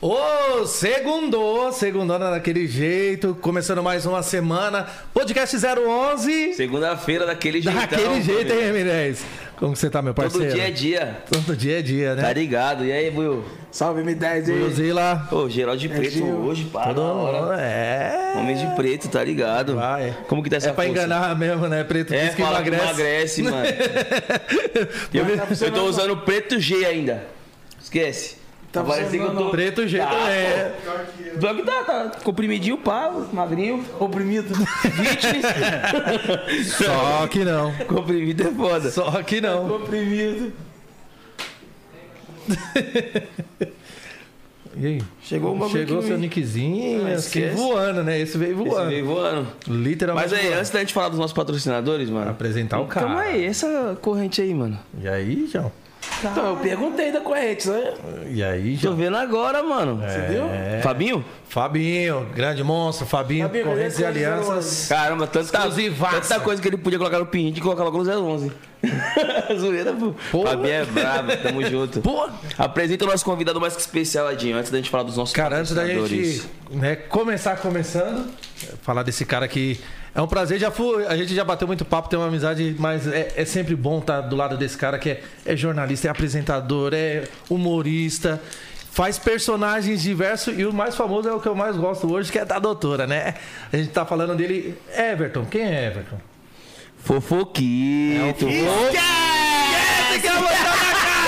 Ô, segundou, segundona daquele jeito, começando mais uma semana, podcast 011, Segunda-feira daquele jeitão. daquele jeito, hein, família. Ramirez? Como que você tá, meu parceiro? então, Todo dia é dia. Todo dia é dia, Tá né? ligado? E aí, Buiu? Salve M10 aí. Cruzila, Ô, geral de preto Gil. hoje, pá, É todo Tá da hora. mundo, é... Homem de preto, tá ligado? Vai. Como que tá essa É pra força? enganar mesmo, né? Preto É, diz que fala que emagrece. emagrece, mano. eu, Mas tá eu funcionando, tô usando preto G ainda. Esquece. Tá Parece que eu funcionando. tô... Preto G Ah, é. pô. Pior que tá, tá comprimidinho, pá, magrinho. Oprimido. Fitness. Só que não. Comprimido é foda. Só que não. Oprimido. E aí? Chegou um uma Chegou seu nickzinho, Ah, assim, esquece. voando, né? Esse veio Esse voando. veio voando. Literalmente. Mas aí, voando. antes da gente falar dos nossos patrocinadores, mano. Apresentar o cara. Calma aí, é essa corrente aí, mano. E aí, João? Então, eu perguntei da corrente, né? E aí, Tô João? vendo agora, mano. Você viu? É. Fabinho? Fabinho, grande monstro, Fabinho, Fabinho, Correntes e cadê esse Alianças. Caramba, tanta, Exclusivaça. tanta coisa que ele podia colocar no Pinhão de colocar logo no 011. Zoeira, pô. Porra. Fabinho é brabo, tamo junto. Pô, Apresenta o nosso convidado mais que especial, Adinho, antes da gente falar dos nossos cara, antes da patrocinadores. gente né, começar começando, falar desse cara que é um prazer, já fui, a gente já bateu muito papo, tem uma amizade, mas é, é sempre bom estar do lado desse cara que é, é jornalista, é apresentador, é humorista. Faz personagens diversos e o mais famoso é o que eu mais gosto hoje, que é da doutora, né? A gente tá falando dele, Everton. Quem é Everton? Fofoquito. Esquece que eu vou dar na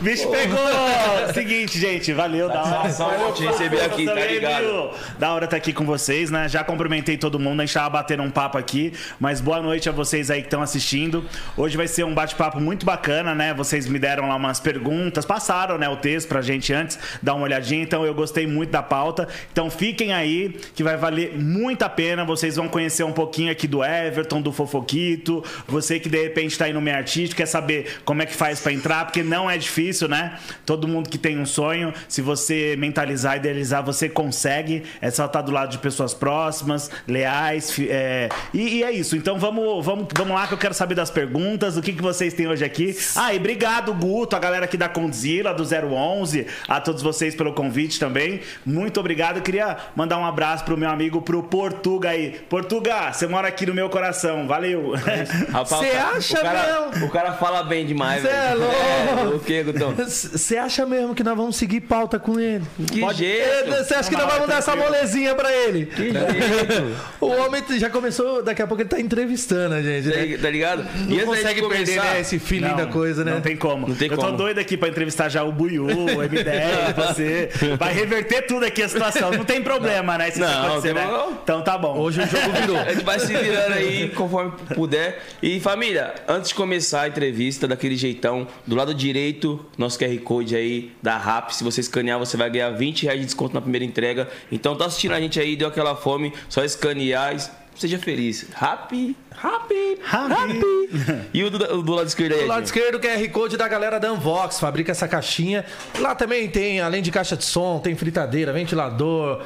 Bicho pegou! Seguinte, gente, valeu, da hora. Salve, te receber aqui, tá Também, ligado? viu? Da hora tá aqui com vocês, né? Já cumprimentei todo mundo, a gente tava batendo um papo aqui, mas boa noite a vocês aí que estão assistindo. Hoje vai ser um bate-papo muito bacana, né? Vocês me deram lá umas perguntas, passaram, né, o texto pra gente antes, dar uma olhadinha, então eu gostei muito da pauta. Então fiquem aí que vai valer muito a pena, vocês vão conhecer um pouquinho aqui do Everton, do Fofoquito, você que de repente tá aí no meio artístico, quer saber como é que faz pra entrar, porque não é difícil, né? Todo mundo que tem um sonho, se você mentalizar, idealizar, você consegue. É só estar do lado de pessoas próximas, leais. fi- é, E, e é isso. Então vamos, vamos, vamos lá que eu quero saber das perguntas, o que, que vocês têm hoje aqui. Ah, e obrigado, Guto, a galera aqui da Condzilla, do 011, a todos vocês pelo convite também. Muito obrigado. Eu Queria mandar um abraço pro meu amigo, pro Portuga aí. Portuga, você mora aqui no meu coração. Valeu. Rafael, Cê o cara- acha o cara, mesmo? O cara fala bem demais, Cê velho. é louco. É, o que, Gutão? Você acha mesmo que nós vamos seguir pauta com ele? Que jeito. Você acha que nós vamos dar essa molezinha pra ele? Que jeito. O homem já começou, daqui a pouco ele tá entrevistando a gente, né? Tá ligado? Não consegue perder né, esse feeling Não, da coisa, né? Não tem como. Não tem eu como. tô doido aqui pra entrevistar já o Buiú, o M10, você. Vai reverter tudo aqui a situação. Não tem problema, né? Se isso Não, acontecer, tem né? problema não. Então tá bom. Hoje o jogo virou. A gente vai se virando aí conforme puder. E família, antes de começar a entrevista, daquele jeitão, do lado direito, nosso QR Code aí da RAP. Se você escanear, você vai ganhar 20 reais de desconto na primeira entrega. Então tá assistindo a gente aí, deu aquela fome, só escanear. e Seja feliz. RAP. RAP. RAP. E o do, o do lado esquerdo aí? Do lado Edinho? esquerdo, QR Code da galera da Unvox, fabrica essa caixinha. Lá também tem, além de caixa de som, tem fritadeira, ventilador,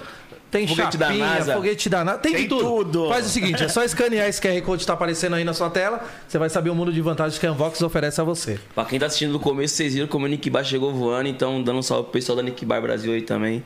tem Foguete da chapinha, NASA. foguete da NASA, tem, de Tem tudo. tudo. Faz o seguinte, é só escanear esse QR Code que tá aparecendo aí na sua tela, você vai saber o mundo de vantagens que a Unvox oferece a você. Pra quem tá assistindo do começo, vocês viram como o Nick Bar chegou voando. Então, dando um salve pro pessoal da Nick Bar Brasil aí também.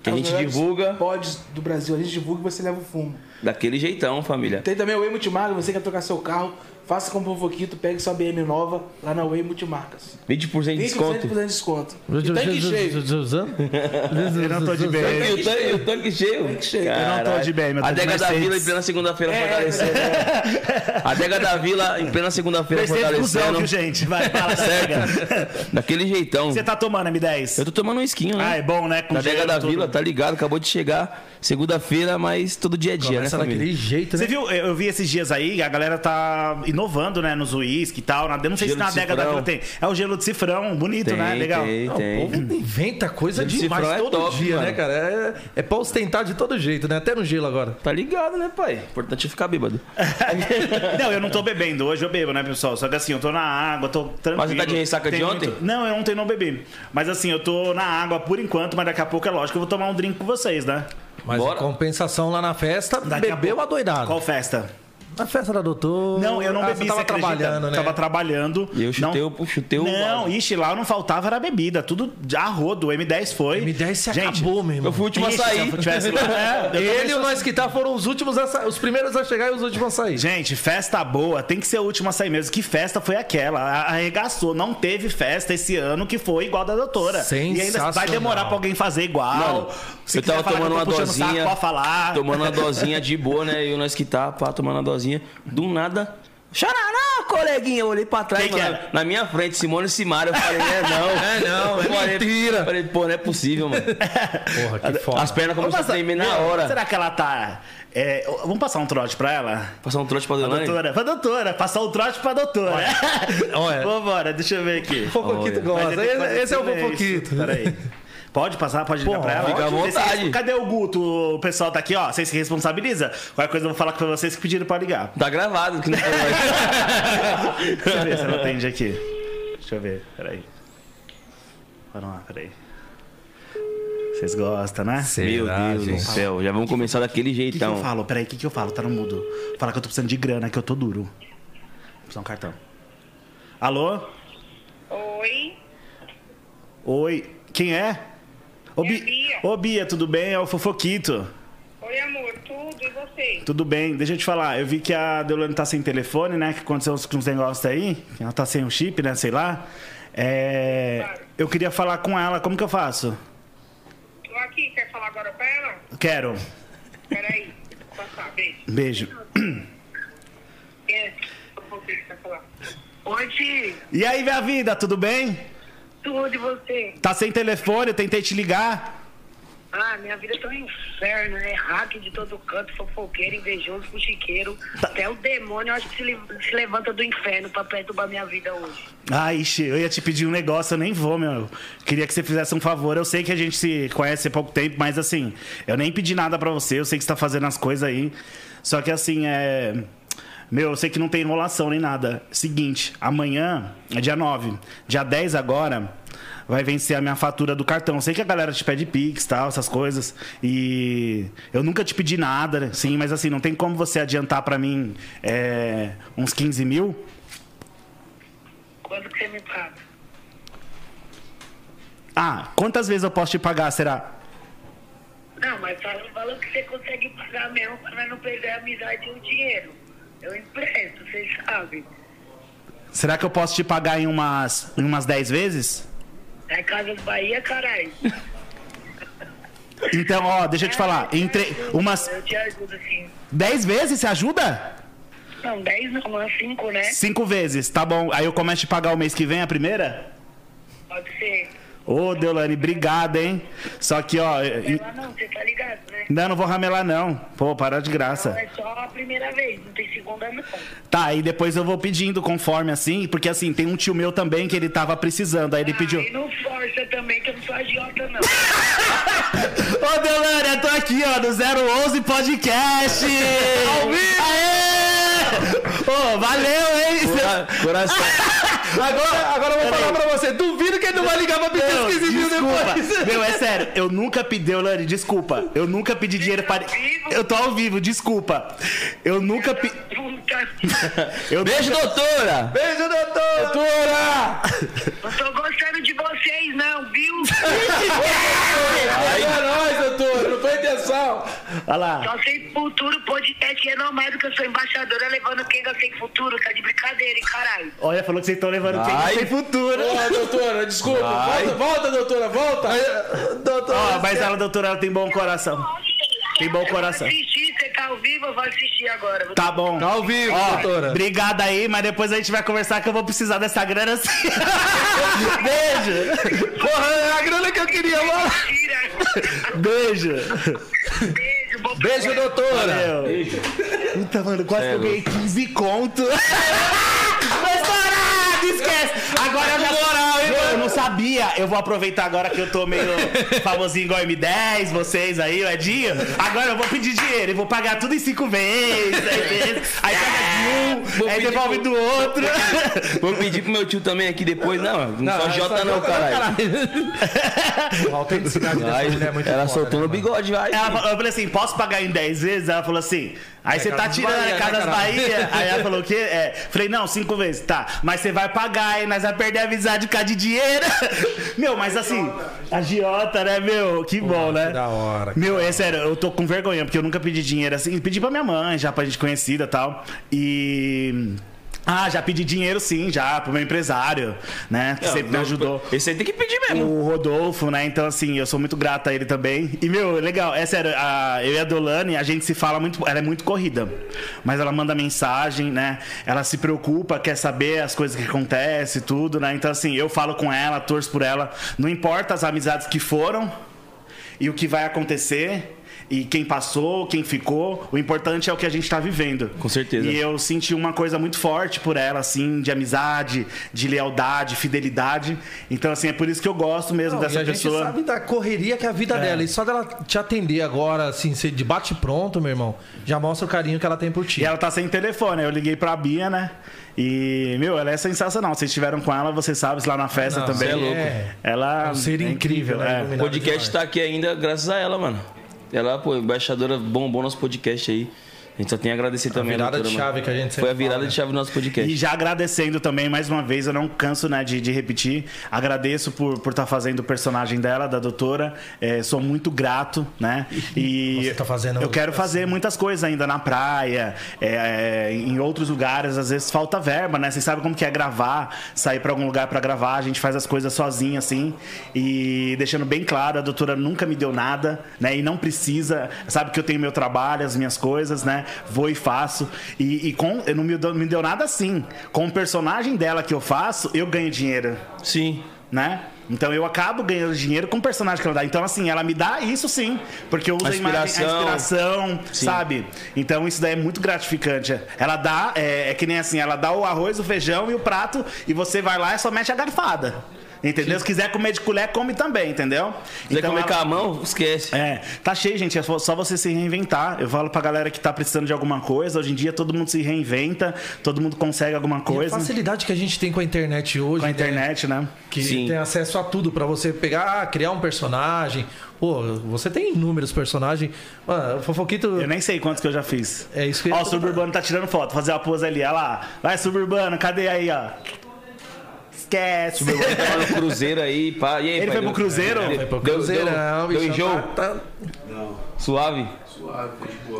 Tá Que a gente divulga Então, né, Pods do Brasil, a gente divulga e você leva o fumo. daquele jeitão, família. Tem também o Way Multimarca, você quer trocar seu carro, faça com o Fofoquito, pegue sua BM nova lá na Way Multimarcas. 20% de 20% desconto. de desconto. E tanque cheio. Eu não tô de E bem. o tanque, e o tanque cheio? É. cheio. Eu não tô Caralho. de bem, meu A tô de Adega da Mercedes. Vila em plena segunda-feira fortalecendo. né? A Adega da Vila em plena segunda-feira Prestei discussão, fortalecendo. Tá viu, gente? Vai, fala, cega. Daquele jeitão. Você tá tomando Eu M10? tô tomando um esquinho, né? Ah, é bom, né? Com da Adega gelo, da tudo. Vila, tá ligado? Acabou de chegar segunda-feira, mas todo dia a dia, Começa né, família? daquele jeito, né? Você viu, eu eu vi esses dias aí, a galera tá inovando, né, nos uísque e tal. na- Eu não sei Gelo se na de adega da cifrão. Vila tem. É o gelo de cifrão, bonito, né? Legal. Tem, Não, o tem. povo inventa coisa Esse demais cifrão é todo top, dia, né, mano. cara? É, é pra ostentar de todo jeito, né? Até no gelo agora. Tá ligado, né, pai? Importante é ficar bêbado. Não, eu não tô bebendo. Hoje eu bebo, né, pessoal? Só que assim, eu tô na água, tô tranquilo. Mas você tá de ressaca de ontem? Não, eu ontem não bebi. Mas assim, eu tô na água por enquanto, mas daqui a pouco é lógico que eu vou tomar um drink com vocês, né? Mas Bora. em compensação lá na festa, Daqui a bebeu pouco- adoidado. Qual festa? Na festa da doutora. Não, eu não Ah, bebi, você você tava acredita? trabalhando, né? Tava trabalhando. E eu chutei, não... o- chutei o. Não, ixi, lá não faltava era bebida. Tudo a rodo. O M10 foi. M10 se Gente, acabou, meu irmão. Eu fui o último a ixi, sair. Se eu tivesse lá, né? Eu também Ele e sou o Nós Que Tá foram os últimos a sa... os primeiros a chegar e os últimos a sair. Gente, festa boa, tem que ser a última a sair mesmo. Que festa foi aquela? A- Arregaçou, não teve festa esse ano que foi igual da doutora. E ainda vai Sensacional. demorar pra alguém fazer igual. Mano, Se eu tava quiser falar que tomando eu uma tô puxando dosinha. Saco, pode falar. Tomando uma dosinha de boa, né? E o nós que tá, pá, tomando uma dosinha. Do nada. Xarará, coleguinha, eu olhei pra trás, Quem que mano, era? na minha frente, Simone e Simara, eu falei, é não. É não, é Eu falei- mentira. Falei, pô, não é possível, mano. Porra, que foda. As pernas começaram a Vamos passar- tremer um na Meu, hora. Será que ela tá. é, vamos passar um trote pra ela? Passar um trote pra Pra Delane. doutora, pra doutora, passar um trote pra doutora. olha. Vambora, deixa eu ver aqui. Fofoquito Olha. Mas gosta. ele tem que Esse, esse é o fazer fofoquito. isso. Peraí. Pode passar, pode ligar Pô, pra ela. fica à Vocês- vontade. cadê o Guto? O pessoal tá aqui, ó. Vocês se responsabilizam. Qualquer coisa eu vou falar com vocês que pediram pra ligar. Tá gravado que não foi nós. Deixa eu ver se ela atende aqui. Deixa eu ver, peraí. Vamos lá, peraí. Vocês gostam, né? Meu Deus do céu, já vamos começar daquele então. O que, que eu então. jeitão. falo? Peraí, o que, que eu falo? Tá no mudo. Fala que eu tô precisando de grana, que eu tô duro. Vou precisar um cartão. Alô? Oi, Oi, quem é? Ô, É a Bia. Ô, Bia, tudo bem? É o Fofoquito. oi amor, tudo e você? Tudo bem, deixa eu te falar. Eu vi que a Deolane tá sem telefone, né? Que aconteceu uns, uns negócios aí. que Ela tá sem o chip, né? Sei lá. É, Claro. Eu queria falar com ela. Como que eu faço? Tô aqui, quer falar agora com ela? Quero. Peraí, vou passar, beijo. Beijo. É, vou ver o que quer falar. Oi, Ti, E aí, minha vida, tudo bem? tudo e você? Tá sem telefone, eu tentei te ligar. Ah, minha vida é tão inferno, né? Hack de todo canto, fofoqueiro, invejoso, fuxiqueiro. Até o demônio, eu acho que se, le- se levanta do inferno pra perturbar minha vida hoje. Ai, Ah, ixi, eu ia te pedir um negócio, eu nem vou, meu. Queria que você fizesse um favor. Eu sei que a gente se conhece há pouco tempo, mas assim, eu nem pedi nada pra você, eu sei que você tá fazendo as coisas aí. Só que assim, é. Meu, eu sei que não tem enrolação nem nada. Seguinte, amanhã é dia 9. Dia 10 agora vai vencer a minha fatura do cartão. Eu sei que a galera te pede Pix tal, essas coisas. E eu nunca te pedi nada, né? sim, mas assim, não tem como você adiantar pra mim é, uns 15 mil? Quando que você me paga? Ah, quantas vezes eu posso te pagar, será? Não, mas fala o valor que você consegue pagar mesmo pra não perder a amizade e o dinheiro. Eu empresto, vocês sabem. Será que eu posso te pagar em umas, em umas 10 vezes? É Casas Bahia, caralho. Então, ó, deixa eu te falar. Em tre- umas Eu te ajudo, sim. 10 vezes, você ajuda? Não, 10 não, mas 5, né? Cinco vezes, tá bom. Aí eu começo a te pagar o mês que vem, a primeira? Pode ser. Ô, Deolane, obrigado, hein? Só que, ó... e- Ela não, você tá ligado, né? Não, não vou ramelar, não. Pô, para de Não, graça. é só a primeira vez, não tem segunda não. Tá, aí depois eu vou pedindo conforme, assim. Porque, assim, tem um tio meu também que ele tava precisando. Aí ele pediu... Ah, e não força também, que eu não sou agiota, não. Ô, Delane, eu tô aqui, ó, no 011 Podcast! Ao vivo! Aê! Ô, valeu, hein? Cora- Coração. Agora, agora eu vou Peraí. falar pra você. Duvido que ele não vai ligar pra pedir Meu, os 15 mil desculpa. depois. Meu, é sério, eu nunca pedi, Delane, desculpa. Eu nunca pedi dinheiro para. ao vivo? Eu tô ao vivo, desculpa. Eu nunca pedi. Puta, Eu Beijo, doutora! Beijo, doutor! Doutora! não tô gostando de vocês, não, viu? Aí é nóis, doutor! Não foi intenção! Olha lá. Só sem futuro, podcast renomado, que eu sou embaixadora, levando quem eu sem futuro, tá de brincadeira, hein, caralho. Olha, falou que vocês estão levando quem Ai. tem futuro. Porra, doutora, desculpa. Vai. Volta, volta, doutora, volta! Doutor, Ó, mas ela, doutora, ela tem bom coração. Tem bom coração. Eu vou assistir, você tá ao vivo, eu vou assistir agora. Vou Tá bom. Tá ao vivo, doutora. Obrigado aí, mas depois a gente vai conversar que eu vou precisar dessa grana assim. Beijo. Porra, é a grana que eu queria, mano! Mentira. Beijo. Beijo, bom Beijo, doutora! Meu. Puta, mano, quase que eu Cego. ganhei 15 conto. Mas parado, esquece. Agora eu já... moral, hein, Eu não sabia. Eu vou aproveitar agora que eu tô meio famosinho igual M10, vocês aí, o Edinho. Agora eu vou pedir dinheiro e vou pagar tudo em cinco vezes, seis vezes. Aí pega de um, Vou aí pedir devolve É. do outro. Vou pedir pro meu tio também aqui depois. Não, não, sou Jota não, caralho. A autenticidade dessa Ai, mulher é muito ela foda, soltou né, no mano? bigode, vai. Ela fa- eu falei assim, posso pagar em 10 vezes? Ela falou assim, Aí você tá Casas tirando Bahia, a né, Casas caralho? Bahia. Aí ela falou o quê? É. Falei, não, cinco vezes. Tá, mas você vai pagar, hein? Nós vai perder a amizade por causa de dinheiro. Meu, mas assim, a giota, né, meu? Que bom, né? que da hora, que Meu, é sério, eu tô com vergonha, porque eu nunca pedi dinheiro assim. Pedi pra minha mãe, já pra gente conhecida e tal. E. Ah, já pedi dinheiro sim, já, pro meu empresário, né? Que sempre me ajudou Esse aí tem que pedir mesmo. o Rodolfo, né? Então, assim, eu sou muito grato a ele também. E, meu, legal, é sério, a- eu e a Dolane, a gente se fala muito. Ela é muito corrida, mas ela manda mensagem, né? Ela se preocupa, quer saber as coisas que acontecem e tudo, né? Então, assim, eu falo com ela, torço por ela. Não importa as amizades que foram e o que vai acontecer. E quem passou, quem ficou, o importante é o que a gente tá vivendo. Com certeza. E eu senti uma coisa muito forte por ela, assim, de amizade, de lealdade, fidelidade. Então, assim, é por isso que eu gosto mesmo Não, e dessa a pessoa. gente sabe da correria que é a vida dela. E só dela te atender agora, assim, ser de bate pronto, meu irmão, já mostra o carinho que ela tem por ti. E ela tá sem telefone, eu liguei pra Bia, né? E, meu, ela é sensacional. Vocês estiveram com ela, vocês sabem, lá na festa Não, também. você é louco. Ela É um ser incrível, né? é. O podcast tá aqui ainda graças a ela, mano. Ela, pô, embaixadora bombou nosso podcast aí. A gente só tem a agradecer também. né, virada doutora, de mano. chave que a gente sempre Foi a virada fala, né? de chave do nosso podcast. E já agradecendo também, mais uma vez, eu não canso né, de, de repetir. Agradeço por estar fazendo o personagem dela, da doutora. É, sou muito grato, né? E Você tá fazendo- eu quero fazer muitas coisas ainda na praia, é, é, em outros lugares. Às vezes falta verba, né? Vocês sabem como que é gravar, sair pra algum lugar pra gravar. A gente faz as coisas sozinha, assim. E deixando bem claro, a doutora nunca me deu nada, né? E não precisa. Sabe que eu tenho meu trabalho, as minhas coisas, né? Vou e faço. E, e com, não me deu, me deu nada assim. Com o personagem dela que eu faço, eu ganho dinheiro Sim. né? Então eu acabo ganhando dinheiro com o personagem que ela dá. Então, assim, ela me dá isso sim, porque eu uso A a, imagem, a inspiração. inspiração, Sim. sabe? Então isso daí é muito gratificante. Ela dá, é, é que nem assim, ela dá o arroz, o feijão e o prato, e você vai lá e só mete a garfada. Entendeu? Se quiser comer de colher, come também, entendeu? Então, Quiser então comer ela- com a mão, esquece. é, tá cheio, gente. É só só você se reinventar. Eu falo pra galera que tá precisando de alguma coisa. Hoje em dia todo mundo se reinventa, todo mundo consegue alguma E coisa a facilidade que a gente tem com a internet hoje, com a né? internet, né? que Sim. tem acesso a tudo pra você pegar, ah, criar um personagem. Pô, você tem inúmeros personagens. Mano, o Fofoquito Eu nem sei quantos que eu já fiz. É isso que eu Ó, ia o Suburbano tá tirando foto. Fazer uma pose ali, olha lá. Vai, Suburbano, cadê aí, ó? Esquece. Tá no Cruzeiro aí, pá. E aí, Ele pai, foi pro deu- Cruzeiro? Deu- foi pro deu- Cruzeirão, Deu, deu bichão, enjoo? tá- tá- Suave?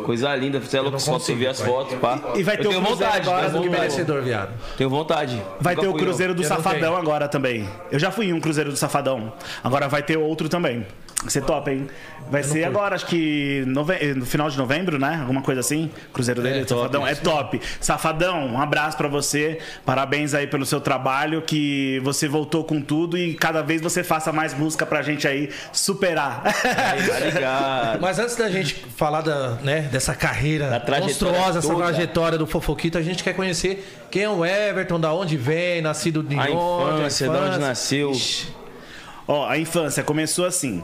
Coisa linda. Você é louco, só você consigo, ver as pai. fotos, pá. E vai ter eu o tenho Cruzeiro vontade, agora tenho Faz do que vontade. merecedor, viado. Tenho vontade. Vai Nunca ter o fui eu. Cruzeiro do Eu não Safadão tenho. agora também. Eu já fui em um Cruzeiro do Safadão. Agora vai ter outro também. Vai ser top, hein? Vai ser agora, acho que nove- eh, no final de novembro, né? Alguma coisa assim. Cruzeiro dele, É, top, Safadão. é top. Safadão, um abraço pra você. Parabéns aí pelo seu trabalho, que você voltou com tudo e cada vez você faça mais música pra gente aí superar. Aí, Tá ligado. Mas antes da gente falar da, né, dessa carreira Da trajetória monstruosa, essa toda. trajetória do Fofoquito, a gente quer conhecer quem é o Everton, da onde vem, nascido de A onde, infância, de onde nasceu. Ó, a infância começou assim.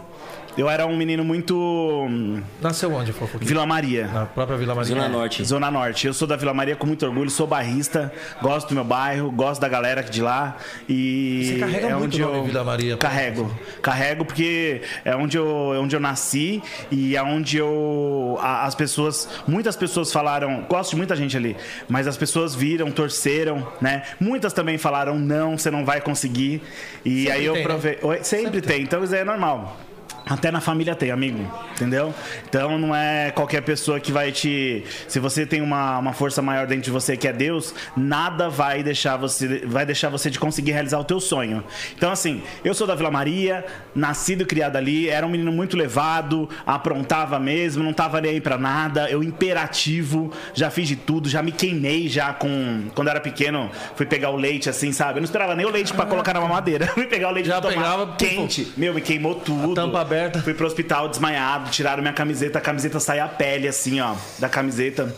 Eu era um menino muito hum, Nasceu onde, Fofoquito? Vila Maria. Na própria Vila Maria. Zona Norte. Zona Norte. Eu sou da Vila Maria com muito orgulho, sou barrista, gosto do meu bairro, gosto da galera de lá e é Você carrega muito o nome Vila Maria, pô. Carrego. Carrego porque é onde eu, é onde eu nasci e é onde eu a- as pessoas, muitas pessoas falaram, gosto de muita gente ali, mas as pessoas viram, torceram, né? Muitas também falaram não, você não vai conseguir. E Sempre aí eu tem, né? provei, Então, Oi? sempre, tem, então isso aí é normal. Até na família tem, amigo, entendeu? Então não é qualquer pessoa que vai te. Se você tem uma, uma força maior dentro de você que é Deus, nada vai deixar você vai deixar você de conseguir realizar o teu sonho. Então assim, eu sou da Vila Maria, nascido e criado ali, era um menino muito levado, aprontava mesmo, não tava nem aí pra nada, eu imperativo, já fiz de tudo, já me queimei já com quando era pequeno, fui pegar o leite assim, sabe? Eu não esperava nem o leite pra colocar na mamadeira, fui pegar o leite Já pra tomar pegava, pum, quente. Meu, me queimou tudo. A tampa aberta. Fui pro hospital desmaiado, tiraram minha camiseta, a camiseta saiu a pele, assim, ó, da camiseta.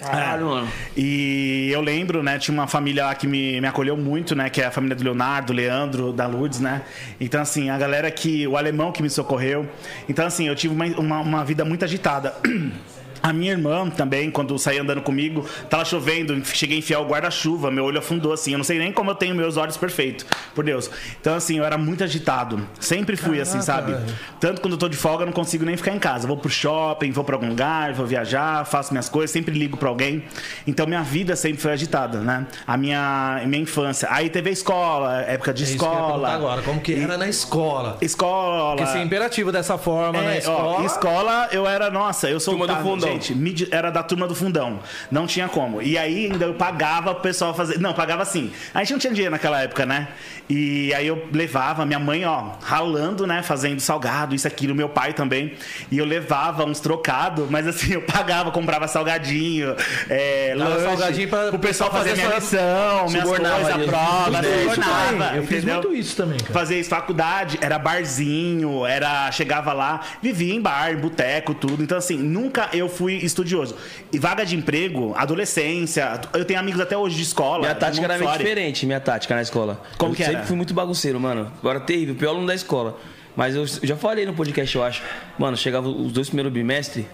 É. Caralho, mano. E eu lembro, né? Tinha uma família lá que me, me acolheu muito, né? Que é a família do Leonardo, Leandro, da Lourdes, né? Então, assim, a galera que. O alemão que me socorreu. Então, assim, eu tive uma, uma, uma vida muito agitada. A minha irmã também, quando saía andando comigo, tava chovendo, cheguei a enfiar o guarda-chuva, meu olho afundou assim. Eu não sei nem como eu tenho meus olhos perfeitos, por Deus. Então, assim, eu era muito agitado. Sempre fui assim, sabe? Tanto quando eu tô de folga, eu não consigo nem ficar em casa. Vou pro shopping, vou pra algum lugar, vou viajar, faço minhas coisas, sempre ligo pra alguém. Então, minha vida sempre foi agitada, né? A minha, minha infância. Aí teve a escola, época de É isso que eu ia perguntar escola. agora, como que era na escola? Escola. Porque assim, ser imperativo dessa forma na É, escola. ó, escola, eu era, nossa, eu sou Turma do tá, fundão. Gente, mídia- era da turma do fundão. Não tinha como. E aí ainda eu pagava pro pessoal fazer. Não, pagava assim. A gente não tinha dinheiro naquela época, né? E aí eu levava, minha mãe, ó, ralando, né? Fazendo salgado, isso, aquilo, meu pai também. E eu levava uns trocados, mas assim, eu pagava, comprava salgadinho, é, Dava lanche, salgadinho pra- pro pessoal pra fazer, fazer minha sua- lição, minhas Subornava coisas, a ali. prova, né? Eu fiz subornava, eu fiz entendeu? muito isso também, cara. Fazia isso, faculdade, era barzinho, era chegava lá, vivia em bar, em boteco, tudo. Então, assim, nunca eu fui estudioso. E vaga de emprego, adolescência, eu tenho amigos até hoje de escola. Minha tática era meio Montessori. diferente, minha tática na escola. Como eu que era? sempre fui muito bagunceiro, mano. Agora terrível, pior aluno da escola. Mas eu já falei no podcast, eu acho. Mano, chegava os dois primeiros bimestres,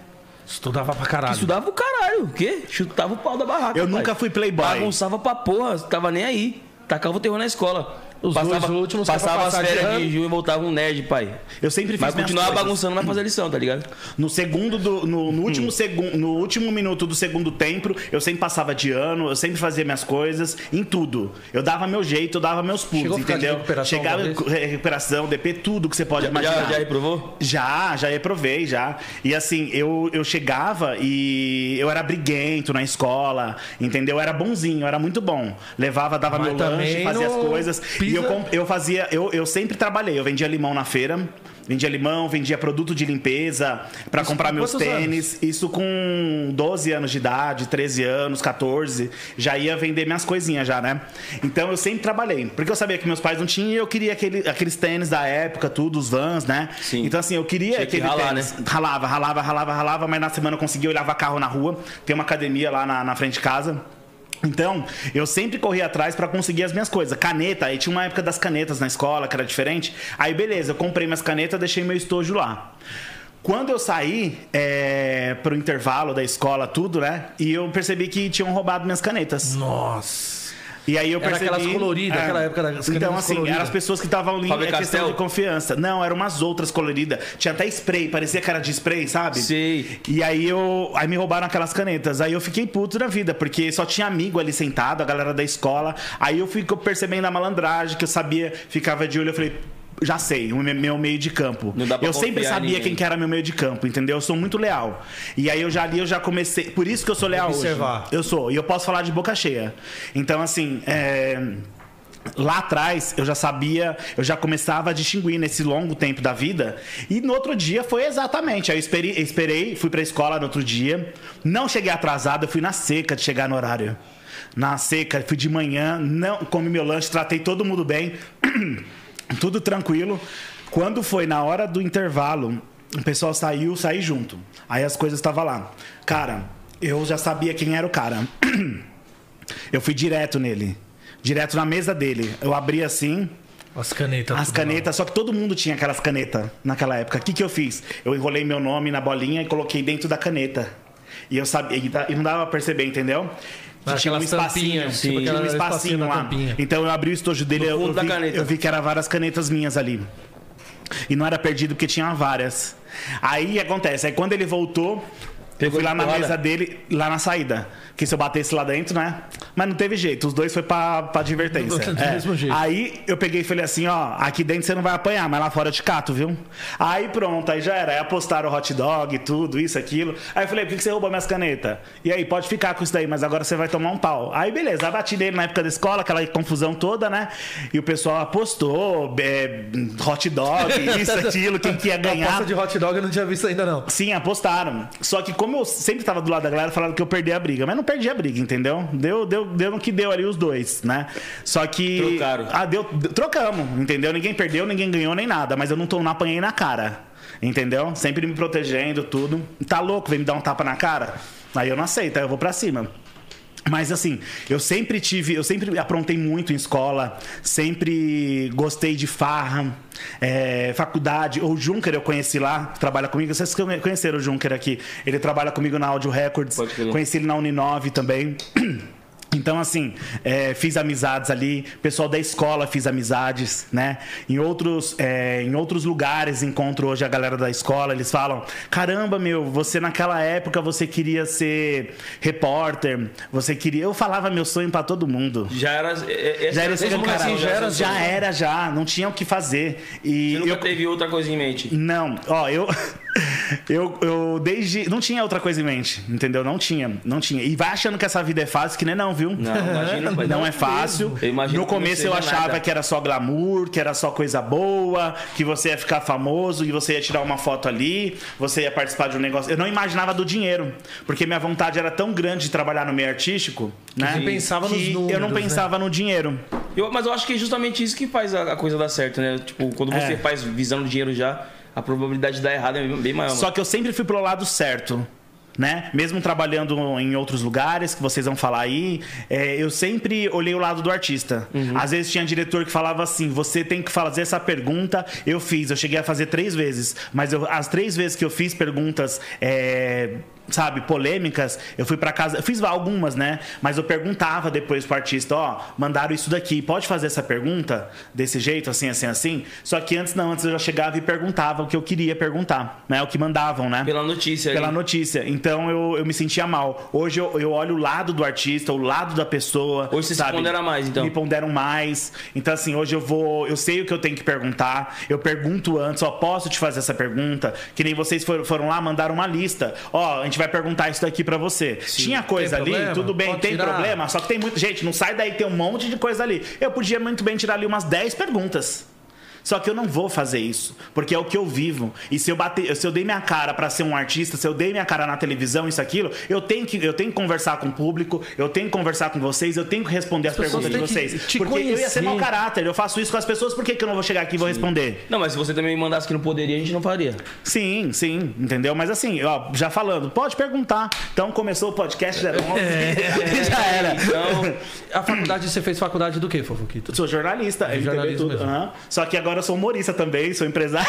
Estudava pra caralho. estudava o caralho. O quê? Chutava o pau da barraca. Eu nunca fui playboy. Bagunçava pra porra, tava nem aí. Tacava o terror na escola. Os dois últimos que era pra passava as passar de férias de ano. junho e voltava um nerd, pai. Eu sempre fiz Mas minhas continuava coisas. bagunçando, Hum. mas fazia lição, tá ligado? No segundo do, no, no último segundo, no último minuto do segundo tempo, eu sempre passava de ano, eu sempre fazia minhas coisas em tudo. Eu dava meu jeito, eu dava meus pulos, Chegou a ficar de entendeu? recuperação Chegava uma vez? em recuperação, DP, tudo que você pode Já- já- imaginar. já reprovou? Já, já reprovei já. E assim, eu, eu chegava e eu era briguento na escola, entendeu? Eu era bonzinho, eu era muito bom. Levava, dava Mas meu lanche, também fazia as não coisas. E pisa- eu, com- eu fazia, eu, eu sempre trabalhei. Eu vendia limão na feira, vendia limão, vendia produto de limpeza pra Isso comprar com meus quantos tênis. Isso com 12 anos de idade, 13 anos, 14. Já ia vender minhas coisinhas já, né? Então eu sempre trabalhei. Porque eu sabia que meus pais não tinham e eu queria aquele- aqueles tênis da época, tudo, os vans, né? Sim. Então assim, eu queria Tinha que aquele ralar, né? tênis. Ralava, ralava, ralava, ralava, mas na semana eu conseguia, eu olhava carro na rua. Tem uma academia lá na, na frente de casa. Então, eu sempre corri atrás pra conseguir as minhas coisas. Caneta, aí tinha uma época das canetas na escola que era diferente. Aí, beleza, eu comprei minhas canetas, deixei meu estojo lá. Quando eu saí é, pro intervalo da escola, tudo, né? E eu percebi que tinham roubado minhas canetas. Nossa. E aí eu Era percebi. É. aquelas coloridas, aquela época das canetas Então, assim, coloridas. eram as pessoas que estavam ali. Faber É questão Castell? de confiança. Não, eram umas outras coloridas. Tinha até spray, parecia cara de spray, sabe? Sei. E aí eu. Aí me roubaram aquelas canetas. Aí eu fiquei puto da vida, porque só tinha amigo ali sentado, a galera da escola. Aí eu fui percebendo a malandragem, que eu sabia, ficava de olho, eu falei. Já sei, o me- meu meio de campo. Não dá pra eu sempre confiar em sabia ninguém. quem que era meu meio de campo, entendeu? Eu sou muito leal. E aí eu já ali, eu já comecei. Por isso que eu sou leal Observar. hoje. Eu sou. E eu posso falar de boca cheia. Então, assim. é, Lá atrás eu já sabia, eu já começava a distinguir nesse longo tempo da vida. E no outro dia foi exatamente. Aí eu esperi- eu esperei, fui pra escola no outro dia. Não cheguei atrasado, eu fui na seca de chegar no horário. Na seca, fui de manhã, não comi meu lanche, tratei todo mundo bem, tudo tranquilo. Quando foi na hora do intervalo, o pessoal saiu, eu saí junto. Aí as coisas estavam lá. Cara, eu já sabia quem era o cara. Eu fui direto nele. Direto na mesa dele. Eu abri assim, As canetas. as tudo canetas, só que todo mundo tinha aquelas canetas naquela época. O que, que eu fiz? Eu enrolei meu nome na bolinha e coloquei dentro da caneta. E eu sabia, e da- e não dava pra perceber, entendeu? Que Mas tinha um aquelas espacinho, tampinhas, tipo tinha um aquela espacinho espacinho na lá. tampinha. Então eu abri o estojo dele, eu, fundo eu da vi, caneta. eu vi que era várias canetas minhas ali. E não era perdido porque tinha várias. Aí acontece, aí quando ele voltou, eu Pegou fui lá de na porrada? mesa dele, lá na saída. Que se eu batesse lá dentro, né? Mas não teve jeito, os dois foi pra, pra advertência. Do É. mesmo jeito. Aí eu peguei e falei assim, ó, aqui dentro você não vai apanhar, mas lá fora eu te cato, viu? Aí pronto, aí já era. Aí apostaram o hot dog, tudo, isso, aquilo. Aí eu falei, por que que você roubou minhas canetas? E aí, pode ficar com isso daí, mas agora você vai tomar um pau. Aí beleza, aí bati nele na época da escola, aquela confusão toda, né? E o pessoal apostou, é, hot dog, isso, aquilo, quem que ia bem. A ganhar. aposta de hot dog eu não tinha visto ainda, não. Sim, apostaram. Só que como eu sempre tava do lado da galera, falaram que eu perdi a briga. Mas não perdi a briga, entendeu? Deu, deu, deu no que deu ali os dois, né? Só que... Trocaram. Ah, deu, deu- trocamos, entendeu? Ninguém perdeu, ninguém ganhou nem nada. Mas eu não, tô, não apanhei na cara, entendeu? Sempre me protegendo, tudo. Tá louco, vem me dar um tapa na cara? Aí eu não aceito, aí eu vou pra cima. Mas assim, eu sempre tive, eu sempre aprontei muito em escola, sempre gostei de farra, é, faculdade. O Junker eu conheci lá, trabalha comigo. Vocês conhe- conheceram o Junker aqui. Ele trabalha comigo na Audio Records, Pode crer. conheci ele na Uni9 também. Então, assim, é, fiz amizades ali, pessoal da escola fiz amizades, né? Em outros, é, em outros lugares encontro hoje a galera da escola, eles falam: caramba, meu, você naquela época você queria ser repórter, você queria. Eu falava meu sonho pra todo mundo. Já era. é- é- Já era desde esse o cara, comecinho já, era, assim. já não tinha o que fazer. E Você nunca eu- teve outra coisa em mente. não, ó, eu. Eu, eu desde. Não tinha outra coisa em mente, entendeu? Não tinha, não tinha. E vai achando que essa vida é fácil, que nem não, viu? Não, imagina, vai Não dar é um fácil. peso. Eu imagino no que não começo eu seja achava nada. que era só glamour, que era só coisa boa, que você ia ficar famoso, que você ia tirar uma foto ali, você ia participar de um negócio. Eu não imaginava do dinheiro, porque minha vontade era tão grande de trabalhar no meio artístico, né? você pensava nos que eu números, não né? pensava no dinheiro. Eu- mas eu acho que é justamente isso que faz a, a coisa dar certo, né? Tipo, quando você É. faz visando dinheiro já, a probabilidade de dar errado é bem maior. Só que eu sempre fui pro lado certo. Né? Mesmo trabalhando em outros lugares, que vocês vão falar aí, é, eu sempre olhei o lado do artista. Às vezes tinha diretor que falava assim: você tem que fazer essa pergunta. Eu fiz, eu cheguei a fazer três vezes, mas eu- as três vezes que eu fiz perguntas, é, sabe, polêmicas, eu fui pra casa, eu fiz algumas, né? Mas eu perguntava depois pro artista: ó, mandaram isso daqui, pode fazer essa pergunta desse jeito, assim, assim, assim? Só que antes não, antes eu já chegava e perguntava o que eu queria perguntar, né? O que mandavam, né? Pela notícia. Pela ali. notícia. Então eu, eu me sentia mal. Hoje eu, eu olho o lado do artista, o lado da pessoa. Hoje você se sabe? pondera mais, então. Me ponderam mais. Então, assim, hoje eu vou. Eu sei o que eu tenho que perguntar. Eu pergunto antes, ó, posso te fazer essa pergunta? Que nem vocês foram, foram lá, mandaram uma lista. Ó, a gente vai perguntar isso daqui pra você. Tinha coisa Tem ali, problema? tudo bem, Pode tem tirar? problema. Só que tem muito. Gente, não sai daí, tem um monte de coisa ali. Eu podia muito bem tirar ali umas 10 perguntas. Só que eu não vou fazer isso, porque é o que eu vivo. E se eu bater, se eu dei minha cara pra ser um artista, se eu dei minha cara na televisão, isso aquilo, eu tenho que eu tenho que conversar com o público, eu tenho que conversar com vocês, eu tenho que responder as, pessoas perguntas de têm que vocês, te porque eu ia ser conhecer. mau caráter. Eu faço isso com as pessoas, por que, que eu não vou chegar aqui e vou responder? Não, mas se você também mandasse que não poderia, a gente não faria. Sim, sim, entendeu? Mas assim, ó, já falando, pode perguntar. Então começou o podcast 011 É. e já era. É, Então, A faculdade, você fez faculdade do quê, Fofoquito? Sou jornalista, eu entendeu jornalismo tudo. mesmo. aham. Só que agora eu sou humorista também, sou empresário.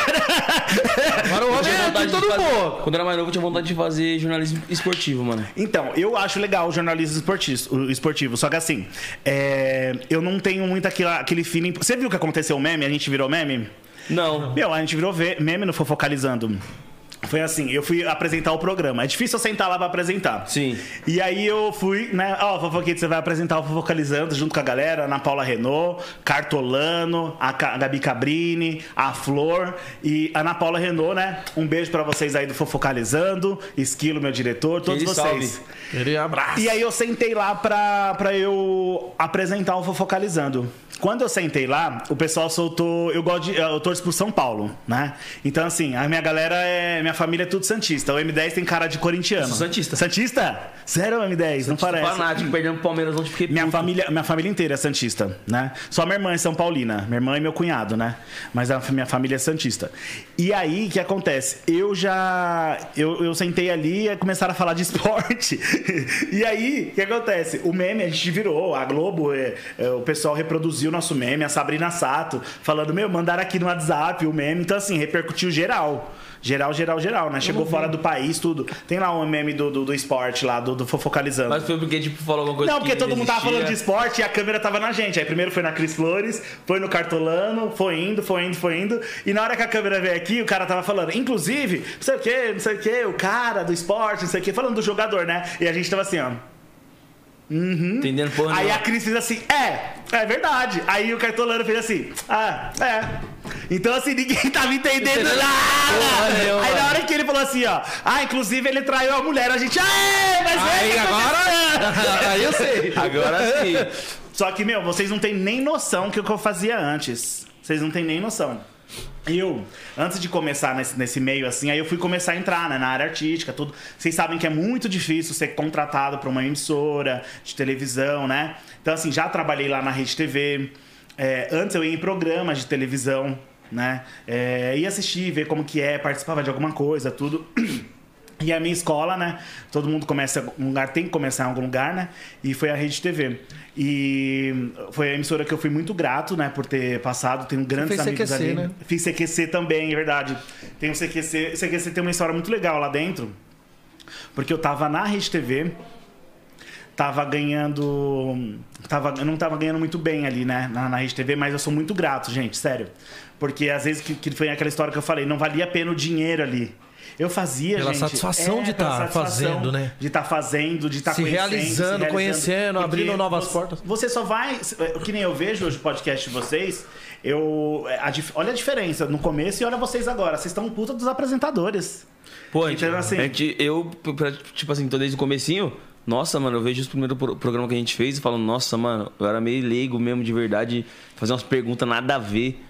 Agora o homem é de todo fazer- mundo. Quando eu era mais novo, eu tinha vontade de fazer jornalismo esportivo, mvo, mano. Então, eu acho legal o jornalismo esportis- o esportivo, só que assim, é, eu não tenho muito aquela- aquele feeling. Você viu que aconteceu o meme? A gente virou meme? Não. Meu, a gente virou ve- meme no Fofocalizando. Foi assim, eu fui apresentar o programa. É difícil eu sentar lá pra apresentar. Sim. E aí eu fui, né? Ó, Fofoquito, você vai apresentar o Fofocalizando junto com a galera, Ana Paula Renault, Cartolano, a Ca- a Gabi Cabrini, a Flor e a Ana Paula Renault, né? Um beijo pra vocês aí do Fofocalizando, Esquilo, meu diretor, todos ele é vocês. salve. Ele abraça. E aí eu sentei lá pra, pra eu apresentar o Fofocalizando. Quando eu sentei lá, o pessoal soltou. Eu gosto de, eu torço pro São Paulo, né? Então, assim, a minha galera é. Minha família é tudo Santista. O M10 tem cara de corintiano. sou santista. Santista? Sério, M10? não parece. Fanático, perdendo pro Palmeiras ontem, fiquei Minha puto. família, minha família inteira é santista, né? Só minha irmã é São Paulina, minha irmã e meu cunhado, né? Mas a minha família é santista. E aí, o que acontece? Eu já... Eu, eu sentei ali e começaram a falar de esporte. e aí, o que acontece? O meme, a gente virou, a Globo, é, é, o pessoal reproduziu o nosso meme, a Sabrina Sato, falando, meu, mandaram aqui no WhatsApp o meme. Então, assim, repercutiu geral. Geral, geral, geral, né? Chegou fora do país, tudo. Tem lá um meme do, do, do esporte lá, do, do Fofocalizando. Mas foi porque, tipo, falou alguma coisa Não, porque que todo mundo tava existia. falando de esporte e a câmera tava na gente. Aí primeiro foi na Cris Flores, foi no Cartolano, foi indo, foi indo, foi indo. E na hora que a câmera veio aqui, o cara tava falando, inclusive, não sei o que, não sei o que, o cara do esporte, não sei o que, falando do jogador, né? E a gente tava assim, ó. Entendendo, porra. Hum. Aí não. a Cris fez assim, é, é verdade. Aí o Cartolano fez assim, ah, é. Então, assim, ninguém tava entendendo Entendendo porra nenhuma. nada. Aí na hora que ele falou assim, ó, ah, inclusive ele traiu a mulher, a gente, aê, mas é Aí que agora. Aí eu sei. Agora sim. Só que, meu, vocês não têm nem noção que o que eu fazia antes. Vocês não têm nem noção. Eu, antes de começar nesse, nesse meio assim, aí eu fui começar a entrar, né, na área artística, tudo. Vocês sabem que é muito difícil ser contratado pra uma emissora de televisão, né? Então, assim, já trabalhei lá na Rede TV. É, antes eu ia em programas de televisão, né? É, ia assistir, ver como que é, participava de alguma coisa, tudo. E E a minha escola, né? Todo mundo começa em algum lugar, tem que começar em algum lugar, né? E foi a Rede TV. E foi a emissora que eu fui muito grato, né, por ter passado. Tenho grandes fez amigos CQC, ali. né? Fiz CQC também, é verdade. Tem o CQC. CQC tem uma história muito legal lá dentro. Porque eu tava na Rede TV, tava ganhando. Tava, eu não tava ganhando muito bem ali, né? Na, na Rede TV, mas eu sou muito grato, gente, sério. Porque às vezes que, que foi aquela história que eu falei, não valia a pena o dinheiro ali. Eu fazia, Pela gente. é, satisfação de pela tá fazendo, né? De estar fazendo, de estar Se conhecendo. realizando, conhecendo, Porque abrindo novas você- portas. Você só vai. Que nem eu vejo hoje o podcast de vocês. Eu, a dif- olha a diferença no começo e olha vocês agora. Vocês estão um puta dos apresentadores. Pô, a gente, Então, assim- a gente- eu, pra- tipo assim, tô desde o comecinho. Nossa, mano, eu vejo os primeiros pro- programas que a gente fez e falo, nossa, mano, eu era meio leigo mesmo, de verdade, fazer umas perguntas nada a ver.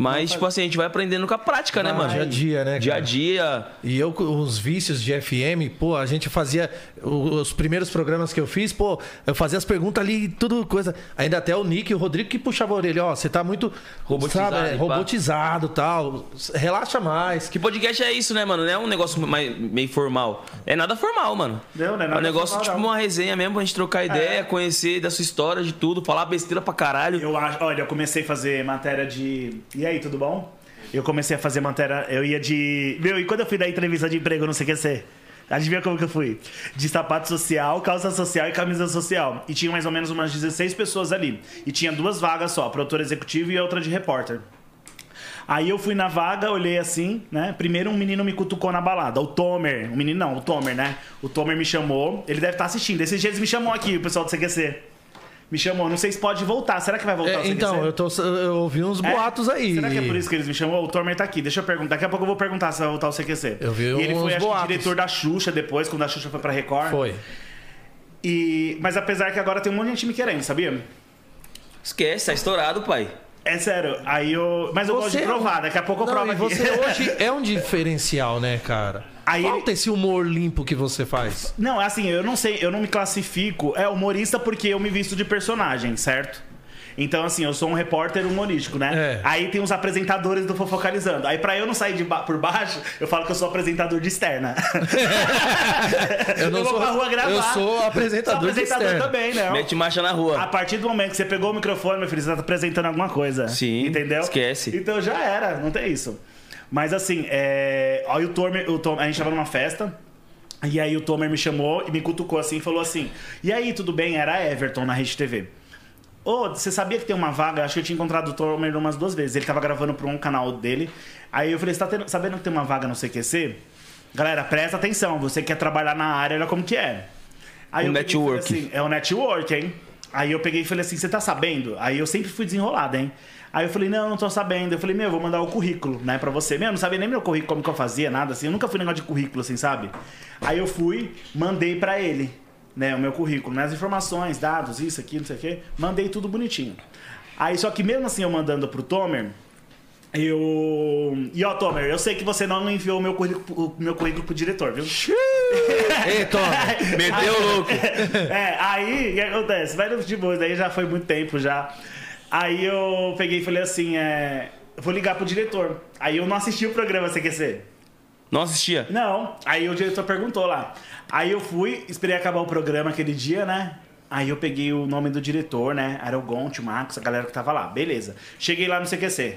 Mas, tipo assim, a gente vai aprendendo com a prática, né, Ah, mano? dia a dia, né, Dia a cara? dia. E eu, com os vícios de FM, pô, a gente fazia o- os primeiros programas que eu fiz, pô, eu fazia as perguntas ali, tudo coisa. Ainda até o Nick e o Rodrigo que puxavam a orelha, ó, você tá muito Robotizado, sabe, é, pá. robotizado e tal, relaxa mais. Que podcast é isso, né, mano? Não é um negócio mais, meio formal. É nada formal, mano. Não, não é é nada um negócio formal, tipo não. É. uma resenha mesmo, pra gente trocar ideia, conhecer da sua história, de tudo, falar besteira pra caralho. Eu acho, olha, eu comecei a fazer matéria de. E aí, tudo bom? Eu comecei a fazer matéria. Eu ia de. Meu, e quando eu fui dar entrevista de emprego não sei o que ser? Adivinha como que eu fui? De sapato social, calça social e camisa social. E tinha mais ou menos umas 16 pessoas ali. E tinha duas vagas só, produtor executivo e outra de repórter. Aí eu fui na vaga, olhei assim, né? Primeiro um menino me cutucou na balada, o Tomer. O menino não, o Tomer, né? O Tomer me chamou, ele deve estar assistindo. Esses dias ele me chamou aqui, o pessoal do CQC. Me chamou, não sei se pode voltar. Será que vai voltar É, o CQC? então, eu, tô, eu ouvi uns É. boatos aí. Será que é por isso que eles me chamam? O Tomer tá aqui, deixa eu perguntar. Daqui a pouco eu vou perguntar se vai voltar o CQC. Eu vi e ele uns foi, acho que, boatos. diretor da Xuxa depois, quando a Xuxa foi pra Record. Foi. E... Mas apesar que agora tem um monte de gente me querendo, sabia? Esquece, tá estourado, pai. É sério, aí eu. Mas eu gosto de provar, daqui a pouco eu Não, provo e aqui. você hoje é um diferencial, né, cara? Aí ele- Falta esse humor limpo que você faz. Não, é assim, eu não sei, eu não me classifico. É humorista porque eu me visto de personagem, certo? Então, assim, eu sou um repórter humorístico, né? É. Aí tem os apresentadores do Fofocalizando. Aí, pra eu não sair de ba- por baixo, eu falo que eu sou apresentador de externa. Eu não vou sou- pra rua gravar. eu sou apresentador Sou de apresentador externa. também, né? Mete marcha na A rua. partir do momento que você pegou o microfone, meu filho, você tá apresentando alguma coisa. Sim, Entendeu? esquece. Então já era, não tem isso. Mas assim, é... aí o Tomer, o Tom- a gente tava numa festa. E aí o Tomer me chamou e me cutucou assim e falou assim: E aí, tudo bem? Era Everton na Rede TV. Ô, você sabia que tem uma vaga? Acho que eu tinha encontrado o Tomer umas duas vezes. Ele tava gravando pra um canal dele. Aí eu falei: Você tá tendo- sabendo que tem uma vaga no CQC? Galera, presta atenção. Você quer trabalhar na área, olha como que é. Aí Um eu peguei e falei network. assim, é um network, hein? Aí eu peguei e falei assim, você tá sabendo? Aí eu sempre fui desenrolado, hein? Aí eu falei, não, não tô sabendo. Eu falei, meu, eu vou mandar o currículo, né, pra você. Meu, eu não sabia nem meu currículo, como que eu fazia, nada assim. Eu nunca fui negócio de currículo, assim, sabe? Aí eu fui, mandei pra ele, né, o meu currículo, minhas informações, dados, isso, aqui, não sei o quê. Mandei tudo bonitinho. Aí, só que mesmo assim, eu mandando pro Tomer, eu... E ó, Tomer, eu sei que você não enviou o meu currículo, o meu currículo pro diretor, viu? Ei, Tony, Meteu o louco. É, aí o que acontece? Vai no futebol, daí já foi muito tempo já. Aí eu peguei e falei assim: é, eu vou ligar pro diretor. Aí eu não assisti o programa CQC. Não assistia. Não. Aí o diretor perguntou lá. Aí eu fui, esperei acabar o programa aquele dia, né? Aí eu peguei o nome do diretor, né? Era o Gonte, o Marcos, a galera que tava lá. Beleza. Cheguei lá no CQC.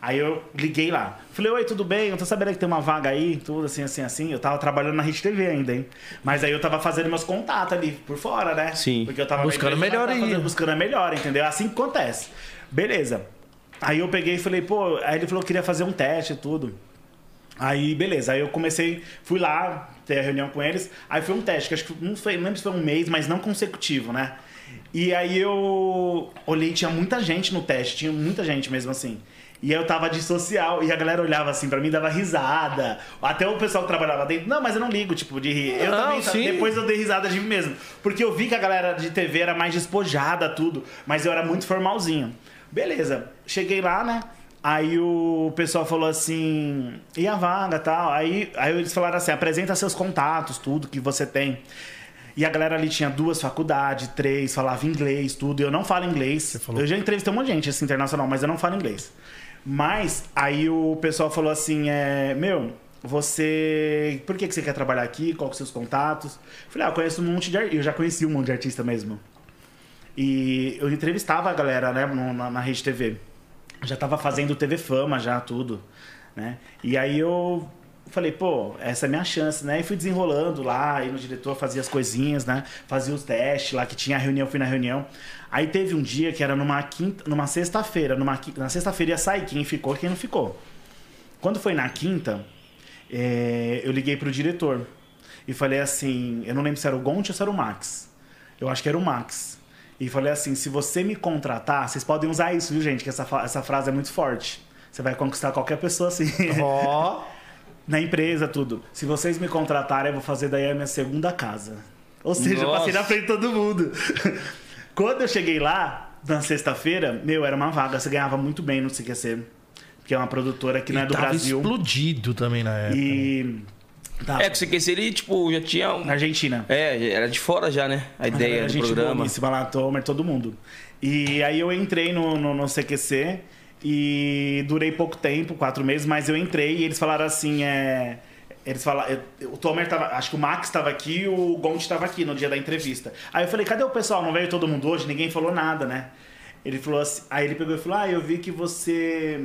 Aí eu liguei lá. Falei, oi, tudo bem? Eu tô sabendo que tem uma vaga aí, tudo assim, assim, assim. Eu tava trabalhando na Rede TV ainda, hein? Mas aí eu tava fazendo meus contatos ali por fora, né? Sim. Porque eu tava na Buscando empresa, melhor tava ainda. fazendo- Buscando a melhor, entendeu? É Assim que acontece. Beleza. Aí eu peguei e falei, pô, aí ele falou que queria fazer um teste e tudo. Aí, beleza. Aí eu comecei, fui lá ter a reunião com eles. Aí foi um teste, que acho que não foi, não lembro se foi um mês, mas não consecutivo, né? E aí eu olhei, tinha muita gente no teste, tinha muita gente mesmo assim. E eu tava de social e a galera olhava assim pra mim, dava risada. Até o pessoal que trabalhava dentro, não, mas eu não ligo, tipo, de rir. Eu Não, também, tá- sim. depois eu dei risada de mim mesmo. Porque eu vi que a galera de TV era mais despojada, tudo, mas eu era muito formalzinho. Beleza, cheguei lá, né? Aí o pessoal falou assim, e a vaga tal? Aí, aí eles falaram assim: apresenta seus contatos, tudo que você tem. E a galera ali tinha duas faculdades, três, falava inglês, tudo. Eu não falo inglês. Eu já entrevistei um monte de gente assim, internacional, mas eu não falo inglês. Mas aí o pessoal falou assim: é, meu, você. Por que, que você quer trabalhar aqui? Qual que são os seus contatos? Eu Falei, ah, eu conheço um monte de. ar- Eu já conheci um monte de artista mesmo. E eu entrevistava a galera, né, no- na, na Rede TV. Eu Já tava fazendo TV Fama, já, tudo, né? E aí eu falei, pô, essa é a minha chance, né? E fui desenrolando lá, aí no diretor fazia as coisinhas, né? Fazia os testes lá, que tinha a reunião, fui na reunião. Aí teve um dia que era numa quinta, numa sexta-feira, numa, qui- na sexta-feira ia sair quem ficou e quem não ficou. Quando foi na quinta, é, eu liguei pro diretor e falei assim: eu não lembro se era o Gonte ou se era o Max. Eu acho que era o Max. E falei assim: se você me contratar, vocês podem usar isso, viu, gente? Que essa, fa- essa frase é muito forte. Você vai conquistar qualquer pessoa assim. Ó, na empresa, tudo. Se vocês me contratarem, eu vou fazer daí a minha segunda casa. Ou seja, eu passei Nossa. na frente de todo mundo. Quando eu cheguei lá, na sexta-feira, meu, era uma vaga. Você ganhava muito bem no CQC. Porque é uma produtora que não é do tava Brasil. explodido também na época. E. Tá, É, que você esquecer ele, tipo, já tinha. Um... na Argentina. É, era de fora já, né? A ideia a do gente programa. boníssima lá, Tomer, todo mundo. E aí eu entrei no, no, no CQC e durei pouco tempo, quatro meses, mas eu entrei e eles falaram assim, é... Eles falaram, eu- o Tomer tava, acho que o Max tava aqui e o Gonte tava aqui no dia da entrevista. Aí eu falei, cadê o pessoal? Não veio todo mundo hoje? Ninguém falou nada, né? Ele falou assim, aí ele pegou e falou, ah, eu vi que você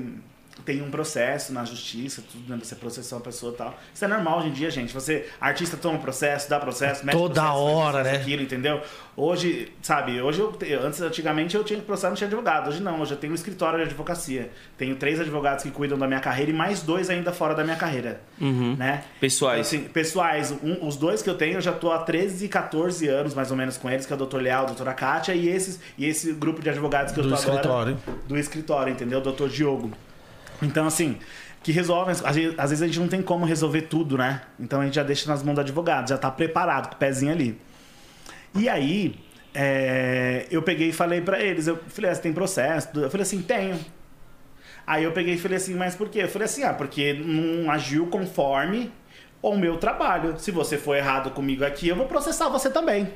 tem um processo na justiça, tudo, né? Você processou uma pessoa e tal. Isso é normal hoje em dia, gente. Você, artista toma processo, dá processo, mete Toda processo, faz hora, processo né? aqui, aquilo, entendeu? Hoje, sabe, hoje eu te- antes antigamente eu tinha que processar não tinha advogado, hoje não, hoje eu tenho um escritório de advocacia. Tenho três advogados que cuidam da minha carreira e mais dois ainda fora da minha carreira, né? Pessoais. Então, assim, pessoais, um- os dois que eu tenho, eu já tô há 13 e 14 anos mais ou menos com eles, que é o Dr. Leal, a doutora Kátia e esses e esse grupo de advogados que eu Do tô escritório. agora do escritório, entendeu? Dr. Diogo. Então, assim, que resolvem. Às vezes às vezes a gente não tem como resolver tudo, né? Então a gente já deixa nas mãos do advogado, já tá preparado, com o pezinho ali. E aí, é, eu peguei e falei pra eles, eu falei, ah, você tem processo? Eu falei assim, tenho. Aí eu peguei e falei assim, mas por quê? Eu falei assim, ah, porque não agiu conforme o meu trabalho. Se você for errado comigo aqui, eu vou processar você também.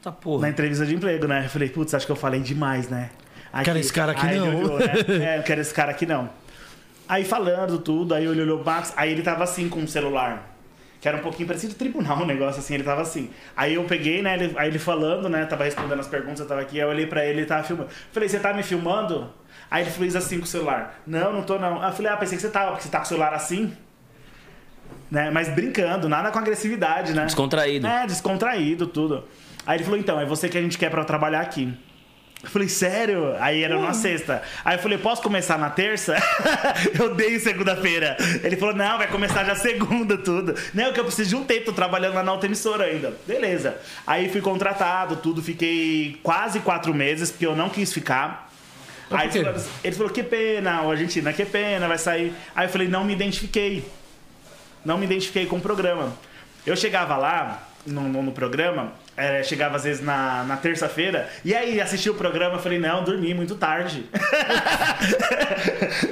Tá porra. Na entrevista de emprego, né? Eu falei, putz, acho que eu falei demais, né? Aí Quero que- esse cara aqui aí ele não. olhou, né? É, eu quero esse cara aqui não. Aí falando tudo, aí ele olhou o Max, aí ele tava assim com o celular. Que era um pouquinho parecido tribunal, um negócio assim, ele tava assim. Aí eu peguei, né, ele- aí ele falando, né, tava respondendo as perguntas, eu tava aqui, aí eu olhei pra ele, ele tava filmando. Falei, você tá me filmando? Aí ele fez assim com o celular. Não, não tô não. Aí eu falei, ah, pensei que você tava, porque você tá com o celular assim. Né, mas brincando, nada com agressividade, né? Descontraído. É, descontraído, tudo. Aí ele falou, então, é você que a gente quer pra trabalhar aqui. Eu falei, sério? Aí era uma sexta. Aí eu falei, posso começar na terça? eu dei segunda-feira. Ele falou, não, vai começar já segunda, tudo. Não, que eu preciso de um tempo, tô trabalhando lá na outra emissora ainda. Beleza. Aí fui contratado, tudo, fiquei quase quatro meses, porque eu não quis ficar. Mas Aí por quê? eles falaram assim- ele falou, que pena, o Argentina, que pena, vai sair. Aí eu falei, não me identifiquei. Não me identifiquei com o programa. Eu chegava lá, no, no- no programa, eh, chegava às vezes na, na terça-feira, e aí assisti o programa, eu falei, não, dormi muito tarde.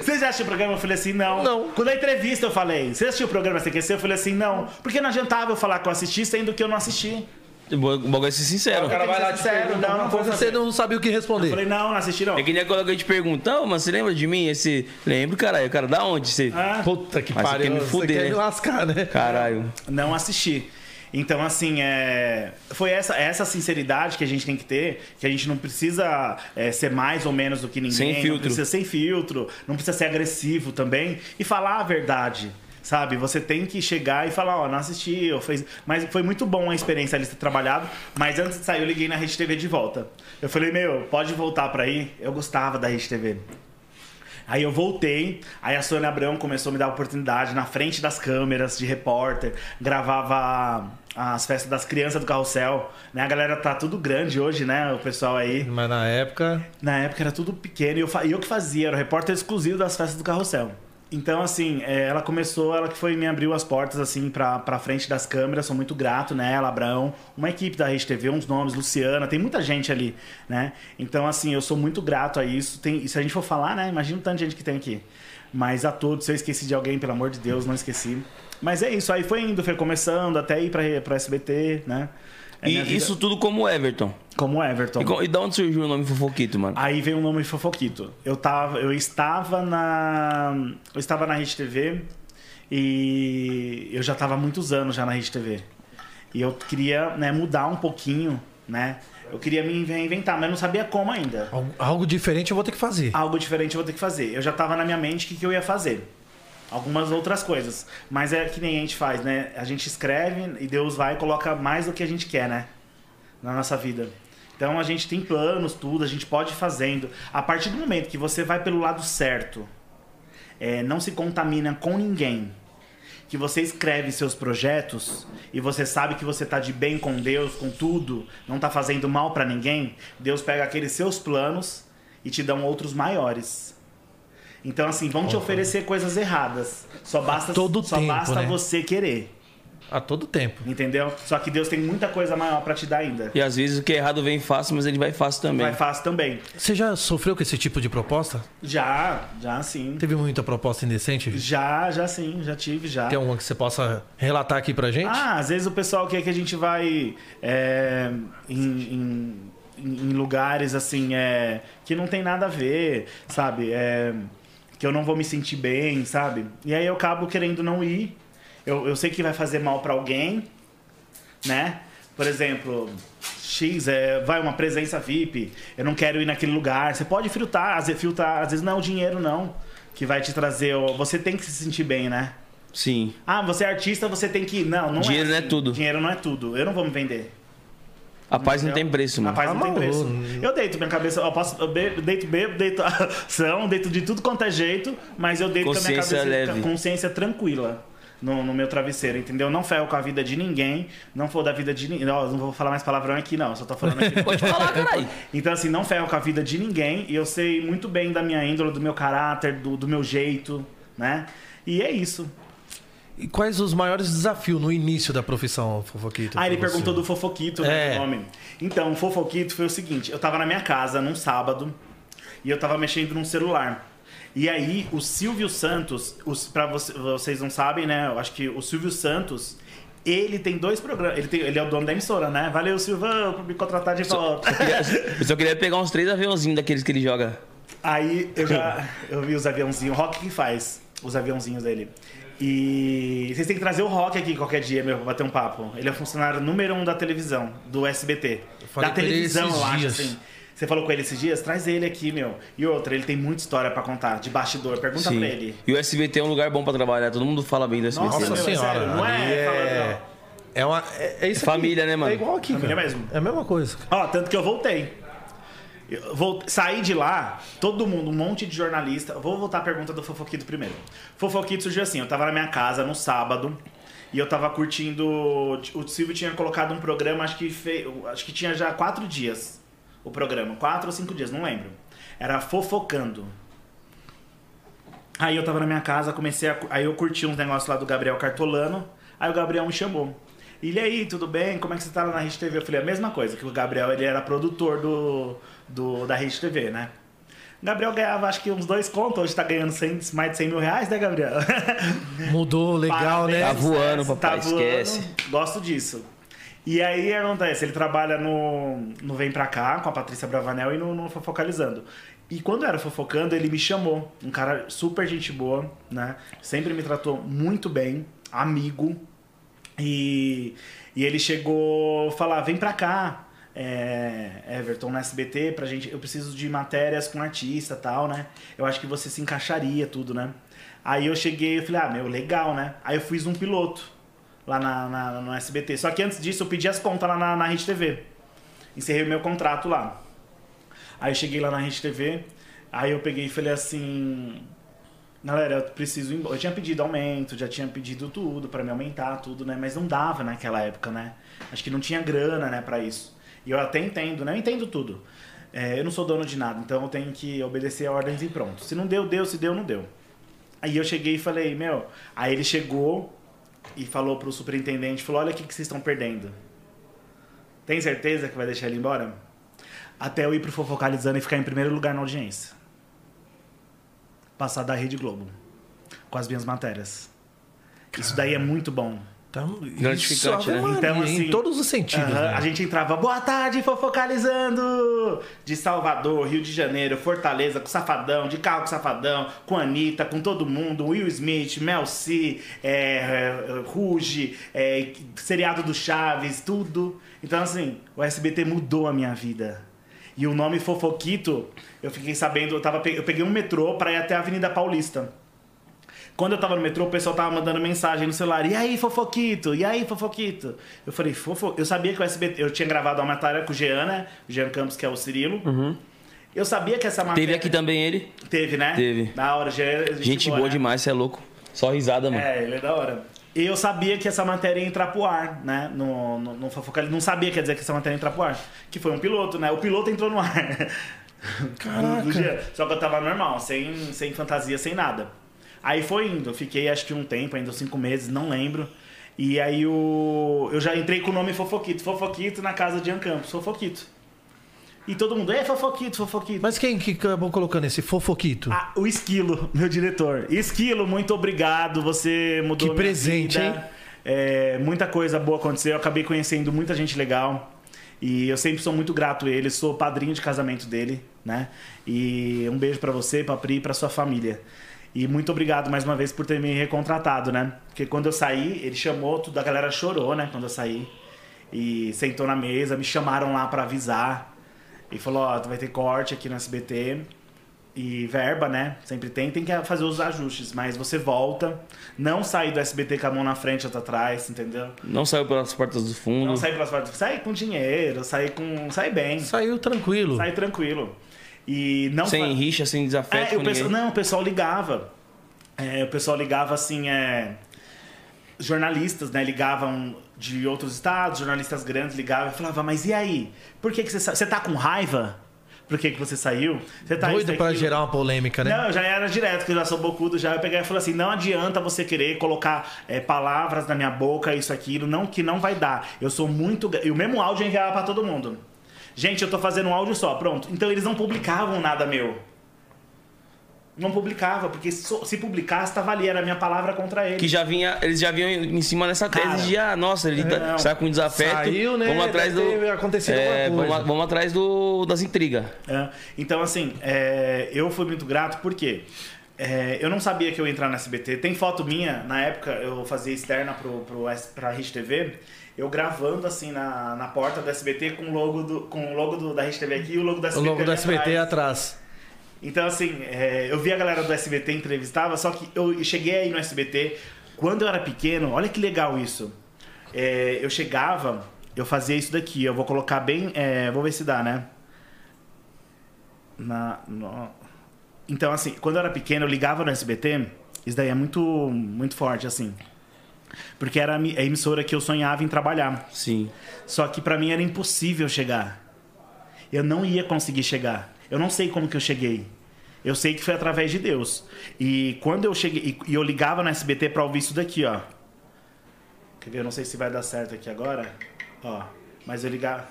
Você já assistiu o programa? Eu falei assim, não. Não. Quando a entrevista eu falei, você assistiu o programa CQC? Eu falei assim, não. Porque não adiantava eu falar que eu assisti, sendo que eu não assisti. O bagulho é ser sincero. O cara vai lá te Sério, pergunta não, alguma não coisa, vou você saber. não sabia o que Eu responder. falei, não, não assisti, não. É que nem quando alguém te pergunta, "Ô, mas você lembra de mim? Esse. Lembro, caralho. Cara, da onde? Você. Ah. Puta que Mas você pariu, quer me você fuder, quer me né? lascar, né? Caralho. não assisti. Então, assim, é... foi essa, essa sinceridade que a gente tem que ter, que a gente não precisa é, ser mais ou menos do que ninguém. Sem Não filtro. precisa ser sem filtro, não precisa ser agressivo também. E falar a verdade, sabe? Você tem que chegar e falar, ó, não assisti, eu fiz... Mas foi muito bom a experiência ali ter trabalhado. Mas antes de sair, eu liguei na Rede TV de volta. Eu falei, meu, pode voltar pra aí? Eu gostava da Rede TV. Aí eu voltei, aí a Sônia Abrão começou a me dar oportunidade na frente das câmeras de repórter, gravava as festas das crianças do carrossel, né? A galera tá tudo grande hoje, né? O pessoal aí. Mas na época, Na época era tudo pequeno e eu, fa- e eu que fazia, era o repórter exclusivo das festas do carrossel. Então, assim, é, ela começou, ela que foi me abriu as portas, assim, pra, pra frente das câmeras, sou muito grato, né? Ela, Abrão, uma equipe da Rede TV, uns nomes, Luciana, tem muita gente ali, né? Então, assim, eu sou muito grato a isso. Tem, e se a gente for falar, né? Imagina o tanto de gente que tem aqui. Mas a todos, se eu esqueci de alguém, pelo amor de Deus, não esqueci. Mas é isso, aí foi indo, foi começando até ir pra, pra SBT, né? É e minha vida- isso tudo como Everton. Como Everton. E, co- e da onde surgiu o nome Fofoquito, mano? Aí veio o nome Fofoquito. Eu, tava, eu estava na. Eu estava na Rede TV e eu já estava há muitos anos já na Rede TV. E eu queria né, mudar um pouquinho, né? Eu queria me inventar, mas eu não sabia como ainda. Algo, algo diferente eu vou ter que fazer. Algo diferente eu vou ter que fazer. Eu já tava na minha mente o que, que eu ia fazer. Algumas outras coisas. Mas é que nem a gente faz, né? A gente escreve e Deus vai e coloca mais do que a gente quer, né? Na nossa vida. Então a gente tem planos, tudo, a gente pode ir fazendo. A partir do momento que você vai pelo lado certo, é, não se contamina com ninguém, que você escreve seus projetos e você sabe que você tá de bem com Deus, com tudo, não tá fazendo mal pra ninguém, Deus pega aqueles seus planos e te dão outros maiores. Então assim, vão te oferecer coisas erradas. Só basta todo só tempo, basta né? você querer, A todo tempo. entendeu? Só que Deus tem muita coisa maior pra te dar ainda. E às vezes o que é errado vem fácil, mas ele vai fácil também. Vai fácil também. Você já sofreu com esse tipo de proposta? Já, já sim. Teve muita proposta indecente? Já, já sim, já tive, já. Tem alguma que você possa relatar aqui pra gente? Ah, às vezes o pessoal quer que a gente vai é, em, em- em- em lugares assim é, que não tem nada a ver, sabe? É, que eu não vou me sentir bem, sabe? E aí eu acabo querendo não ir. Eu, eu sei que vai fazer mal pra alguém, né? Por exemplo, X é, vai uma presença VIP, eu não quero ir naquele lugar. Você pode filtrar, às vezes, filtrar, às vezes não é o dinheiro não que vai te trazer. o- Você tem que se sentir bem, né? Sim. Ah, você é artista, você tem que. Não, não Dinheiro é. não é assim. tudo. Dinheiro não é tudo. Eu não vou me vender. A paz não tem preço, A mano. paz não tem maluco. preço. Eu deito minha cabeça, eu posso. Eu bebo, deito, bebo, deito ação, deito de tudo quanto é jeito, mas eu deito com a minha Consciência cabeça leve. consciência tranquila. No, no meu travesseiro, entendeu? Não ferro com a vida de ninguém, não for da vida de ninguém. Não, não vou falar mais palavrão aqui, não. Só tô falando aqui. Pode falar, caralho. Então, assim, não ferro com a vida de ninguém. E eu sei muito bem da minha índole, do meu caráter, do, do meu jeito, né? E é isso. E quais os maiores desafios no início da profissão, Fofoquito? Ah, ele pra você? perguntou do Fofoquito, É. né? O nome. Então, o Fofoquito foi o seguinte: eu tava na minha casa num sábado e eu tava mexendo num celular. E aí, o Silvio Santos, os, pra voce- vocês não sabem, né? Eu acho que o Silvio Santos. Ele tem dois programas. Ele, tem- ele é o dono da emissora, né? Valeu, Silvão, por me contratar de volta. Eu só queria pegar uns três aviãozinhos daqueles que ele joga. Aí eu já eu vi os aviãozinhos. O Rock que faz os aviãozinhos dele. E vocês têm que trazer o Rock aqui qualquer dia, meu, pra bater um papo. Ele é o funcionário número um da televisão, do SBT. falei Da com ele televisão, esses eu acho, dias. assim. Você falou com ele esses dias? Traz ele aqui, meu. E outra, ele tem muita história pra contar, de bastidor. Pergunta Sim. pra ele. E o SBT é um lugar bom pra trabalhar. Todo mundo fala bem do SBT. Nossa, Nossa meu, é senhora. sério, não é ali falando, É, é uma. É, é isso aqui. Família, né, mano? É igual aqui. Família cara. mesmo. É a mesma coisa. Ó, tanto que eu voltei. Eu vol- saí de lá, todo mundo, um monte de jornalista. Vou voltar à pergunta do Fofoquito primeiro. Fofoquito surgiu assim: eu tava na minha casa no sábado e eu tava curtindo. O Silvio tinha colocado um programa, acho que, fe- acho que tinha já quatro dias o programa quatro ou cinco dias, não lembro. Era Fofocando. Aí eu tava na minha casa, comecei a. cu- Aí eu curti uns negócios lá do Gabriel Cartolano. Aí o Gabriel me chamou. Ele aí, tudo bem? Como é que você tá lá na Rede TV? Eu falei a mesma coisa, que o Gabriel ele era produtor do, do, da Rede TV, né? O Gabriel ganhava acho que uns dois contos, hoje tá ganhando 100, mais de 100 mil reais, né, Gabriel? Mudou, legal, Tá né? Parabéns. voando, papai, esquece. Gosto disso. E aí acontece, ele trabalha no, no Vem Pra Cá com a Patrícia Bravanel e no, no Fofocalizando. E quando eu era fofocando, ele me chamou. Um cara super gente boa, né? Sempre me tratou muito bem, amigo. E, e ele chegou a falar: vem pra cá, é, Everton, na SBT, pra gente. Eu preciso de matérias com artista e tal, né? Eu acho que você se encaixaria tudo, né? Aí eu cheguei e falei: ah, meu, legal, né? Aí eu fiz um piloto lá na, na- no SBT. Só que antes disso, eu pedi as contas lá na, na Rede TV. Encerrei o meu contrato lá. Aí eu cheguei lá na Rede TV, aí eu peguei e falei assim. Galera, eu preciso ir embora. Eu tinha pedido aumento, já tinha pedido tudo pra me aumentar, tudo, né? Mas não dava naquela época, né? Acho que não tinha grana, né, pra isso. E eu até entendo, né? Eu entendo tudo. É, eu não sou dono de nada, então eu tenho que obedecer a ordens e pronto. Se não deu, deu. Se deu, não deu. Aí eu cheguei e falei, meu. Aí ele chegou e falou pro superintendente: falou, olha o que que vocês estão perdendo. Tem certeza que vai deixar ele embora? Até eu ir pro Fofocalizando e ficar em primeiro lugar na audiência. Passar da Rede Globo. Com as minhas matérias. Isso daí é muito bom. Tá Gratificante, isso, Ave né? Maria, Então, assim, em todos os sentidos. Aham, né? A gente entrava, boa tarde, fofocalizando! De Salvador, Rio de Janeiro, Fortaleza, com Safadão, de carro com Safadão, com Anitta, com todo mundo, Will Smith, Mel C, é, é, Ruge, é, seriado do Chaves, tudo. Então, assim, o SBT mudou a minha vida. E o nome Fofoquito, eu fiquei sabendo, eu, tava, pe- eu peguei um metrô pra ir até a Avenida Paulista. Quando eu tava no metrô, o pessoal tava mandando mensagem no celular. E aí, fofoquito? E aí, fofoquito? Eu falei, fofo... Eu sabia que o SBT... Eu tinha gravado uma matéria com o Jean, né? O Jean Campos, que é o Cirilo. Eu sabia que essa matéria... Uhum. Teve aqui também ele. Teve, né? Teve. Da hora, Jean... é Gente boa né? demais, você é louco. Só risada, mano. É, ele é da hora. E eu sabia que essa matéria ia entrar pro ar, né? No, no, no fofoca... Não sabia, quer dizer, que essa matéria ia entrar pro ar. Que foi um piloto, né? O piloto entrou no ar. Caraca. Só que eu tava normal, sem, sem fantasia, sem nada. Aí foi indo. Eu fiquei acho que um tempo, ainda uns cinco meses, não lembro. E aí o... eu já entrei com o nome Fofoquito. Fofoquito na casa de Ian Campos. Fofoquito. E todo mundo, é Fofoquito, Fofoquito. Mas quem que acabou colocando esse fofoquito? Ah, o Esquilo, meu diretor. Esquilo, muito obrigado. Você mudou Que minha presente, vida. hein? É, muita coisa boa aconteceu. Eu acabei conhecendo muita gente legal. E eu sempre sou muito grato a ele. Sou padrinho de casamento dele, né? E um beijo pra você, pra Pri e pra sua família. E muito obrigado mais uma vez por ter me recontratado, né? Porque quando eu saí, ele chamou, toda a galera chorou, né? Quando eu saí. E sentou na mesa, me chamaram lá pra avisar. E falou, ó, tu vai ter corte aqui no SBT e verba, né? Sempre tem, tem que fazer os ajustes, mas você volta, não sai do SBT com a mão na frente e outra atrás, entendeu? Não saiu pelas portas do fundo. Não sai pelas partes, sai com dinheiro, sai com, sai bem, Saiu tranquilo. sai tranquilo. E não sem fa- rixa, sem desafeto. é, com o pessoal, ninguém. não, o pessoal ligava. É, o pessoal ligava assim, é, jornalistas, né? Ligavam de outros estados, jornalistas grandes ligavam e falavam, mas e aí? Por que, que você sa... Você tá com raiva? Por que, que você saiu? Você tá Doido isso, pra aquilo?" gerar uma polêmica, né? Não, eu já era direto, que eu já sou bocudo já. Eu peguei e falei assim: não adianta você querer colocar eh, palavras na minha boca, isso, aquilo, não que não vai dar. Eu sou muito. gra- E o mesmo áudio eu enviava pra todo mundo. Gente, eu tô fazendo um áudio só, pronto. Então eles não publicavam nada meu. Não publicava, porque so- se publicasse, tava ali, era a minha palavra contra ele. Que já vinha, eles já vinham em cima dessa tese Cara. de, ah, nossa, ele tá- Não. saiu com desafeto. Saiu, né? Vamos atrás do. Deve ter acontecido é, alguma coisa. Vamos, vamos atrás do, das intrigas. É, Então, assim, é, eu fui muito grato porque é, eu não sabia que eu ia entrar na SBT. Tem foto minha, na época eu fazia externa pro, pro, S- pra RedeTV, eu gravando assim na, na porta da SBT com o logo, do, com o logo do- da RedeTV aqui e o logo da O SBT. logo do ali SBT atrás. atrás. Então, assim, é, eu vi a galera do SBT entrevistava, só que eu cheguei aí no SBT. Quando eu era pequeno, olha que legal isso. É, eu chegava, eu fazia isso daqui. Eu vou colocar bem. é, vou ver se dá, né? Na, no- Então, assim, quando eu era pequeno, eu ligava no SBT. Isso daí é muito, muito forte, assim. Porque era a mi- a emissora que eu sonhava em trabalhar. Sim. Só que pra mim era impossível chegar. Eu não ia conseguir chegar. Eu não sei como que eu cheguei. Eu sei que foi através de Deus. E quando eu cheguei e e eu ligava no SBT pra ouvir isso daqui, ó. Quer ver? Eu não sei se vai dar certo aqui agora. Ó, mas eu ligava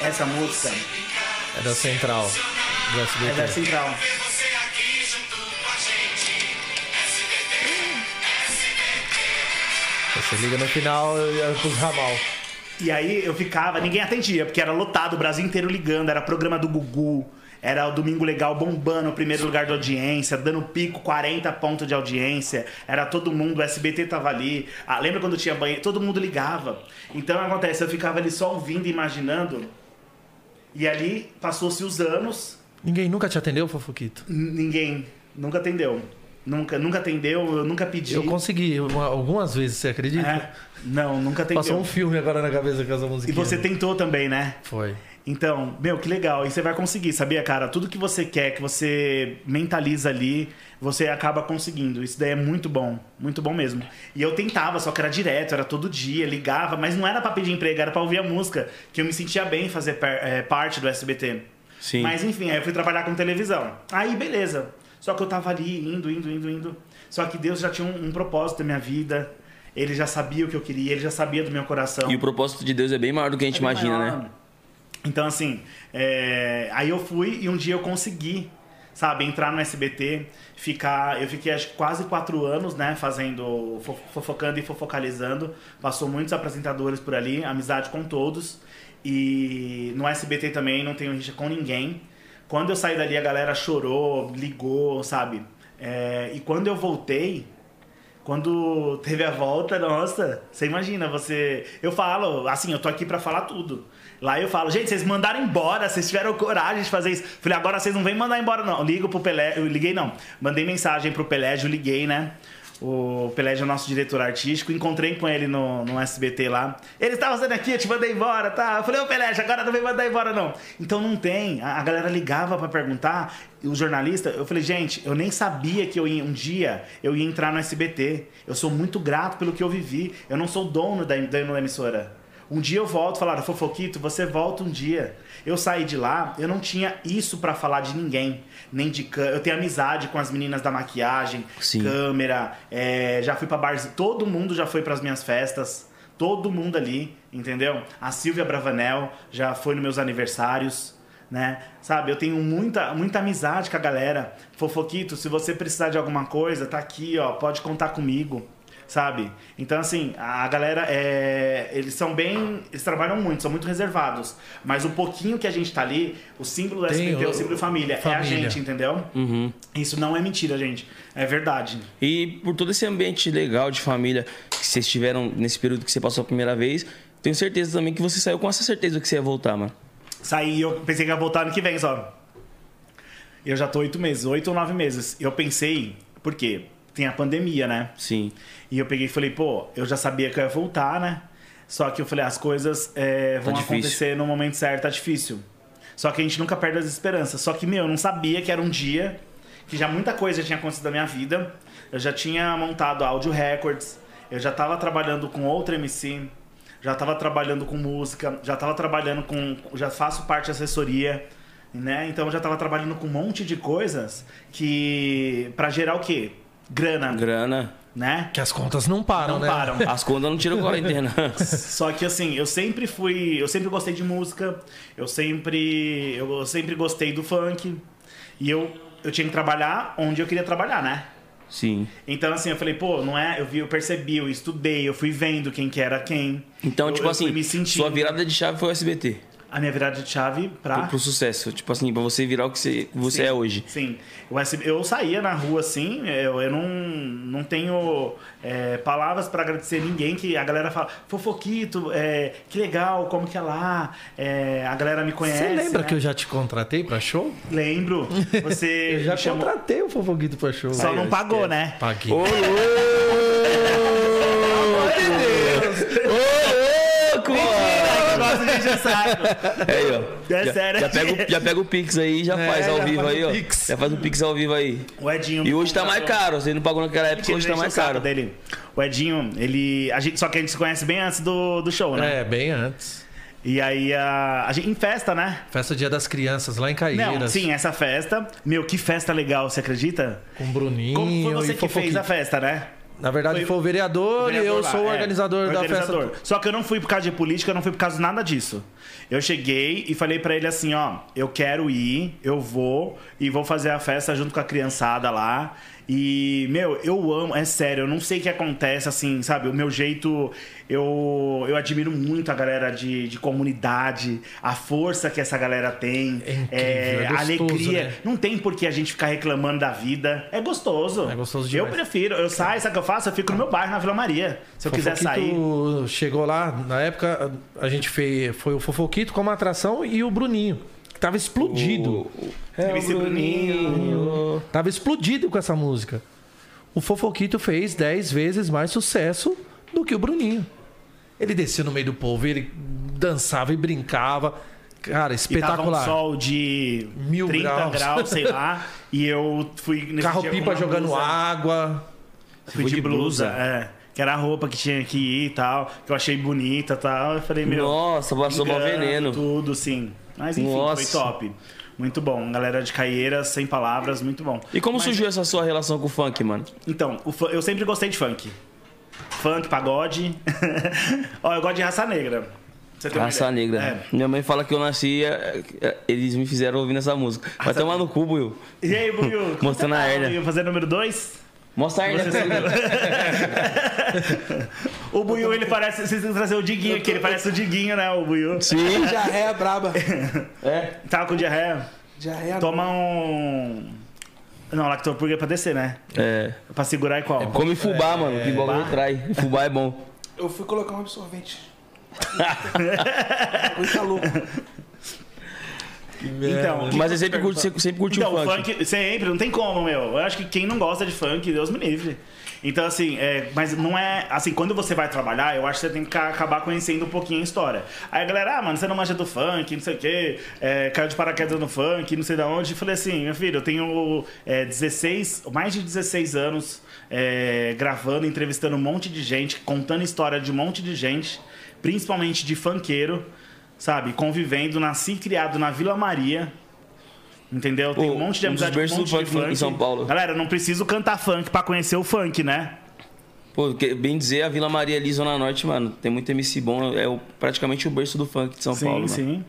Essa música É da central do é da SBT. Central. Você liga no final e é pros ramal. E aí eu ficava, ninguém atendia, porque era lotado, o Brasil inteiro ligando, era programa do Gugu, era o Domingo Legal bombando, o primeiro lugar de audiência, dando pico, 40 pontos de audiência, era todo mundo, o SBT tava ali, ah, lembra quando tinha banheiro? Todo mundo ligava. Então acontece, eu ficava ali só ouvindo, e imaginando, e ali passou-se os anos, Ninguém nunca te atendeu, Fofoquito? n- ninguém, nunca atendeu. Nunca, nunca atendeu, eu nunca pedi. Eu consegui eu- algumas vezes, você acredita? É, não, nunca atendeu. Passou um filme agora na cabeça com essa E musiquinha. você tentou também, né? Foi. Então, meu, que legal. E você vai conseguir, sabia, cara? Tudo que você quer, que você mentaliza ali, você acaba conseguindo. Isso daí é muito bom. Muito bom mesmo. E eu tentava, só que era direto, era todo dia, ligava, mas não era pra pedir emprego, era pra ouvir a música, que eu me sentia bem em fazer par- eh, parte do SBT. Sim. Mas enfim, aí eu fui trabalhar com televisão. Aí, beleza. Só que eu tava ali, indo, indo, indo, indo. Só que Deus já tinha um, um propósito na minha vida. Ele já sabia o que eu queria, ele já sabia do meu coração. E o propósito de Deus é bem maior do que a gente imagina, né? Então, assim, é, aí eu fui e um dia eu consegui. sabe, entrar no SBT, ficar. Eu fiquei acho que quase quatro anos, né, fazendo. fo- fofocando e fofocalizando. Passou muitos apresentadores por ali, amizade com todos. E no SBT também não tenho rixa com ninguém. Quando eu saí dali, a galera chorou, ligou, sabe? É, e quando eu voltei, quando teve a volta, nossa, você imagina, você. Eu falo, assim, eu tô aqui pra falar tudo. Lá eu falo, gente, vocês mandaram embora, vocês tiveram coragem de fazer isso. Falei, agora vocês não vêm mandar embora, não. Ligo pro Pelé, eu liguei não. Mandei mensagem pro Pelégio, liguei, né? O Pelégio é o nosso diretor artístico, encontrei com ele no, no SBT lá. Ele tá fazendo aqui, eu te mandei embora, tá? Eu falei, ô Pelégio, agora não vem mandar embora, não. Então não tem. A, a galera ligava pra perguntar, e o jornalista, eu falei, gente, eu nem sabia que eu ia, um dia eu ia entrar no SBT. Eu sou muito grato pelo que eu vivi. Eu não sou dono da, dono da emissora. Um dia eu volto, falaram, Fofoquito, você volta um dia. Eu saí de lá, eu não tinha isso pra falar de ninguém. Nem de câmera. Eu tenho amizade com as meninas da maquiagem, Sim. câmera. é, já fui pra bars. Todo mundo já foi pras minhas festas. Todo mundo ali, entendeu? A Silvia Bravanel já foi nos meus aniversários né? Sabe, eu tenho muita, muita amizade com a galera. Fofoquito, se você precisar de alguma coisa, tá aqui, ó, pode contar comigo. Sabe? Então, assim, a galera é. Eles são bem. Eles trabalham muito, são muito reservados. Mas o pouquinho que a gente tá ali, o símbolo do Tem SBT, o, o- símbolo família, é a família. Uhum. gente, entendeu? Isso não é mentira, gente. É verdade. E por todo esse ambiente legal de família que vocês tiveram nesse período que você passou a primeira vez, tenho certeza também que você saiu com essa certeza que você ia voltar, mano. Saí, eu pensei que ia voltar ano que vem só. Eu já tô oito meses, oito ou nove meses. Eu pensei, por quê? Tem a pandemia, né? Sim. E eu peguei e falei, pô, eu já sabia que eu ia voltar, né? Só que eu falei, as coisas é, vão difícil. acontecer no momento certo, tá difícil. Só que a gente nunca perde as esperanças. Só que, meu, eu não sabia que era um dia que já muita coisa tinha acontecido na minha vida. Eu já tinha montado áudio records, eu já tava trabalhando com outra MC, já tava trabalhando com música, já tava trabalhando com. Já faço parte de assessoria, né? Então eu já tava trabalhando com um monte de coisas que. pra gerar o quê? Grana, Grana. né? Que as contas não param, Não né? param. As contas não tiram quarentena. Só que assim, eu sempre fui. Eu sempre gostei de música, eu sempre. Eu sempre gostei do funk. E eu, eu tinha que trabalhar onde eu queria trabalhar, né? Sim. Então assim, eu falei, pô, não é? Eu vi, eu percebi, eu estudei, eu fui vendo quem que era quem. Então, Eu- tipo eu fui assim, me sentindo. sua virada de chave foi o SBT. A minha virada de chave pra. Pro sucesso. Tipo assim, pra você virar o que você, você Tá? Sim, é hoje. Sim. O SB Eu saía na rua assim, eu, eu não, não tenho é, palavras pra agradecer ninguém que a galera fala, fofoquito, é, que legal, como que é lá, É, a galera me conhece. Você lembra né? que eu já te contratei pra show? Lembro. Você Eu já me chamou- contratei o Fofoguito pra show. Só não é. pagou, né? Paguei. Ô, louco! Ô, louco! Ai, que gosta de encher saco. Aí, ó. É já, sério. É, já pega, o- já pega o Pix aí e já faz ao já vivo faz aí, o ó. Pix. Já faz o Pix ao vivo aí. O Edinho. E hoje tá mais caro. Você não pagou naquela época, hoje tá Enche o mais saco caro. Dele. O Edinho, ele. A gente, só que a gente se conhece bem antes do, do show, né? É, bem antes. E aí a, a gente. Em festa, né? Festa Dia das Crianças lá em Caíras. Não, sim, essa festa. Meu, que festa legal, você acredita? Com o Bruninho. Como foi você e que fez Fofoquito. a festa, né? Na verdade, Foi- foi, o vereador, O e eu vereador lá, sou o é. organizador, da Organizador. festa. Só que eu não fui por causa de política, eu não fui por causa de nada disso. Eu cheguei e falei pra ele assim, ó, eu quero ir, eu vou e vou fazer a festa junto com a criançada lá. E, meu, eu amo, é sério, eu não sei o que acontece, assim, sabe? O meu jeito, eu, eu admiro muito a galera de, de comunidade, a força que essa galera tem, É incrível, é, é a gostoso, alegria. né? Não tem por que a gente ficar reclamando da vida. É gostoso. É gostoso Eu demais. prefiro, eu saio, sabe o que eu faço? Eu fico no meu bairro, na Vila Maria. Se eu quiser sair. Fofoquito chegou lá, na época a gente fez, foi o Fofoquito como atração e o Bruninho, que tava explodido. É, MC Bruninho. Tava explodido com essa música. O Fofoquito fez 10 vezes mais sucesso do que o Bruninho. Ele descia no meio do povo, ele dançava e brincava. Cara, E tava um espetacular. sol de Mil 30 graus. graus. sei lá. E eu fui nesse dia com Carro-pipa uma jogando blusa. água. Fui Foi de de blusa, blusa. é. Que era a roupa que tinha que ir e tal. Que eu achei bonita e tal. Eu falei, meu. Nossa, passou mal engano, veneno. Tudo, sim. Mas enfim, foi Nossa. top. Muito bom. Galera de Caieiras, sem palavras, muito bom. E como surgiu essa sua relação com o funk, mano? Então, o fu- eu sempre gostei de funk. Funk, pagode. Ó, eu gosto de raça negra. Você tem uma Raça ideia. Negra. É. Minha mãe fala que eu nasci, é, é, eles me fizeram ouvindo essa música. Vai tomar no cu, Will. E aí, Buiu? tá Mostrando a hérnia. Buiu, Fazer número 2? Mostra a Você hérnia. O Buiu, ele parece. Vocês têm que trazer o Diguinho aqui, ele parece o Diguinho, né? O Buiu. Sim. Diarreia braba. É. Tava com diarreia. Diarreia braba. Toma um. Não, lactopurga é pra descer, né? É. Pra segurar e qual? Come fubá, mano, É, que igual retrai. Fubá é bom. Eu fui colocar um absorvente. Coisa louca. então, é, Mas eu sempre curti, sempre curti Então, o um funk. funk sempre, não tem como, meu. Eu acho que quem não gosta de funk, Deus me livre. Então, assim, é, mas não é. Assim, quando você vai trabalhar, eu acho que você tem que ca- acabar conhecendo um pouquinho a história. Aí a galera, ah, mano, você não manja do funk, não sei o quê, é, caiu de paraquedas no funk, não sei de onde. Eu falei assim, meu filho, eu tenho é, 16, mais de 16 anos é, gravando, entrevistando um monte de gente, contando história de um monte de gente, principalmente de funkeiro, sabe? Convivendo, nasci e criado na Vila Maria. Entendeu? Tem Pô, um monte de um dos amizade com berços um monte do de funk em funk. São Paulo. Galera, não preciso cantar funk pra conhecer o funk, né? Pô, que- bem dizer, a Vila Maria ali, Zona Norte, mano, tem muito MC bom. É o- praticamente o berço do funk de São Paulo. mano.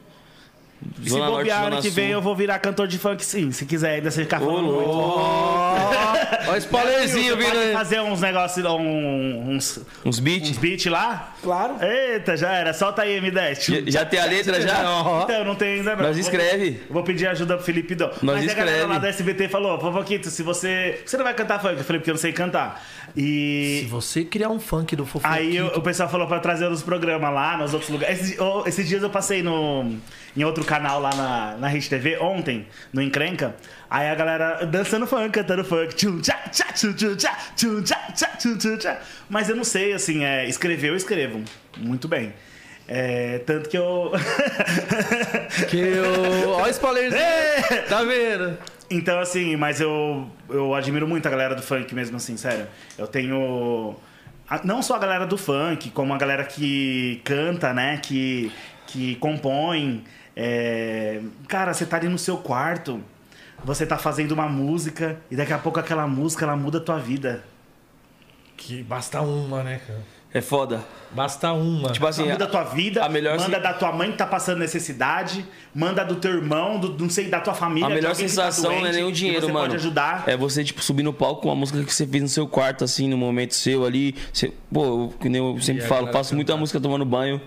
E se Zona Norte, bobear ano Zona que vem, Sul. eu vou virar cantor de funk, sim. Se quiser ainda você ficar falando muito. Ó, spoilerzinho Você vindo pode aí. fazer uns negócios, um- uns, né? Uns uns beats. beats lá? Claro. Eita, já era. Solta aí, M10. Já, já tem a letra, já? Ó, Então, não tem ainda não. Nós escreve. Vou pedir ajuda pro Felipe Dom. Mas a galera escreve. lá da SBT falou, Fofoquito, se você... Você não vai cantar funk? Eu falei, porque eu não sei cantar. E... Se você criar um funk do fofo. Aí eu- o pessoal falou pra trazer nos programas lá, nos outros lugares. Esses, oh, esses dias eu passei no, em outro canal lá na, na Rede TV, ontem, no Encrenca. Aí a galera dançando funk, cantando funk. Tchum, tchá, tchá, tchum, tchum, tchá, tchum, tchá, tchá, tchum, tchum, tchá. Mas eu não sei, assim, é, escrever eu escrevo. Muito bem. É, tanto que eu. Que eu... Ó, É! spoilerzinho. tá vendo? Então, assim, mas eu, eu admiro muito a galera do funk mesmo, assim, sério. Eu tenho. a- Não só a galera do funk, como a galera que canta, né? Que, que compõe. É, Cara, você tá ali no seu quarto, você tá fazendo uma música, e daqui a pouco aquela música ela muda a tua vida. Que basta uma, né, cara? É foda. Basta uma. Tipo assim, Ela muda a tua vida, a melhor manda sen- da tua mãe que tá passando necessidade, manda do teu irmão, do, não sei, da tua família. a de melhor alguém que tá sensação não é doente, nem o que dinheiro, você mano. Pode ajudar. É você, tipo, subir no palco com uma música que você fez no seu quarto, assim, no momento seu ali. Você- pô, eu, que nem eu sempre a falo, galera faço muita música tomando banho.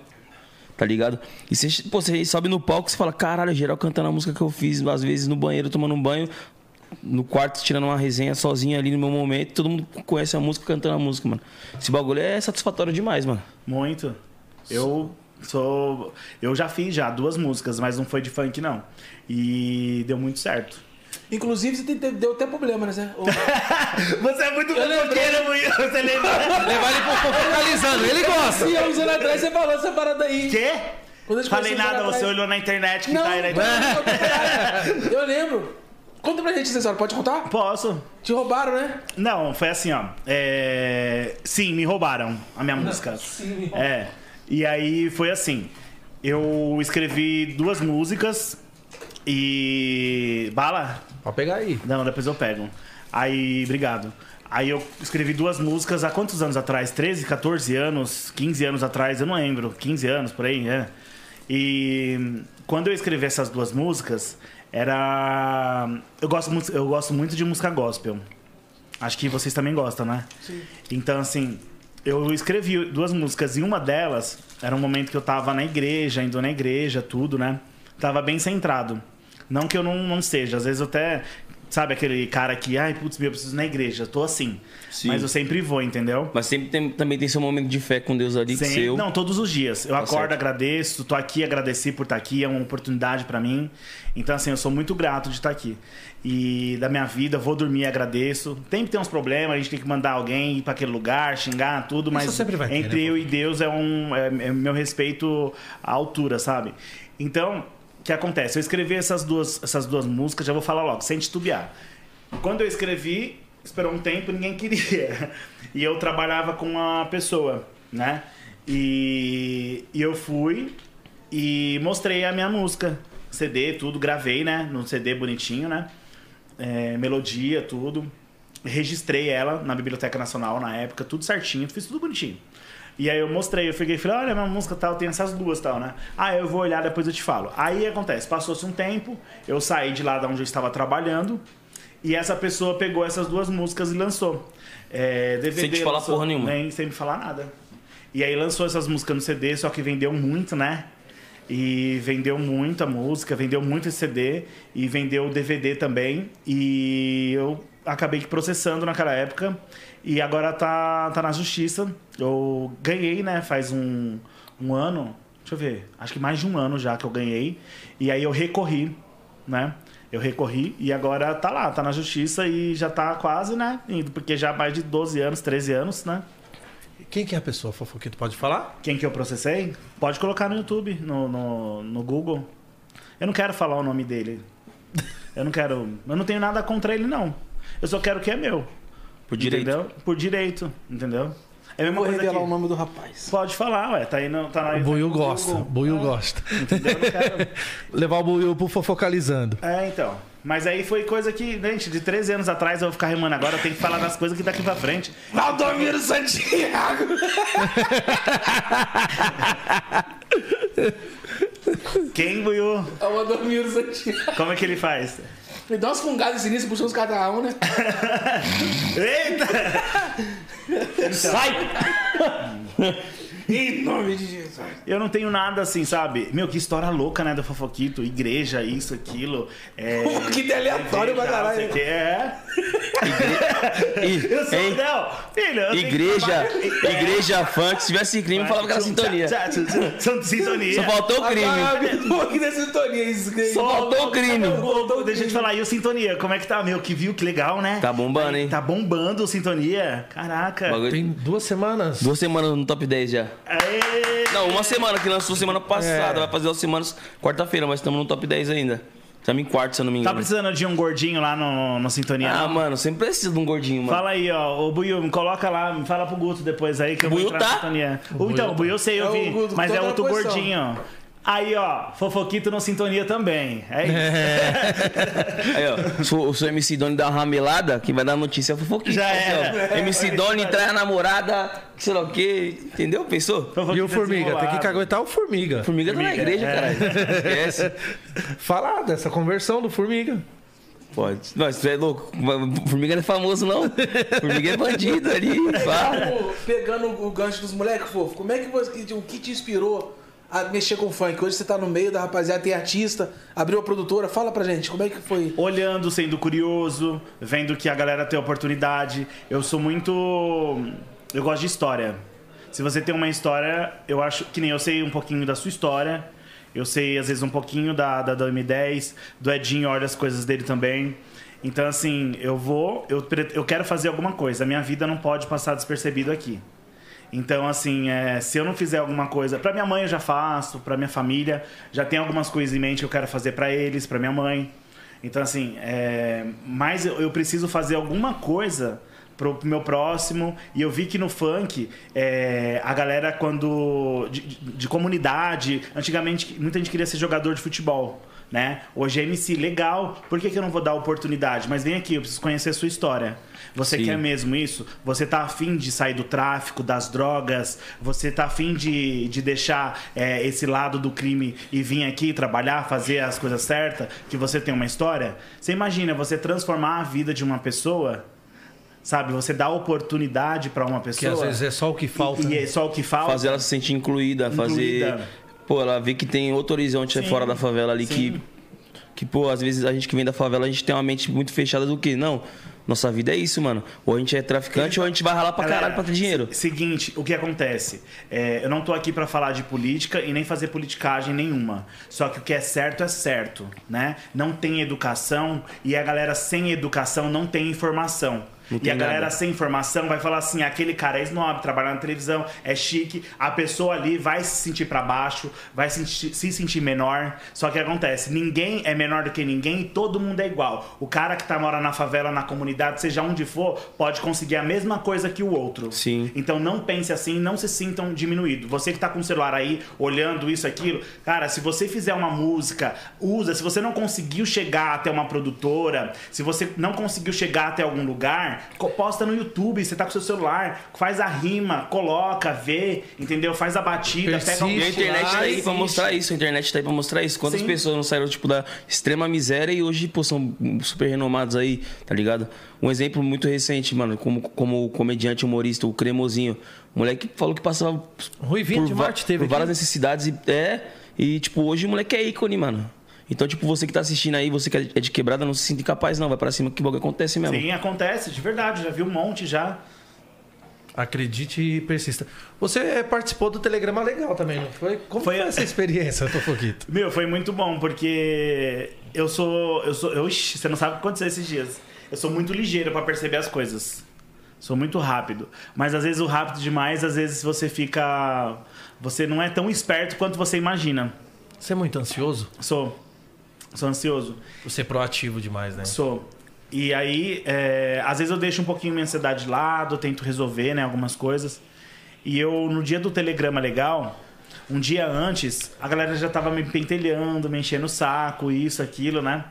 Tá ligado? E você, pô, você sobe no palco e fala, caralho, geral cantando a música que eu fiz, às vezes no banheiro tomando um banho, no quarto tirando uma resenha sozinho ali no meu momento, todo mundo conhece a música cantando a música, mano. Esse bagulho é satisfatório demais, mano. Muito. Eu sou. Eu já fiz já duas músicas, mas não foi de funk, não. E deu muito certo. Inclusive, você tem- deu até problema, né? Zé? Ou- Você é muito fofoqueiro, Munhoz, você lembra? Levar ele pro focalizando. Ele gosta. Se há uns anos atrás você falou essa parada aí. Quê? Quando eu te conheci Falei uns anos nada, você atrás. olhou na internet que Não, tá aí na internet. não, eu lembro. Conta pra gente, Cesaro, pode contar? Posso? Te roubaram, né? Não, foi assim, ó. É, Sim, me roubaram a minha música. sim, me roubaram. É. E aí foi assim. Eu escrevi duas músicas e. Bala, Pode pegar aí. Não, depois eu pego. Aí, obrigado. Aí eu escrevi duas músicas há quantos anos atrás? 13, 14 anos, 15 anos atrás, eu não lembro. 15 anos, por aí, é. E quando eu escrevi essas duas músicas, era. Eu gosto, mu- eu gosto muito de música gospel. Acho que vocês também gostam, né? Sim. Então, assim, eu escrevi duas músicas e uma delas era um momento que eu tava na igreja, indo na igreja, tudo, né? Tava bem centrado. Não que eu não, não seja, às vezes eu até. Sabe aquele cara que, ai, putz, meu, eu preciso ir na igreja, eu tô assim. Sim. Mas eu sempre vou, entendeu? Mas sempre tem- também tem seu momento de fé com Deus ali, que Sim. seu. Tá Não, todos os dias. Eu acordo, certo. agradeço, tô aqui, agradeci por estar aqui, é uma oportunidade pra mim. Então, assim, eu sou muito grato de estar aqui. E da minha vida, vou dormir, agradeço. Tem que ter uns problemas, a gente tem que mandar alguém ir pra aquele lugar, xingar, tudo, mas sempre vai ter, entre né, eu e Deus é um é, é meu respeito à altura, sabe? Então, o que acontece? Eu escrevi essas duas, essas duas músicas, já vou falar logo, sem titubear. Quando eu escrevi, esperou um tempo, ninguém queria. E eu trabalhava com uma pessoa, né? E, e eu fui e mostrei a minha música. CD, tudo, gravei, né? Num CD bonitinho, né? É, melodia, tudo. Registrei ela na Biblioteca Nacional na época, tudo certinho, fiz tudo bonitinho. E aí eu mostrei, eu fiquei falei, olha, minha música tal, tem essas duas tal, né? Ah, eu vou olhar, depois eu te falo. Aí acontece, passou-se um tempo, eu saí de lá de onde eu estava trabalhando, e essa pessoa pegou essas duas músicas e lançou. É, DVD, Sem te falar lançou- porra nenhuma. Nem, né, sem me falar nada. E aí lançou essas músicas no CD, só que vendeu muito, né? E vendeu muito a música, vendeu muito esse CD e vendeu o DVD também. E eu acabei que processando naquela época. E agora tá, tá na justiça. Eu ganhei, né? Faz um, um ano. Deixa eu ver. Acho que mais de um ano já que eu ganhei. E aí eu recorri, né? Eu recorri e agora tá lá, tá na justiça e já tá quase, né? Indo, porque já há mais de 12 anos, 13 anos, né? Quem que é a pessoa, Fofoquito? Pode falar? Quem que eu processei? Pode colocar no YouTube, no, no, no Google. Eu não quero falar o nome dele. Eu não quero. Eu não tenho nada contra ele, não. Eu só quero o que é meu. Por direito. Entendeu? Por direito, entendeu? É Eu a mesma vou coisa revelar aqui. o nome do rapaz. Pode falar, ué. Tá aí no. Tá na, O Buiu gosta. Buiu gosta. Entendeu? Eu não quero. Levar o Buiu pro Fofocalizando. É, então. Mas aí foi coisa que, gente, de 13 anos atrás eu vou ficar remando agora, eu tenho que falar das coisas que daqui pra frente. Valdomiro Santiago! Quem, Buiu? É o Valdomiro Santiago. Como é que ele faz? Me dá umas fungadas sinistras puxando os catarrão, né? Eita! Sai! Em nome de Jesus. Eu não tenho nada assim, sabe? Meu, que história louca, né? Do fofoquito, igreja, isso, aquilo. É... Que de aleatório pra Não sei caralho. o que é. Ih, Eu sou hein? o Del. Filho, eu tenho que Igreja, trabalhar. igreja um funk, se tivesse crime, falava que era sintonia. Tchá, tchá, tchá. São sintonia. Só faltou o é crime. Caralho, que da sintonia isso. que- Só faltou o crime. Voltou, Deixa eu te falar, e o Sintonia, como é que tá, meu? Que viu, que legal, né? Tá bombando, hein? Tá bombando o Sintonia. Caraca. Bagulho- Tem duas semanas. Duas semanas no top 10 já. Aê! Não, uma semana que lançou semana É. passada. Vai fazer duas semanas quarta-feira, mas estamos no top 10 ainda. Estamos em quarto, se eu não me Tá engano. precisando de um gordinho lá no, no Sintonia? ah, não? mano, sempre precisa de um gordinho, mano. Fala aí, ó. O Buiu, me coloca lá, me fala pro Guto depois aí que eu vou Buiu entrar tá? na sintonia. O então, o Buiu eu sei, eu É o vi, Guto, mas tô é na outro posição. gordinho. Aí, ó, fofoquito no sintonia também. É isso. Aí, ó, sou- eu sou MC Doni da ramelada, que vai dar notícia fofoquinha. Já Assim, era. ó, MC Doni traz a namorada, sei lá o quê, entendeu? Pensou? Fofoquito E o Formiga? Tem que desenrolado. caguetar o Formiga. Formiga tá na Formiga, igreja, é. cara. Esquece. Falar dessa conversão do Formiga. Pode. Não, isso é louco. Formiga não é famoso, não. Formiga é bandido ali. pá. Pô, Pegando Tá o gancho dos moleques, fofo, como é que você. O que te inspirou a mexer com funk? Hoje você tá no meio da rapaziada, tem artista, abriu a produtora. Fala pra gente, como é que foi? Olhando, sendo curioso, vendo que a galera tem oportunidade. Eu sou muito. Eu gosto de história. Se você tem uma história, eu acho que nem eu sei um pouquinho da sua história. Eu sei, às vezes, um pouquinho da, da, da M10, do Edinho, olha as coisas dele também. Então, assim, eu vou, eu, pre- eu quero fazer alguma coisa. A minha vida não pode passar despercebido aqui. Então, assim, é, se eu não fizer alguma coisa. Pra minha mãe eu já faço, pra minha família. Já tem algumas coisas em mente que eu quero fazer pra eles, pra minha mãe. Então, assim, é, mas eu, eu preciso fazer alguma coisa pro, pro meu próximo. E eu vi que no funk, é, a galera, quando. De, de- de comunidade. Antigamente, muita gente queria ser jogador de futebol. Né? Hoje é MC, legal, por que, que eu não vou dar oportunidade? Mas vem aqui, eu preciso conhecer a sua história. Você Sim. quer mesmo isso? Você tá afim de sair do tráfico, das drogas? Você tá afim de, de deixar é, esse lado do crime e vir aqui trabalhar, fazer as coisas certas? Que você tem uma história? Você imagina você transformar a vida de uma pessoa, sabe? Você dá oportunidade para uma Que pessoa. às vezes é só o que falta. e, e né? é só o que falta. Fazer ela se sentir incluída, fazer. Incluída. Pô, ela vê que tem outro horizonte né, Sim. fora da favela ali que. Que, pô, às vezes a gente que vem da favela, a gente tem uma mente muito fechada do que? Não, nossa vida é isso, mano. Ou a gente é traficante ou a gente vai ralar pra Galera, caralho pra ter dinheiro. se- Seguinte, o que acontece? É, eu não tô aqui pra falar de política e nem fazer politicagem nenhuma. Só que o que é certo é certo, né? Não tem educação e a galera sem educação não tem informação. Não e tem a galera nada. sem informação vai falar assim: aquele cara é snob, trabalha na televisão, é chique, a pessoa ali vai se sentir pra baixo, vai se sentir- se sentir menor. Só que acontece: ninguém é menor do que ninguém e todo mundo é igual. O cara que tá morando na favela, na comunidade, seja onde for, pode conseguir a mesma coisa que o outro. Sim. Então não pense assim, não se sintam diminuídos. Você que tá com o celular aí, olhando isso, aquilo, cara, se você fizer uma música, usa. Se você não conseguiu chegar até uma produtora, se você não conseguiu chegar até algum lugar, co- posta no YouTube, você tá com seu celular, faz a rima, coloca, vê, entendeu? Faz a batida, pega Persiste E a internet tá aí pra existe. mostrar isso, a internet tá aí pra mostrar isso. Quantas Sim. pessoas não saíram, tipo, da extrema miséria e hoje, pô, são super renomados aí, tá ligado? Um exemplo muito recente, mano, como, como o comediante humorista, o Cremosinho. O moleque falou que passava Rui Vinha de va- Marte teve por várias aqui. necessidades e é. E, tipo, hoje o moleque é ícone, mano. Então, tipo, você que tá assistindo aí, você que é de quebrada, não se sinta incapaz, não. Vai pra cima que o bagulho acontece mesmo. Sim, acontece, de verdade, já vi um monte já. Acredite e persista. Você eh, participou do Telegrama Legal também, não foi? Como foi, Foi- essa experiência, Tofoquito? Meu, foi muito bom, porque eu sou. Eu sou. Eu, ixi, você não sabe o que aconteceu esses dias. Eu sou muito ligeiro pra perceber as coisas. Sou muito rápido. Mas às vezes o rápido demais, às vezes você fica. Você não é tão esperto quanto você imagina. Você é muito ansioso? Sou. Sou ansioso. Você é proativo demais, né? Sou. E aí, é, às vezes eu deixo um pouquinho minha ansiedade de lado, eu tento resolver, né, algumas coisas. E eu, no dia do Telegrama Legal, um dia antes, a galera já tava me pentelhando, me enchendo o saco, isso, aquilo, né?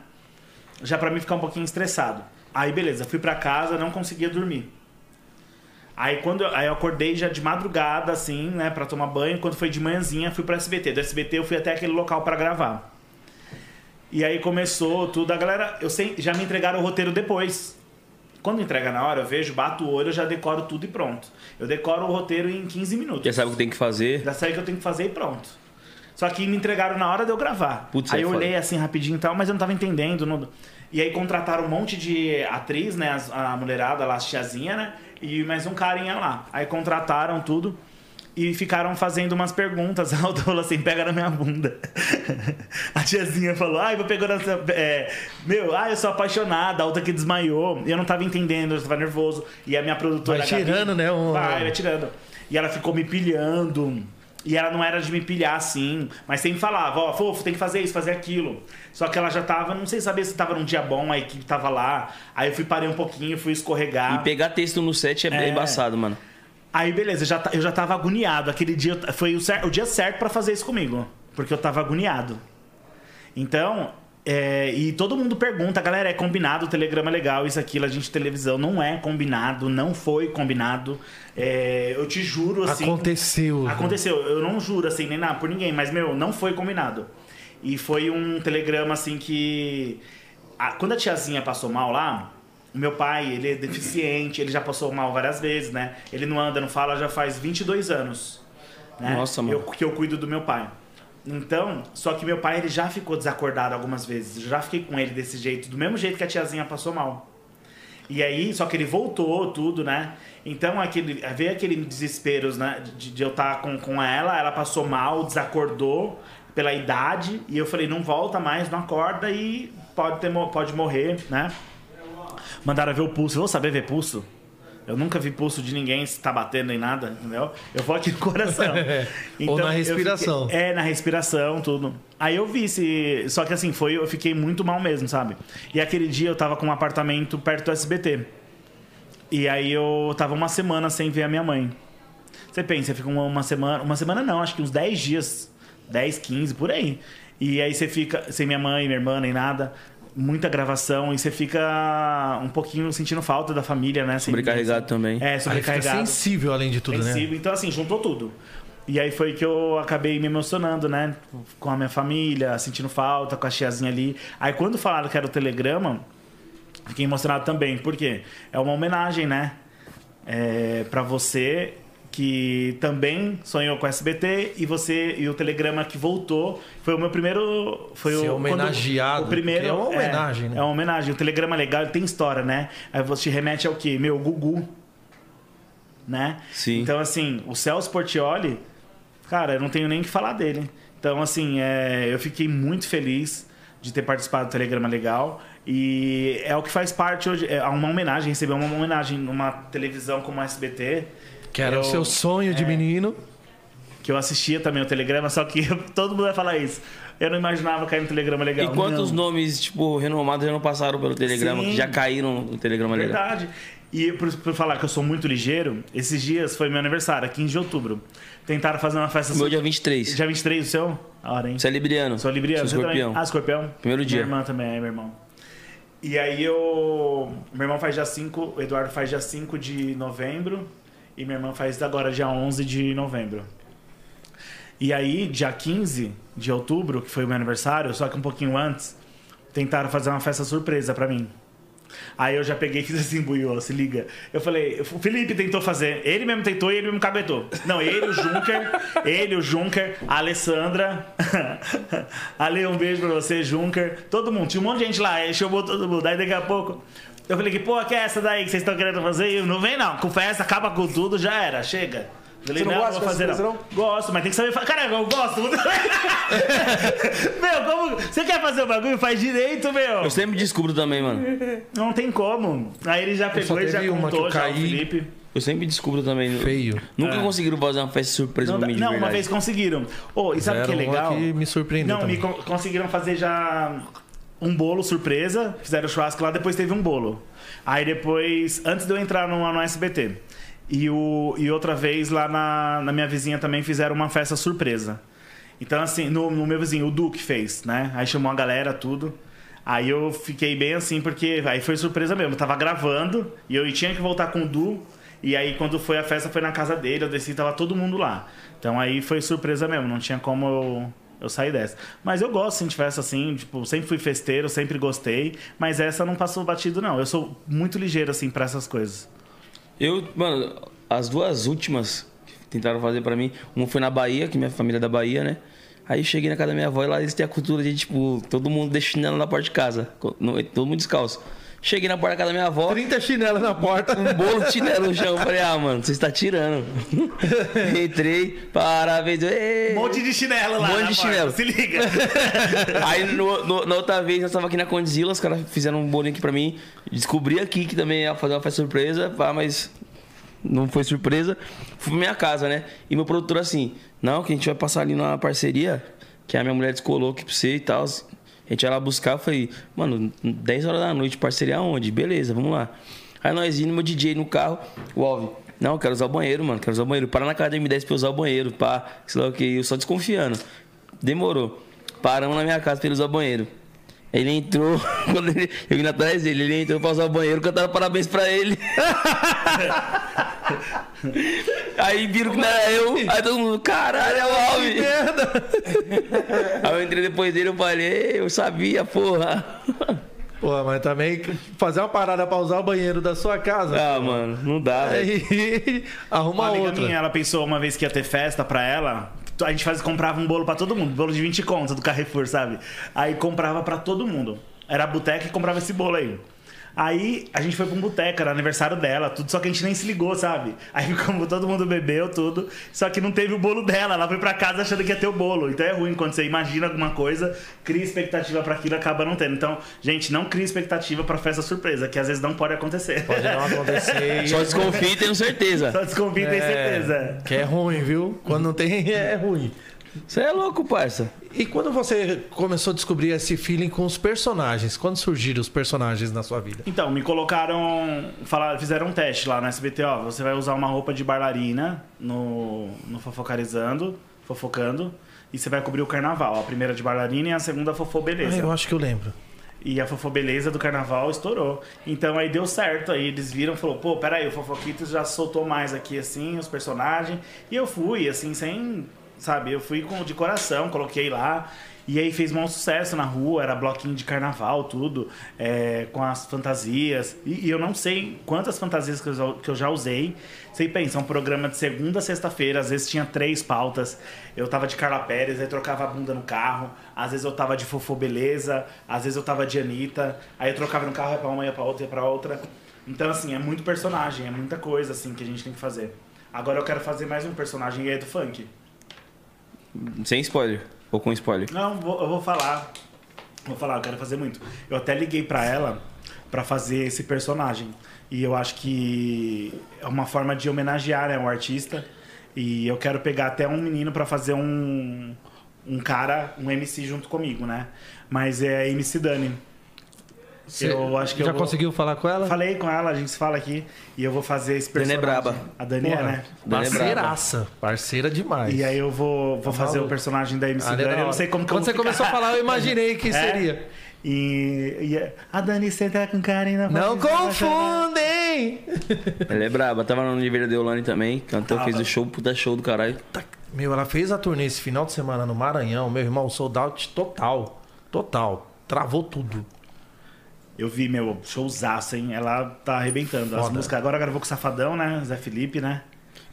Já pra mim ficar um pouquinho estressado. Aí, beleza, fui pra casa, não conseguia dormir. Aí quando eu, aí eu acordei já de madrugada, assim, né, pra tomar banho. Quando foi de manhãzinha, fui pro SBT. Do SBT eu fui até aquele local pra gravar. E aí começou tudo. A galera, eu sei, já me entregaram o roteiro depois. Quando entrega na hora, eu vejo, bato o olho, eu já decoro tudo e pronto. Eu decoro o roteiro em 15 minutos. Já sabe o que tem que fazer. Já sei o que eu tenho que fazer e pronto. Só que me entregaram na hora de eu gravar. Putz, aí é eu foda. olhei assim rapidinho e tal, mas eu não tava entendendo. não- E aí contrataram um monte de atriz, né? as- A mulherada lá, as tiazinha, né? E mais um carinha lá. Aí contrataram tudo. E ficaram fazendo umas perguntas. A outra falou assim: pega na minha bunda. A tiazinha falou: ai, vou pegar na sua. é, meu, ai, eu sou apaixonada. A outra que desmaiou. E eu não tava entendendo, eu tava nervoso. E a minha produtora. Vai a Gabi- tirando, né, um- Vai, vai tirando. E ela ficou me pilhando. E ela não era de me pilhar assim, mas sempre falava, ó, fofo, tem que fazer isso, fazer aquilo. Só que ela já tava, não sei saber se tava num dia bom, a equipe tava lá. Aí eu fui parei um pouquinho, fui escorregar. Tá. E pegar texto no set é, É. embaçado, mano. Aí beleza, eu já, ta- eu já tava agoniado. Aquele dia eu ta- foi o, cer- o dia certo pra fazer isso comigo, porque eu tava agoniado. Então, é, e todo mundo pergunta, galera, é combinado, o Telegrama é legal, isso, aquilo, a gente televisão não é combinado, não foi combinado. É, eu te juro, assim. Aconteceu. Aconteceu, eu não juro assim, nem nada por ninguém, mas meu, não foi combinado. E foi um telegrama assim que. a- quando a tiazinha passou mal lá, o meu pai, ele é deficiente, ele já passou mal várias vezes, né? Ele não anda, não fala, já faz 22 anos. né? Nossa, mano. Eu- que eu cuido do meu pai. Então, só que meu pai ele já ficou desacordado algumas vezes. Eu já fiquei com ele desse jeito, do mesmo jeito que a tiazinha passou mal. E aí, só que ele voltou, tudo, né? Então, aquele, veio aquele desespero, né? De, de eu estar com, com ela, ela passou mal, desacordou pela idade. E eu falei, não volta mais, não acorda e pode, ter, mo- pode morrer, né? Mandaram ver o pulso. Eu vou saber ver pulso? Eu nunca vi pulso de ninguém se tá batendo nem nada, entendeu? Eu vou aqui no coração. Então, Ou na eu respiração. fiquei- é, na respiração, tudo. Aí eu vi se. Só que assim, foi, eu fiquei muito mal mesmo, sabe? E aquele dia eu tava com um apartamento perto do SBT. E aí eu tava uma semana sem ver a minha mãe. Você pensa, fica uma, uma semana. Uma semana não, acho que uns 10 dias. 10, 15, por aí. E aí você fica sem minha mãe, minha irmã, nem nada. Muita gravação e você fica um pouquinho sentindo falta da família, né? Sem- Sobrecarregado também. É, Aí fica sobrecarregado. sensível além de tudo, né? Sensível. Então, assim, juntou tudo. E aí foi que eu acabei me emocionando, né? Com a minha família, sentindo falta, com a tiazinha ali. Aí quando falaram que era o Telegrama, fiquei emocionado também. Por quê? É uma homenagem, né? É, para você que também sonhou com o SBT e você e o telegrama que voltou foi o meu primeiro foi Ser o quando- homenageado, o primeiro porque é uma homenagem, é, né? é uma homenagem o telegrama legal ele tem história né aí você remete ao quê? meu Gugu né? Sim. Então, assim, o Celso Portioli, cara, eu não tenho nem o que falar dele. Então, assim, é, eu fiquei muito feliz de ter participado do Telegrama Legal. E é o que faz parte hoje, é uma homenagem, receber uma homenagem numa televisão como a SBT. Que era o Eu- É. seu sonho de menino. Que eu assistia também o Telegrama, só que todo mundo vai falar isso. Eu não imaginava cair no Telegrama Legal. E quantos não. nomes, tipo, renomados já não passaram pelo Telegrama, Sim. que já caíram no Telegrama né? legal. Verdade. E por, por falar que eu sou muito ligeiro, esses dias foi meu aniversário, 15 de outubro. Tentaram fazer uma festa... O Meu dia é 23. Dia 23 do seu? A hora, hein? Você é libriano. Sou libriano. Sou você também? escorpião. Ah, escorpião. Primeiro dia. Minha irmã também, é, meu irmão. E aí eu. Meu irmão faz dia 5, o Eduardo faz dia 5 de novembro. E minha irmã faz agora dia 11 de novembro. E aí, dia 15 de outubro, que foi o meu aniversário, só que um pouquinho antes, tentaram fazer uma festa surpresa pra mim. Aí eu já peguei e fiz assim, Buiô, se liga. Eu falei, o Felipe tentou fazer, ele mesmo tentou e ele mesmo caguetou. Não, ele, o Junker, ele, o Junker, a Alessandra. Ale, um beijo pra você, Junker. Todo mundo, tinha um monte de gente lá, ele chamou todo mundo. Aí daqui a pouco. Eu falei que porra que é essa daí que vocês estão querendo fazer? E eu, não vem não, com festa, acaba com tudo, já era, chega. Eu Falei, Você não gosta vou dessas coisas, Gosto, mas tem que saber fazer. Caramba, eu gosto. meu, como. Você quer fazer o bagulho? Faz direito, meu. Eu sempre descubro também, mano. Não tem como. Aí ele já só pegou e já teve uma que contou eu já o caí. Felipe. Eu sempre descubro também. Feio. Nunca É. conseguiram fazer uma festa surpresa Não, pra dá- mim, de não, uma verdade. vez conseguiram. Oh, e sabe o que é Fizeram uma legal? que me surpreendeu Não, me também. con- conseguiram fazer já um bolo surpresa. Fizeram churrasco lá, depois teve um bolo. Aí depois, antes de eu entrar no, no SBT. E, o, e outra vez lá na, na minha vizinha também fizeram uma festa surpresa. Então, assim, no, no meu vizinho, o Duque fez, né? Aí chamou a galera, tudo. Aí eu fiquei bem assim, porque aí foi surpresa mesmo. Eu tava gravando e eu tinha que voltar com o Du. E aí, quando foi a festa, foi na casa dele, eu desci tava todo mundo lá. Então aí foi surpresa mesmo, não tinha como eu, eu sair dessa. Mas eu gosto assim, de festa assim, tipo, sempre fui festeiro, sempre gostei, mas essa não passou batido, não. Eu sou muito ligeiro, assim, pra essas coisas. Eu, mano, as duas últimas que tentaram fazer pra mim, uma foi na Bahia, que minha família é da Bahia, né? Aí cheguei na casa da minha avó e lá eles têm a cultura de, tipo, todo mundo deixa chinelo na porta de casa. co- no- Todo mundo descalço. Cheguei na porta da casa da minha avó, 30 chinelas na porta. um bolo de chinelo no chão. Eu Falei, ah, mano, você está tirando. Entrei, parabéns. ê. Um monte de chinelo lá. Um monte na de porta, chinelo. Se liga. Aí no- no- na outra vez, nós tava aqui na Condzilla, os caras fizeram um bolinho aqui pra mim. Descobri aqui que também ia fazer uma festa surpresa, pá, mas não foi surpresa. Fui pra minha casa, né? E meu produtor assim, não, que a gente vai passar ali na parceria, que a minha mulher descolou aqui pra você e tal. A gente ia lá buscar, eu falei, mano, 10 horas da noite, parceria aonde? Beleza, vamos lá. Aí nós indo, meu DJ no carro, o Alves. Não, eu quero usar o banheiro, mano. Quero usar o banheiro. Para na casa da M10 pra eu usar o banheiro, pá. Sei lá o que. Eu só desconfiando. Demorou. Paramos na minha casa pra ele usar o banheiro. Ele entrou, quando ele, eu vim atrás dele, ele entrou pra usar o banheiro, cantaram parabéns pra ele. aí viram que não era eu, aí todo mundo, caralho, é o Alves. aí eu entrei depois dele, eu falei, "Ei, eu sabia, porra. Pô, mas também fazer uma parada pra usar o banheiro da sua casa. Ah, mano, não dá, velho. Aí arruma Uma amiga outra. minha, ela pensou uma vez que ia ter festa pra ela. A gente faz, comprava um bolo pra todo mundo, bolo de 20 contas do Carrefour, sabe? Aí comprava pra todo mundo. Era a boteca e comprava esse bolo aí. Aí a gente foi pra um boteca, era aniversário dela, tudo, só que a gente nem se ligou, sabe? Aí como todo mundo bebeu, tudo, só que não teve o bolo dela, ela foi pra casa achando que ia ter o bolo. Então é ruim quando você imagina alguma coisa, cria expectativa pra aquilo e acaba não tendo. Então, gente, não cria expectativa pra festa surpresa, que às vezes não É. pode acontecer. Pode não acontecer. Só desconfio e tenho certeza. Só desconfia e É. tem certeza. Que é ruim, viu? Quando não tem, é ruim. Você é louco, parça. E quando você começou a descobrir esse feeling com os personagens? Quando surgiram os personagens na sua vida? Então, me colocaram. Falaram, fizeram um teste lá na SBT, ó. Você vai usar uma roupa de bailarina no, no Fofocarizando, fofocando. E você vai cobrir o carnaval. A primeira de bailarina e a segunda fofô Ah, beleza. eu acho que eu lembro. E a fofô beleza do carnaval estourou. Então aí deu certo. Aí eles viram e falou, pô, peraí, o Fofoquitos já soltou mais aqui, assim, os personagens. E eu fui, assim, sem. Sabe, eu fui com, de coração, coloquei lá. E aí fez um sucesso na rua, era bloquinho de carnaval, tudo, é, com as fantasias. E, e eu não sei quantas fantasias que eu, já- que eu já usei. Sei pensa, um programa de segunda a sexta-feira, às vezes tinha três pautas. Eu tava de Carla Pérez, aí trocava a bunda no carro. Às vezes eu tava de Fofô Beleza, às vezes eu tava de Anitta. Aí eu trocava no carro, ia pra uma, ia pra outra, ia pra outra. Então, assim, é muito personagem, é muita coisa, assim, que a gente tem que fazer. Agora eu quero fazer mais um personagem, e é do funk. Sem spoiler. Ou com spoiler. Não, vou- eu vou falar. Vou falar, eu quero fazer muito. Eu até liguei pra ela pra fazer esse personagem. E eu acho que é uma forma de homenagear né, o artista. E eu quero pegar até um menino pra fazer um, um cara, um MC junto comigo, né? Mas é MC Dani. eu acho que já eu vou- conseguiu falar com ela? Falei com ela, a gente se fala aqui. E eu vou fazer esse Dani é personagem. braba. A Dani é, Porra, né? Dani é braba. Parceiraça. Parceira demais. E aí eu vou, vou fazer o É maluco. personagem da MC Ah, Dani. da Eu não hora. sei como que eu Quando vou você começou a falar, eu imaginei que É. seria. E, e é, a Dani senta com carinho na Não frente, vai chorar. confundem! Ela é braba, tava na Oliveira de Deolane também, cantou, fez o show, puta show do caralho. Meu, ela fez a turnê esse final de semana no Maranhão, meu irmão, sold out total. Total. Travou tudo. Eu vi, meu, showzaço, hein? Ela tá arrebentando. As Foda. músicas agora gravou com o Safadão, né? Zé Felipe, né?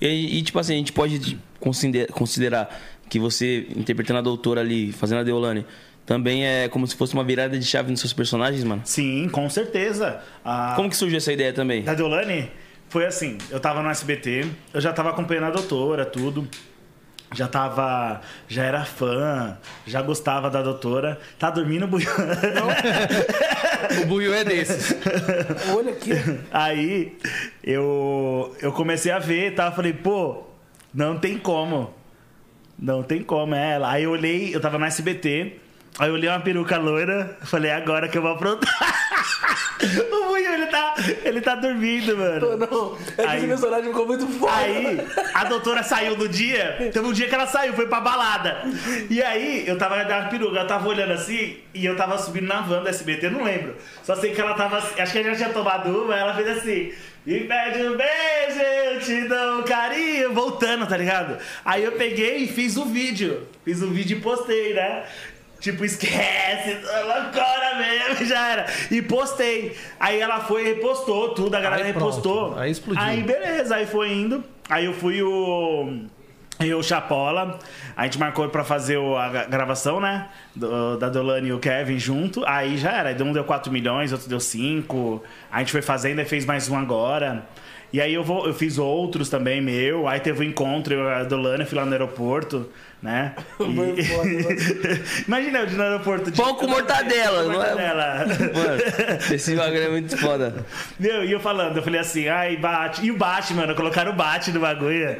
E, e, tipo assim, a gente pode consider- considerar que você, interpretando a doutora ali, fazendo a Deolane, também é como se fosse uma virada de chave nos seus personagens, mano? Sim, com certeza. A- Como que surgiu essa ideia também? Da Deolane, foi assim, eu tava no SBT, eu já tava acompanhando a doutora, tudo. Já tava. Já era fã, já gostava da doutora. Tá dormindo, Buiu? O buio é desses. Olha aqui. Aí eu, eu comecei a ver, tá? Falei, pô, não tem como. Não tem como, é ela. Aí eu olhei, eu tava no SBT, aí eu olhei uma peruca loira, falei, "É agora que eu vou aprontar. o Buiu, ele tá, ele tá dormindo, mano. Não, não. É que Aí- esse personagem ficou muito foda. Aí a doutora saiu no dia. Teve um dia que ela saiu, foi pra balada. E aí eu tava na peruca, ela tava olhando assim e eu tava subindo na van da SBT, não lembro. Só sei que ela tava. Acho que ela já tinha tomado uma, ela fez assim. Me pede um beijo, eu te dou um carinho. Voltando, tá ligado? Aí eu peguei e fiz um vídeo. Fiz um vídeo e postei, né? Tipo, esquece, tô loucura mesmo, já era. E postei. Aí ela foi e repostou tudo, a galera Aí pronto, repostou. aí explodiu. Aí beleza, aí foi indo. Aí eu fui o. Eu, o Chapola, a gente marcou pra fazer o- a gra- gravação, né? Do- da Dolane e o Kevin junto. Aí já era. Um deu 4 milhões, outro deu 5. A gente foi fazendo e fez mais um agora. E aí eu, vou, eu fiz outros também, meu. Aí teve o encontro, eu e a Dolane, eu fui lá no aeroporto, né? E- Foi foda, né? Imagina eu de no aeroporto. de- Pão com mortadela, não é? Mortadela. Mano, esse bagulho é muito foda. Meu, e eu falando, eu falei assim, ai, bate. E o bate, mano, colocaram o bate no bagulho.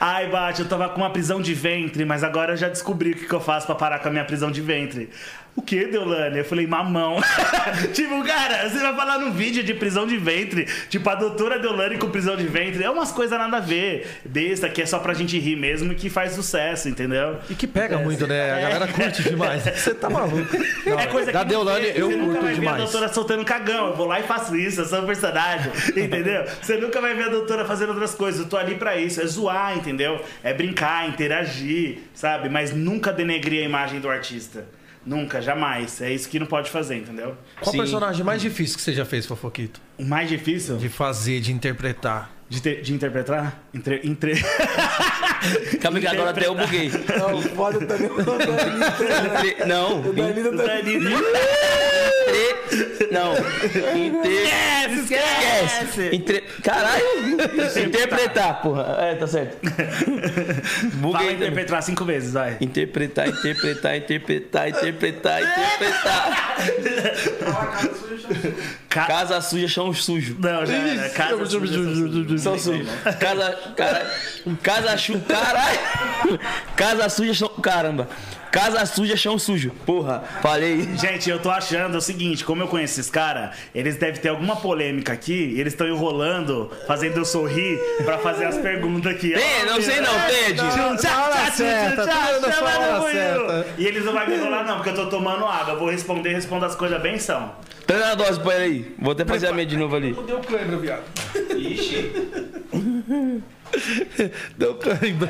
ai, bate, eu tava com uma prisão de ventre, mas agora eu já descobri o que, que eu faço pra parar com a minha prisão de ventre. O que, Deolane? Eu falei, mamão. tipo, cara, você vai falar no vídeo de prisão de ventre. Tipo, a doutora Deolane com prisão de ventre. É umas coisas nada a ver. Besta, que é só pra gente rir mesmo e que faz sucesso, entendeu? E que pega muito, né? A galera curte demais. Você tá maluco. Não, É coisa que da não Deolane, tem, eu você nunca curto vai ver a demais. doutora soltando cagão. Eu vou lá e faço isso, eu sou um personagem, entendeu? Você nunca vai ver a doutora fazendo outras coisas. Eu tô ali pra isso, é zoar, entendeu? É brincar, interagir, sabe? Mas nunca denegrir a imagem do artista. Nunca, jamais. É isso que não pode fazer, entendeu? Qual Sim. personagem mais difícil que você já fez, Fofoquito? O mais difícil De fazer, de interpretar. de, ter- de interpretar? Entre, entre... Calma que agora até eu buguei. Não, foda também. o Danilo. Entre- Não, O Danilo também. entre... Não, entre... Esquece! Entre... Caralho! Interpretar, porra. É, tá certo. Fala Buguei também. interpretar cinco vezes, vai. Interpretar, interpretar, interpretar, interpretar, interpretar. Ca- Casa suja, chão sujo. Não, já era. Casa... São né? sujo. Casa. Caralho. Casa suja. Caralho. Casa suja, chão. Caramba. Casa suja, chão sujo. Porra, falei. Gente, eu tô achando o seguinte, como eu conheço esses caras, eles devem ter alguma polêmica aqui, e eles estão enrolando, fazendo eu sorrir pra fazer as perguntas aqui. Tem, não sei não, tem, Edinho. Tchau, tchau, hora tchau, certa, tchau, tudo na tchau, sua tchau, hora tchau, certa. tchau. E eles não vão me enrolar não, porque eu tô tomando água. Eu Vou responder, respondo as coisas bem são. Traz Tá a dose pra ele aí. Vou até fazer a minha de novo ali. Deu cãibra, viado. Ixi. Deu cãibra.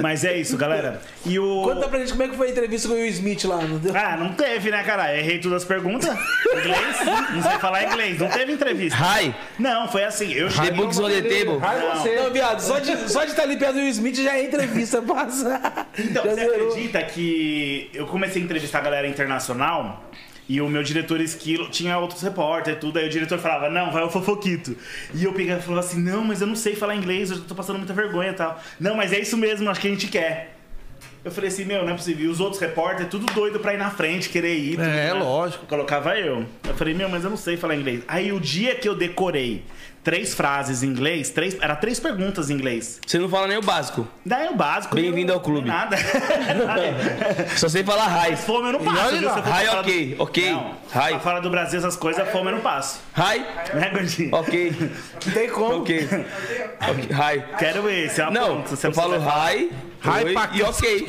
Mas é isso, galera. E o... Conta pra gente como é que foi a entrevista com o Will Smith lá, não deu? Ah, não teve, né, cara? Errei todas as perguntas. Inglês? Não sei falar inglês. Não teve entrevista. Hi, Não, foi assim. Eu the cheguei... books on the table. Não. Não, viado, só de, só de estar ali perto do Will Smith já é entrevista, passa. Então, já você acredita que eu comecei a entrevistar a galera internacional e o meu diretor esquilo tinha outros repórter e tudo, aí o diretor falava, não, vai o fofoquito. E eu pegava e falava assim, não, mas eu não sei falar inglês, eu tô passando muita vergonha e tal. Não, mas é isso mesmo, acho que a gente quer. Eu falei assim, meu, não é possível. E os outros repórter, tudo doido pra ir na frente, querer ir. tudo, É, lógico. Colocava eu. Eu falei, meu, mas eu não sei falar inglês. Aí o dia que eu decorei três frases em inglês, três, era três perguntas em inglês. Você não fala nem o básico. Daí o básico. Bem-vindo eu- ao clube. Nada. Só sei falar hi. Mas fome eu não olha passo, viu? lá, Se eu for raio falar do- ok, ok, Não, raio. pra falar do Brasil, essas coisas, fome eu não passo. Hi, Né, Gordinho? ok, Não tem Então, como. ok. Ok, hi. Quero esse, ó. Não, pronto, você eu falo precisa- hi, Hi oi pra e ok.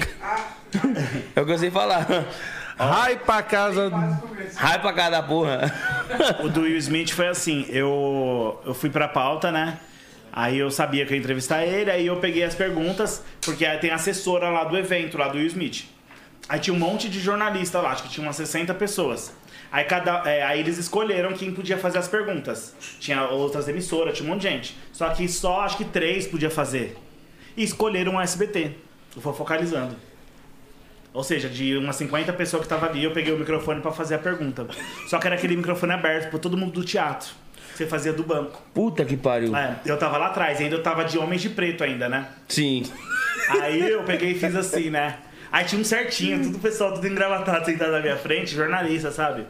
É o que eu sei falar. Rai pra casa. Raio pra cada porra. O do Will Smith foi assim, eu, eu fui pra pauta, né? Aí eu sabia que eu ia entrevistar ele, aí eu peguei as perguntas, porque aí tem a assessora lá do evento, lá do Will Smith. Aí tinha um monte de jornalista lá, acho que tinha umas 60 pessoas. Aí, cada, é, aí eles escolheram quem podia fazer as perguntas. Tinha outras emissoras, tinha um monte de gente. Só que só acho que três podia fazer. E escolheram o SBT, o Fofocalizando. Ou seja, de umas 50 pessoas que tava ali, eu peguei o microfone pra fazer a pergunta. Só que era aquele microfone aberto pra todo mundo do teatro. que Você fazia do banco. Puta que pariu. É, eu tava lá atrás, ainda eu tava de homem de preto ainda, né? Sim. Aí eu peguei e fiz assim, né? Aí tinha um certinho, tudo o pessoal tudo engravatado sentado na minha frente, jornalista, sabe?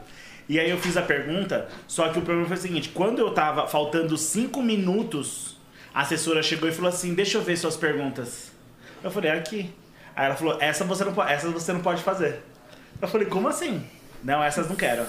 E aí eu fiz a pergunta, só que o problema foi o seguinte, quando eu tava faltando cinco minutos, a assessora chegou e falou assim, deixa eu ver suas perguntas. Eu falei, aqui. Aí ela falou, essa você não, po- essa você não pode fazer. Eu falei, como assim? Não, essas não quero.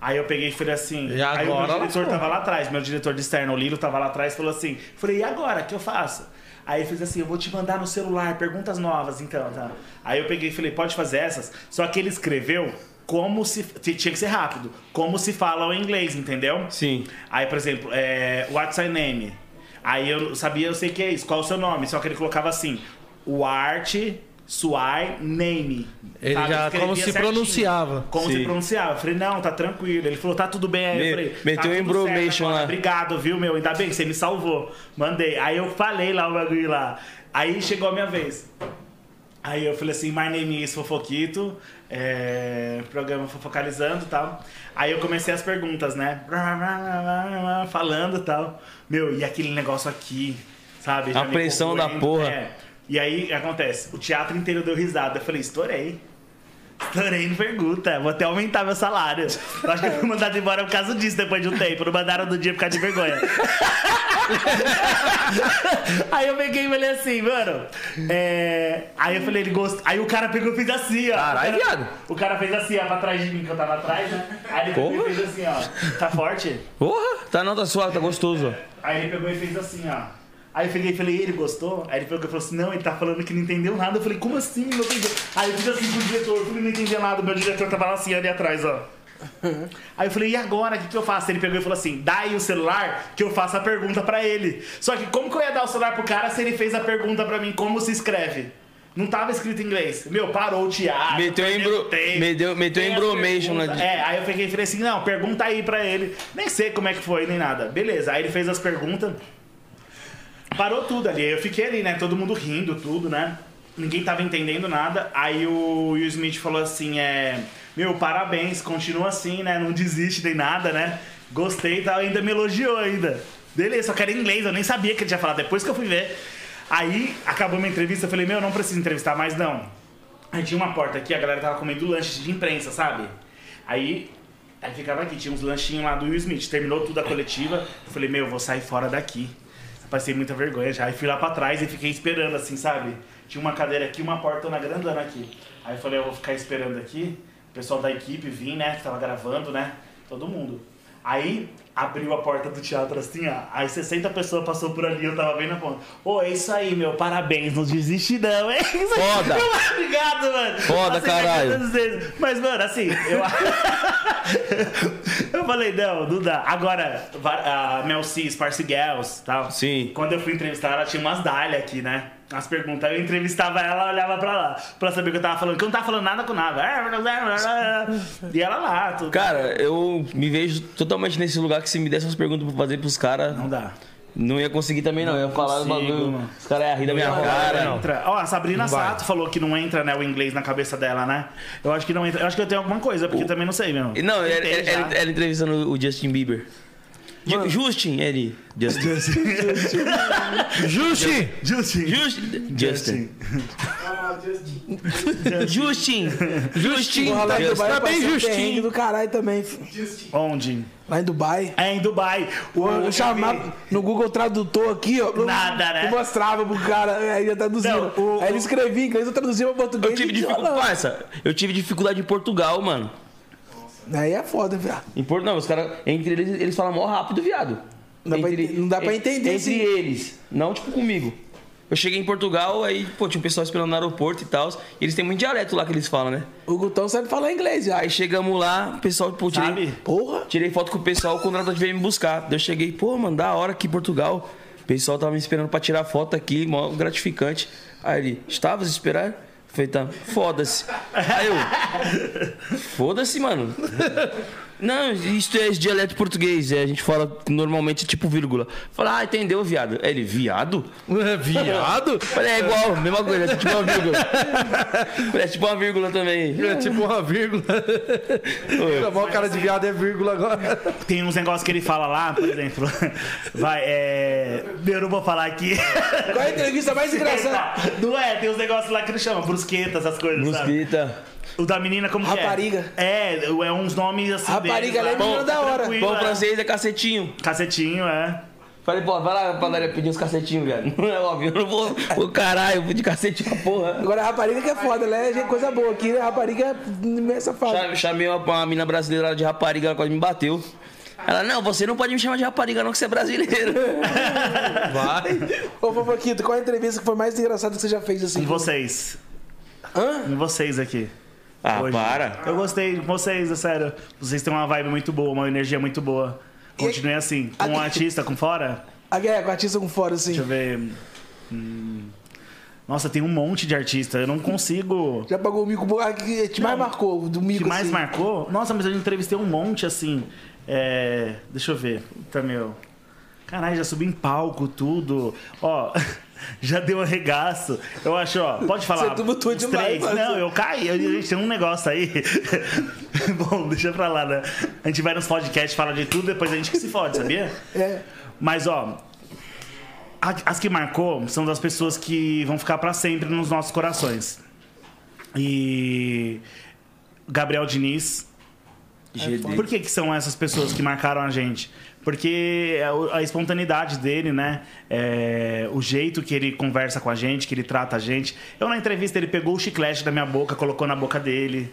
Aí eu peguei e falei assim. E aí o meu agora ela diretor foi. tava lá atrás, meu diretor de externo, o Lilo, tava lá atrás e falou assim: falei, e agora? O que eu faço? Aí ele fez assim: eu vou te mandar no celular perguntas novas, então, tá? Aí eu peguei e falei: pode fazer essas? Só que ele escreveu como se. Tinha que ser rápido. Como se fala o inglês, entendeu? Sim. Aí, por exemplo, é, what's your name? Aí eu sabia, eu sei que é isso, qual é o seu nome? Só que ele colocava assim, o art, suai, name. Ele Sabe? já- como se pronunciava. Como se Sim. pronunciava. Eu falei, não, tá tranquilo. Ele falou, tá tudo bem. Aí Me- eu falei, tá meteu tudo embromation certo agora. lá. Obrigado, viu, meu? Ainda bem que você me salvou. Mandei. Aí eu falei lá o bagulho lá. Aí chegou a minha vez. Aí eu falei assim, my name is Fofoquito, é, programa Fofocalizando e tal. Aí eu comecei as perguntas, né? Falando e tal. Meu, e aquele negócio aqui, sabe? A me pressão da corroendo, porra. é. E aí acontece, o teatro inteiro deu risada. Eu falei, estourei. Estourei no pergunta, vou até aumentar meu salário. Eu acho que eu fui mandado embora por causa disso depois de um tempo. Não mandaram no dia por causa de vergonha. Aí eu peguei e falei assim, mano. é, Aí eu falei, ele gosta. Aí o cara pegou e fez assim, ó. Caralho, O cara- viado. O cara fez assim, ó, pra trás de mim, que eu tava atrás, né? Aí ele pegou Porra. e fez assim, ó. Tá forte? Porra, tá não, tá suave, tá gostoso. ó. Aí ele pegou e fez assim, ó. Aí eu peguei e falei, ele gostou? Aí ele pegou e falou assim, não, ele tá falando que não entendeu nada. Eu falei, como assim? Não entendeu? Aí eu fiz assim pro diretor, eu falei, não entendeu nada. O meu diretor tava lá assim, ali atrás, ó. Aí eu falei, e agora? O que, que eu faço? Ele pegou e falou assim, dá aí o celular que eu faço a pergunta pra ele. Só que como que eu ia dar o celular pro cara se ele fez a pergunta pra mim, como se escreve? Não tava escrito em inglês. Meu, parou o teatro. Meteu perdeu embro- tempo. meteu- meteu Tem as embromation perguntas. na- É, aí eu peguei e falei assim, não, pergunta aí pra ele. Nem sei como é que foi, nem nada. Beleza, aí ele fez as perguntas. Parou tudo ali. Eu fiquei ali, né? Todo mundo rindo, tudo, né? Ninguém tava entendendo nada. Aí o Will Smith falou assim, é... Meu, parabéns, continua assim, né? Não desiste nem nada, né? Gostei e tal, ainda me elogiou ainda. Beleza, só que era em inglês, eu nem sabia que ele tinha falado. Depois que eu fui ver. Aí, acabou minha entrevista, eu falei, meu, não preciso entrevistar mais, não. Aí tinha uma porta aqui, a galera tava comendo lanche de imprensa, sabe? Aí, aí ficava aqui, tinha uns lanchinhos lá do Will Smith. Terminou tudo a coletiva, eu falei, meu, eu vou sair fora daqui. Passei muita vergonha já. Aí fui lá pra trás e fiquei esperando, assim, sabe? Tinha uma cadeira aqui, uma portona grandona aqui. Aí eu falei, eu vou ficar esperando aqui. O pessoal da equipe vim, né? Que tava gravando, né? Todo mundo. Aí abriu a porta do teatro assim, ó. Aí 60 pessoas passou por ali, eu tava bem na ponta. Ô, é isso aí, meu, parabéns, não desiste não, é isso aí. Foda. Meu, Obrigado, mano. Foda, Passei mais caralho. todas as vezes. Mas, mano, assim, eu. eu falei, não, não dá. Agora, va- a Mel C, Sparse Girls e tal. Sim. Quando eu fui entrevistar ela, tinha umas dália aqui, né? As perguntas. Eu entrevistava ela, olhava pra lá, pra saber o que eu tava falando, que eu não tava falando nada com nada. É, E ela lá, tudo. Cara, eu me vejo totalmente nesse lugar que se me desse umas perguntas pra fazer pros caras, Não dá. não ia conseguir também não. Eu ia falar do consigo, bagulho. mano. Os caras iam rir da minha Não, cara. não entra. Ó, a Sabrina Sato falou que não entra né, o inglês na cabeça dela, né? Eu acho que não entra. Eu acho que eu tenho alguma coisa, porque também não sei, meu. E Não, é- era, Tentei era- já. era- era entrevistando o Justin Bieber. Ju- Justin, ele. Justin. Justi! Justin. Justin. Justin. Justin. Justin. Porra, lá Tá Justin. em Dubai eu passei bem um justinho. perrengue do caralho também. filho. Onde? Lá em Dubai. É em Dubai. O, Eu o- chamava no Google Tradutor aqui, ó. eu- Nada, né? Eu mostrava pro cara, aí ele traduzia. Não, o- Aí ele escrevia em inglês, eu traduzia pra português. Eu tive ele tinha dificuldade. Parça, eu tive dificuldade em Portugal, mano. lá. Aí é foda, viado. Em Porto, não, os caras, entre eles, eles falam mó rápido, viado. Não dá pra Entre- ente- não dá pra en- Entre entender, assim. eles. Não, tipo, comigo. Eu cheguei em Portugal, aí, pô, tinha um pessoal esperando no aeroporto e tal. E eles têm muito dialeto lá que eles falam, né? O Gutão sabe falar inglês, já. Aí chegamos lá, o pessoal, pô, tirei, Sabe? Porra! tirei foto com o pessoal, o contratante veio me buscar. Daí eu cheguei, pô, mano, da hora aqui em Portugal. O pessoal tava me esperando pra tirar foto aqui, mó gratificante. Aí ele, estavas esperando? Falei, tá, foda-se. Aí eu, foda-se, mano. Não, isso é dialeto português, é, a gente fala normalmente tipo vírgula. Fala, ah, entendeu, viado. Aí ele, viado? Viado? Falei, é igual, mesma coisa, é tipo uma vírgula. Falei, é tipo uma vírgula também. É tipo uma vírgula. Chamar o cara de viado é vírgula agora. Tem uns negócios que ele fala lá, por exemplo. Vai, é. Eu não vou falar aqui. Qual é a entrevista mais engraçada? Não é, tem uns negócios lá que ele chama, brusqueta, essas coisas, sabe? Brusquita. O da menina, como Rapariga. que é? É, é uns nomes assim. Rapariga, ela é deles lá. menina da hora. Tranquilo, Pão é. francês é cacetinho. Cacetinho, é. Falei, pô, vai lá na padaria pedir uns cacetinhos, velho. Não é óbvio, eu não vou. Ô, caralho, eu vou de cacete pra porra. Agora a rapariga que é foda, né? Gente, Coisa boa aqui, né? A rapariga é imensa fada. Cha- Chamei uma, uma mina brasileira lá de rapariga, ela quase me bateu. Ela, não, você não pode me chamar de rapariga, não, que você é brasileiro. Ô, Fofoquito, qual é a entrevista que foi mais engraçada que você já fez assim? Com vocês. Hã? Com vocês aqui. Ah, para. Eu gostei de vocês, é sério. Vocês têm uma vibe muito boa, uma energia muito boa. Continue assim. Com um artista, com fora? A guerra, com artista com fora, assim. Deixa eu ver. Hum. Nossa, tem um monte de artista. Eu não consigo. Já pagou o mico bom. Ah, que te mais Não. marcou, do O mico. que mais assim. marcou? Nossa, mas eu entrevistei um monte assim. É, Deixa eu ver. Puta, meu. Caralho, já subi em palco, tudo. Ó. Já deu um arregaço. Eu acho, ó, pode falar. Você tumultuou os demais, três. mano. Não, eu caí. Eu, gente, tem um negócio aí. Bom, deixa pra lá, né? A gente vai nos podcasts, fala de tudo, depois a gente que se fode, sabia? É. Mas, ó, a- as que marcou são das pessoas que vão ficar pra sempre nos nossos corações. E Gabriel Diniz. Por que, que são essas pessoas que marcaram a gente? Porque a o- a espontaneidade dele, né? É, o jeito que ele conversa com a gente, que ele trata a gente. Eu, na entrevista, ele pegou o chiclete da minha boca, colocou na boca dele.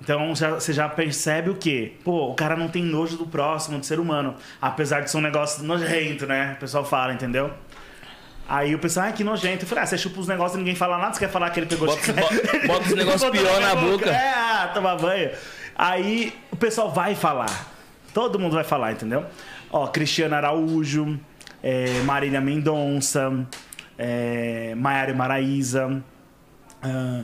Então já- você já percebe o quê? Pô, o cara não tem nojo do próximo, do ser humano. Apesar de ser um negócio nojento, né? O pessoal fala, entendeu? Aí o pessoal, ah, que nojento. Eu falei, ah, você chupa os negócios e ninguém fala nada, você quer falar que ele pegou Bota- bo- chiclete? bota os Ele negócios botou pior minha na boca. É, ah, tomar banho. Aí o pessoal vai falar. Todo mundo vai falar, entendeu? Ó, Cristiano Araújo, é, Marília Mendonça, é, Maiara Maraíza. Ah,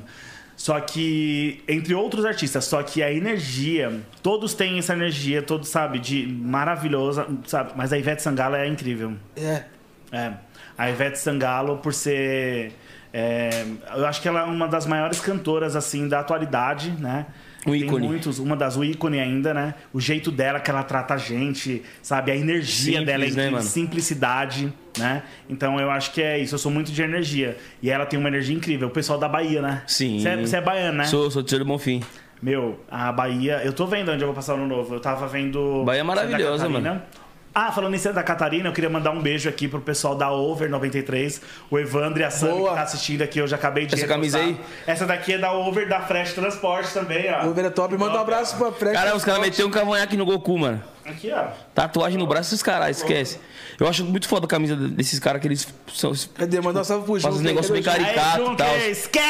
só que, entre outros artistas, só que a energia, todos têm essa energia, todos, sabe, de maravilhosa, sabe? Mas a Ivete Sangalo é incrível. É. É. A Ivete Sangalo, por ser. é, eu acho que ela é uma das maiores cantoras, assim, da atualidade, né? Um ícone. Tem muitos, uma das um ícone ainda, né? O jeito dela que ela trata a gente, sabe? A energia Simples, dela é né, incrível, mano? simplicidade, né? Então eu acho que é isso, eu sou muito de energia. E ela tem uma energia incrível. O pessoal da Bahia, né? Sim. Você é, você é baiano, né? Sou, sou do Senhor do Bonfim. Meu, a Bahia. Eu tô vendo onde eu vou passar no novo. Eu tava vendo. Bahia é maravilhosa, Santa Catarina. mano. Ah, falando em Santa Catarina, eu queria mandar um beijo aqui pro pessoal da Over 93, o Evandro e a Sam Boa. que tá assistindo aqui, eu já acabei de Essa camisa repostar. aí? Essa daqui é da Over da Fresh Transporte também, ó. O Vera Top, manda um abraço pra frente. Caralho, os caras meteram um cavanhaque no Goku, mano. Aqui, ó. Tatuagem no braço, esses caras, esquece. Eu acho muito foda a camisa desses caras que eles são. Cadê? Manda um salve pro Júlio. Faz uns negócios bem Cadê o Júlio? Caricato, Aí, Junque, tal.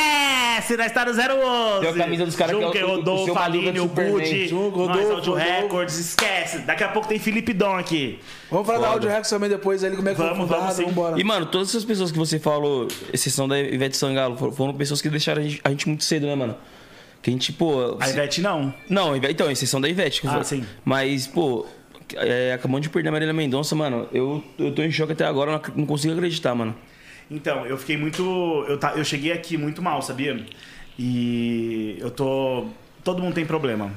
esquece! Nós tá no 011! Tem a camisa dos caras que é Junque, o- o- o seu Rodolfo, Madruga Aline, o do Superman. Budi, Junque, nós, Rodolfo, Audio Rodolfo. Records, esquece! Daqui a pouco tem Felipe Dom aqui. Vamos falar da Foda. Audio Rex também depois ali, como é que Vamos, foi vamos fundado, sim. vambora. E, mano, todas essas pessoas que você falou, exceção da Ivete Sangalo, for- foram pessoas que deixaram a gente, a gente muito cedo, né, mano? Que a gente, pô. A se- Ivete não. Não, Ive- então, exceção da Ivete. que Ah, foi- sim. Mas, pô, é, acabando de perder a Marília Mendonça, mano. Eu, eu tô em choque até agora, não ac- não consigo acreditar, mano. Então, eu fiquei muito. Eu, ta- eu cheguei aqui muito mal, sabia? E eu tô. Todo mundo tem problema.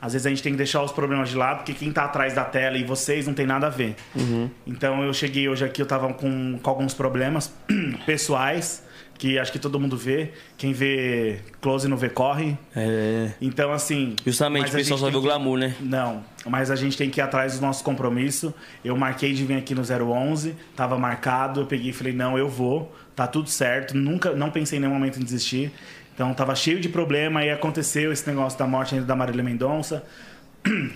Às vezes a gente tem que deixar os problemas de lado, porque quem tá atrás da tela e vocês não tem nada a ver. Uhum. Então eu cheguei hoje aqui, eu tava com, com alguns problemas pessoais, que acho que todo mundo vê. Quem vê close não vê corre. É. Então, assim. Justamente, mas o a pessoal gente só tem vê o que- glamour, né? não, mas a gente tem que ir atrás do nosso compromisso. Eu marquei de vir aqui no 011, tava marcado, eu peguei e falei, não, eu vou, tá tudo certo, nunca, não pensei em nenhum momento em desistir. Então tava cheio de problema e aconteceu esse negócio da morte ainda da Marília Mendonça.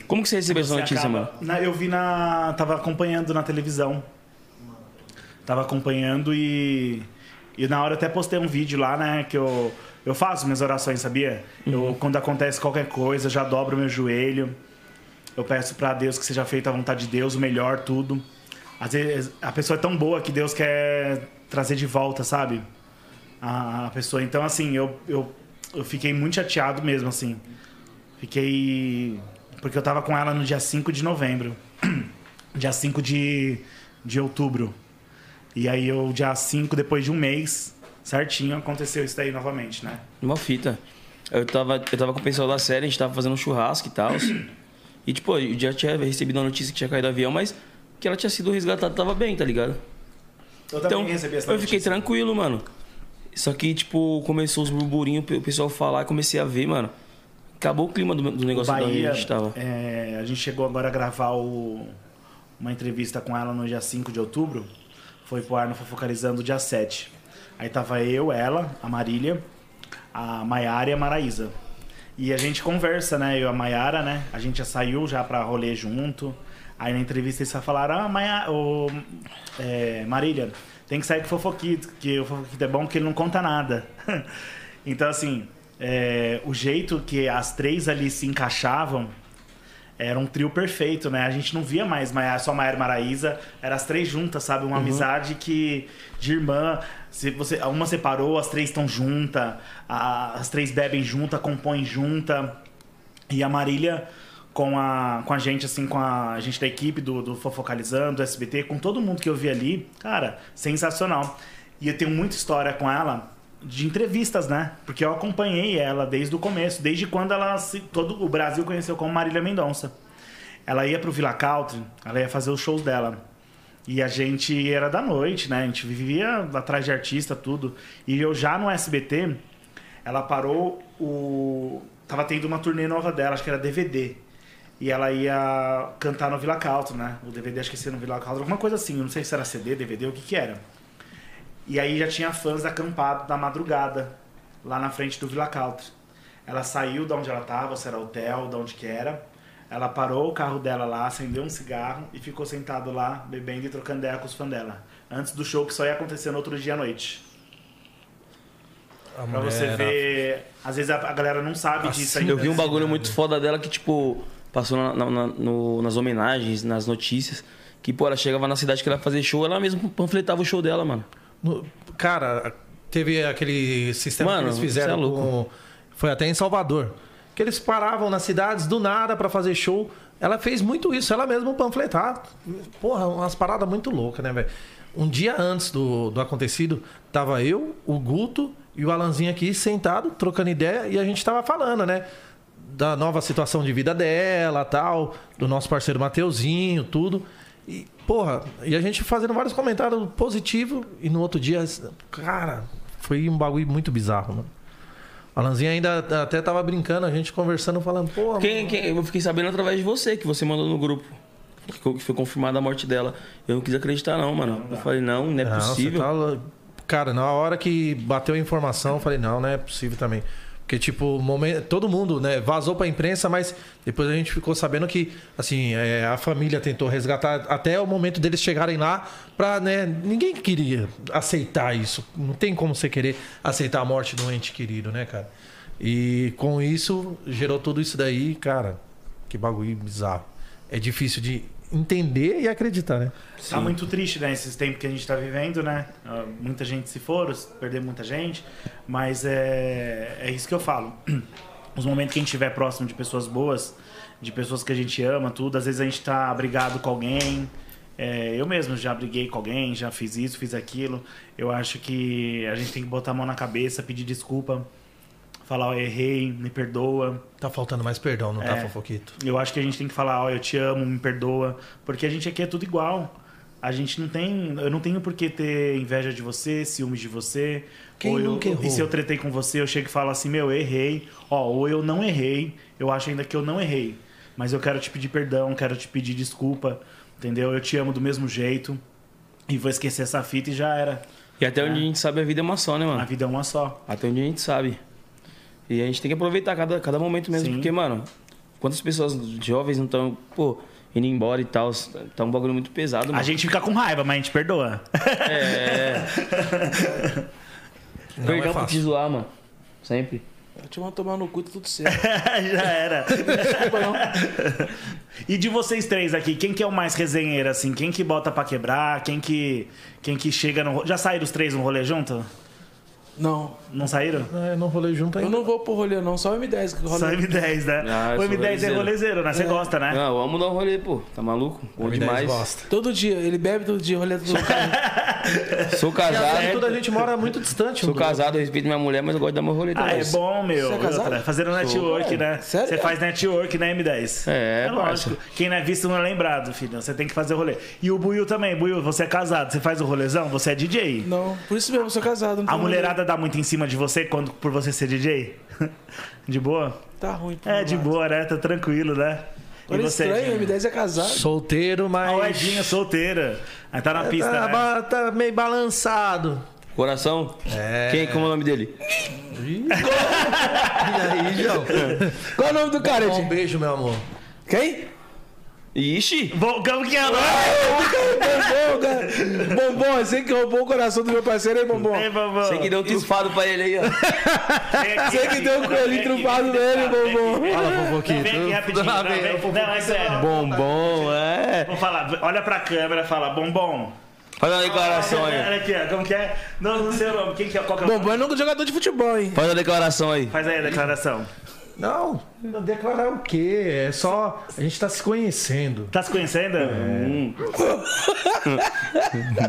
Como que você recebeu essa Você notícia, acaba- mano? Na- eu vi na. tava acompanhando na televisão. tava acompanhando e. E na hora eu até postei um vídeo lá, né? Que eu, eu faço minhas orações, sabia? Eu, quando acontece qualquer coisa, já dobro meu joelho. Eu peço pra Deus que seja feita a vontade de Deus, o melhor, tudo. Às vezes a pessoa é tão boa que Deus quer trazer de volta, sabe? A, a pessoa. Então, assim, eu, eu, eu fiquei muito chateado mesmo, assim. Fiquei. Porque eu tava com ela no dia 5 de novembro. dia 5 de, de outubro. E aí eu, dia 5, depois de um mês, certinho, aconteceu isso daí novamente, né? Uma fita. Eu tava, eu tava com o pessoal da série, a gente tava fazendo um churrasco e tal. e, tipo, eu já tinha recebido a notícia que tinha caído o avião, mas que ela tinha sido resgatada, tava bem, tá ligado? Eu também Então, recebi essa eu fiquei tranquilo, mano. Só que, tipo, começou os burburinhos, o pessoal falar, comecei a ver, mano. Acabou o clima do, do negócio da onde Bahia, a gente tava. é, a gente chegou agora a gravar o- uma entrevista com ela no dia 5 de outubro. Foi pro ar no Fofocalizando dia 7. Aí tava eu, ela, a Marília, a Maiara e a Maraísa. E a gente conversa, né? Eu e a Maiara, né? A gente já saiu já pra rolê junto. Aí na entrevista eles falaram, ah, Maia, ô, é, Marília, tem que sair com o Fofoquito, que o Fofoquito é bom porque ele não conta nada. então, assim, é, o jeito que as três ali se encaixavam era um trio perfeito, né? A gente não via mais Maia- só Maiara e Maraísa, eram as três juntas, sabe? Uma amizade que de irmã, se você, uma separou, as três estão juntas, as três bebem junta, compõem junta. E a Marília com a, com a gente, assim, com a, a gente da equipe do, do Fofocalizando, do SBT, com todo mundo que eu vi ali, cara, sensacional. E eu tenho muita história com ela de entrevistas, né? Porque eu acompanhei ela desde o começo, desde quando ela se, todo o Brasil conheceu como Marília Mendonça. Ela ia pro Vila Country, ela ia fazer os shows dela. E a gente era da noite, né? A gente vivia atrás de artista, tudo. E eu já no SBT, ela parou o. Tava tendo uma turnê nova dela, acho que era DVD. E ela ia cantar no Vila Calto, né? O DVD, acho que ia ser no Vila Calto, alguma coisa assim. Eu não sei se era CD, DVD, o que que era. E aí já tinha fãs acampados da madrugada, lá na frente do Vila Country. Ela saiu de onde ela tava, se era hotel, de onde que era. Ela parou o carro dela lá, acendeu um cigarro e ficou sentado lá, bebendo e trocando ideia com os fãs dela. Antes do show que só ia acontecer no outro dia à noite. A Pra mulher você era- ver. Às vezes a, a galera não sabe disso é, ainda. Eu vi um bagulho muito foda dela que, tipo, passou na- na- na- no- nas homenagens, nas notícias. Que, pô, ela chegava na cidade que ela ia fazer show, ela mesma panfletava o show dela, mano. No- cara, teve aquele sistema Mano, que eles fizeram você é com- Foi até em Salvador. Que eles paravam nas cidades do nada pra fazer show. Ela fez muito isso, ela mesma panfletar. Porra, umas paradas muito loucas, né, velho? Um dia antes do, do acontecido, tava eu, o Guto e o Alanzinho aqui sentado, trocando ideia, e a gente tava falando, né? Da nova situação de vida dela, tal, do nosso parceiro Mateuzinho, tudo. E, porra, e a gente fazendo vários comentários positivos e no outro dia, cara, foi um bagulho muito bizarro, mano. O Alanzinho ainda até tava brincando, a gente conversando, falando, porra, Quem, mano, quem- eu fiquei sabendo através de você, que você mandou no grupo. Que, co- que foi confirmada a morte dela. Eu não quis acreditar, não, mano. eu falei, não, não é não, possível. você tá lou- Cara, na hora que bateu a informação, eu falei, não, não é possível também. Porque, tipo, o momento, todo mundo, né, vazou pra imprensa, mas depois a gente ficou sabendo que, assim, é, a família tentou resgatar até o momento deles chegarem lá pra, né, ninguém queria aceitar isso. Não tem como você querer aceitar a morte do ente querido, né, cara? E com isso, gerou tudo isso daí, cara, que bagulho bizarro. É difícil de entender e acreditar, né? Tá muito triste, né? Esses tempos que a gente tá vivendo, né? Ah, Muita gente se for, perder muita gente. Mas é, é isso que eu falo. Os momentos que a gente estiver próximo de pessoas boas, de pessoas que a gente ama, tudo, às vezes a gente tá brigado com alguém. É, eu mesmo já briguei com alguém, já fiz isso, fiz aquilo. Eu acho que a gente tem que botar a mão na cabeça, pedir desculpa, falar, ó, errei, me perdoa. Tá faltando mais perdão, não tá, É. Fofoquito? Eu acho que a gente tem que falar, ó, eu te amo, me perdoa, porque a gente aqui é tudo igual. A gente não tem, eu não tenho por que ter inveja de você, ciúmes de você. Quem Ou eu- nunca errou? E se eu tretei com você, eu chego e falo assim, meu, eu errei. Ó, ou eu não errei, eu acho ainda que eu não errei, mas eu quero te pedir perdão, quero te pedir desculpa, entendeu? Eu te amo do mesmo jeito e vou esquecer essa fita e já era. E até onde a gente sabe, a vida é uma só, né, A Ah. mano? vida é uma só. Até onde a gente sabe. E a gente tem que aproveitar cada, cada momento mesmo, Sim. porque, mano, quantas pessoas jovens não estão. Pô, indo embora e tal. Tá um bagulho muito pesado, mano. A gente fica com raiva, mas a gente perdoa. Não Perdão é por te fácil. zoar, mano. Sempre. Eu te mando tomar no cu, tá tudo certo. Já era. Desculpa, não. E de vocês três aqui, quem que é o mais resenheiro, assim? Quem que bota pra quebrar? Quem que, quem que chega no... ro- Já saíram os três no rolê junto? Não, Não saíram? Ah, eu não rolei junto eu ainda. não vou pro rolê, não. Só o M10 que Só rola. M10, né? Ah, eu sou o M10 é rolezeiro. rolezeiro, né? Você gosta, né? Não, eu amo dar um rolê, pô. Tá maluco? Bom Me dá demais. desgosta. Todo dia, ele bebe todo dia, rolê todo dia. Sou E além de tá tudo, a casado. gente mora muito distante. um Sou do outro. casado, respeito minha mulher, mas eu gosto de dar meu rolê Ah, também. é bom, meu. Você é casado? Outra, Fazendo network, Ué, né? sério? Você faz network na M10. É, parça. lógico. Quem não é visto não é lembrado, filho. Você tem que fazer rolê. E o Buiu também. Buiu, você é casado. Você faz o rolezão? Você é DJ? Não, por isso mesmo, eu sou casado. não A tenho rolê. mulherada dá muito em cima de você quando, por você ser DJ? De boa? Tá ruim. pro É, meu de lado. boa, né? Tá tranquilo, né? E Olha você? estranho, o Edinho? M10 é casado. Solteiro, Ah, mas. o Edinho, solteira. Aí tá na pista, tá, né? ba- tá meio balançado. Coração? É. Quem? Como é o nome dele? E aí, João? Qual é o nome do cara, Dá um Edinho? beijo, meu amor. Quem? Ixi! Bom, como que é? Bombom, cara. Bombom, é assim você que roubou o coração do meu parceiro, hein, Bombom? Ei, bobão. Sei que deu um trufado pra ele aí, ó. Vem aqui, Você que aqui. deu um coelhinho Vem aqui, trufado vem aqui, nele, vem aqui. bombom. Fala, fofoquito. Vem aqui rapidinho. Lá Não, vem vem. o fofoquito. não é sério. Bombom, é. Vou falar, olha pra câmera, fala, bombom. Faz uma declaração aí. Olha aqui, ó, como que é? Não, não sei o nome, quem que é, qual que é o nome? Bombom é nunca jogador de futebol, hein? Faz uma declaração aí. Faz aí a declaração. Não, não declarar o quê? É só. A gente tá se conhecendo. Tá se conhecendo?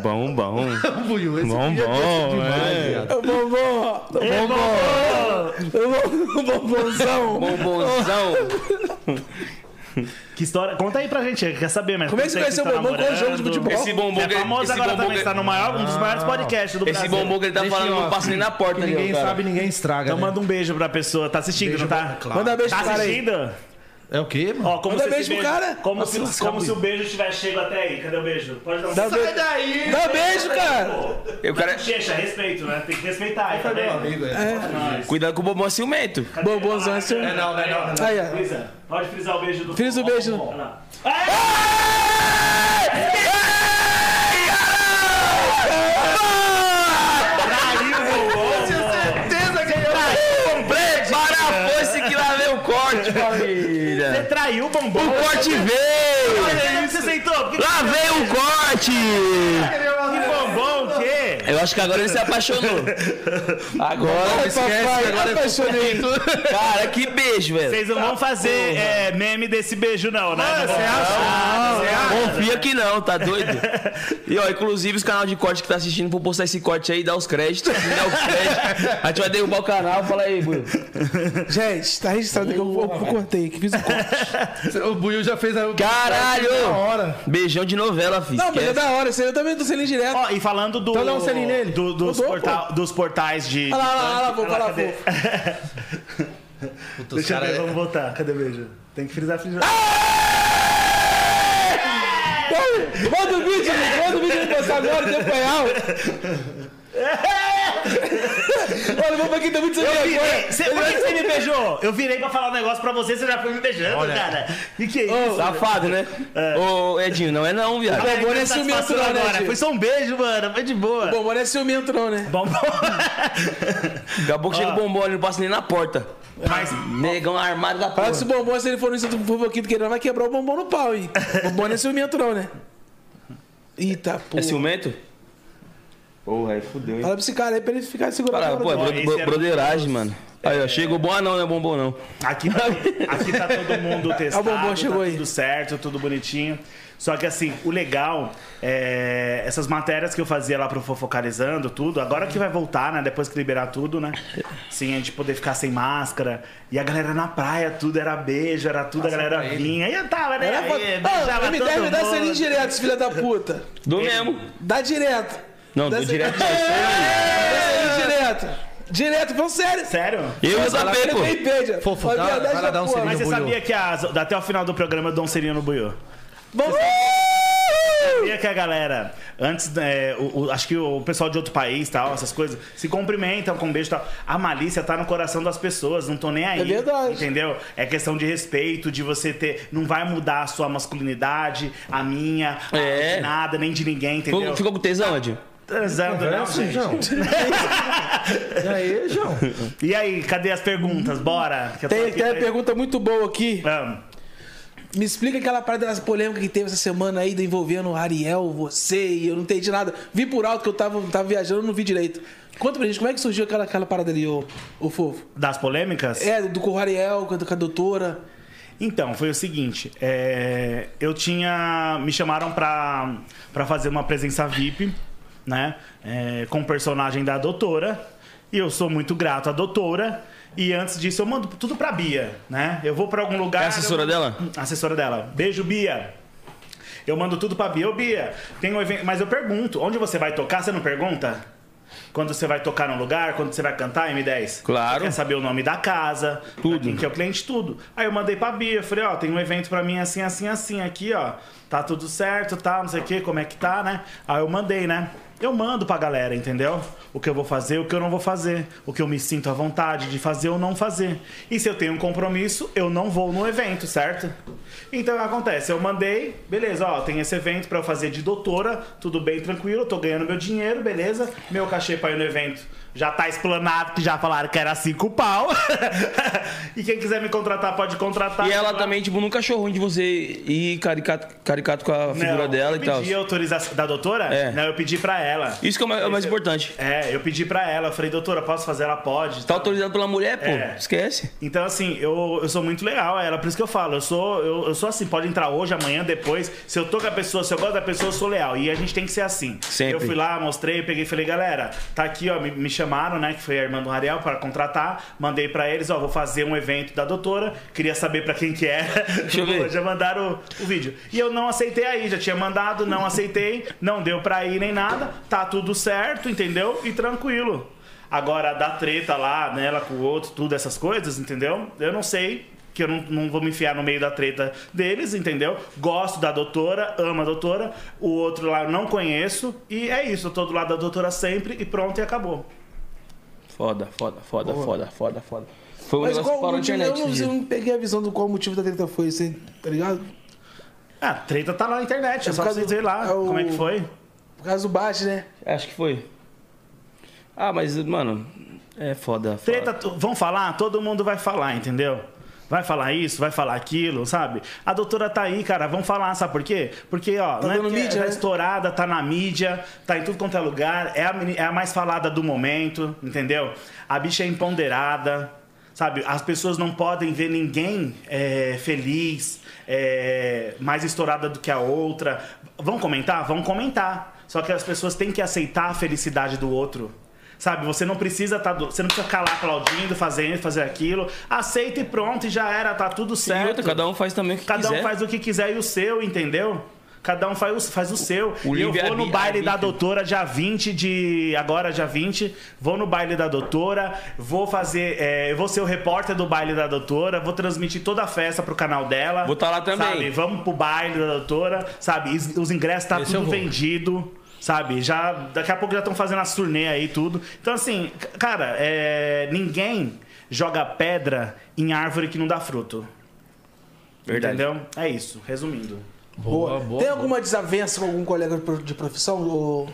Bom, bom. Buiu, esse Bom, dia desce bom, demais, é. viado. Ô, Bombom, ó. Ei, bombom! Ô, bom- bombonzão. Bombonzão. Que história, conta aí pra gente, quer saber, mas... Como é que você sei conheceu o tá bombom com o jogo de namorando. futebol? Esse bombom Você é que famoso esse agora bombom também, que- Ah. você tá no maior, um dos maiores podcasts do Esse Brasil. bombom que ele tá Deixa falando em não off. passa nem na porta, Que ali, ó, Ninguém cara. sabe, ninguém estraga. Então né? manda um beijo pra pessoa, tá assistindo, Beijo não tá? pra- claro. Manda beijo Tá pro cara aí. assistindo? É o quê, mano? Ó, como Manda se esse beijo pro cara. Como, Ah, se se, lascar, como se o Buiu. beijo tivesse chego até aí. Cadê o beijo? Pode dar um Dá beijo- daí! Dá beijo, cara. Eu quero- é Checha, respeito, né? Tem que respeitar aí, tá Meu vendo? amigo, é. Nós. Cuidado com o bombom ciumento. Cadê? Bombonzão, assim. É não, não é não. Aí, ó. Frisa, pode frisar o beijo do Frisa o Bombom. beijo. Olha lá. Ah! É! Traiu o Bombom. certeza que eu comprei. Para a foice que lá veio o corte, Você família. traiu o O bombom. corte veio. Olha, Você aceitou? Que Lá veio o corte. que bombom o quê? Eu acho que agora ele se apaixonou. Agora não Ai, esquece. papai, agora ele- apaixonei. Cara, que beijo, velho. Vocês não vão fazer é, meme desse beijo, não, né? Não vão- Confia que não, tá doido? E ó, inclusive os canal de corte que tá assistindo, vou postar esse corte aí, dar os créditos. Se der os créditos, a gente vai derrubar o canal. Fala aí, Bruno. Gente, tá registrado que eu, eu, eu cortei, que fiz o corte. O Buiu já fez a. Caralho! Na hora. Beijão de novela, filho. Não, mas é Esquece. da hora, isso aí eu também tô sendo indireto. Ó, e falando do, Então dá um selinho nele. do- dos, Eu dou, porta- dos portais de. Olha lá, olha lá, olha lá, vou Olha lá, falar, cadê? vou. Puta, os Deixa eu cara ver, é- vamos voltar. Cadê o beijo? Tem que frisar, frisar. Ah, Manda- Manda o vídeo, manda o vídeo pra passar agora, em tempo real. Olha, vamos aqui, tá muito sem Eu vergonha. virei. Cê, por que você me beijou? Eu virei pra falar um negócio pra você, você já foi me beijando, Olha. cara. E que isso? Safado, né? Ô, Edinho, não é não, viado. Tá Bombom não é satisfação ciumento não, né, agora. tio? Foi só um beijo, mano. Foi de boa. Bom, mas não é ciumento não, né? Bom, Daqui a pouco chega o bombom, ele não passa nem na porta. Mas Negão armado da porta. Parece o bombom, se ele for no Instituto Fofoquito, que ele vai quebrar o bombom no pau, hein? Bombom não é ciumento não, né? Eita, É porra. ciumento? Porra, aí fudeu, hein? Fala pra esse cara aí pra ele ficar segurando. Cara, a pô, é hora bro- esse bro- era um broderagem, mano. Aí, ó, chegou bom, ah não, não é bombom não. Aqui tá, aqui tá todo mundo testado, Ó, o bombom chegou tá aí. tudo certo, tudo bonitinho. Só que assim, o legal é essas matérias que eu fazia lá pro Fofocalizando, tudo, agora que vai voltar, né? Depois que liberar tudo, né? Sim, a gente poder ficar sem máscara. E a galera na praia, tudo era beijo, era tudo, a galera vinha. E eu tava, né? Era aí, foda. beijava Ah, me todo dá, me dá mundo. essa linha direto, esse filho da puta. Do mesmo. Dá direto. Não, dá do essa- direto Dá não. é essa linha direto. Direto, vamos sério. Sério? Eu e o Fala, Zapê, Pepe, pô. Peja. Fofo, Fala dá- a verdade vai da lá dar um porra. selinho. Mas você Buiú. é sabia que as- até o final do programa eu dou um serinho no Buiú? Vamos- E sabia que a galera, antes, é, o- o- acho que o pessoal de outro país, tal, essas coisas, se cumprimentam com um beijo e tal. A malícia tá no coração das pessoas, não tô nem aí. É verdade. Entendeu? É questão de respeito, de você ter. Não vai mudar a sua masculinidade, a minha, a- É. de nada, nem de ninguém, entendeu? Ficou, ficou com tesão, Edinho? Transando, não, Conversa, gente. É assim, João. E aí, João? E aí, cadê as perguntas? Bora! que eu tô Tem aqui até Ah, uma pra- pergunta muito boa aqui. Vamos. Me explica aquela parada dessa polêmica que teve essa semana aí, envolvendo Ariel, você, e eu não entendi nada. Vi por alto que eu tava, tava viajando, não vi direito. Conta pra gente, como é que surgiu aquela, aquela parada ali, ô, ô fofo? Das polêmicas? É, do com o Ariel, com a, com a doutora. Então, foi o seguinte, é, eu tinha. Me chamaram pra, pra fazer uma presença VIP, né? é, com o personagem da doutora. E eu sou muito grato à doutora. E antes disso, eu mando tudo pra Bia, né? Eu vou pra algum lugar. É a assessora eu- Hum, dela? Assessora dela. Beijo, Bia. Eu mando tudo pra Bia. Ô, Bia, tem um evento. Mas eu pergunto, onde você vai tocar? Você não pergunta? Quando você vai tocar num lugar, quando você vai cantar, M10? Claro. Você quer saber o nome da casa, Tudo. pra quem que é o cliente, tudo. Aí eu mandei pra Bia, falei, ó, tem um evento pra mim assim, assim, assim, aqui, ó. Tá tudo certo, tá, não sei o que, como é que tá, né? Aí eu mandei, né? Eu mando pra galera, entendeu? O que eu vou fazer, o que eu não vou fazer. O que eu me sinto à vontade de fazer ou não fazer. E se eu tenho um compromisso, eu não vou no evento, certo? Então o que acontece, eu mandei, beleza, ó, tem esse evento pra eu fazer de doutora, tudo bem, tranquilo, eu tô ganhando meu dinheiro, beleza? Meu cachê pra ir no evento já tá explanado que já falaram que era cinco pau. e quem quiser me contratar, pode contratar. E ela também, tipo, nunca achou ruim de você ir caricato, caricato com a Não, figura dela eu e tal. pedi autorização da doutora? É. Não, eu pedi pra ela. Isso que é o mais, é o mais importante. É, eu pedi pra ela. Eu falei, doutora, posso fazer? Ela pode. Tá autorizado pela mulher, pô. É. Esquece. Então, assim, eu, eu sou muito legal a ela, por isso que eu falo, eu sou, eu, eu sou assim, pode entrar hoje, amanhã, depois. Se eu tô com a pessoa, se eu gosto da pessoa, eu sou leal. E a gente tem que ser assim. Sempre. Eu fui lá, mostrei, peguei e falei, galera, tá aqui, ó, me, me chamaram, né? Que foi a irmã do Ariel para contratar. Mandei pra eles, ó, vou fazer um evento da doutora. Queria saber pra quem que era. Deixa eu ver. Já mandaram o, o vídeo. E eu não aceitei aí, já tinha mandado, não aceitei, não deu pra ir nem nada. Tá tudo certo, entendeu? E tranquilo. Agora, da treta lá, nela com o outro, tudo essas coisas, entendeu? Eu não sei, que eu não, não vou me enfiar no meio da treta deles, entendeu? Gosto da doutora, amo a doutora, o outro lá eu não conheço, e é isso, eu tô do lado da doutora sempre, e pronto, e acabou. Foda, foda, foda, foda, foda, foda. Foi um Mas negócio qual que o parou a motivo? internet. Eu não, esse eu dia. não peguei a visão do qual o motivo da treta foi, assim, tá ligado? Ah, a treta tá lá na internet, é, É só por causa vocês do- verem lá é o- como é que foi. Por causa do baixo, né? É, Acho que foi. Ah, mas, mano, é foda. foda. Treta, tá tu- vão falar? Todo mundo vai falar, entendeu? Vai falar isso, vai falar aquilo, sabe? A doutora tá aí, cara, vão falar, sabe por quê? Porque, ó, não é dando que mídia, tá né? estourada, tá na mídia, tá em tudo quanto é lugar, é a, meni- é a mais falada do momento, entendeu? A bicha é empoderada, sabe? As pessoas não podem ver ninguém é, feliz, é, mais estourada do que a outra. Vão comentar? Vão comentar. Só que as pessoas têm que aceitar a felicidade do outro. Sabe, você não precisa tá do... você não precisa ficar lá aplaudindo, fazendo, fazer aquilo. Aceita e pronto, e já era, tá tudo E certo. outra, cada um faz também o que Cada quiser. um faz o que quiser e o seu, entendeu? Cada um faz o, faz o seu. o e eu livre vou no arbi- baile da arbítrio. doutora dia 20 de. Agora, dia 20. Vou no baile da doutora. Vou fazer. é, eu vou ser o repórter do baile da doutora. Vou transmitir toda a festa pro canal dela. Vou tá lá também. Sabe? Vamos pro baile da doutora. Sabe? Is- Os ingressos tá Esse eu tudo vou. vendido fudido, sabe? Já daqui a pouco já estão fazendo as turnê aí e tudo. Então assim, c- cara, é, ninguém joga pedra em árvore que não dá fruto. Verdade. Entendeu? É isso, resumindo. Boa, boa. tem alguma desavença com algum colega de pro- de profissão, ô,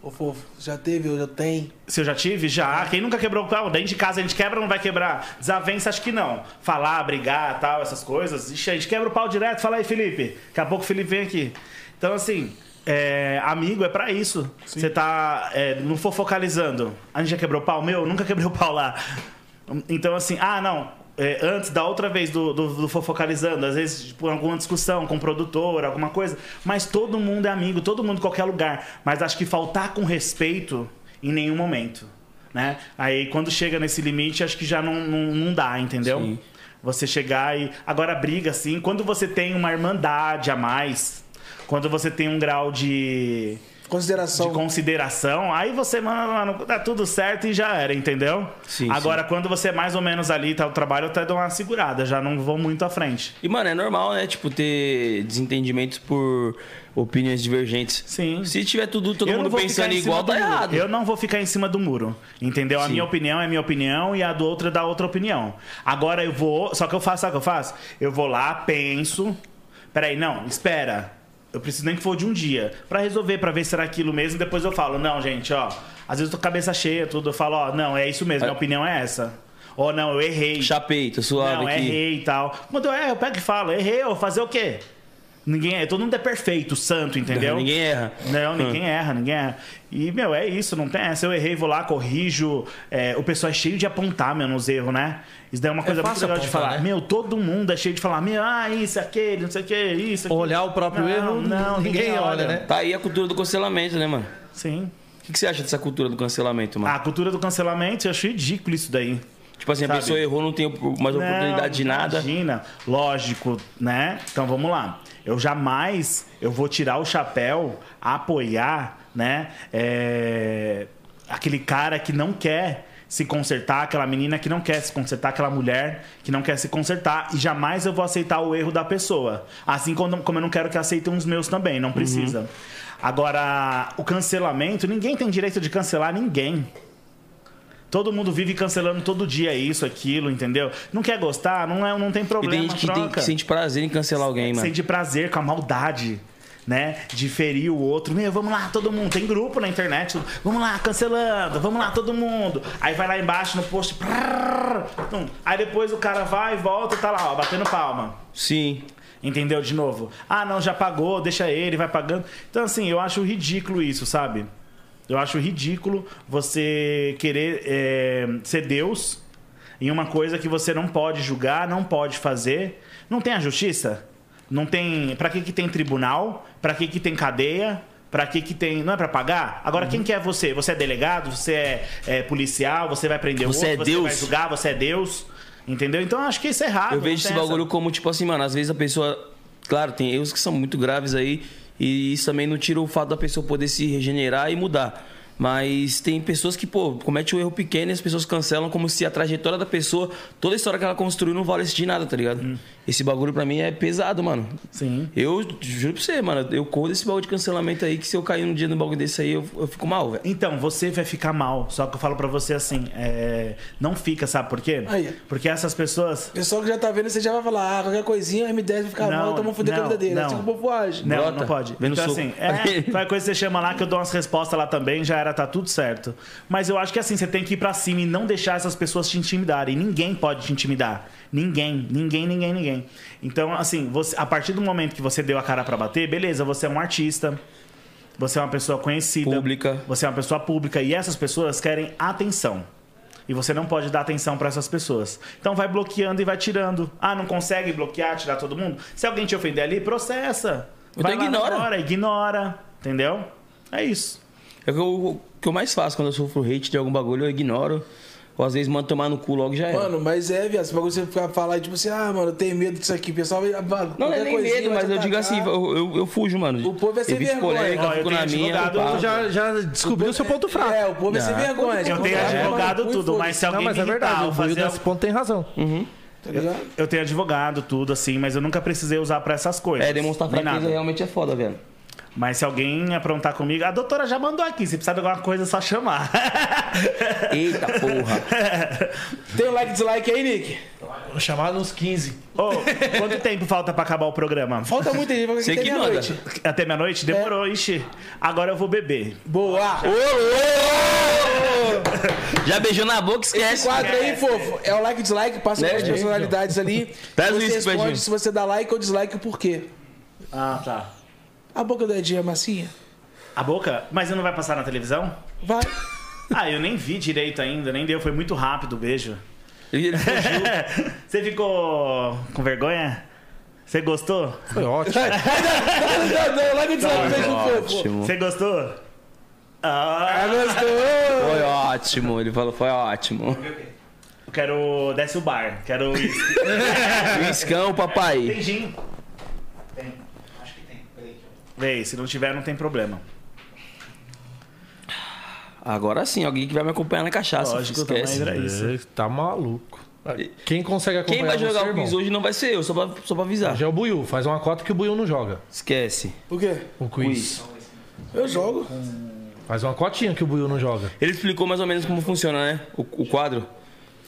ô fofo? Já teve ou já tem? Se eu já tive, já. Quem nunca quebrou o pau? Dentro de casa a gente quebra ou não vai quebrar? Desavença, acho que não. Falar, brigar, tal, essas coisas. Ixi, a gente quebra o pau direto. Fala aí, Felipe. Daqui a pouco o Felipe vem aqui. Então, assim, é, amigo é pra isso. Você tá. é, não for focalizando. A gente já quebrou o pau? Meu, eu nunca quebrei o pau lá. Então, assim, ah, não. é, antes da outra vez do, do, do Fofocalizando, às vezes tipo, alguma discussão com o produtor, alguma coisa, mas todo mundo é amigo, todo mundo em qualquer lugar. Mas acho que faltar com respeito em nenhum momento. Né? Aí quando chega nesse limite, acho que já não, não, não dá, entendeu? Sim. Você chegar e. Agora, briga, assim, quando você tem uma irmandade a mais, quando você tem um grau de. Consideração. de consideração, aí você, mano, mano, tá tudo certo e já era, entendeu? Sim, Agora, quando você é mais ou menos ali, tá o trabalho, eu até dou uma segurada, já não vou muito à frente. E, mano, é normal, né? Tipo, ter desentendimentos por opiniões divergentes. Sim. Se tiver tudo, todo Eu não mundo vou ficar pensando em cima igual, do tá muro. errado. Eu não vou ficar em cima do muro, entendeu? A Sim. minha opinião é minha opinião e a do outro é da outra opinião. Agora eu vou, só que eu faço, sabe o que eu faço? Eu vou lá, penso. Peraí, não, espera. Eu preciso nem que for de um dia Pra resolver, pra ver se será aquilo mesmo. Depois eu falo, não, gente, ó. Às vezes eu tô com a cabeça cheia, tudo. Eu falo, ó, não, é isso mesmo. Minha É. opinião é essa. Ou não, eu errei. Chapei, tô suave Não, é aqui. errei e tal. Quando eu erro, eu pego e falo, errei, eu vou fazer o quê? Ninguém é, todo mundo é perfeito, santo, entendeu? Ninguém erra. Não, ninguém erra, ninguém erra. E, meu, é isso, não tem essa. Eu errei, vou lá, corrijo. É, o pessoal é cheio de apontar, meu, nos erros, né? Isso daí é uma coisa muito fácil legal de apontar, falar. né? Meu, todo mundo é cheio de falar, meu, ah, isso, aquele, não sei o que, isso, aquele. Olhar o próprio Não, erro, não, ninguém, ninguém olha, olha. né? Tá aí a cultura do cancelamento, né, mano? Sim. O que, que você acha dessa cultura do cancelamento, mano? A cultura do cancelamento, eu acho ridículo isso daí. tipo assim, a sabe? pessoa errou, não tem op- mais oportunidade de Não, nada. Imagina, lógico, né? Então vamos lá. Eu jamais eu vou tirar o chapéu, apoiar, né? é, aquele cara que não quer se consertar, aquela menina que não quer se consertar, aquela mulher que não quer se consertar e jamais eu vou aceitar o erro da pessoa. Assim como, como eu não quero que aceitem os meus também, Uhum. não precisa. Agora, o cancelamento, ninguém tem direito de cancelar ninguém. Todo mundo vive cancelando todo dia isso, aquilo, entendeu? Não quer gostar, não, é, não tem E problema, tem gente que, tem- troca. que sente prazer em cancelar alguém, mano. Sente prazer com a maldade, né? De ferir o outro. Meu, vamos lá, todo mundo. Tem grupo na internet. tudo. Vamos lá, cancelando. Vamos lá, todo mundo. Aí vai lá embaixo no post. prrr, tum. Aí depois o cara vai, volta e tá lá, ó, batendo palma. Sim. Entendeu? De novo. Ah, não, já pagou, deixa ele, vai pagando. Então, assim, eu acho ridículo isso, sabe? Eu acho ridículo você querer é, ser Deus em uma coisa que você não pode julgar, não pode fazer. Não tem a justiça? Não tem. Pra que, que tem tribunal? Pra que, que tem cadeia? Pra que, que tem. Não é pra pagar? Agora, Uhum. quem que é você? Você é delegado? Você é, é, policial? Você vai prender Você outro? é Você vai Deus? julgar? Você é Deus? Entendeu? Então, eu acho que isso é errado. Eu não vejo esse tem essa- bagulho como, tipo assim, mano, às vezes a pessoa. Claro, tem erros que são muito graves aí. E isso também não tira o fato da pessoa poder se regenerar e mudar. Mas tem pessoas que, pô, comete um erro pequeno e as pessoas cancelam como se a trajetória da pessoa, toda a história que ela construiu, não valesse de nada, tá ligado? Esse bagulho pra mim é pesado, mano. Sim. Eu juro pra você, mano, eu corro desse bagulho de cancelamento aí, que se eu cair um dia no bagulho desse aí, eu, eu fico mal, velho. Então, você vai ficar mal. Só que eu falo pra você assim, é, não fica, sabe por quê? Aí. Porque essas pessoas. O pessoal que já tá vendo, você já vai falar, ah, qualquer coisinha, o M10 vai ficar Não, mal, então vamos foder com a não, vida dele. não. Assim que o povo age. Não, Brota, não pode. vem no então, soco. assim, é, qualquer coisa você chama lá que eu dou umas respostas lá também, já era, tá tudo certo. Mas eu acho que assim, você tem que ir pra cima e não deixar essas pessoas te intimidarem. Ninguém pode te intimidar. Ninguém, ninguém, ninguém, ninguém. Então, assim, você- a partir do momento que você deu a cara pra bater, beleza, você é um artista. Você é uma pessoa conhecida. Pública. Você é uma pessoa pública e essas pessoas querem atenção. E você não pode dar atenção pra essas pessoas. Então vai bloqueando e vai tirando. Ah, não consegue bloquear, tirar todo mundo? Se alguém te ofender ali, processa. Então vai lá ignora. na hora, ignora. Entendeu? É isso. É o que eu- o que eu mais faço quando eu sofro hate de algum bagulho, eu ignoro. Ou às vezes mando tomar no cu logo e já era. Mano, mas é, viado, esse bagulho você ficar falar tipo assim, ah, mano, eu tenho medo disso aqui, o pessoal vai. "Ah, Mano, Não, não é qualquer nem coisinha medo, vai mas te eu digo atacar. assim, eu, eu, eu fujo, mano. O povo é sem Evito vergonha. polêmica, né? Ó, eu fico tenho na minha. advogado, pá. eu Já, já descobriu o seu ponto fraco. É, o povo é sem Não. vergonha. Eu tipo, tenho vai lá, advogado mano, tudo, fui, mas se Não, alguém mas me é irritar, verdade. eu O vou Buiu fazer nesse ponto tem razão. foda-se, tá ligado? Eu tenho advogado, tudo assim, mas eu nunca precisei usar pra essas coisas. É, demonstrar Nem fraqueza nada. realmente é foda, velho. Mas se alguém aprontar comigo, a doutora já mandou aqui. Se precisar de alguma coisa, é só chamar. Eita porra. Tem o like e dislike aí, Nick? Vou chamar nos 15. Ô, quanto tempo falta pra acabar o programa? Falta muita gente, vai Você ter que manda. meia-noite. Até meia-noite? Demorou, ixi. Agora eu vou beber. Boa! Já beijou na boca, Esse esquece. quadro aí, fofo, é o like e dislike, passa Né, pelas gente? personalidades ali. Pega Você isso, responde Pedrinho. se você dá like ou dislike e por quê. Ah, tá. A boca do Edinho é massinha? A boca? Mas eu não vai passar na televisão? Vai. Ah, eu nem vi direito ainda, nem deu, foi muito rápido o beijo. Ele ele fugiu. Você ficou com vergonha? Você gostou? Foi ótimo. Não, não, não, like e dislike, beijo fofo. Tá Ótimo. Você gostou? Ah, Ah, gostou? Foi ótimo. Ele falou, foi ótimo. eu quero. Desce o bar, quero isso. Iscão, papai. Tem gin? Tem, acho que tem. Vê, se não tiver, não tem problema. Agora sim, alguém que vai me acompanhar na cachaça. Lógico, esquece. também, né? Era isso. É, Tá maluco. Quem consegue acompanhar Quem vai você, jogar o irmão? quiz hoje não vai ser eu, só pra, só pra avisar. Hoje é o Buiu. Faz uma cota que o Buiu não joga. Esquece. O quê? O quiz. Eu jogo. Faz uma cotinha que o Buiu não joga. Ele explicou mais ou menos como funciona, né? O, o quadro.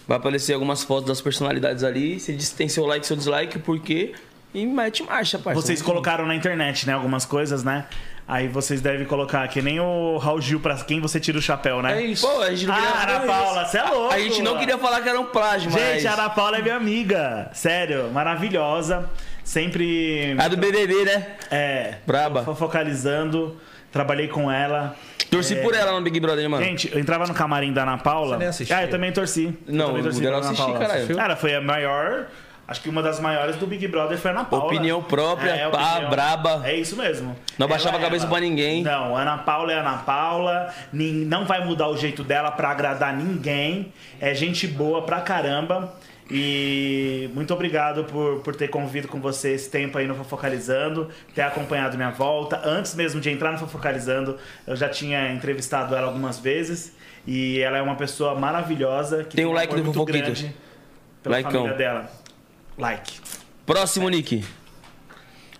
Vai aparecer algumas fotos das personalidades ali. Você diz se tem seu like, seu dislike, por quê? E mete marcha, parceiro. Vocês colocaram na internet, né? Algumas coisas, né? Aí vocês devem colocar que nem o Raul Gil pra quem você tira o chapéu, né? É isso. Pô, a gente não Ah, queria... Ana Paula, você é louco! A gente não queria falar que era um plágio, mas... Gente, a Ana Paula é minha amiga. Sério, maravilhosa. Sempre. A do BBB, né? É. Braba. Fofocalizando. Trabalhei com ela. Torci por ela no Big Brother, mano. É. Gente, eu entrava no camarim da Ana Paula. Você nem assistia. Ah, eu também torci. Eu Não, também eu pra assisti, caralho. Assistiu? Cara, foi a maior. Acho que uma das maiores do Big Brother foi a Ana Paula. Opinião própria, pá, braba. É isso mesmo. Não abaixava Ela é a cabeça ela. pra ninguém. Não, Ana Paula é Ana Paula. nin- Não vai mudar o jeito dela pra agradar ninguém. É gente boa pra caramba. E muito obrigado por, por ter convido com você esse tempo aí no Fofocalizando, ter acompanhado minha volta. Antes mesmo de entrar no Fofocalizando, eu já tinha entrevistado ela algumas vezes. E ela é uma pessoa maravilhosa. Que Tem o um like amor do muito Fofoquito. grande Pela Likeão. família dela. Like. Próximo, Nick.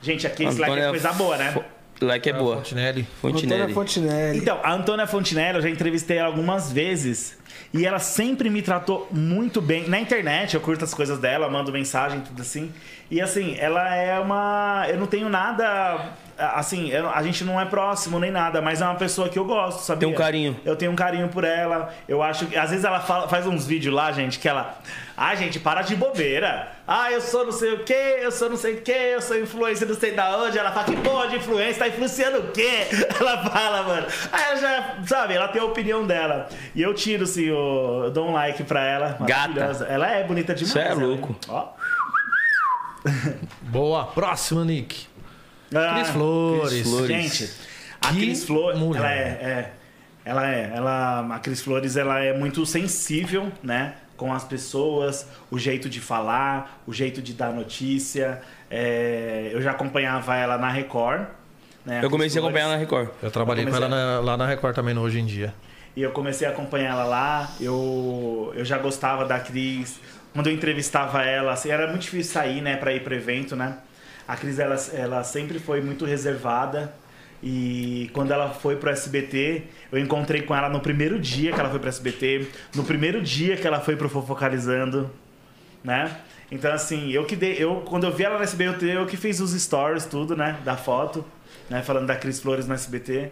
Gente, aqui esse like é coisa boa, né? Fo- Like é boa. Fontinelli. Fontinelli. Antônia Fontinelli. Então, a Antônia Fontinelli, eu já entrevistei ela algumas vezes. E ela sempre me tratou muito bem. Na internet, eu curto as coisas dela, mando mensagem, tudo assim. E assim, ela é uma. Eu não tenho nada. Assim, eu- a gente não é próximo nem nada, mas é uma pessoa que eu gosto, Tem sabia? um carinho. Eu tenho um carinho por ela. Eu acho que. Às vezes ela fala- faz uns vídeos lá, gente, que ela. Ah, gente, para de bobeira. Ah, eu sou não sei o quê, eu sou não sei o quê, eu sou influência não sei da onde. Ela fala que porra de influência, tá influenciando o quê? Ela fala, mano. Aí ela já. Sabe, ela tem a opinião dela. E eu tiro, assim, o, eu dou um like pra ela. Gata. Maravilhosa. Ela é bonita demais. Cê é ela, louco. Ó. Boa. Próximo, Nick. Ah, Cris Flores. Cris Flores. Gente, a Que Cris Flores, mulher. ela é, é, ela é, ela, a Cris Flores, ela é muito sensível, né, com as pessoas, o jeito de falar, o jeito de dar notícia. É, eu já acompanhava ela na Record. Né, Eu comecei a acompanhar na Record. Eu trabalhei com ela na- lá na Record também no Hoje em Dia. E eu comecei a acompanhar ela lá. Eu, eu já gostava da Cris. Quando eu entrevistava ela, assim, era muito difícil sair, né, pra ir pro evento, né? A Cris, ela, ela sempre foi muito reservada. E quando ela foi pro SBT, eu encontrei com ela no primeiro dia que ela foi pro SBT, no primeiro dia que ela foi pro Fofocalizando né? Então, assim, eu que dei. Eu, quando eu vi ela no SBT, eu que fiz os stories, tudo, né? Da foto, né? Falando da Cris Flores no SBT.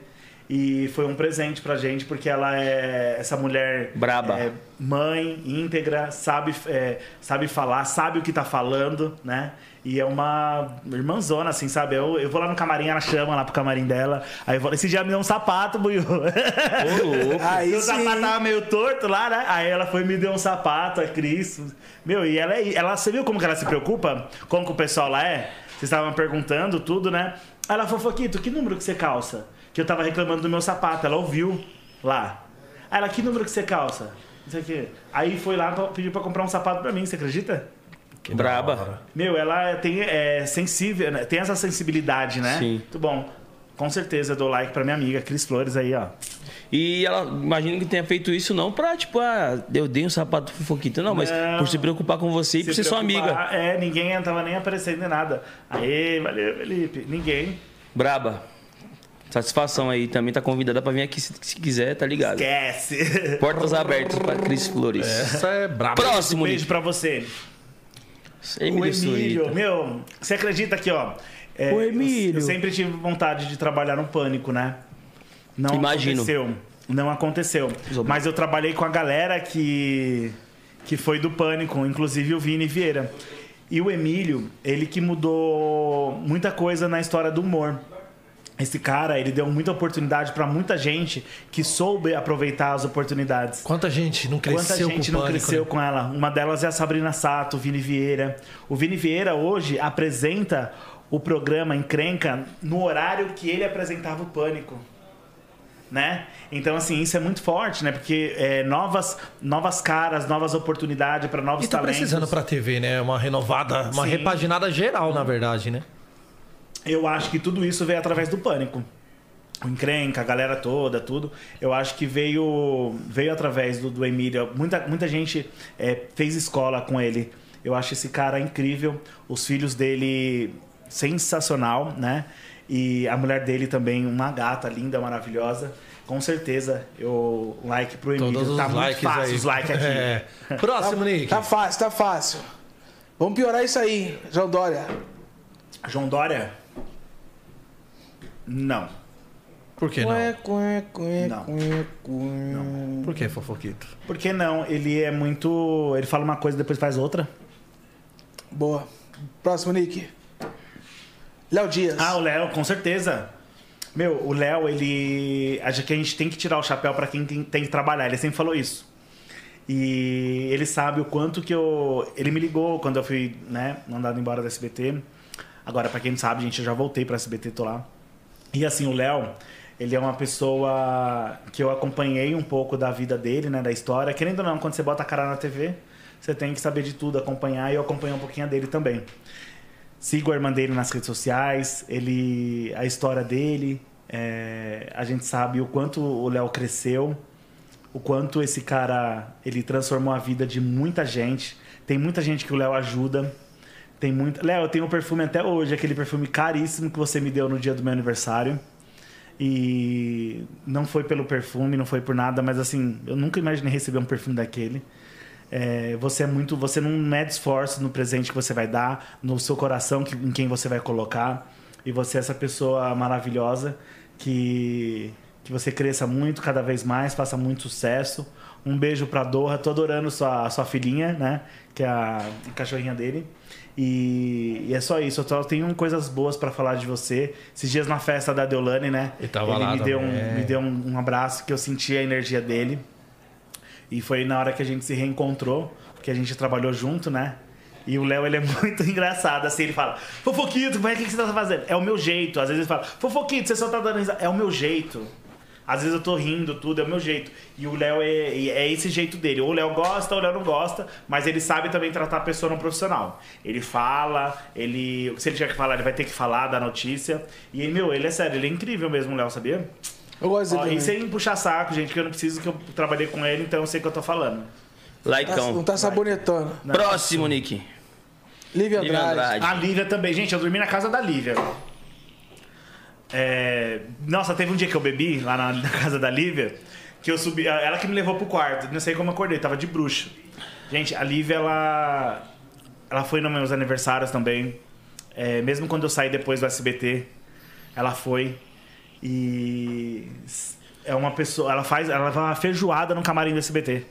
E foi um presente pra gente, porque ela é essa mulher. Braba. é, mãe, íntegra, sabe, é, sabe falar, sabe o que tá falando, né? E é uma irmãzona, assim, sabe? Eu, eu vou lá no camarim, ela chama lá pro camarim dela. Aí eu falo, esse dia me deu um sapato, Buiu. Ô, louco. Aí Meu sim. sapato tava meio torto lá, né? Aí ela foi e me deu um sapato, a Cris. Meu, e ela, é- ela você viu como que ela se preocupa? Como que o pessoal lá é? Vocês estavam perguntando tudo, né? Aí Ela falou, Foquito, que número que você calça? Que eu tava reclamando do meu sapato. Ela ouviu lá. Aí ela, que número que você calça? Não sei o quê. Aí foi lá pra- pediu pra comprar um sapato pra mim, você acredita? Braba. Meu, ela tem é, sensível, né? tem essa sensibilidade, né? Sim. Muito bom. Com certeza eu dou like pra minha amiga Cris Flores aí, ó. E ela, imagino que tenha feito isso não pra, tipo, ah, eu dei um sapato pro Foquito. Não, mas Não. por se preocupar com você e por ser sua preocupar. amiga. É, ninguém tava nem aparecendo em nada. Aê, valeu, Felipe. Ninguém. Braba. Satisfação aí. Também tá convidada pra vir aqui se, se quiser, tá ligado? Esquece. Portas abertas pra Cris Flores. Essa é braba. Próximo, Beijo Nick. pra você. O Emílio Emílio, Surita. meu, você acredita que, ó. é, O eu- Emílio. Eu, sempre tive vontade de trabalhar no pânico, né? Não Imagino. aconteceu. Não aconteceu. Zobo. Mas eu trabalhei com a galera que. que foi do pânico, inclusive o Vini Vieira. E o Emílio, ele que mudou muita coisa na história do humor. Esse cara, ele deu muita oportunidade pra muita gente que soube aproveitar as oportunidades. Quanta gente não cresceu Quanta gente com não o pânico, cresceu né? com ela? Uma delas é a Sabrina Sato, o Vini Vieira. O Vini Vieira hoje apresenta o programa Encrenca no horário que ele apresentava o Pânico. Né? Então, assim, isso é muito forte, né? Porque é, novas, novas caras, novas oportunidades para novos E tá talentos. precisando pra TV, né? Uma renovada, uma Sim. Hum. repaginada geral, na verdade, né? Eu acho que tudo isso veio através do Pânico. o encrenca, a galera toda, tudo. Eu acho que veio veio através do, do Emílio. Muita, muita gente é, fez escola com ele. Eu acho esse cara incrível. Os filhos dele, sensacional, né? E a mulher dele também, uma gata linda, maravilhosa. Com certeza, eu like pro Emílio. Todos os tá muito likes fácil aí. os likes aqui. É. Próximo, Nick. Tá fácil, tá fácil. Vamos piorar isso aí, João Dória. João Dória? Não. Por que não? Cué, cué, cué, Não. cué, cué. Por que, fofoquito? Porque não, ele é muito. Ele fala uma coisa depois faz outra. Boa. Próximo, Nick. Léo Dias. Ah, o Léo, com certeza. Meu, o Léo, ele. Acho que a gente tem que tirar o chapéu pra quem tem, tem que trabalhar. Ele sempre falou isso. E ele sabe o quanto que eu. Ele me ligou quando eu fui, né, mandado embora da SBT. Agora, pra quem não sabe, gente, eu já voltei pra SBT, tô lá. E assim, o Léo, ele é uma pessoa que eu acompanhei um pouco da vida dele, né, da história. Querendo ou não, quando você bota a cara na TV, você tem que saber de tudo, acompanhar e eu acompanho um pouquinho a dele também. Sigo a irmã dele nas redes sociais, ele, a história dele, é, a gente sabe o quanto o Léo cresceu, o quanto esse cara ele transformou a vida de muita gente. Tem muita gente que o Léo ajuda. Tem muito. Léo, eu tenho um perfume até hoje, aquele perfume caríssimo que você me deu no dia do meu aniversário. E não foi pelo perfume, não foi por nada, mas assim, eu nunca imaginei receber um perfume daquele. É, você é muito. Você não mede esforço no presente que você vai dar, no seu coração, que, em quem você vai colocar. E você é essa pessoa maravilhosa que, que você cresça muito, cada vez mais, faça muito sucesso. Um beijo pra Dorra, tô adorando sua, sua filhinha, né? Que é a cachorrinha dele. E, e é só isso, eu só tenho coisas boas pra falar de você. Esses dias na festa da Deolane, né? Ele tava ele lá me deu, também. um, me deu um, um abraço que eu senti a energia dele. E foi na hora que a gente se reencontrou, que a gente trabalhou junto, né? E o Léo, ele é muito engraçado, assim, ele fala, fofoquito, mas o que que você tá fazendo? É o meu jeito. Às vezes ele fala, fofoquito, você só tá dando risada. É o meu jeito. Às vezes eu tô rindo, tudo, é o meu jeito. E o Léo é, é esse jeito dele. Ou o Léo gosta, ou o Léo não gosta, mas ele sabe também tratar a pessoa no profissional. Ele fala, ele. Se ele tiver que falar, ele vai ter que falar, dar notícia. E, meu, ele é sério, ele é incrível mesmo, o Léo, sabia? Eu gosto né? Ó, dele. e também. sem puxar saco, gente, que eu não preciso que eu trabalhei com ele, então eu sei o que eu tô falando. Tá- não Laicão. tá sabonetando. Próximo, Nick. Lívia Lívia Andrade. Andrade. A Lívia também, gente, eu dormi na casa da Lívia. É, Nossa, teve um dia que eu bebi lá na, na casa da Lívia, que eu subi. Ela que me levou pro quarto, não sei como eu acordei, tava de bruxo. Gente, a Lívia, ela. Ela foi nos meus aniversários também. É, mesmo quando eu saí depois do SBT, ela foi. E. É uma pessoa. Ela faz. Ela leva uma feijoada no camarim do SBT.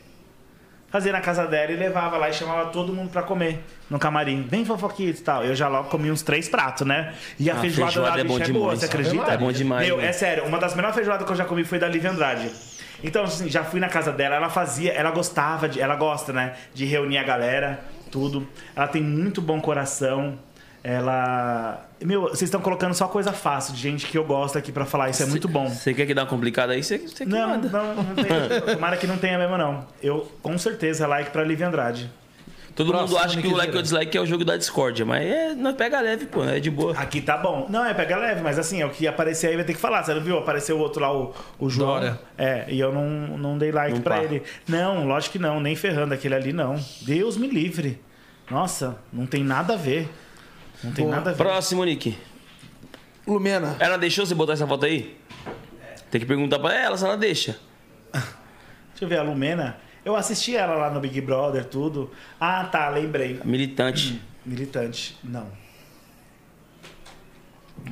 fazia na casa dela e levava lá e chamava todo mundo pra comer no camarim. Bem fofoquito e tal. Eu já logo comi uns três pratos, né? E a Ah, feijoada, feijoada da é bom bicha boa, demais. você acredita? É bom demais, Meu, né? é sério, uma das melhores feijoadas que eu já comi foi da Lívia Andrade. Então, assim, já fui na casa dela, ela fazia, ela gostava, de, ela gosta, né? De reunir a galera, tudo. Ela tem muito bom coração. Ela. Meu, vocês estão colocando só coisa fácil de gente que eu gosto aqui pra falar, isso é muito bom. Você quer que dá uma complicada aí? Você você que Não, manda. não, não tem. Tomara que não tenha mesmo, não. Eu, com certeza, like pra Lívia Andrade. Todo Próximo, mundo acha que Nick o like Zero. ou dislike é o jogo da discórdia, mas é, não pega leve, pô, é de boa. Aqui tá bom. Não, é pega leve, mas assim, é o que aparecer aí vai ter que falar. Você não viu? Apareceu o outro lá, o, o João. Dória. É, e eu não, não dei like Não pra pá. ele. Não, lógico que não, nem ferrando aquele ali, não. Deus me livre. Nossa, não tem nada a ver. Não tem Boa. nada a ver. Próximo, Nick. Lumena. Ela deixou você botar essa foto aí? Tem que perguntar pra ela se ela deixa. Deixa eu ver a Lumena. Eu assisti ela lá no Big Brother, tudo. Ah, tá, lembrei. Militante. Militante, não.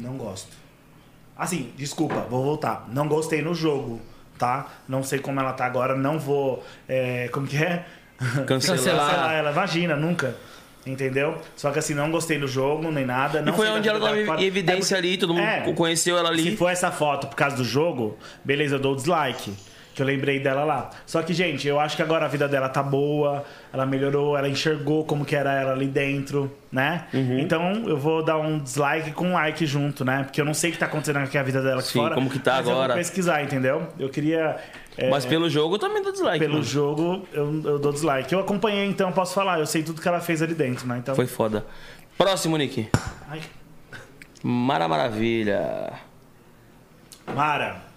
Não gosto. Assim, desculpa, vou voltar. Não gostei no jogo, tá? Não sei como ela tá agora, não vou. é, como que é? Cancelar. Cancelar ela, imagina, nunca. Entendeu? Só que assim, não gostei do jogo, nem nada. Não E foi sei onde da- ela da- tava da- em evidência É, ali, todo mundo é. conheceu ela se ali. for essa foto por causa do jogo, beleza, eu dou o dislike. Que eu lembrei dela lá. Só que, gente, eu acho que agora a vida dela tá boa, ela melhorou, ela enxergou como que era ela ali dentro, né? Uhum. Então eu vou dar um dislike com um like junto, né? Porque eu não sei o que tá acontecendo aqui a vida dela aqui Sim, fora. como que tá mas Eu agora. vou pesquisar, entendeu? Eu queria. é, Mas pelo né? jogo eu também dou dislike. pelo mano. jogo, eu, eu dou dislike. Eu acompanhei, então eu posso falar, eu sei tudo que ela fez ali dentro, né? Então. Foi foda. Próximo, Nick. Ai, Mara Maravilha. Mara.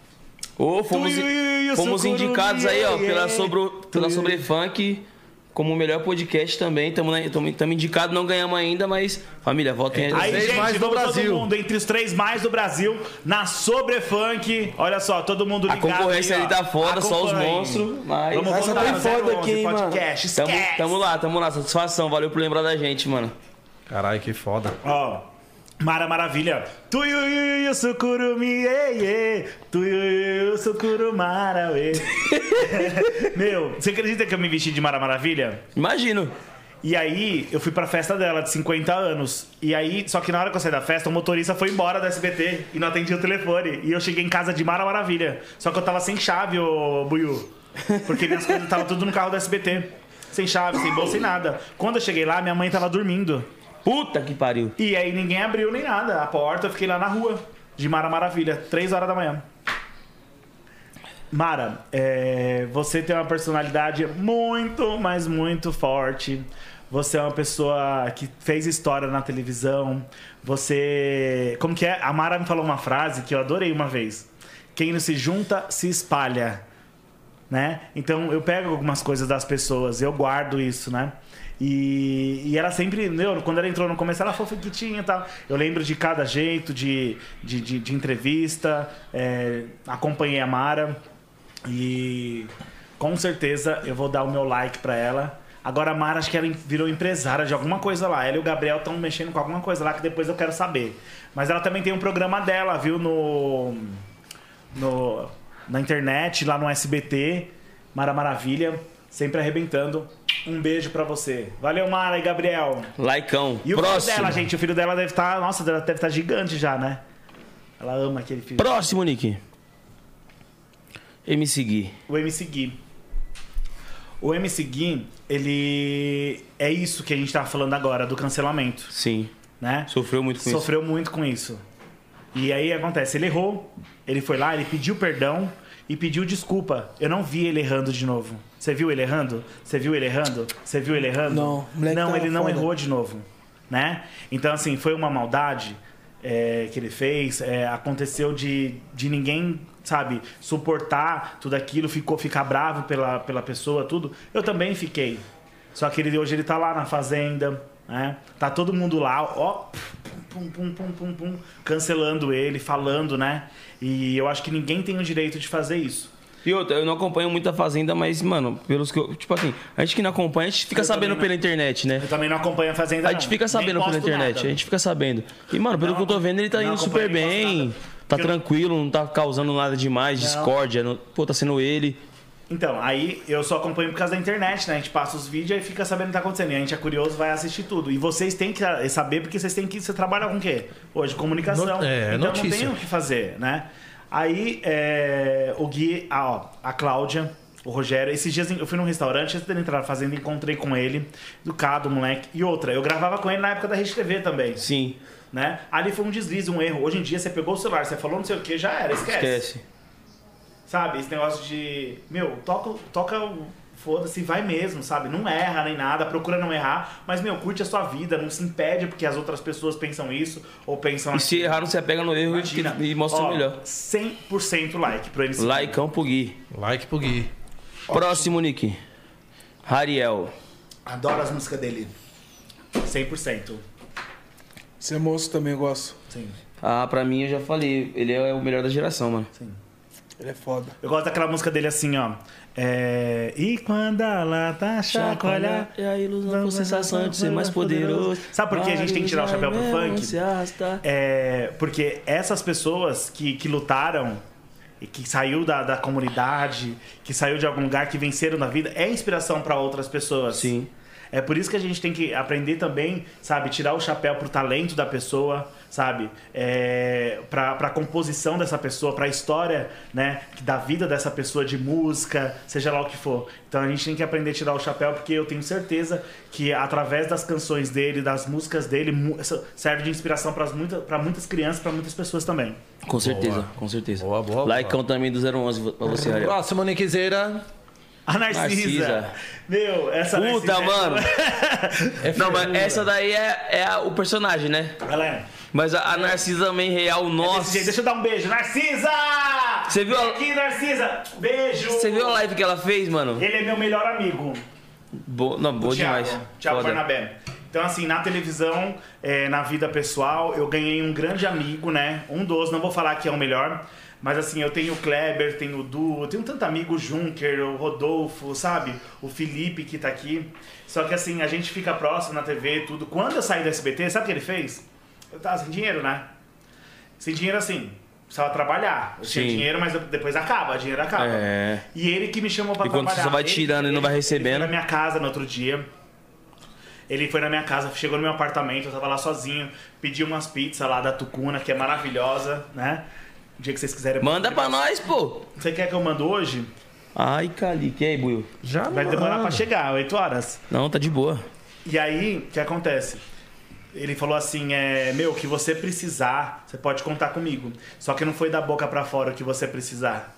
Ô, fomos, Tui, ui, ui, o fomos sucurumi, indicados aí, ó, ai, pela, ai. sobre, pela Tui. Sobrefunk como o melhor podcast também. Estamos indicados, não ganhamos ainda, mas, família, votem aí. Aí, Três gente, mais do vamos Brasil. todo mundo entre os três mais do Brasil na Sobrefunk. Olha só, todo mundo A ligado. concorrência aí, ó. ali tá foda, só os Acompanhe. monstros, mas- Vamos Essa voltar tá no foda 011 aqui, hein, mano. podcast. Tamo, Esquece. tamo lá, tamo lá. Satisfação, valeu por lembrar da gente, mano. Caralho, que foda. Ó. Mara Maravilha. Tuiuiuiu, sucurumi, ei, ei. Tuiuiuiu, sucurumara, uê. Meu, você acredita que eu me vesti de Mara Maravilha? Imagino. E aí, eu fui pra festa dela de 50 anos. E aí, só que na hora que eu saí da festa, o motorista foi embora da SBT e não atendia o telefone. E eu cheguei em casa de Mara Maravilha. Só que eu tava sem chave, ô Buiu. Porque minhas coisas estavam tudo no carro da SBT. Sem chave, sem bolsa, sem nada. Quando eu cheguei lá, minha mãe tava dormindo. Puta que pariu. E aí ninguém abriu nem nada. A porta, eu fiquei lá na rua, de Mara Maravilha, 3 horas da manhã. Mara, é, você tem uma personalidade muito, mas muito forte. Você é uma pessoa que fez história na televisão. Você. Como que é? A Mara me falou uma frase que eu adorei uma vez. Quem não se junta, se espalha né? Então eu pego algumas coisas das pessoas, eu guardo isso, né? E, e ela sempre, meu, quando ela entrou no começo, ela foi que tinha e tal. Eu lembro de cada jeito de, de, de- de entrevista, é, acompanhei a Mara e com certeza eu vou dar o meu like pra ela. Agora a Mara, acho que ela virou empresária de alguma coisa lá. Ela e o Gabriel estão mexendo com alguma coisa lá que depois eu quero saber. Mas ela também tem um programa dela, viu, no no, na internet, lá no SBT. Mara Maravilha, sempre arrebentando. Um beijo pra você. Valeu, Mara e Gabriel. Laicão. E o Próximo. filho dela, gente? O filho dela deve estar. nossa, ela deve estar gigante já, né? Ela ama aquele filho. Próximo, Nick. MC Gui. O MC Gui. O MC Gui, ele. É isso que a gente tava falando agora, do cancelamento, Sim. né? Sofreu muito com sofreu muito com isso. E aí acontece, ele errou, ele foi lá, ele pediu perdão e pediu desculpa. Eu não vi ele errando de novo. Você viu ele errando? Você viu ele errando? Você viu ele errando? Não, o moleque não tava ele não foda. errou de novo, né? Então assim, foi uma maldade é, que ele fez, é, aconteceu de, de ninguém, sabe, suportar tudo aquilo, ficou ficar bravo pela, pela pessoa, tudo. Eu também fiquei. Só que ele, hoje ele tá lá na fazenda, né? Tá todo mundo lá, ó, pum, pum, pum, pum, pum, cancelando ele, falando, né? E eu acho que ninguém tem o direito de fazer isso. isso. E outra, eu não acompanho muito a Fazenda, mas, mano, pelos que eu. Tipo assim, a gente que não acompanha, a gente fica Eu sabendo também pela internet, né? Eu também não acompanho a Fazenda, A gente não. fica sabendo Nem pela posto internet, nada. a gente fica sabendo. E, mano, pelo Não, que eu tô vendo, ele tá não indo super acompanhei, não faço bem. nada. Tá Porque eu- tranquilo, não tá causando nada demais, discórdia. não- Pô, tá sendo ele. Então, aí eu só acompanho por causa da internet, né? A gente passa os vídeos e fica sabendo o que tá acontecendo. E a gente é curioso, vai assistir tudo. E vocês têm que saber, porque vocês têm que. Você trabalha com o quê? Hoje, comunicação. No- é, então não notícia. tem o que fazer, né? Aí é, o Gui, ah, ó, a Cláudia, o Rogério, esses dias eu fui num restaurante, antes dele entrar na fazenda, encontrei com ele, educado, moleque. E outra, eu gravava com ele na época da Rede TV também Sim. né? Ali foi um deslize, um erro. Hoje em dia você pegou o celular, você falou não sei o que, já era, esquece. Esquece. Sabe? Esse negócio de. Meu, toca, toca o. Foda-se, vai mesmo, sabe? Não erra nem nada, procura não errar, mas, meu, curte a sua vida, não se impede porque as outras pessoas pensam isso ou pensam E se errar, não se apega no erro Imagina. e, e mostra Ó, o melhor. 100% like pro MC. Laicão pro Gui. Like pro Gui. Próximo, Nick. Rariel. Adoro as músicas dele. 100%. Você é moço também, eu gosto. Sim. Ah, pra mim eu já falei, ele é o melhor da geração, mano. Ele é foda. Eu gosto daquela música dele assim, ó. É... E quando a lata chacoalha, é a ilusão com sensação de ser mais poderoso. Sabe por que a gente tem que tirar o chapéu pro funk? É, porque essas pessoas que, que lutaram, e que saiu da, da comunidade, que saiu de algum lugar, que venceram na vida, é inspiração pra outras pessoas. Sim. É por isso que a gente tem que aprender também, sabe, tirar o chapéu pro talento da pessoa, sabe, é, pra, pra composição dessa pessoa, pra história, né, da vida dessa pessoa, de música, seja lá o que for. Então a gente tem que aprender a tirar o chapéu, porque eu tenho certeza que através das canções dele, das músicas dele, mu- serve de inspiração para muitas, pra muitas crianças, pra muitas pessoas também. Com certeza, com certeza. Boa, boa, boa. Laicão também do 011 pra você, Rariel. Próximo, Nickzeira. A Narcisa. Narcisa. Meu, essa Puta, Narcisa é- mano. Não, mas essa daí é, é a- o personagem, né? Ela é. Mas a, a Narcisa também, real, Desse nossa. jeito. Deixa eu dar um beijo. Narcisa! Você viu Vem a- aqui, Narcisa? Beijo! Você viu a live que ela fez, mano? Ele é meu melhor amigo. Bo... Não, boa Thiago, demais. Thiago Foda. Barnabé. Então, assim, na televisão, eh, na vida pessoal, eu ganhei um grande amigo, né? Um dos, não vou falar que é o melhor. Mas assim, eu tenho o Kleber, tenho o Du, eu tenho tanto amigo, o Junker, o Rodolfo, sabe? O Felipe que tá aqui. Só que assim, a gente fica próximo na TV, tudo. Quando eu saí do SBT, sabe o que ele fez? Eu tava sem dinheiro, né? Sem dinheiro assim, precisava trabalhar. Eu tinha Sim. dinheiro, mas depois acaba, dinheiro acaba. É. E ele que me chamou pra E quando trabalhar. você vai Ele- tirando e não ele- vai Ele recebendo. foi na minha casa no outro dia. Ele foi na minha casa, chegou no meu apartamento, eu tava lá sozinho, pedi umas pizzas lá da Tucuna, que é maravilhosa, né? O dia que vocês quiserem. Manda pra nós, pô. Você quer que eu mando hoje? Ai, Cali, que é aí, Buiu? Já Vai demorar mano. pra chegar, 8 horas. Não, tá de boa. E aí, o que acontece? Ele falou assim, é, meu, o que você precisar, você pode contar comigo. Só que não foi da boca pra fora o que você precisar.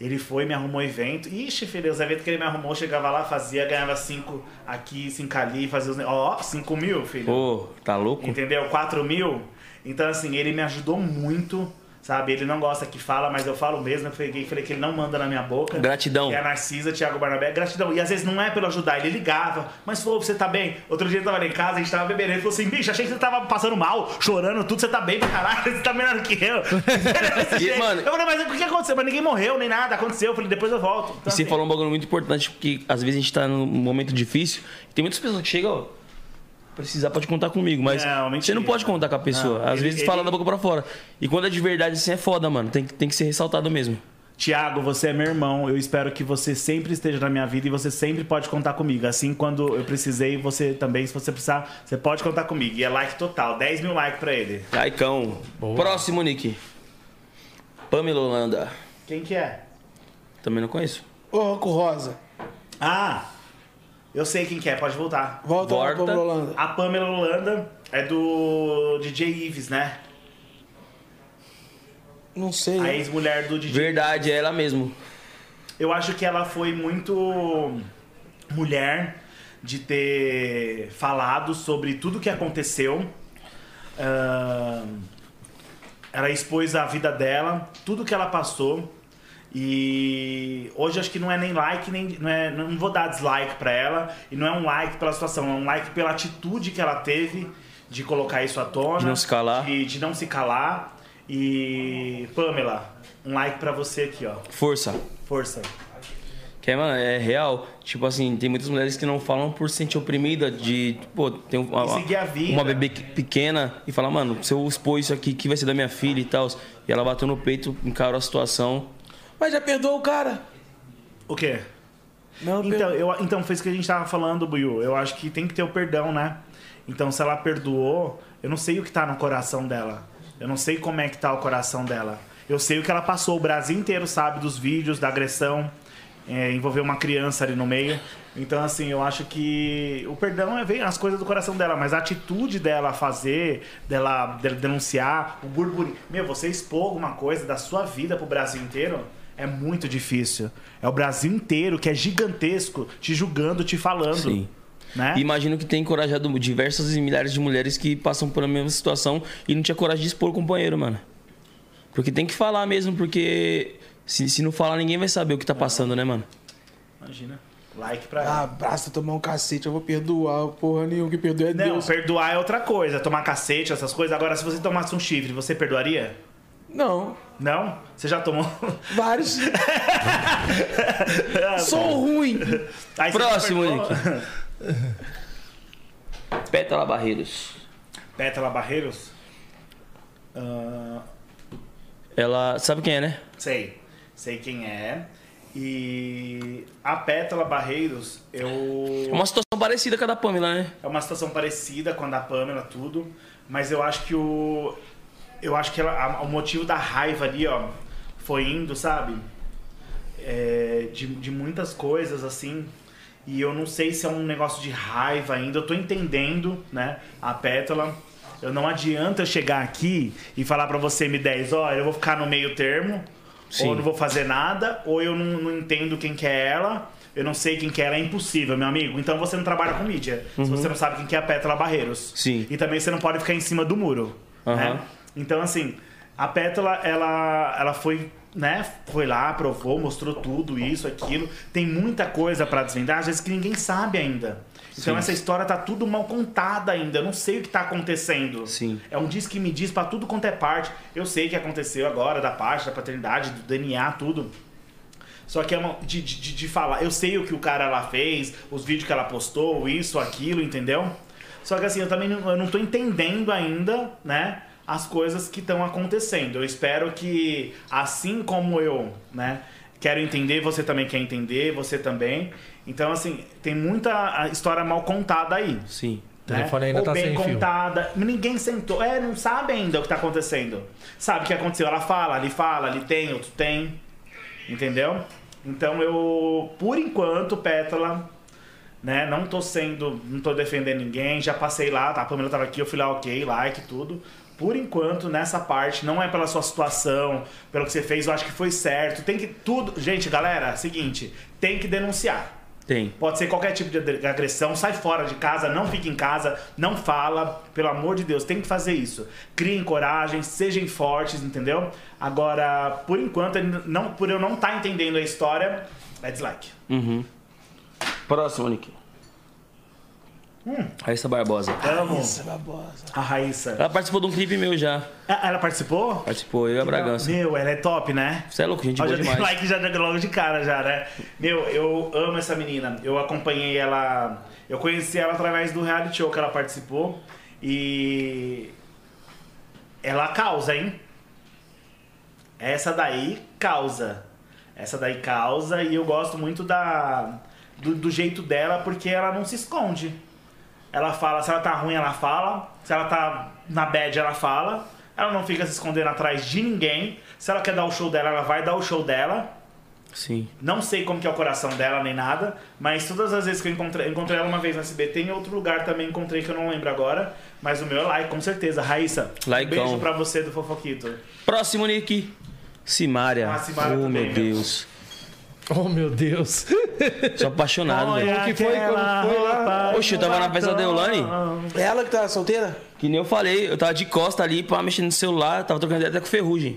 Ele foi, me arrumou evento. Ixi, filho, os eventos que ele me arrumou, eu chegava lá, fazia, ganhava cinco aqui, cinco ali, fazia os... ne- Ó, 5 mil, filho. Pô, tá louco? Entendeu? 4 mil. Então, assim, ele me ajudou muito, sabe? Ele não gosta que fala, mas eu falo mesmo. Eu falei, falei que ele não manda na minha boca. Gratidão. E a é Narcisa, Thiago Barnabé, gratidão. E às vezes não é pelo ajudar, ele ligava. Mas, pô, você tá bem? Outro dia eu tava lá em casa, a gente tava bebendo. Ele falou assim, bicho, achei que você tava passando mal, chorando, tudo. Você tá bem pra caralho, você tá melhor que eu. Desse E, jeito. mano- eu falei, mas o que aconteceu? Mas ninguém morreu, nem nada, aconteceu. Eu falei, depois eu volto. Então, E você assim, falou um bagulho muito importante, porque às vezes a gente tá num momento difícil. e Tem muitas pessoas que chegam, ó, precisar pode contar comigo, mas Não, você mentira. não pode contar com a pessoa. Não, às ele- vezes fala ele- da boca pra fora. E quando é de verdade, assim é foda, mano. Tem, que- tem que ser ressaltado mesmo. Tiago, você é meu irmão. Eu espero que você sempre esteja na minha vida e você sempre pode contar comigo. Assim, quando eu precisei, você também, se você precisar, você pode contar comigo. E é like total, 10 mil likes pra ele. Caicão. Próximo, Nick. Pamela Holanda. Quem que é? Também não conheço. Ô, Ranco Rosa, Ah, eu sei quem que é, pode voltar. volta lá Volta. pra Holanda. A Pamela Holanda é do DJ Ives, né? Não sei. A né? ex-mulher do DJ. Verdade, é ela mesmo. Eu acho que ela foi muito mulher de ter falado sobre tudo que aconteceu. Ahn, ela expôs a vida dela, tudo que ela passou. E hoje acho que não é nem like, nem não, é- não vou dar dislike pra ela, e não é um like pela situação, é um like pela atitude que ela teve de colocar isso à tona, De não se calar. de, de não se calar. E Pamela, um like pra você aqui, ó. Força. Força. Que é, mano, é real. Tipo assim, tem muitas mulheres que não falam por se sentir oprimida de, pô, tem um, uma, E seguir a vida. uma bebê que- pequena e falar, mano, se eu expor isso aqui, que vai ser da minha filha e tal. E ela bateu no peito, encarou a situação. Mas já perdoou o cara? O quê? Não, Então, eu, então, foi isso que a gente tava falando, Buiu. Eu acho que tem que ter o perdão, né? Então, se ela perdoou, eu não sei o que tá no coração dela. Eu não sei como é que tá o coração dela. Eu sei o que ela passou, o Brasil inteiro sabe dos vídeos, da agressão, é, envolver uma criança ali no meio. Então, assim, eu acho que o perdão é vem as coisas do coração dela, mas a atitude dela a fazer, dela, dela denunciar, o burburinho. Meu, você expor alguma coisa da sua vida pro Brasil inteiro, é muito difícil. É o Brasil inteiro que é gigantesco te julgando, te falando. Sim. Né? E imagino que tenha encorajado diversas e milhares de mulheres que passam pela mesma situação e não tinha coragem de expor o companheiro, mano. Porque tem que falar mesmo, porque se, se não falar, ninguém vai saber o que tá passando, né, mano? Imagina. Like pra ela. Ah, abraça, tomar um cacete, eu vou perdoar. Porra nenhuma, que perdoa é Não, Deus. perdoar é outra coisa. Tomar cacete, essas coisas. Agora, se você tomasse um chifre, você perdoaria? Não, Não? Você já tomou? vários. Ah, Sou ruim. Aí você Próximo, perdoou? Pétala Barreiros. Pétala Barreiros? Ah, Ela sabe quem é, né? sei. Sei quem é. E a Pétala Barreiros, eu... É uma situação parecida com a da Pamela, né? É uma situação parecida com a da Pamela, tudo. Mas eu acho que o. Eu acho que ela- a- o motivo da raiva ali, ó, foi indo, sabe? É, de, de muitas coisas, assim. E eu não sei se é um negócio de raiva ainda. Eu tô entendendo, né? A pétala. Eu não adianta eu chegar aqui e falar pra você, M10, ó, eu vou ficar no meio termo. Sim. Ou eu não vou fazer nada, ou eu não, não entendo quem que é ela, eu não sei quem que é ela, é impossível, meu amigo. Então você não trabalha com mídia, se você não sabe quem que é a Petra Barreiros. Uhum. Sim. E também você não pode ficar em cima do muro. né? Aham. Então, assim, a Pétala, ela, ela foi, né? Foi lá, provou, mostrou tudo, isso, aquilo. Tem muita coisa pra desvendar, às vezes que ninguém sabe ainda. Então Sim. essa história tá tudo mal contada ainda. Eu não sei o que tá acontecendo. Sim. É um diz que me diz pra tudo quanto é parte. Eu sei o que aconteceu agora, da parte, da paternidade, do DNA, tudo. Só que é uma, de, de, de- de falar, eu sei o que o cara lá fez, os vídeos que ela postou, isso, aquilo, entendeu? Só que assim, eu também não, eu não tô entendendo ainda, né? As coisas que estão acontecendo. Eu espero que, assim como eu, né? Quero entender, você também quer entender, você também. Então, assim, tem muita ah, história mal contada aí. Sim. O telefone ainda Né? Ou tá bem sem fio. contada. Ninguém sentou. É, não sabe ainda o que tá acontecendo. Sabe o que aconteceu. Ela fala, ali fala, ali tem, outro tem. Entendeu? Então eu, por enquanto, Pétala, né? Não tô sendo. Não tô defendendo ninguém. Já passei lá, tá? A Pamela tava aqui, eu fui lá, ok, like, tudo. Por enquanto, nessa parte, não é pela sua situação, pelo que você fez, eu acho que foi certo. Tem que. Tudo. Gente, galera, é seguinte, tem que denunciar. Tem. Pode ser qualquer tipo de agressão, sai fora de casa, não fica em casa, não fala, pelo amor de Deus, tem que fazer isso. Criem coragem, sejam fortes, entendeu? Agora, por enquanto, não, por eu não estar entendendo a história, é dislike. Uhum. Próximo, Nick. Hum. Raíssa Barbosa. Amo Isso, babosa. a Raíssa. Ela participou de um clipe meu já. Ah, Ela participou? Participou, eu e a Bragança. Meu, ela é top, né? Você é louco, gente Ó, boa já dei demais. like já deu logo de cara, já, né? Meu, eu amo essa menina. Eu acompanhei ela. Eu conheci ela através do reality show que ela participou. E. Ela causa, hein? Essa daí causa. Essa daí causa. E eu gosto muito da. Do, do jeito dela, porque ela não se esconde. Ela fala, se ela tá ruim, ela fala. Se ela tá na bad, ela fala. Ela não fica se escondendo atrás de ninguém. Se ela quer dar o show dela, ela vai dar o show dela. Sim. Não sei como que é o coração dela nem nada, mas todas as vezes que eu encontrei, eu encontrei ela uma vez na SBT, em outro lugar também encontrei que eu não lembro agora, mas o meu é like, com certeza. Raíssa, Likeão. um beijo pra você do Fofoquito. Próximo, Nick. Simária. Ah, Simária oh, meu também, meu. Deus. Oh, meu Deus. Sou apaixonado, velho. que foi quando aquela foi lá? roupa Oxe, eu tava na festa da Deolane. É ela que tá solteira? Que nem eu falei, eu tava de costa ali, pá, mexendo no celular, tava trocando ideia até com o Ferrugem.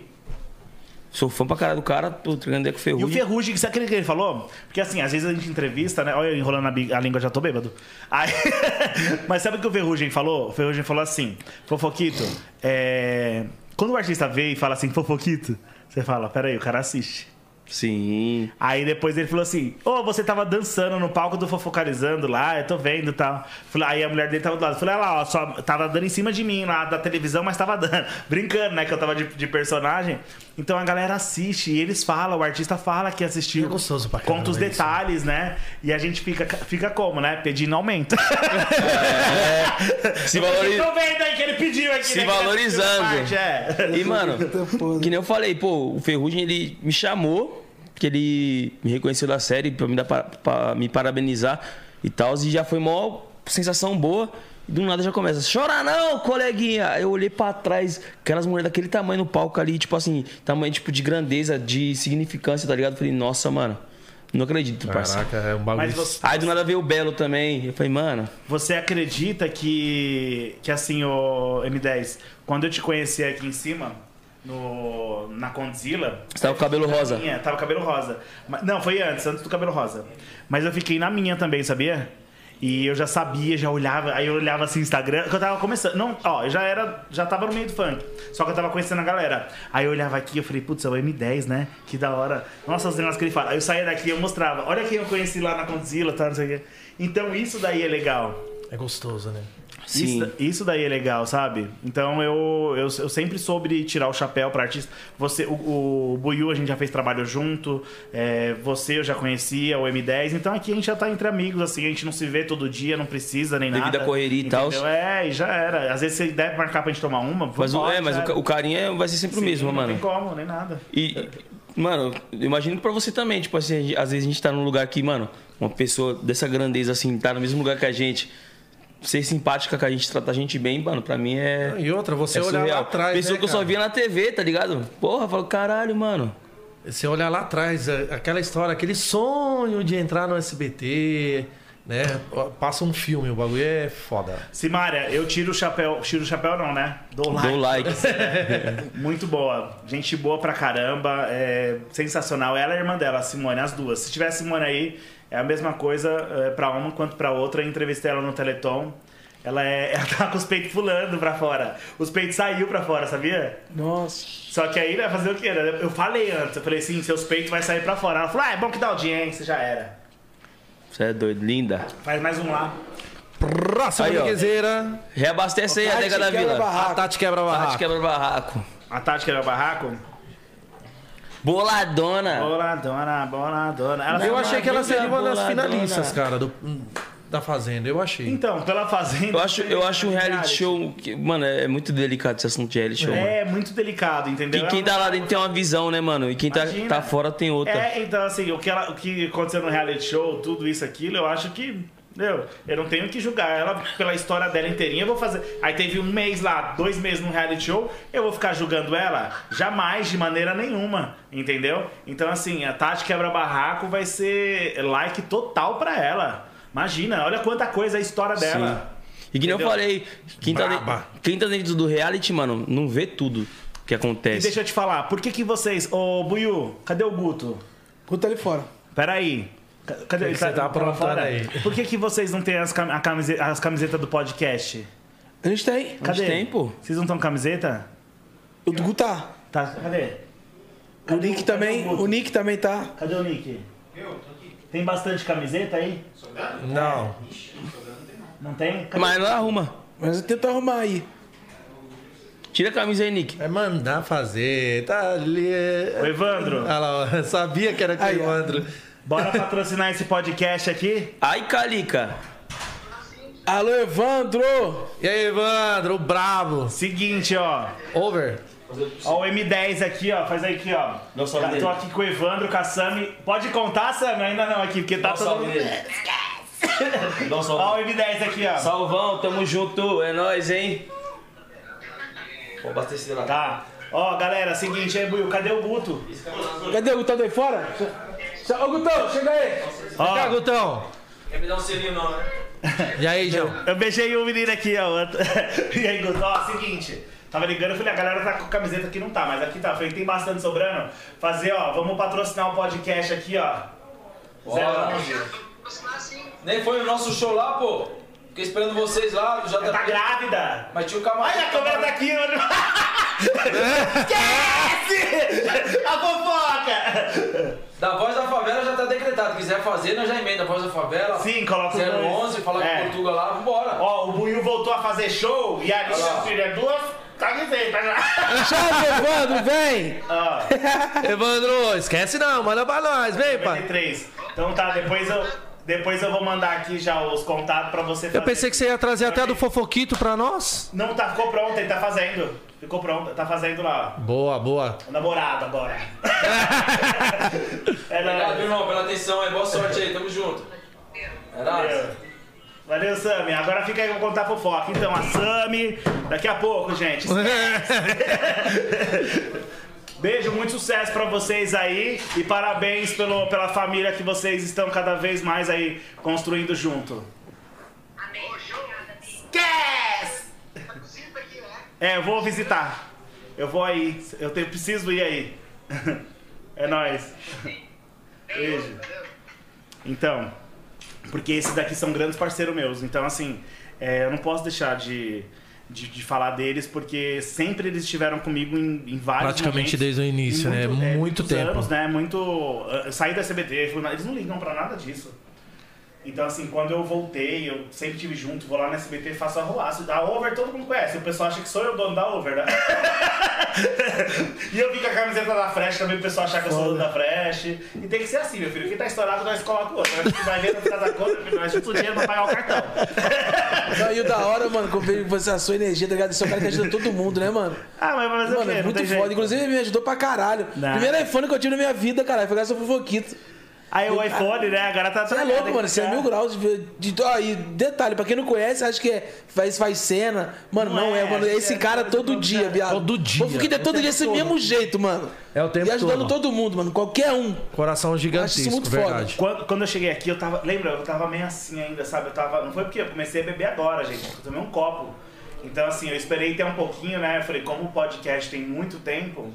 Sou fã pra caralho do cara, tô trocando ideia com o E o Ferrugem. Ferrugem, sabe aquele que ele falou? Porque assim, às vezes a gente entrevista, né? Olha, eu enrolando a, bi- a língua, já tô bêbado. Aí- Mas sabe o que o Ferrugem falou? O Ferrugem falou assim: Fofoquito, é... quando o artista vê e fala assim, Fofoquito, você fala: peraí, o cara assiste. Sim. Aí depois ele falou assim: Ô, você tava dançando no palco do Fofocalizando lá, eu tô vendo e tal. Falei, aí a mulher dele tava do lado. Falei, olha lá, ó, só tava dando em cima de mim lá da televisão, mas tava dando. Brincando, né? Que eu tava de, de personagem. Então a galera assiste e eles falam, o artista fala que assistiu. É gostoso pra caramba Conta os isso, detalhes, né? E a gente fica, fica como, né? Pedindo aumento. Se valoriza. Tô vendo aí que ele pediu aqui. Se né, que tá valorizando. assistindo a parte, é. E, mano, que nem eu falei, pô, o Ferrugem, ele me chamou, que ele me reconheceu da série pra me, dar, pa- pra me parabenizar e tal, e já foi mó sensação boa. E do nada já começa, chora não, coleguinha! Aí Eu olhei pra trás, aquelas mulheres daquele tamanho no palco ali, tipo assim, tamanho tipo de grandeza, de significância, tá ligado? Eu Falei, nossa, mano, não acredito, parça. Caraca, é um bagulho. Mas você, Aí do nada veio o Belo também. Eu falei, mano, Você acredita que, que assim, o M10, quando eu te conheci aqui em cima, no, na Condzilla, você tava com o cabelo rosa. minha, tava cabelo rosa. Mas- não, foi antes, antes do cabelo rosa. Mas eu fiquei na minha também, sabia? E eu já sabia, já olhava, aí eu olhava assim Instagram, que eu tava começando. Não, ó, eu já era, já tava no meio do funk. Só que eu tava conhecendo a galera. Aí eu olhava aqui, eu falei, putz, é o M10, né? Que da hora. Nossa, os negócios que ele fala. Aí eu saía daqui e eu mostrava. Olha quem eu conheci lá na Condzilla, tá, não sei o quê. Então isso daí é legal. É gostoso, né? Sim. Isso, isso daí é legal, sabe? Então eu, eu, eu sempre soube tirar o chapéu pra artista. Você, o, o Buiu a gente já fez trabalho junto, é, você eu já conhecia, o M10. Então aqui a gente já tá entre amigos, assim, a gente não se vê todo dia, não precisa nem Devido nada. à correria e entendeu? tal. É, e já era. Às vezes você deve marcar pra gente tomar uma. Mas, o, vambora, é, mas já o, ca- era. o carinho é- vai ser sempre o Sim, mesmo, não mano. Não tem como, nem nada. E, mano, eu imagino que pra você também, tipo assim, a gente- às vezes a gente tá num lugar que, mano, uma pessoa dessa grandeza, assim, tá no mesmo lugar que a gente, ser simpática com a gente, tratar a gente bem, mano, pra mim é. E outra, você é olhar lá surreal. atrás. Pessoa né, que eu só cara? via na TV, tá ligado? Porra, eu falo, caralho, mano. é, Você olhar lá atrás, a- aquela história, aquele sonho de entrar no SBT, né? Passa um filme, o bagulho é foda. Simária, eu tiro o chapéu. Tiro o chapéu, não, né? Dou like. Dou like. Muito boa. Gente boa pra caramba. É sensacional. Ela é a irmã dela, a Simone, as duas. Se tiver a Simone aí, é a mesma coisa é, pra uma quanto pra outra. Eu Entrevistei ela no Teleton. Ela, é, ela tá com os peitos pulando pra fora. Os peitos saiu pra fora, sabia? Nossa. Só que aí vai fazer o quê? né? Eu falei antes, eu falei assim, seus peitos vai sair pra fora. Ela falou, ah, é bom que dá audiência, já era. Você é doido, linda. Faz mais um lá. Próxima Aí, ó. riquezeira. Reabastece aí a Tati Dega da quebra Vila. A barraco. Tati quebra Tati barraco. quebra barraco. A tática era barraco? Boladona. Boladona, boladona. Ela Eu falou, achei que ela seria uma das Boladona. finalistas, cara, do- da Fazenda. Eu achei. Então, pela fazenda. Eu acho, eu acho um reality show. Que, mano, é muito delicado esse assunto de reality show, mano. É muito delicado, entendeu? E quem tá lá dentro tem uma visão, né, mano? E quem tá, Imagina. tá fora tem outra. É, então assim, o que, ela, o que aconteceu no reality show, tudo isso, aquilo, eu acho que. Meu, eu não tenho que julgar ela pela história dela inteirinha. Eu vou fazer. Aí teve um mês lá, dois meses no reality show, eu vou ficar julgando ela? Jamais, de maneira nenhuma, entendeu? Então, assim, a Tati quebra-barraco vai ser like total pra ela. Imagina, olha quanta coisa é a história dela. E que nem eu Entendeu? falei, quem tá, Braba. de- quem tá dentro do reality, mano, não vê tudo que E acontece. deixa eu te falar, por que que vocês. Ô, Buiu, cadê o Guto? Puta tá ali fora. Peraí. Ca- Cadê que você tá aprontando fora? aí? Por que, que vocês não têm as, cam- a camise- as camisetas do podcast? A gente tem. Mas Cadê? tem, pô. Vocês não estão camiseta? O do Guta. Tá, cadê? O Nick também. O Nick também tá. Cadê o Nick? Eu, tô aqui. Tem bastante camiseta aí? Não. Não tem? Cadê? Mas não arruma. Mas eu tento arrumar aí. Tira a camisa aí, Nick. É mandar fazer. Tá ali. é- Ô, Evandro, Olha lá, ó, sabia que era com o Aí, ó. Evandro. bora patrocinar esse podcast aqui? Ai, Calica. Alô, Evandro! E aí, Evandro, o brabo. Seguinte, ó. Over. Ó, o M10 aqui, ó. Faz aí aqui, ó. Dá um salve Tá- nele. Tô aqui com o Evandro, com a Sami. Pode contar, Sami? Ainda não aqui, porque tá todo mundo... Dá um Ó, salve. o M10 aqui, ó. Salvão, tamo junto. É nóis, hein? Vou abastecer lá. Tá. Ó, galera, seguinte, aí, Buiu, cadê o Guto? Cadê o Gutão aí fora? Ô, Gutão, chega aí! E aí, Ó, Gutão? Quer me dar um selinho, não, né? E aí, João? eu beijei o menino aqui, ó. outro. e aí, Guto, ó, seguinte. Tava ligando, eu falei, a galera tá com camiseta aqui, não tá, mas aqui tá. Eu Falei, tem bastante sobrando. Fazer, ó, vamos patrocinar um podcast aqui, ó. Zé Bora. Longe. Nem foi no nosso show lá, pô. Fiquei esperando vocês lá, já Ela Tá grávida. Mas tinha um o camarada. Olha, a câmera tá aqui, mano. Esquece! A fofoca! Da voz da favela já tá decretado. Quiser fazer, nós já emenda. Voz da favela. Sim, coloca o dois. 011, fala É. com o Portuga lá, vambora. Ó, o Buiu voltou a fazer show e a lá. minha filha, duas camisetas já. Chama, Evandro, vem! Ó. Evandro, esquece não, manda pra nós, vem, pai. 93. Então tá, depois eu, depois eu vou mandar aqui já os contatos pra você fazer. Eu pensei que você ia trazer até a do Fofoquito pra nós. Não, tá, ficou pronto, ele tá fazendo. Ficou pronto, tá fazendo lá, Boa, boa. ó. O namorado agora. É Obrigado, viu, Era... irmão, pela atenção aí. Boa sorte aí, tamo junto. Era. Valeu, Sami. Agora fica aí que eu vou contar fofoca. Então, a Sami, daqui a pouco, gente. Beijo, muito sucesso pra vocês aí e parabéns pelo, pela família que vocês estão cada vez mais aí construindo junto. Amém. Yes! É, eu vou visitar. Eu vou aí. Eu tenho, preciso ir aí. É nóis. Beijo. Então, porque esses daqui são grandes parceiros meus. Então, assim, é, eu não posso deixar de, de, de falar deles, porque sempre eles estiveram comigo em, em vários Praticamente momentos. desde o início, Em né? é, Muito muitos tempo. Anos, né? Muito, eu saí da CBT, fui na- eles não ligam pra nada disso. Então, assim, quando eu voltei, eu sempre tive junto, vou lá na SBT, faço arruaço. Da Over todo mundo conhece, o pessoal acha que sou eu o dono da Over, né? e eu vim com a camiseta da Fresh também, o pessoal acha que eu sou o dono da Fresh. E tem que ser assim, meu filho, quem tá estourado nós coloca o outro. Nós vai ver, nós da conta, nós junta o dinheiro pra pagar o cartão. Não, e o da hora, mano, que eu vejo você, a sua energia, tá ligado? Você é um cara que ajuda todo mundo, né, mano? Ah, mas vai fazer o Mano, quê? é Não muito tem foda. jeito. Inclusive, ele me ajudou pra caralho. Não. Primeiro iPhone que eu tive na minha vida, caralho, foi graças ao Fofoquito. Aí o iPhone, né? Agora tá Você é louco, mano. Você é mil graus de. de- ó, e detalhe, pra quem não conhece, acha que é, faz, faz cena. Mano, Não não, é, é, mano. acho Esse que é cara todo dia, viado. Todo dia. Porque É é o todo dia esse mesmo jeito, mano. É o tempo E ajudando todo. todo mundo, mano. Qualquer um. Coração acho isso gigantesco, muito verdade. Quando, quando eu cheguei aqui, eu tava. Lembra? Eu tava meio assim ainda, sabe? Eu tava. Não foi porque eu comecei a beber agora, gente. Eu tomei um copo. Então, assim, eu esperei ter um pouquinho, né? Eu falei, como o podcast tem muito tempo,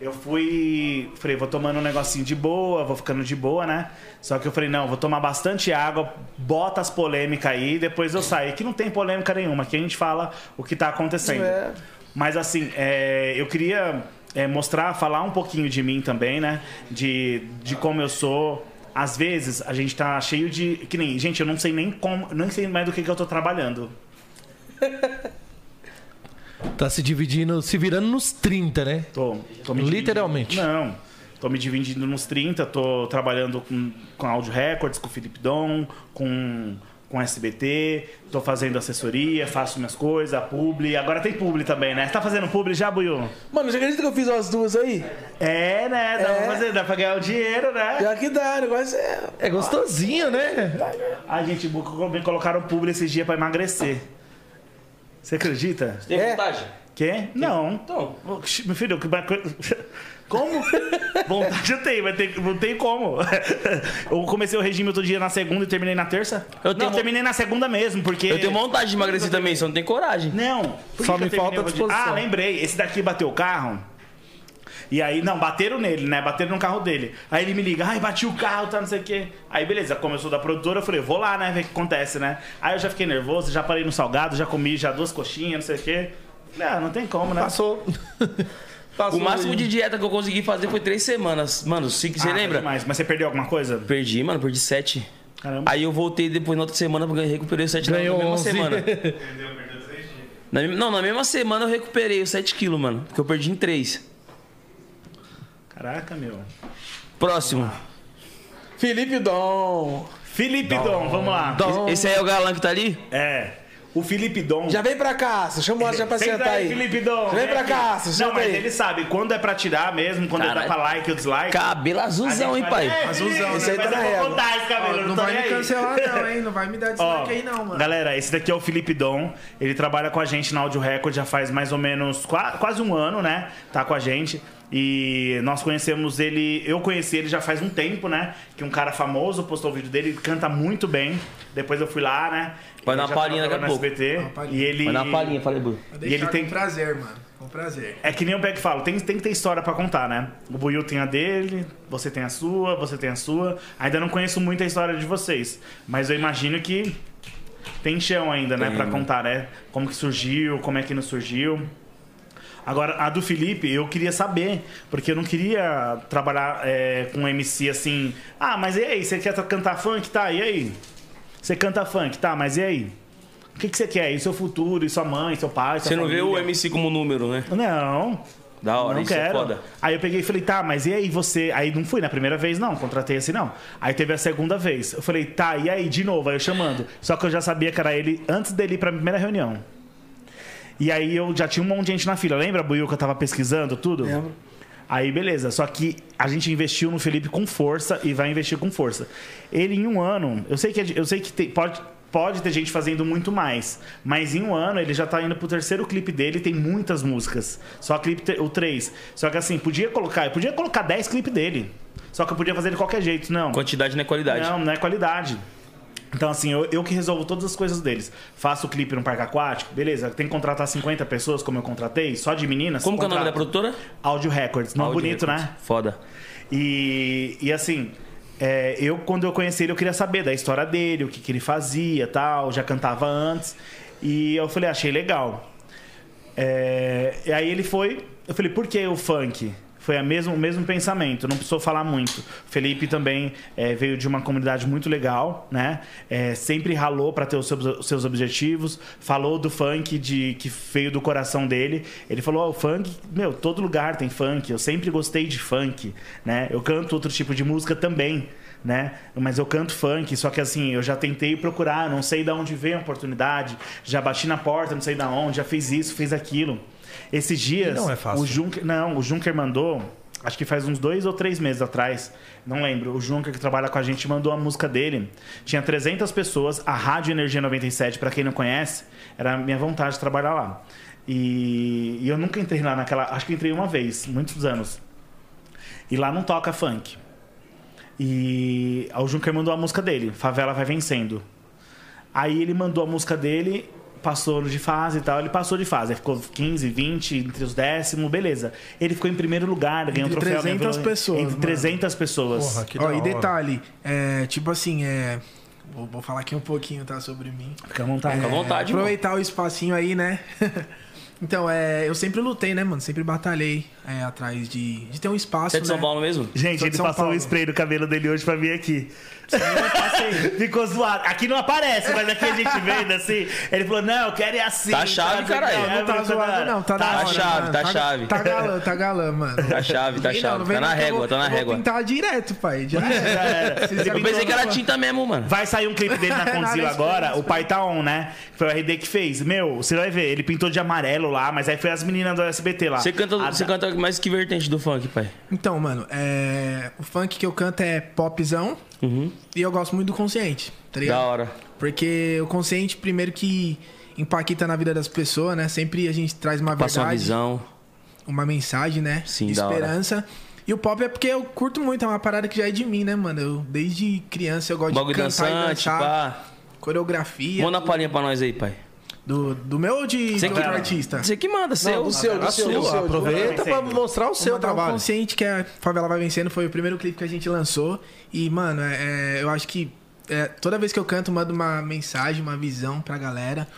eu fui. Falei, vou tomando um negocinho de boa, vou ficando de boa, né? Só que eu falei, não, vou tomar bastante água, bota as polêmicas aí, depois eu saio. Que não tem polêmica nenhuma, que a gente fala o que tá acontecendo. É. Mas assim, é, eu queria é, mostrar, falar um pouquinho de mim também, né? De, de como eu sou. Às vezes a gente tá cheio de. Que nem, gente, eu não sei nem como. Não sei mais do que, que eu tô trabalhando. Tá se dividindo, se virando nos 30, né? Tô, tô me dividindo- Literalmente. Não. Tô me dividindo nos 30, tô trabalhando com, com Áudio Records, com Felipe Dom, com, com SBT, tô fazendo assessoria, faço minhas coisas, publi. Agora tem publi também, né? Você tá fazendo publi já, Buiu? Mano, já acredita que eu fiz umas duas aí? É, né? Dá, Pra É. fazer, dá pra ganhar o dinheiro, né? Já que dá, o negócio é. É gostosinho, né? A gente bu- me colocaram publi esses dias pra emagrecer. Você acredita? Tem É. vontade? Quê? Não. Então, Oxi, Meu filho, que ba- como? Vontade eu tenho, mas tem- não tem como. Eu comecei o regime outro dia na segunda e terminei na terça? Eu não, tenho- terminei na segunda mesmo, porque. Eu tenho vontade de emagrecer também, só não tenho coragem. Não. por Só que que me eu terminei falta o dia? disposição. Ah, lembrei. Esse daqui bateu o carro. E aí, não, bateram nele, né? Bateram no carro dele. Aí ele me liga, ai, bati o carro, tá, não sei o quê. Aí, beleza, como eu sou da produtora, eu falei, vou lá, né, ver o que acontece, né? Aí eu já fiquei nervoso, já parei no salgado, já comi já duas coxinhas, não sei o quê. Não, não tem como, né? Passou. O Passou máximo de dieta que eu consegui fazer foi três semanas. Mano, cinco, você Ah, lembra? demais. Mas você perdeu alguma coisa? Perdi, mano, perdi sete. Caramba. Aí eu voltei depois na outra semana, porque eu recuperei os 7 Ganhou na mesma 11. semana. Na mesma- não, na mesma semana eu recuperei os 7 quilos, mano. Que eu perdi em 3. Caraca, meu. Próximo. Felipe Dom. Felipe Dom, vamos lá. Dom. Esse aí é o galã que tá ali? É. O Felipe Dom. Já vem pra cá, Aço. Chama o Aço já pra Senta sentar aí. Felipe Dom. Vem pra aqui. cá, Aço. Não, Senta mas aí. ele sabe quando é pra tirar mesmo, quando é Caralho. pra like ou dislike. É, Cabelo azulzão, hein, pai? Azulzão, Esse aí tá mas na eu vou régua. botar esse cabelo, eu Não não tô vai nem me aí. cancelar, não, hein? Não vai me dar Ó, dislike aí, não, mano. galera, esse daqui é o Felipe Dom. Ele trabalha com a gente na Audio Record já faz mais ou menos qua- quase um ano, né? Tá com a gente. E nós conhecemos ele, eu conheci ele já faz um tempo, né? Que um cara famoso postou o vídeo dele, ele canta muito bem. Depois eu fui lá, né? Vai Ele dar uma já palhinha daqui a trabalhava pouco. no SBT, e ele Vai dar uma palhinha, falei, Bruno. Vou e deixar ele tem- com prazer, mano. Com prazer. é que nem o Beck fala, tem, tem que ter história pra contar, né? O Buiu tem a dele, você tem a sua, você tem a sua. Ainda não conheço muito a história de vocês, mas eu imagino que tem chão ainda, né, pra contar, né? Como que surgiu, como é que não surgiu. Agora, a do Felipe, eu queria saber, porque eu não queria trabalhar é, com um MC assim. Ah, mas e aí? Você quer cantar funk? Tá, e aí? Você canta funk? Tá, mas e aí? O que, que você quer? E seu futuro, e sua mãe, seu pai, sua Você não vê família? o MC como número, né? Não. Da hora, não isso quero. é foda. Aí eu peguei e falei, tá, mas e aí você. Aí não fui na primeira vez, não, contratei assim não. Aí teve a segunda vez. Eu falei, tá, e aí, de novo, aí eu chamando. Só que eu já sabia que era ele antes dele ir pra primeira reunião. E aí eu já tinha um monte de gente na fila. Lembra, Buiu, que eu tava pesquisando tudo? Lembro. Aí beleza, só que a gente investiu no Felipe com força e vai investir com força. Ele em um ano, eu sei que, é de- eu sei que tem- pode, pode ter gente fazendo muito mais, mas em um ano ele já tá indo pro terceiro clipe dele, tem muitas músicas. Só clipe te- o 3. Só que assim, podia colocar, eu podia colocar 10 clipes dele. Só que eu podia fazer de qualquer jeito, não. Quantidade não é qualidade. Não, não é qualidade. Então, assim, eu, eu que resolvo todas as coisas deles. Faço o clipe no parque aquático, beleza. Tem que contratar 50 pessoas, como eu contratei, só de meninas. Como que é o nome da contrato. produtora? Áudio Records. Não Áudio bonito, Records. né? Foda. E, e assim, é, eu quando eu conheci ele, eu queria saber da história dele, o que, que ele fazia tal, já cantava antes. E eu falei, "Ah, achei legal. É, e aí ele foi, eu falei, por que o funk? Foi a mesmo, o mesmo pensamento, não precisou falar muito. O Felipe também é, veio de uma comunidade muito legal, né? É, sempre ralou para ter os seus, os seus objetivos, falou do funk de, que veio do coração dele. Ele falou: "Ó, o funk, meu, todo lugar tem funk, eu sempre gostei de funk, né? Eu canto outro tipo de música também, né? Mas eu canto funk, só que assim, eu já tentei procurar, não sei de onde veio a oportunidade, já bati na porta, não sei da onde, já fiz isso, fiz aquilo. Esses dias, não é fácil. o Junker, não, o Junker mandou acho que faz uns dois ou três meses atrás, não lembro, o Junca que trabalha com a gente mandou a música dele. Tinha 300 pessoas, a Rádio Energia 97, pra quem não conhece, era a minha vontade de trabalhar lá. E, e eu nunca entrei lá naquela, acho que entrei uma vez, muitos anos. E lá não toca funk. E o Junker mandou a música dele, Favela Vai Vencendo. Aí ele mandou a música dele, passou de fase e tal. Ele passou de fase, aí ficou 15, 20, entre os décimos, beleza. Ele ficou em primeiro lugar, ganhou Entre o troféu. 300 ganhou- pessoas, Entre mano. 300 pessoas. Porra, que da Ó, e hora. detalhe, é, tipo assim, é. Vou, vou falar aqui um pouquinho, tá? Sobre mim. Fica à vontade. Fica à É, vontade, mano. Aproveitar o espacinho aí, né? então, é, eu sempre lutei, né, mano? Sempre batalhei é, atrás de, de ter um espaço. Você é de São né? Paulo mesmo? Gente, Sou de ele São passou o Paulo. spray do cabelo dele hoje pra vir aqui. Ficou zoado. Aqui não aparece, mas aqui a gente vendo assim. Ele falou: não, eu quero ir assim. Tá chave, sei o quê. caralho. É, Não tá mas zoado, não. Tá, da Tá hora, chave, mano. tá chave. Tá galã, tá galã, mano. Tá chave, tá Vem chave. não, vem Tá na não, que eu régua, vou- tá na eu vou régua. pintar direto, pai. Já era. Vocês já Eu me pensei que era colocam- tinta mesmo, mano. Vai sair um clipe dele na Conzil Nada, agora, espera, o Pai Tá On, né? Que Foi o RD que fez. Meu, você vai ver, ele pintou de amarelo lá, mas aí foi as meninas do SBT lá. Você canta, A você da- canta mais que vertente do funk, pai? Então, mano, é... o funk que eu canto é popzão. E eu gosto muito do consciente, tá ligado? Uhum. Da hora. Porque o consciente, primeiro que impacta na vida das pessoas, né? Sempre a gente traz uma Passa uma verdade, visão. uma mensagem, né? Sim, de da hora. esperança. E o pop é porque eu curto muito, é uma parada que já é de mim, né, mano? Eu, desde criança eu gosto Bagulho de cantar dançante, e dançar. pá. Coreografia. Manda uma palhinha pra nós aí, pai. Do, do meu ou de Você do que- outro artista? Você que manda, seu. do seu, do A seu, do sua, seu. aproveita pra vencendo. mostrar o Seu seu trabalho. trabalho. um consciente que a Favela Vai Vencendo foi o primeiro clipe que a gente lançou. E, mano, é- é, eu acho que é, toda vez que eu canto, mando uma mensagem, uma visão pra galera.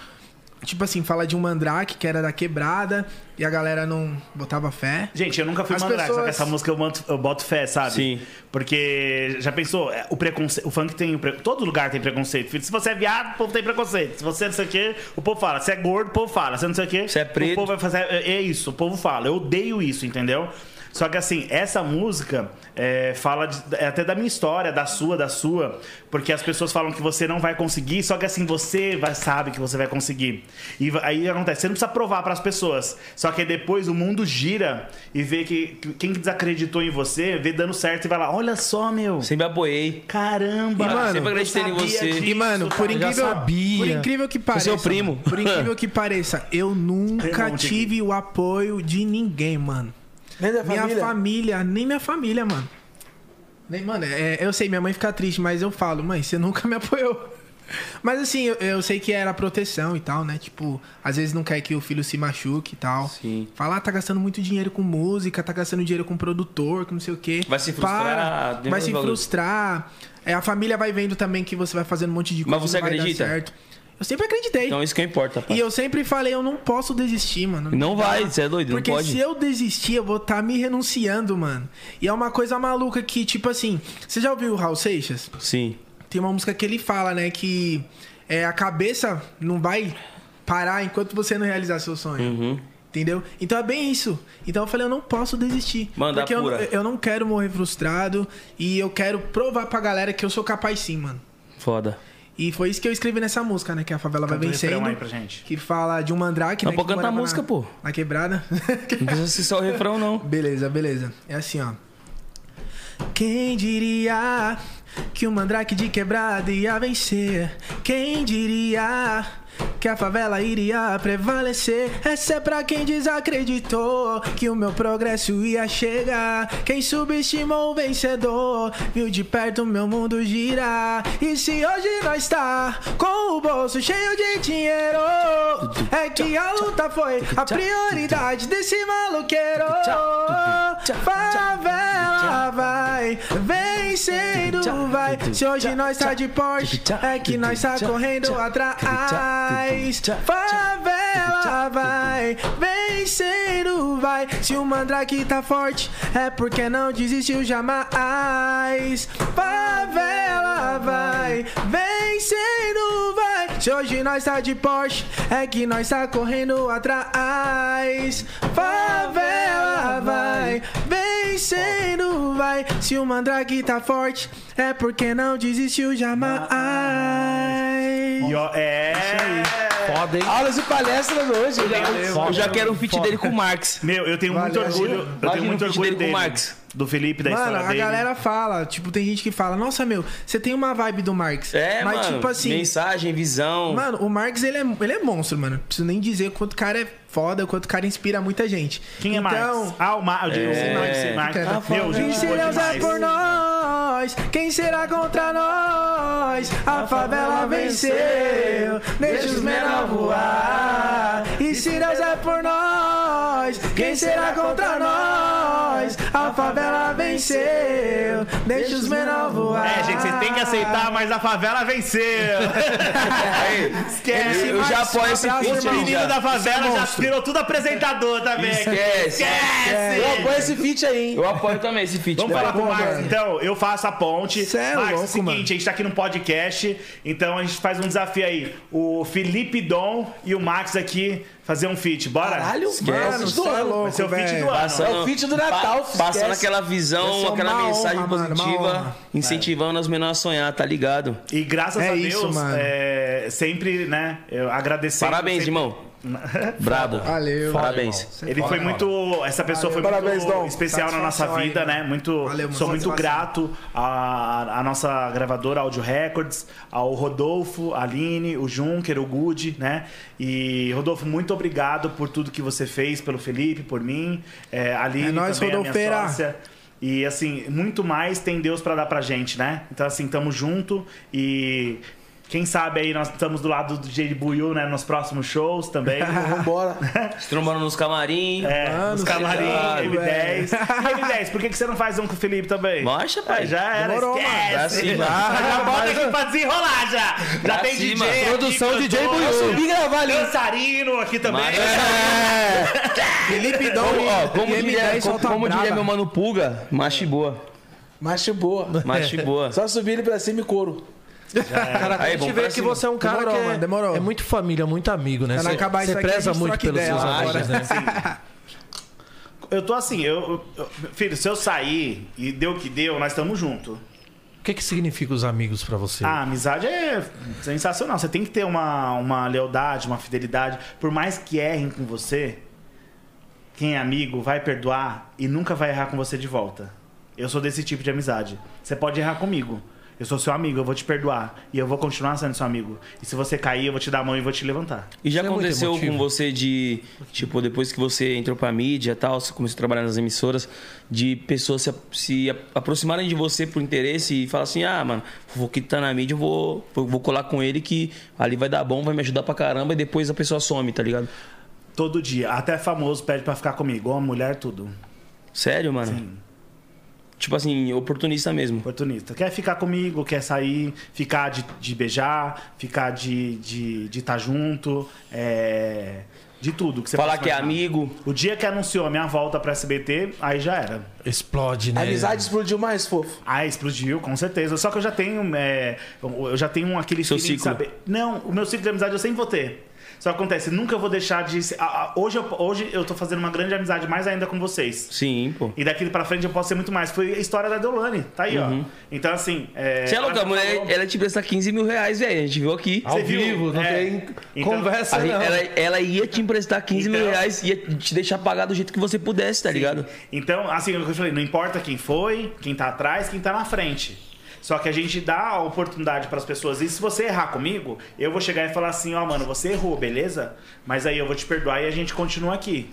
Tipo assim, fala de um mandrake que era da quebrada e a galera não botava fé. Gente, eu nunca fui As mandrake, só que pessoas- essa música eu, manto- eu boto fé, sabe? Sim. Porque, já pensou, É, o preconceito, o funk tem, o pre- todo lugar tem preconceito. filho. Se você é viado, o povo tem preconceito. Se você é não sei o quê, o povo fala. Se é gordo, o povo fala. Se é não sei o quê, Se é preto. o povo vai fazer... É é isso, o povo fala. Eu odeio isso, entendeu? Só que assim, essa música é, fala de- é até da minha história, da sua, da sua, porque as pessoas falam que você não vai conseguir, só que assim, você vai, sabe que você vai conseguir. E va- aí acontece, você não precisa provar para as pessoas, só que depois o mundo gira e vê que, que quem desacreditou em você vê dando certo e vai lá, olha só, meu, Sempre apoiei. caramba, E, mano, Sempre eu acreditei em sabia você. disso, E, mano, por cara." já incrível, sabia. por incrível que pareça. seu primo. mano, por incrível que pareça, eu nunca Irmão de- tive o apoio de ninguém, mano. Nem da minha família. família. nem minha família, mano. Nem, mano, é, eu sei, minha mãe fica triste, mas eu falo, mãe, você nunca me apoiou. Mas assim, eu, eu sei que era proteção e tal, né? Tipo, às vezes não quer que o filho se machuque e tal. Sim. Fala, ah, tá gastando muito dinheiro com música, tá gastando dinheiro com produtor, que não sei o quê. Vai se frustrar, Para, tem vai vários se bagulho. frustrar. É, a família vai vendo também que você vai fazendo um monte de Mas coisa. você não vai dar acredita? certo. Eu sempre acreditei. Então isso que importa, pai. E eu sempre falei, eu não posso desistir, mano. Não dá. vai, você é doido, não Porque pode. se eu desistir, eu vou estar me renunciando, mano. E é uma coisa maluca que, tipo assim, você já ouviu o Raul Seixas? Sim. Tem uma música que ele fala, né, que é, a cabeça não vai parar enquanto você não realizar seu sonho. Uhum. Entendeu? Então é bem isso. Então eu falei, eu não posso desistir. Manda porque eu, pura. eu não quero morrer frustrado e eu quero provar pra galera que eu sou capaz sim, mano. Foda. E foi isso que eu escrevi nessa música, né? Que a favela vai Canta um refrão vencendo. aí pra gente. Que fala de um mandrake, Não, né? pô, que canta a morava música, na, pô. Na quebrada. Não precisa ser só o refrão, não. beleza, beleza. É assim, ó. Quem diria que o mandrake de quebrada ia vencer? Quem diria que a favela iria prevalecer? Essa é pra quem desacreditou que o meu progresso ia chegar. Quem subestimou o vencedor viu de perto o meu mundo girar. E se hoje nós tá com o bolso cheio de dinheiro, é que a luta foi a prioridade desse maluqueiro. Favela vai vencendo, vai. Se hoje nós tá de Porsche, é que nós tá correndo atrás. Favela vai vencendo, vai. Se o mandrake tá forte, é porque não desistiu jamais. Favela vai vencendo, vai. Se hoje nós tá de Porsche, é que nós tá correndo atrás. Favela vai vencendo, vai. Se o mandrake tá forte, é porque não desistiu jamais. E ó, é. Foda, hein? Aulas e palestras hoje. Eu já quero um feat dele com o Marx. Meu, eu tenho muito Valeu, orgulho. Eu Imagina tenho muito o feat orgulho dele com o dele. Marx. Do Felipe, da Mano, história a dele. galera fala, tipo, tem gente que fala, nossa, meu, você tem uma vibe do Marx. É, mas, mano. tipo assim, mensagem, visão. Mano, o Marx, ele é, ele é monstro, mano. Preciso nem dizer quanto o cara é foda, quanto o cara inspira muita gente. Quem é então, Marx? Ah, o Mar... eu digo, É. o Marx. sim, Marx. Então, Meu, quem gente, boa será usar demais. por nós? Quem será contra nós? A favela venceu, deixa os menor voar. E se Deus é por nós, quem será contra nós? A favela venceu, deixa os menor voar. É, gente, vocês têm que aceitar, mas a favela venceu. Aí, Esquece. eu, eu já Marx, apoio um esse abraço, feat, O irmão. aí, menino já. da favela já monstro. é virou tudo apresentador também. Esquece. Eu Esquece. apoio esse feat aí, hein? Eu apoio também esse feat. Vamos vai. falar com o Marx, então. Eu faço a ponte. Cê é Marx, louco, seguinte, mano. a gente tá aqui no podcast, então a gente faz um desafio aí. O Felipe Dom e o Max aqui fazer um feat. Bora? Caralho, mano. Mano, do cê é ano. louco, Vai ser o feat velho. do ano. Passando- É o feat do Natal, esquece. Passando aquela Vai ser visão, é uma aquela honra, mensagem mano, uma honra. positiva, incentivando as meninas a sonhar, tá ligado? E graças É a isso, Deus, mano. é, sempre, né, eu agradecendo. Parabéns, sempre- irmão. Brabo. Valeu. Parabéns. Ele foi muito. Essa pessoa foi Parabéns, muito Dom. especial na nossa Satisfação aí, vida, né? mano. Muito, Valeu, mano. sou muito Satisfação. grato à, à nossa gravadora Audio Records, ao Rodolfo, a Aline, o Junker, o Gudi, né? E, Rodolfo, muito obrigado por tudo que você fez, pelo Felipe, por mim. É, a Aline É nóis, também, a minha Rodolfeira. sócia. E assim, muito mais tem Deus pra dar pra gente, né? Então assim, tamo junto e quem sabe aí nós estamos do lado do J. Buiu, né, nos próximos shows também. Vambora. Se trombando nos camarim. É, os camarim, sei lá, M10. M10, por que, que você não faz um com o Felipe também? Baixa, É, pai. já era, Demorou, mano. Dá esquece. Ah, sim, Ah, mano. já bota aqui pra desenrolar já. Já Dá tem sim, DJ mano. aqui, Produção cantor, DJ Buiú. Vim gravar ali. Dançarino aqui também. Mas- Felipe Dom Como, ó, e- como é. e diria, M10 como, solta como a diria braba. meu mano Pulga, machi boa. Macho boa. Machi boa. Só subir ele pra cima e couro. Cara, a Aí, gente bom, vê pra que cima. você é um cara Demorou, que é, mano, demorou. é muito família, muito amigo, né? Quando Você acabar isso você aqui, a preza gente muito troca pelos ideia seus lá amores, né? Eu tô assim, eu, eu- Filho, se eu sair e deu o que deu, nós estamos junto. O que que significa os amigos pra você? A amizade é sensacional. Você tem que ter uma, uma lealdade, uma fidelidade. Por mais que errem com você, quem é amigo vai perdoar e nunca vai errar com você de volta. Eu sou desse tipo de amizade. Você pode errar comigo. Eu sou seu amigo, eu vou te perdoar. E eu vou continuar sendo seu amigo. E se você cair, eu vou te dar a mão e vou te levantar. E já Isso é muito aconteceu emotivo. com você de, tipo, depois que você entrou pra mídia e tal, você começou a trabalhar nas emissoras, de pessoas se, se a- aproximarem de você por interesse e falar assim, ah, mano, vou que tá na mídia, eu vou, eu vou colar com ele que ali vai dar bom, vai me ajudar pra caramba, e depois a pessoa some, tá ligado? Todo dia. Até famoso pede pra ficar comigo. Homem, mulher, tudo. Sério, mano? Tipo assim, oportunista mesmo. Oportunista. Quer ficar comigo, quer sair, ficar de, de beijar, ficar de estar de, de tá junto, é, de tudo. Que você Falar possa que é imaginar. amigo. O dia que anunciou a minha volta pra SBT, aí já era. Explode, né? A amizade explodiu mais, fofo. Ah, explodiu, com certeza. Só que eu já tenho. é, eu já tenho aquele Seu feeling de ciclo. Não, o meu ciclo de amizade eu sempre vou ter. Só que acontece, nunca vou deixar de. se- a- a- Hoje eu, hoje eu tô fazendo uma grande amizade mais ainda com vocês. Sim, pô. E daqui pra frente eu posso ser muito mais. Foi a história da Deolane, tá aí, ó. Então, assim. É, Uhum. Você é louca, a ela tá mulher, falou- ela te presta 15 mil reais, velho. A gente viu aqui. Ao Você viu? vivo, não É. tem Então, conversa, A gente- não. ela, ela ia te emprestar 15 mil Então- reais, ia te deixar pagar do jeito que você pudesse, tá ligado? Então, assim, o que eu falei, não importa quem foi, quem tá atrás, quem tá na frente. Só que a gente dá a oportunidade pras pessoas. E se você errar comigo, eu vou chegar e falar assim: ó, mano, você errou, beleza? Mas aí eu vou te perdoar e a gente continua aqui.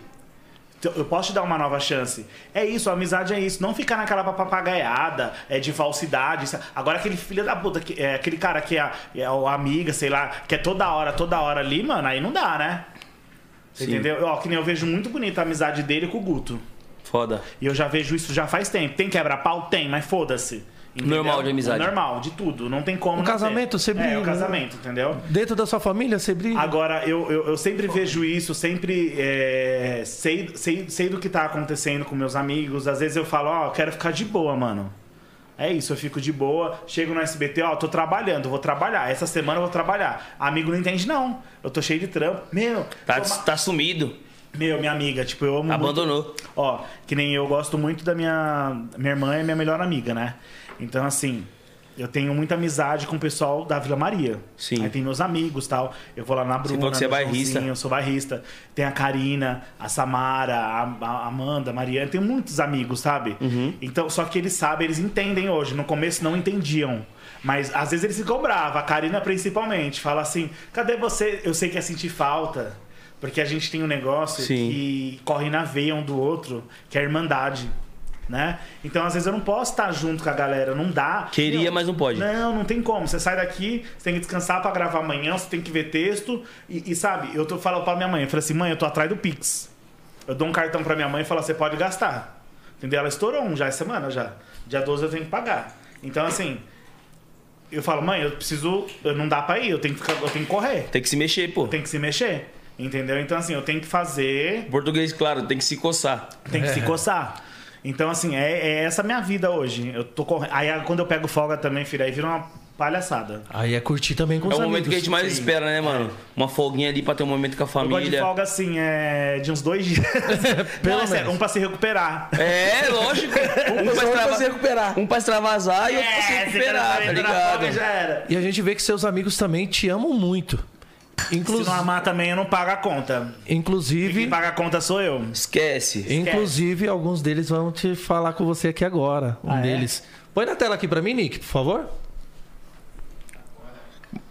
Então, Eu posso te dar uma nova chance. É isso, a amizade é isso. Não ficar naquela papagaiada, é de falsidade. isso- Agora aquele filho da puta, que, é, aquele cara que é, é o amiga, sei lá, que é toda hora, toda hora ali, mano, aí não dá, né? Você Sim. entendeu? Ó, que nem eu vejo muito bonita a amizade dele com o Guto. Foda. E eu já vejo isso já faz tempo. Tem quebra-pau? Tem, mas foda-se. Entendeu? Normal de amizade. Normal, de tudo. Não tem como. não ter. casamento, você É, briga, né? o casamento, entendeu? Dentro da sua família, você briga? Agora, eu, eu, eu sempre vejo isso, sempre é, sei, sei, sei do que tá acontecendo com meus amigos. Às vezes eu falo, ó, eu quero ficar de boa, mano. É isso, eu fico de boa, chego no SBT, ó, tô trabalhando, vou trabalhar. Essa semana eu vou trabalhar. Amigo não entende, não. Eu tô cheio de trampo. Meu, Tá, tô ma- tá sumido. meu, minha amiga, tipo, eu amo. muito- Abandonou. Ó, que nem eu gosto muito da minha. Minha irmã é minha melhor amiga, né? Então, assim. eu tenho muita amizade com o pessoal da Vila Maria. Sim. Aí tem meus amigos tal. Eu vou lá na Bruna. falou que você é no Joãozinho, bairrista. eu sou bairrista. Tem a Karina, a Samara, a, a Amanda, a Mariana. Tem muitos amigos, sabe? Então, só que eles sabem, eles entendem hoje. No começo não entendiam. Mas às vezes eles ficam bravos, a Karina principalmente. Fala assim: cadê você? Eu sei que ia sentir falta. Porque a gente tem um negócio Sim. que corre na veia um do outro, que é a irmandade. Né? Então, às vezes, eu não posso estar junto com a galera, não dá. Queria, Meu, mas não pode. Não, não tem como. Você sai daqui, você tem que descansar pra gravar amanhã, você tem que ver texto. E, e sabe, eu tô, falo pra minha mãe, eu falo assim, mãe, eu tô atrás do Pix. Eu dou um cartão pra minha mãe e falo, você pode gastar. Entendeu? Ela estourou um já essa semana, já. Dia 12 eu tenho que pagar. Então, assim, eu falo, mãe, eu preciso. eu- Não dá pra ir, eu tenho que, ficar- eu tenho que correr. Tem que se mexer, pô. Eu tenho que se mexer. Entendeu? Então, assim, eu tenho que fazer Português, claro, tem que se coçar. tem que se coçar. Então, assim, é, é essa minha vida hoje. Eu tô correndo. Aí ah, quando eu pego folga também, filho, aí vira uma palhaçada. Aí é curtir também com É os o momento amigos. que a gente mais sim. espera, né, mano? Uma folguinha ali pra ter um momento com a Eu gosto de família. folga, assim, é de uns dois dias. Pelo Não, é sério, menos. um pra se recuperar. É, lógico. Um pra, Pra extrava- se recuperar. um pra extravasar e outro pra se É, você quer recuperar, tá saber, na folga já ligado? era. E a gente vê que seus amigos também te amam muito. Inclu- Se não amar também, eu não pago a conta. Quem Inclusive, paga a conta sou eu. Esquece. inclusive, alguns deles vão te falar com você aqui agora. Um Ah, é? deles. Põe na tela aqui pra mim, Nick, por favor.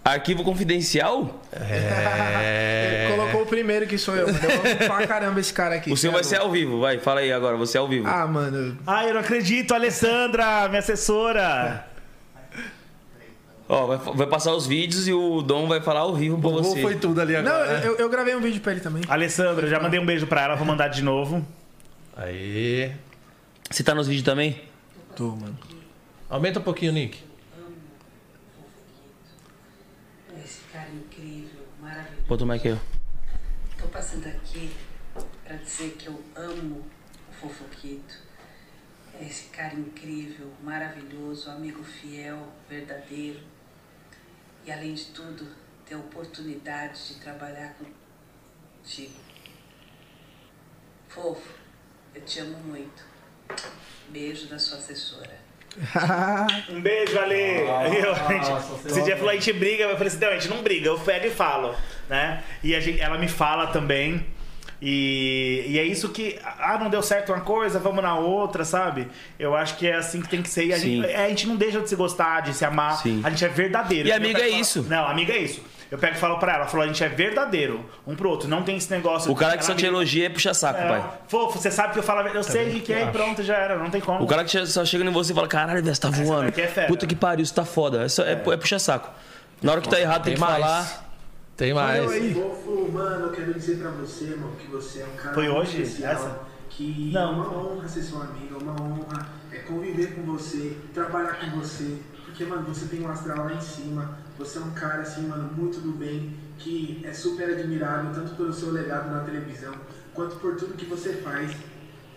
Arquivo confidencial? É. Colocou o primeiro que sou eu, mano. Eu amo pra caramba esse cara aqui. é O seu vai ser ao vivo, vai. Fala aí agora, você é ao vivo. Ah, mano. Ai, eu não acredito, Alessandra, minha assessora. Ó, vai, vai passar os vídeos e o Dom vai falar ao vivo pra Ou você. foi tudo ali Não, agora. né? eu, eu gravei um vídeo pra ele também. Alessandra, já mandei um beijo pra ela, vou mandar de novo. Aí. Você tá nos vídeos também? Tô, mano. Aumenta um pouquinho, Nick. Esse cara é incrível, maravilhoso. Bota o mic aí. ó. Estou passando aqui para dizer que eu amo o Fofoquito. É Esse cara incrível, maravilhoso, amigo fiel, verdadeiro. E além de tudo, ter a oportunidade de trabalhar contigo. Fofo, eu te amo muito. Beijo da sua assessora. Um beijo, Ale. Eu, a gente- esse dia falou, a gente briga, mas eu falei assim, não, a gente não briga, eu pego e falo, né? E a gente- ela me fala também. E, e é isso que, ah, não deu certo uma coisa, vamos na outra, sabe? Eu acho que é assim que tem que ser. E a, Sim. gente, é, a gente não deixa de se gostar, de se amar. Sim. A gente é verdadeiro. E Eu amigo pego é falo- isso. Não, amiga é isso. Eu pego e falo pra ela, falou, a gente é verdadeiro um pro outro, não tem esse negócio. O de cara que só ela te me- elogia é puxa saco, É, pai. Fofo, você sabe que eu falo, a verdade. eu sei o que é e pronto, já era, não tem como. O cara que só chega em você e fala, caralho, velho, você tá voando. daqui é fera. Puta que pariu, você tá foda. É, só- é- é puxa saco. Na hora que tá errado, tem, que falar. Tem mais. Fofo, mano, um eu quero dizer pra você, mano, que você é um cara Foi muito hoje? especial, Essa? Que Não. é uma honra ser seu amigo, é uma honra é conviver com você, trabalhar com você. Porque, mano, você tem um astral lá em cima. Você é um cara, assim, mano, muito do bem, que é super admirável, tanto pelo seu legado na televisão, quanto por tudo que você faz.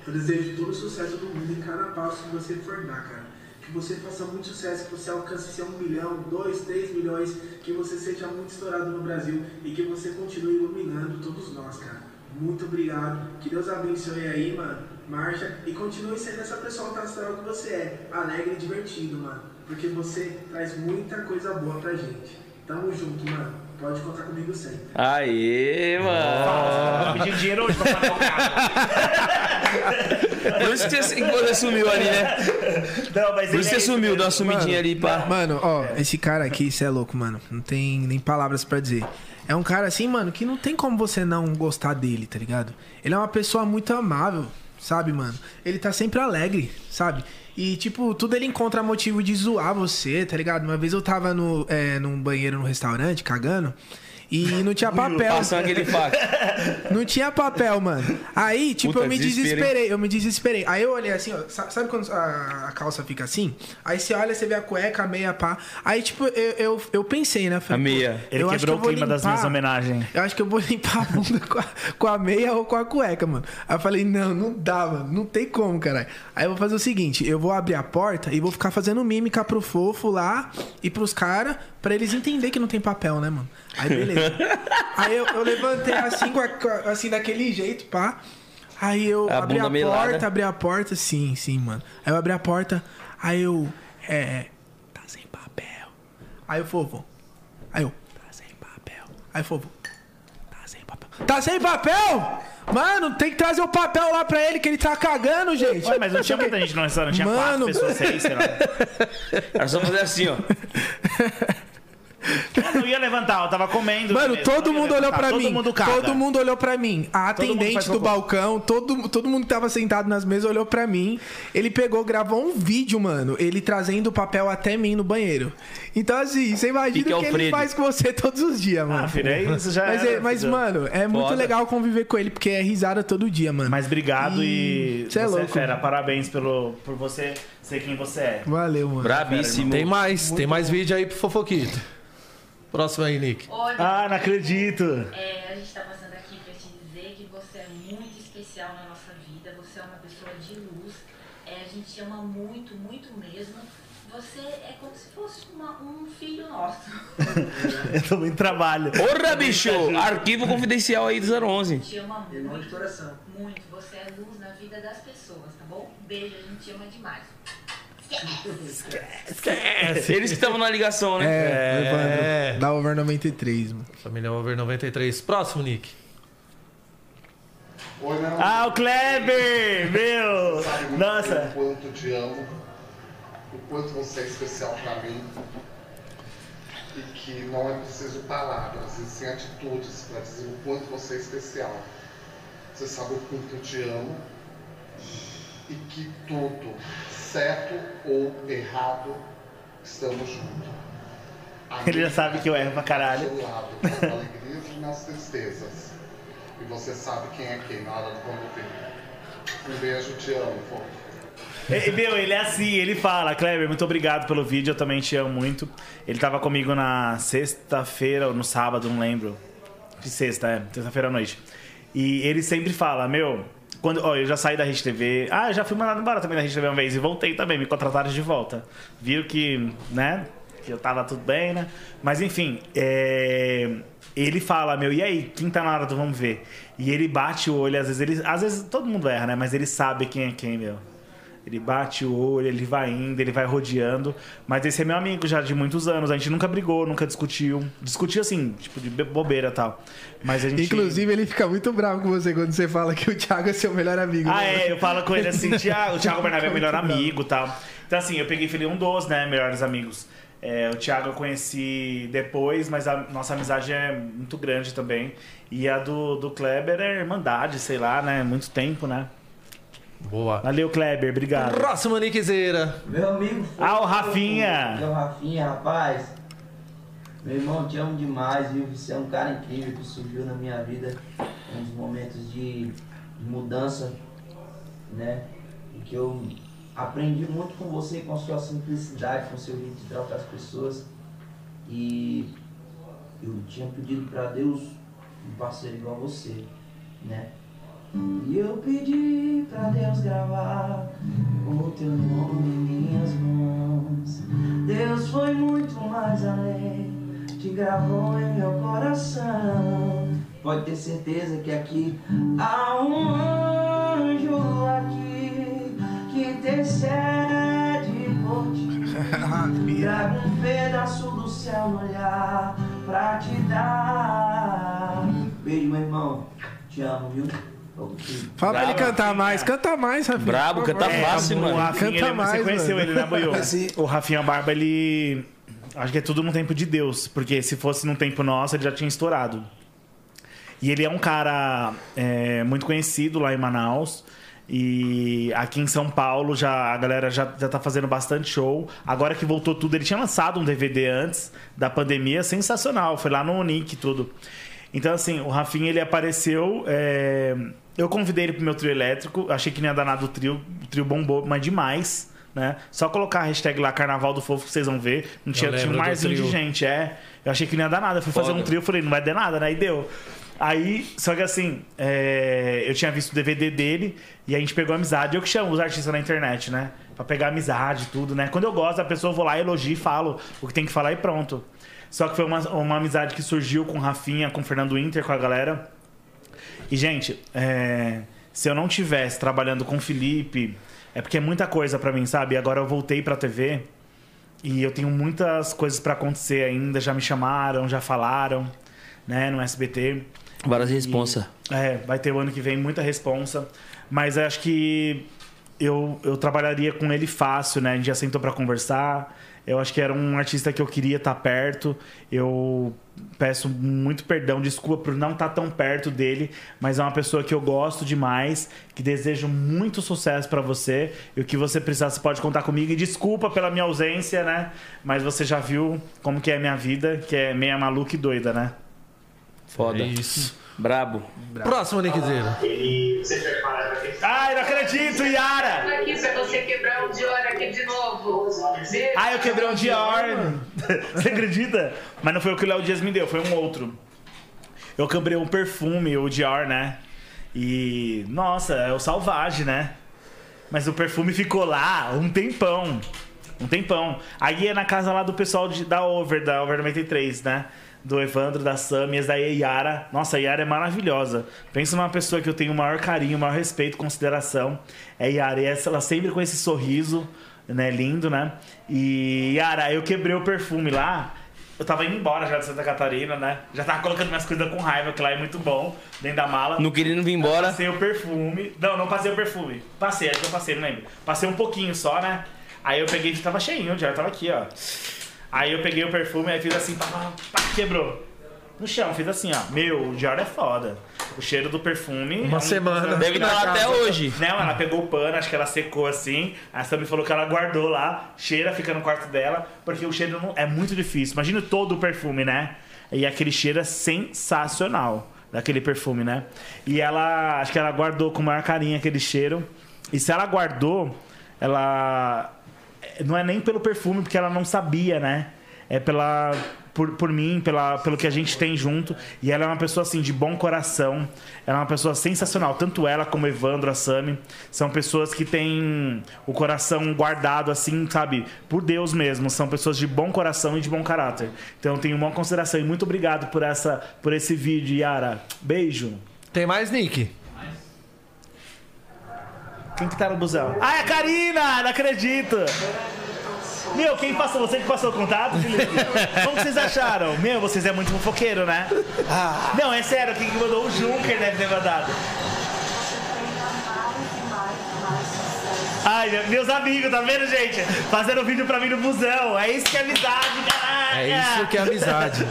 Eu desejo todo o sucesso do mundo em cada passo que você for dar, cara. Que você faça muito sucesso, que você alcance seu um milhão, dois, três milhões, que você seja muito estourado no Brasil e que você continue iluminando todos nós, cara. Muito obrigado. Que Deus abençoe aí, mano. Marcha e continue sendo essa pessoa astral que você é. Alegre e divertido, mano. Porque você traz muita coisa boa pra gente. Tamo junto, mano. Pode contar comigo sempre. Aê, mano. Eu pedi dinheiro hoje pra pagar o carro. Por isso que você, que você sumiu ali, né? Não, mas Por isso ele é que você isso sumiu, mesmo. deu uma sumidinha ali, pá. Mano, ó, esse cara aqui, você é louco, mano. Não tem nem palavras pra dizer. É um cara assim, mano, que não tem como você não gostar dele, tá ligado? Ele é uma pessoa muito amável, sabe, mano? Ele tá sempre alegre, sabe? E, tipo, tudo ele encontra motivo de zoar você, tá ligado? Uma vez eu tava no, é, num banheiro num restaurante, cagando, e não tinha papel. Passando aquele fato. Não tinha papel, mano. Aí, tipo, Puta, eu me desespero, hein? desesperei, eu me desesperei. Aí eu olhei assim, ó, sa- sabe quando a, a calça fica assim? Aí você olha, você vê a cueca, a meia, pá. Aí, tipo, eu, eu, eu pensei, né? Falei, A pô, meia. Ele eu acho quebrou o que eu vou clima das limpar- minhas homenagens. Eu acho que eu vou limpar a bunda com a, com a meia ou com a cueca, mano. Aí eu falei, não, não dá, mano. Não tem como, caralho. Aí eu vou fazer o seguinte, eu vou abrir a porta e vou ficar fazendo mímica pro fofo lá e pros caras, pra eles entenderem que não tem papel, né, mano? Aí beleza. Aí eu, eu levantei assim, com a- com a- assim, daquele jeito, pá. Aí eu A abri bunda a melada. porta, abri a porta, sim, sim, mano. Aí eu abri a porta, aí eu. É. Tá sem papel. Aí o fofo. Aí eu. Tá sem papel. Aí o fofo. Tá sem papel. Tá sem papel? Mano, tem que trazer o papel lá pra ele que ele tá cagando, gente. Ué, mas não tinha muita gente no restaurante, tinha Mano. quatro pessoas, seis, sei lá. Era só fazer assim, ó. Eu não ia levantar, eu tava comendo. Mano, mesmo, todo não ia mundo olhou levantar, pra mim. Todo mundo caga. todo mundo olhou pra mim. A Todo mundo atendente faz do cocô. balcão, todo, todo mundo que tava sentado nas mesas olhou pra mim. Ele pegou, gravou um vídeo, mano. Ele trazendo o papel até mim no banheiro. Então, assim, você imagina Fique o que ele Alfredo. faz com você todos os dias, mano. Ah, filho, é isso já mas, era, é- mas, filho. mano, é muito Foda. legal conviver com ele, porque é risada todo dia, mano. Mas obrigado e. Ih, cê é louco. fera, parabéns pelo, por você ser quem você é. Valeu, mano. Brabíssimo. Tem mais, tem mais vídeo aí pro Fofoquito. Próximo aí, Nick. Olha, Ah, não acredito. é, a gente tá passando aqui pra te dizer que você é muito especial na nossa vida, você é uma pessoa de luz, é, a gente te ama muito, muito mesmo. Você é como se fosse uma- um filho nosso. Eu tô muito trabalho. Porra, bicho! Arquivo confidencial aí do 011. Te ama muito, muito. Você é luz na vida das pessoas, tá bom? Beijo, a gente te ama demais. Eles que estavam na ligação, né? É, Evandro, da Over 93, mano. Família Over 93. Próximo, Nick. Oi, meu amor. Ah, o Kleber! Meu! Sabe muito bem Nossa! O quanto eu te amo, o quanto você é especial pra mim e que não é preciso palavras, e sim atitudes pra dizer o quanto você é especial. Você sabe o quanto eu te amo e que tudo, certo ou errado, estamos juntos. Ele já sabe que eu erro pra caralho. Do seu lado, nas alegrias e nas tristezas. E você sabe quem é quem na hora do convívio. Um beijo, te amo, fofo. É, Meu, ele é assim, ele fala, Kleber, muito obrigado pelo vídeo, eu também te amo muito. Ele tava comigo na sexta-feira ou no sábado, não lembro. De sexta, é, sexta-feira à noite. E ele sempre fala, meu, quando, ó, eu já saí da Rede TV. Ah, eu já fui mandado embora também da Rede TV uma vez e voltei também, me contrataram de volta. Viram que, né, que eu tava tudo bem, né? Mas enfim, é, ele fala, meu, e aí, quem tá na hora do vamos ver? E ele bate o olho, às vezes ele, às vezes todo mundo erra, né? Mas ele sabe quem é quem, meu. Ele bate o olho, ele vai indo, ele vai rodeando. Mas esse é meu amigo já de muitos anos. A gente nunca brigou, nunca discutiu. Discutiu assim, tipo, de be- bobeira e tal. Mas a gente. Inclusive, ele fica muito bravo com você quando você fala que o Thiago é seu melhor amigo. Ah, mano. é, eu falo com ele assim, Thiago, o Thiago Bernabé é o melhor amigo e tal. Então, assim, eu peguei e falei um dos, né, melhores amigos. É, o Thiago eu conheci depois, mas a nossa amizade é muito grande também. E a do, do Kleber é irmandade, sei lá, né? Muito tempo, né? Boa. Valeu, Kleber, obrigado. Próximo, Nickzeira. Meu amigo. Ah, o Rafinha. Meu Rafinha, rapaz. Meu irmão, te amo demais, viu? Você é um cara incrível que surgiu na minha vida. Um dos momentos de, de mudança, né? E que eu aprendi muito com você, com sua simplicidade, com seu jeito de tratar as pessoas. E eu tinha pedido pra Deus um parceiro igual você, né? E eu pedi pra Deus gravar o teu nome em minhas mãos. Deus foi muito mais além, te gravou em meu coração. Pode ter certeza que aqui há um anjo aqui que intercede por ti. Traga um pedaço do céu no olhar pra te dar. Beijo, meu irmão. Te amo, viu? Tô contigo. Fala pra ele Bravo, cantar mais, canta mais, Rafinha. Brabo, por favor. canta fácil, o mano. É, Rafinha, Canta ele- mais, você conheceu mano. ele, né, Boiô? Mas e- O Rafinha Barba, ele. Acho que é tudo no tempo de Deus, porque se fosse num tempo nosso, ele já tinha estourado. E ele é um cara é, muito conhecido lá em Manaus. E aqui em São Paulo já a galera já, já tá fazendo bastante show. Agora que voltou tudo, ele tinha lançado um DVD antes da pandemia, sensacional. Foi lá no Nick e tudo. Então, assim, o Rafinha ele apareceu. é, Eu convidei ele pro meu trio elétrico, achei que não ia dar nada o trio, o trio bombou, mas demais. Né? Só colocar a hashtag lá Carnaval do Fofo que vocês vão ver. Não tinha, tinha lembro do mais de trio. gente, é. Eu achei que não ia dar nada. Eu fui fazer Foda. um trio, eu falei, não vai dar nada, né? E deu. Aí, só que assim, é, eu tinha visto o DVD dele e a gente pegou amizade. Eu que chamo os artistas na internet, né? Pra pegar amizade e tudo, né? Quando eu gosto da pessoa, eu vou lá, elogio e falo o que tem que falar e pronto. Só que foi uma, uma amizade que surgiu com o Rafinha, com o Fernando Inter, com a galera. E, gente, é, se eu não tivesse trabalhando com o Felipe, é porque é muita coisa pra mim, sabe? E agora eu voltei pra TV. E eu tenho muitas coisas pra acontecer ainda. Já me chamaram, já falaram, né, no SBT. Várias E- responsa. É, vai ter o ano que vem muita responsa. Mas acho que eu, eu trabalharia com ele fácil, né? A gente já sentou pra conversar. Eu acho que era um artista que eu queria estar perto. Eu peço muito perdão, desculpa por não estar tão perto dele, mas é uma pessoa que eu gosto demais, que desejo muito sucesso pra você. E o que você precisar, você pode contar comigo. E desculpa pela minha ausência, né? Mas você já viu como que é a minha vida, que é meia maluca e doida, né? Foda. É Isso. Brabo. Próximo, Nickzeiro. Ai, não acredito, Yara! Tá Aqui pra você quebrar um Dior aqui de novo. Beijo. Ah, eu quebrei um Dior. Você acredita? Mas não foi o que o Léo Dias me deu, foi um outro. Eu quebrei um perfume, o Dior, né? E. Nossa, é o Salvage, né? Mas o perfume ficou lá um tempão. Um tempão. Aí é na casa lá do pessoal de- da Over, da Over 93, né? Do Evandro, da Samias, da Yara. Nossa, a Yara é maravilhosa. Pensa numa pessoa que eu tenho o maior carinho, o maior respeito, consideração. É Yara. E essa- ela sempre com esse sorriso, né? Lindo, né? E Yara, eu quebrei o perfume lá. Eu tava indo embora já de Santa Catarina, né? Já tava colocando minhas coisas com raiva, que lá é muito bom, dentro da mala. Não querendo vir embora. Eu passei o perfume. Não, não passei o perfume. Passei, acho que eu passei, não lembro. Passei um pouquinho só, né? Aí eu peguei, tava cheinho já, tava aqui, ó. Aí eu peguei o perfume, aí fiz assim, pá, pá, pá, quebrou. No chão, fiz assim, ó. Meu, o Dior é foda. O cheiro do perfume. Uma é um- semana. Deve estar lá até hoje. Não, ela pegou o pano, acho que ela secou assim. A Sammy falou que ela guardou lá, cheira, fica no quarto dela, porque o cheiro não- é muito difícil. Imagina todo o perfume, né? E aquele cheiro é sensacional daquele perfume, né? E ela, acho que ela guardou com o maior carinho aquele cheiro. E se ela guardou, ela. Não é nem pelo perfume, porque ela não sabia, né? é pela por, por mim, pela, pelo que a gente tem junto. E ela é uma pessoa assim de bom coração. Ela é uma pessoa sensacional. Tanto ela como o Evandro, a Sami, são pessoas que têm o coração guardado assim, sabe, por Deus mesmo. São pessoas de bom coração e de bom caráter. Então eu tenho uma consideração e muito obrigado por essa por esse vídeo, Yara. Beijo. Tem mais, Nick? Quem que tá no busão? Ah, é a Karina! Não acredito! Meu, quem passou? Você que passou o contato, Felipe? Como que vocês acharam? Meu, vocês é muito fofoqueiro, né? Ah. Não, é sério, quem que mandou? O Junker deve ter mandado. Ai, meu- meus amigos, tá vendo, gente? Fazendo vídeo pra mim no busão. É isso que é amizade, caraca! É isso que é amizade.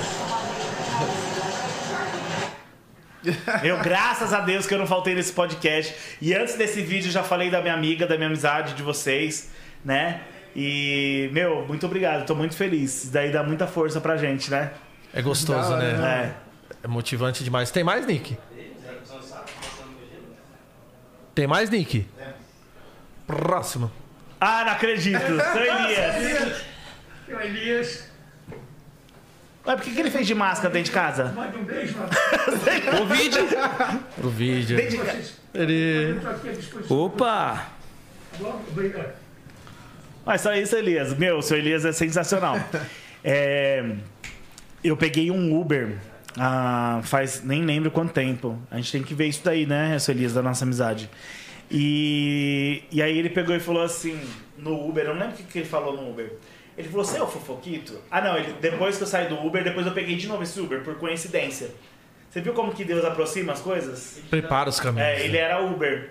é- Eu, graças a Deus que eu não faltei nesse podcast. E antes desse vídeo, eu já falei da minha amiga, da minha amizade, de vocês, né? E, meu, muito obrigado, tô muito feliz. Isso daí dá muita força pra gente, né? É gostoso, Da hora, né? né? É. motivante demais. Tem mais, Nick? Tem mais, Nick? Próximo. Ah, não acredito! Sou Elias! Seu Elias, Ué, por que, que ele fez de máscara dentro de casa? mande um beijo. O vídeo! O vídeo. Dentro de casa. Ele... Opa! Obrigado. Mas só isso, Elias. Meu, o seu Elias é sensacional. É, eu peguei um Uber ah, faz nem lembro quanto tempo. A gente tem que ver isso daí, né, seu Elias, da nossa amizade. E, e aí ele pegou e falou assim, no Uber, eu não lembro o que, que ele falou no Uber. Ele falou, você é o fofoquito? Ah não, ele, depois que eu saí do Uber, depois eu peguei de novo esse Uber, por coincidência. Você viu como que Deus aproxima as coisas? Prepara os caminhos. É, ele era Uber.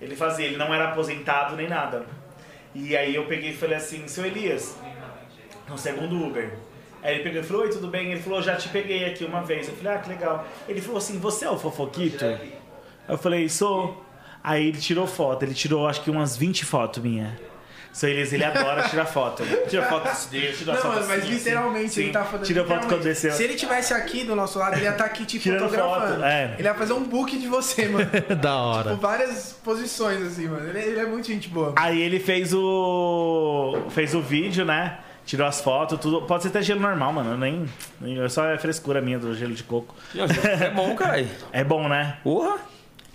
Ele fazia, ele não era aposentado nem nada. E aí eu peguei e falei assim, seu Elias, no segundo Uber. Aí ele pegou e falou, oi, tudo bem? Ele falou, já te peguei aqui uma vez. Eu falei, ah, que legal. Ele falou assim, você é o fofoquito? Eu falei, sou. Aí ele tirou foto, ele tirou acho que umas 20 fotos minha. Seu Elias, ele adora tirar foto. Tira foto desse dedo, tira Não, foto mas, assim, assim. literalmente ele Sim. tá falando. Tira foto quando literalmente. desceu. Se ele tivesse aqui do nosso lado, ele ia estar aqui te Tirando fotografando. foto, é. Ele ia fazer um book de você, mano. da hora. Tipo, várias posições, assim, mano. Ele, ele é muito gente boa. Aí ele fez o. fez o vídeo, né? Tirou as fotos, tudo. Pode ser até gelo normal, mano. eu Nem, nem é só é frescura minha do gelo de coco. É bom, cara. É bom, né? Porra!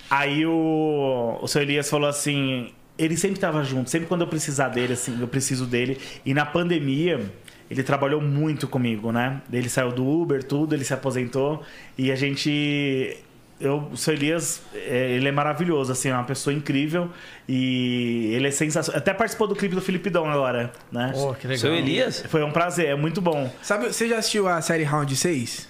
Aí o, o seu Elias falou assim. Ele sempre tava junto, sempre quando eu precisar dele, assim, eu preciso dele. E na pandemia, ele trabalhou muito comigo, né? Ele saiu do Uber, tudo, ele se aposentou. E a gente eu, o seu Elias, é, ele é maravilhoso, assim, é uma pessoa incrível e ele é sensacional. Até participou do clipe do Filipidão agora, né? Pô, que legal. Seu Elias? Foi um prazer, é muito bom. Sabe, você já assistiu a série Round 6?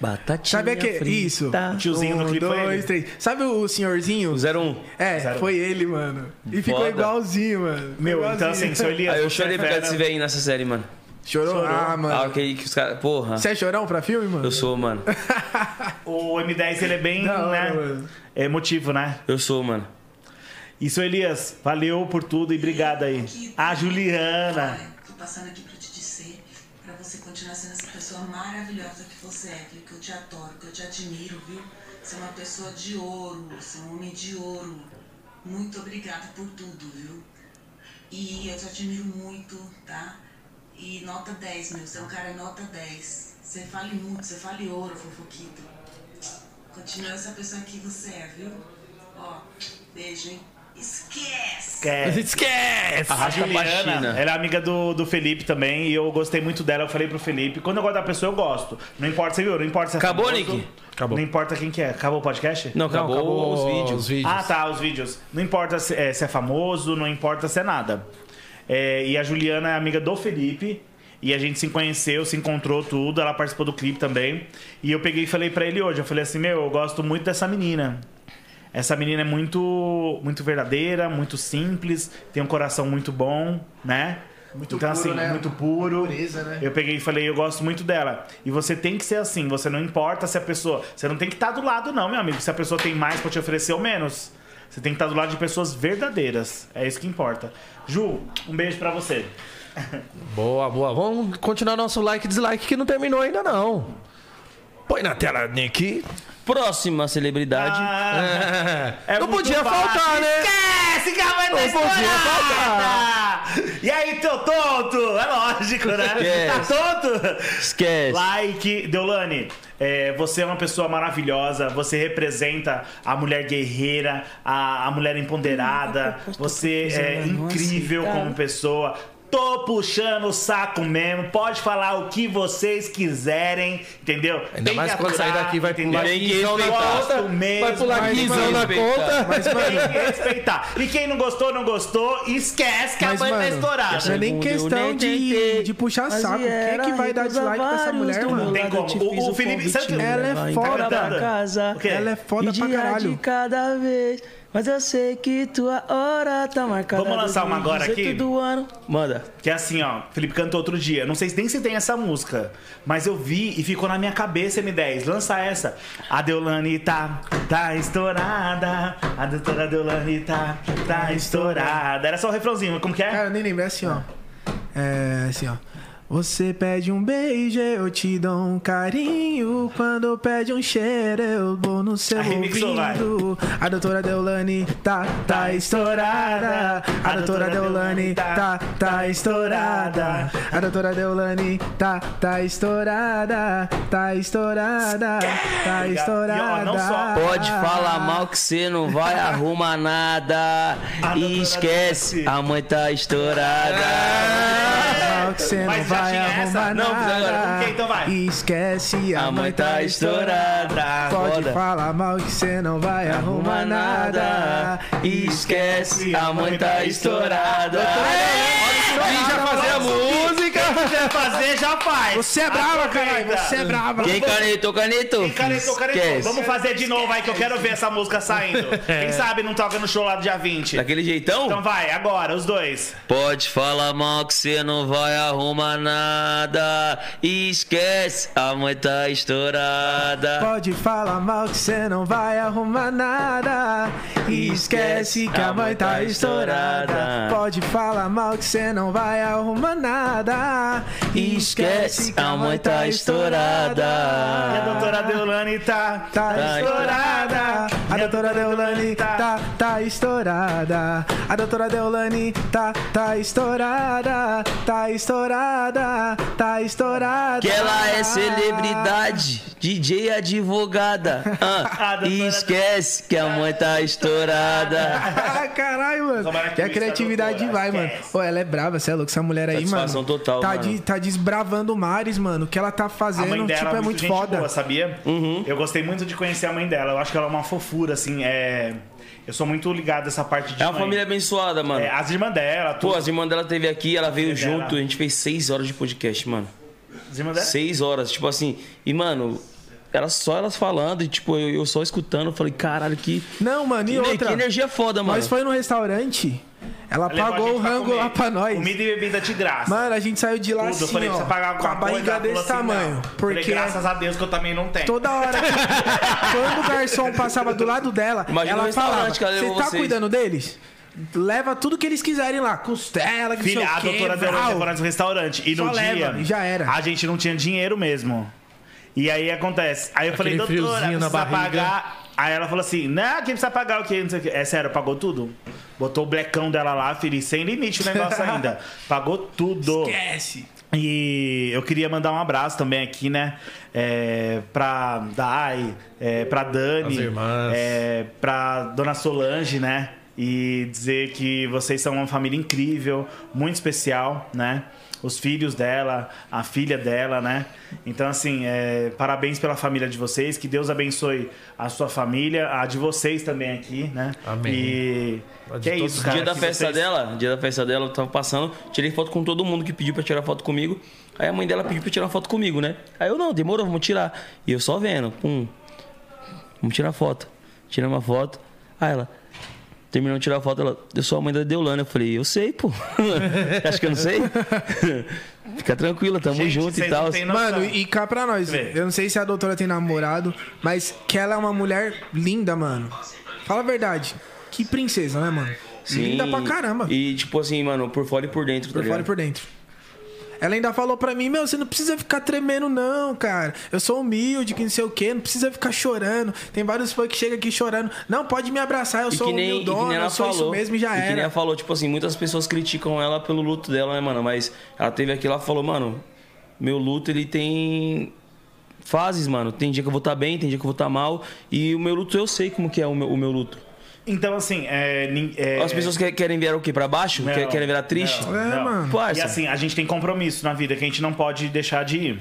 Batatinha Sabe aquele. frita. Isso. O tiozinho um, do clipe foi dois, ele. três. Sabe o senhorzinho? O 01. É, Zero um. foi ele, mano. E ficou Foda. igualzinho, mano. Ficou Meu, então igualzinho. assim, seu Elias- Aí eu chorei por causa Fera. desse velhinho nessa série, mano. Chorou? Ah, é né? mano. Ah, ok, que os caras. Porra. Você é chorão pra filme, mano? Eu sou, mano. O M10 ele é bem, né? É emotivo, né? Eu sou, mano. Isso, Elias, valeu por tudo e obrigado aí. A Juliana. Tô passando aqui pra te dizer, pra você continuar sendo essa pessoa maravilhosa que você é, que eu te adoro, que eu te admiro, viu? Você é uma pessoa de ouro, você é um homem de ouro. Muito obrigada por tudo, viu? E eu te admiro muito, tá? E nota 10, meu, você é um cara nota 10. Você fale muito, você fale ouro, fofoquito. Continua essa pessoa que você é, viu? Ó, beijo, hein? Esquece! Esquece. Esquece! é A Juliana, Arrasta ela é amiga do, do Felipe também e eu gostei muito dela. Eu falei pro Felipe, quando eu gosto da pessoa, eu gosto. Não importa, você viu? Não importa se é Acabou, famoso, Nick? Acabou. Não importa quem que é. Acabou o podcast? Não, acabou, acabou os vídeos. os vídeos. Ah, tá, os vídeos. Não importa se é, se é famoso, não importa se é nada. É, e a Juliana é amiga do Felipe. E a gente se conheceu, se encontrou tudo. Ela participou do clipe também. E eu peguei e falei pra ele hoje. Eu falei assim, meu, eu gosto muito dessa menina. Essa menina é muito, muito verdadeira, muito simples. Tem um coração muito bom, né? Muito então, puro, assim, né? muito puro. Pureza, né? Eu peguei e falei, eu gosto muito dela. E você tem que ser assim, você não importa se a pessoa. Você não tem que estar do lado, não, meu amigo. Se a pessoa tem mais pra te oferecer ou menos. Você tem que estar do lado de pessoas verdadeiras. É isso que importa. Ju, um beijo pra você. Boa, boa. Vamos continuar nosso like e dislike que não terminou ainda não. Põe na tela, Nick. Próxima celebridade. Ah, Ah. É. não podia faltar, né? Esquece que vai Não podia faltar. E aí, teu tonto? É lógico, né? Esquece. Tá tonto? Esquece. Like, Deolane. é, você é uma pessoa maravilhosa, você representa a mulher guerreira, a, a mulher empoderada, você é incrível tá. como pessoa. Tô puxando o saco mesmo, pode falar o que vocês quiserem, entendeu? Ainda mais quando sair daqui, vai entendeu? pular guizão na conta, Gosto mesmo, vai pular mas guizão tem na que conta. respeitar. Mas, mano, tem que respeitar. E quem não gostou, não gostou, esquece que a Mas, banda tá mano, estourada. não é nem questão de, de puxar Mas saco. Quem é que era vai dar dislike pra essa mulher, do mano? meu Tem lado, como. te O- fiz o o Felipe- convite, sabe que- Ela vai é em foda. cada casa, O quê? Ela é foda pra caralho. cada vez. Mas eu sei que tua hora tá marcada. Vamos lançar uma agora aqui? Manda. Que é assim, ó. Felipe cantou outro dia. Não sei se nem se tem essa música, mas eu vi e ficou na minha cabeça, M10. Lança essa. A Deolane tá, tá estourada. A doutora Deolane tá, tá estourada. Era só o refrãozinho, como que é? Cara, eu nem lembro, é assim, ó. É assim, ó. Você pede um beijo, eu te dou um carinho. Quando pede um cheiro, eu vou no seu remixou, vai. ouvido. A doutora Deolane tá, tá estourada. A doutora Deolane tá, tá estourada. A doutora Deolane tá, tá estourada. Tá estourada. Tá estourada. Pode falar mal que você não vai arrumar nada. Ah, E esquece, a mãe tá estourada. Não, precisa Mal que você não vai arrumar nada. agora. Ok, então vai. Esquece, a, A mãe tá estourada. É. Pode Roda. falar mal que você não vai arrumar nada. E esquece, a mãe tá estourada. Quem já fazer a música? Quem quiser fazer, já faz. Você é brava, Aproveita. caralho. Você é brava. Quem canetou, canetou. Quem canetou, canetou. Esquece. Vamos fazer de novo aí que eu quero ver essa música saindo. É. Quem sabe não toca no show lá do dia 20. Daquele jeitão? Então vai, agora, os dois. Pode falar mal que você não vai arrumar nada. E esquece, a mãe tá estourada. Pode falar mal que você não vai arrumar nada. E esquece que a mãe tá estourada. Pode falar mal que você não vai arrumar nada. E esquece que a mãe tá estourada. E a doutora Deolane tá, tá, Tá estourada. A doutora Deolane tá, tá estourada. A doutora Deolane tá, tá estourada. Tá estourada, tá estourada. Que ela é celebridade. DJ advogada. Ah, e esquece que a mãe tá estourada. Ah, caralho, mano. Que a criatividade vai, mano. Ô, ela é brava, você é louco. Essa mulher aí, Satisfação mano. total, tá, mano. de- tá desbravando mares, mano. O que ela tá A fazendo, mãe dela tipo, é muito gente foda. Uhum. boa, sabia? Eu gostei muito de conhecer a mãe dela. Eu acho que ela é uma fofura, assim. É... Eu sou muito ligado a essa parte de. É uma mãe. família abençoada, mano. É, as irmãs dela, Pô, as irmãs dela teve aqui, ela veio Irmã junto, dela. a gente fez seis horas de podcast, mano. As irmãs dela? Seis horas, tipo assim. E, mano, elas só elas falando, e tipo, eu, eu só escutando, eu falei, caralho, que. Não, mano, e que, outra. Que energia foda, mano. Nós foi num restaurante, ela Levou a pagou gente é o pra rango comer. lá pra nós. Comida e bebida de graça. Mano, a gente saiu de lá Tudo. Eu assim, falei, ó, precisa pagar com a alguma coisa. barriga Ela falou desse assim, tamanho. não. Eu falei, Porque graças a Deus que eu também não tenho. Toda hora que, quando o garçom passava do lado dela, Imagina o ela restaurante falava: que ela Você levou tá vocês." cuidando deles? Leva tudo que eles quiserem lá, costela, que Filha, não sei a o quê, doutora deu vrau." levou nós no restaurante. E Só no leva, dia. e já era. A gente não tinha dinheiro mesmo. E aí acontece. Aí eu Aquele falei, doutora, friozinho na precisa barriga." pagar. Aí ela falou assim: não, quem precisa pagar o quê? Não sei o quê. É sério, pagou tudo? Botou o blecão dela lá, filho, e sem limite o negócio ainda. Pagou tudo. Esquece. E eu queria mandar um abraço também aqui, né? É, pra Dai, é, pra Dani, As irmãs. é, pra Dona Solange, né? E dizer que vocês são uma família incrível, muito especial, né? Os filhos dela, a filha dela, né? Então, assim, é, parabéns pela família de vocês, que Deus abençoe a sua família, a de vocês também aqui, né? Amém. E que é isso, cara. Dia da que festa vocês- dela, dia da festa dela, eu tava passando, tirei foto com todo mundo que pediu pra tirar foto comigo. Aí a mãe dela pediu pra tirar foto comigo, né? Aí eu, não, demorou, vamos tirar. E eu só vendo, pum. Vamos tirar foto. Tiramos uma foto. Aí ela, terminou de tirar foto, ela, eu sou a mãe da Deolana. Eu falei, eu sei, pô. Acho que eu não sei? Fica tranquila, tamo junto e tal. Mano, e cá pra nós, eu não sei se a doutora tem namorado, mas que ela é uma mulher linda, mano. Fala a verdade. Que princesa, né, mano? Linda pra caramba. E tipo assim, mano, por fora e por dentro, tá Por fora e ligado? por dentro. Ela ainda falou pra mim, meu, você não precisa ficar tremendo, não, cara. Eu sou humilde, que não sei o quê, não precisa ficar chorando. Tem vários fãs que chegam aqui chorando. Não, pode me abraçar, eu E sou que nem, e que humildona, nem ela eu sou falou. isso mesmo e já e que nem era. ela falou, tipo assim, muitas pessoas criticam ela pelo luto dela, né, mano? Mas ela teve aqui, ela falou, mano, meu luto ele tem fases, mano. Tem dia que eu vou estar bem, tem dia que eu vou estar mal. E o meu luto eu sei como que é o meu, o meu luto. Então, assim, é, nin- é- As pessoas que- querem virar o quê? Pra baixo? Que- querem virar triste? não, não. Parça. E assim, a gente tem compromisso na vida que a gente não pode deixar de ir.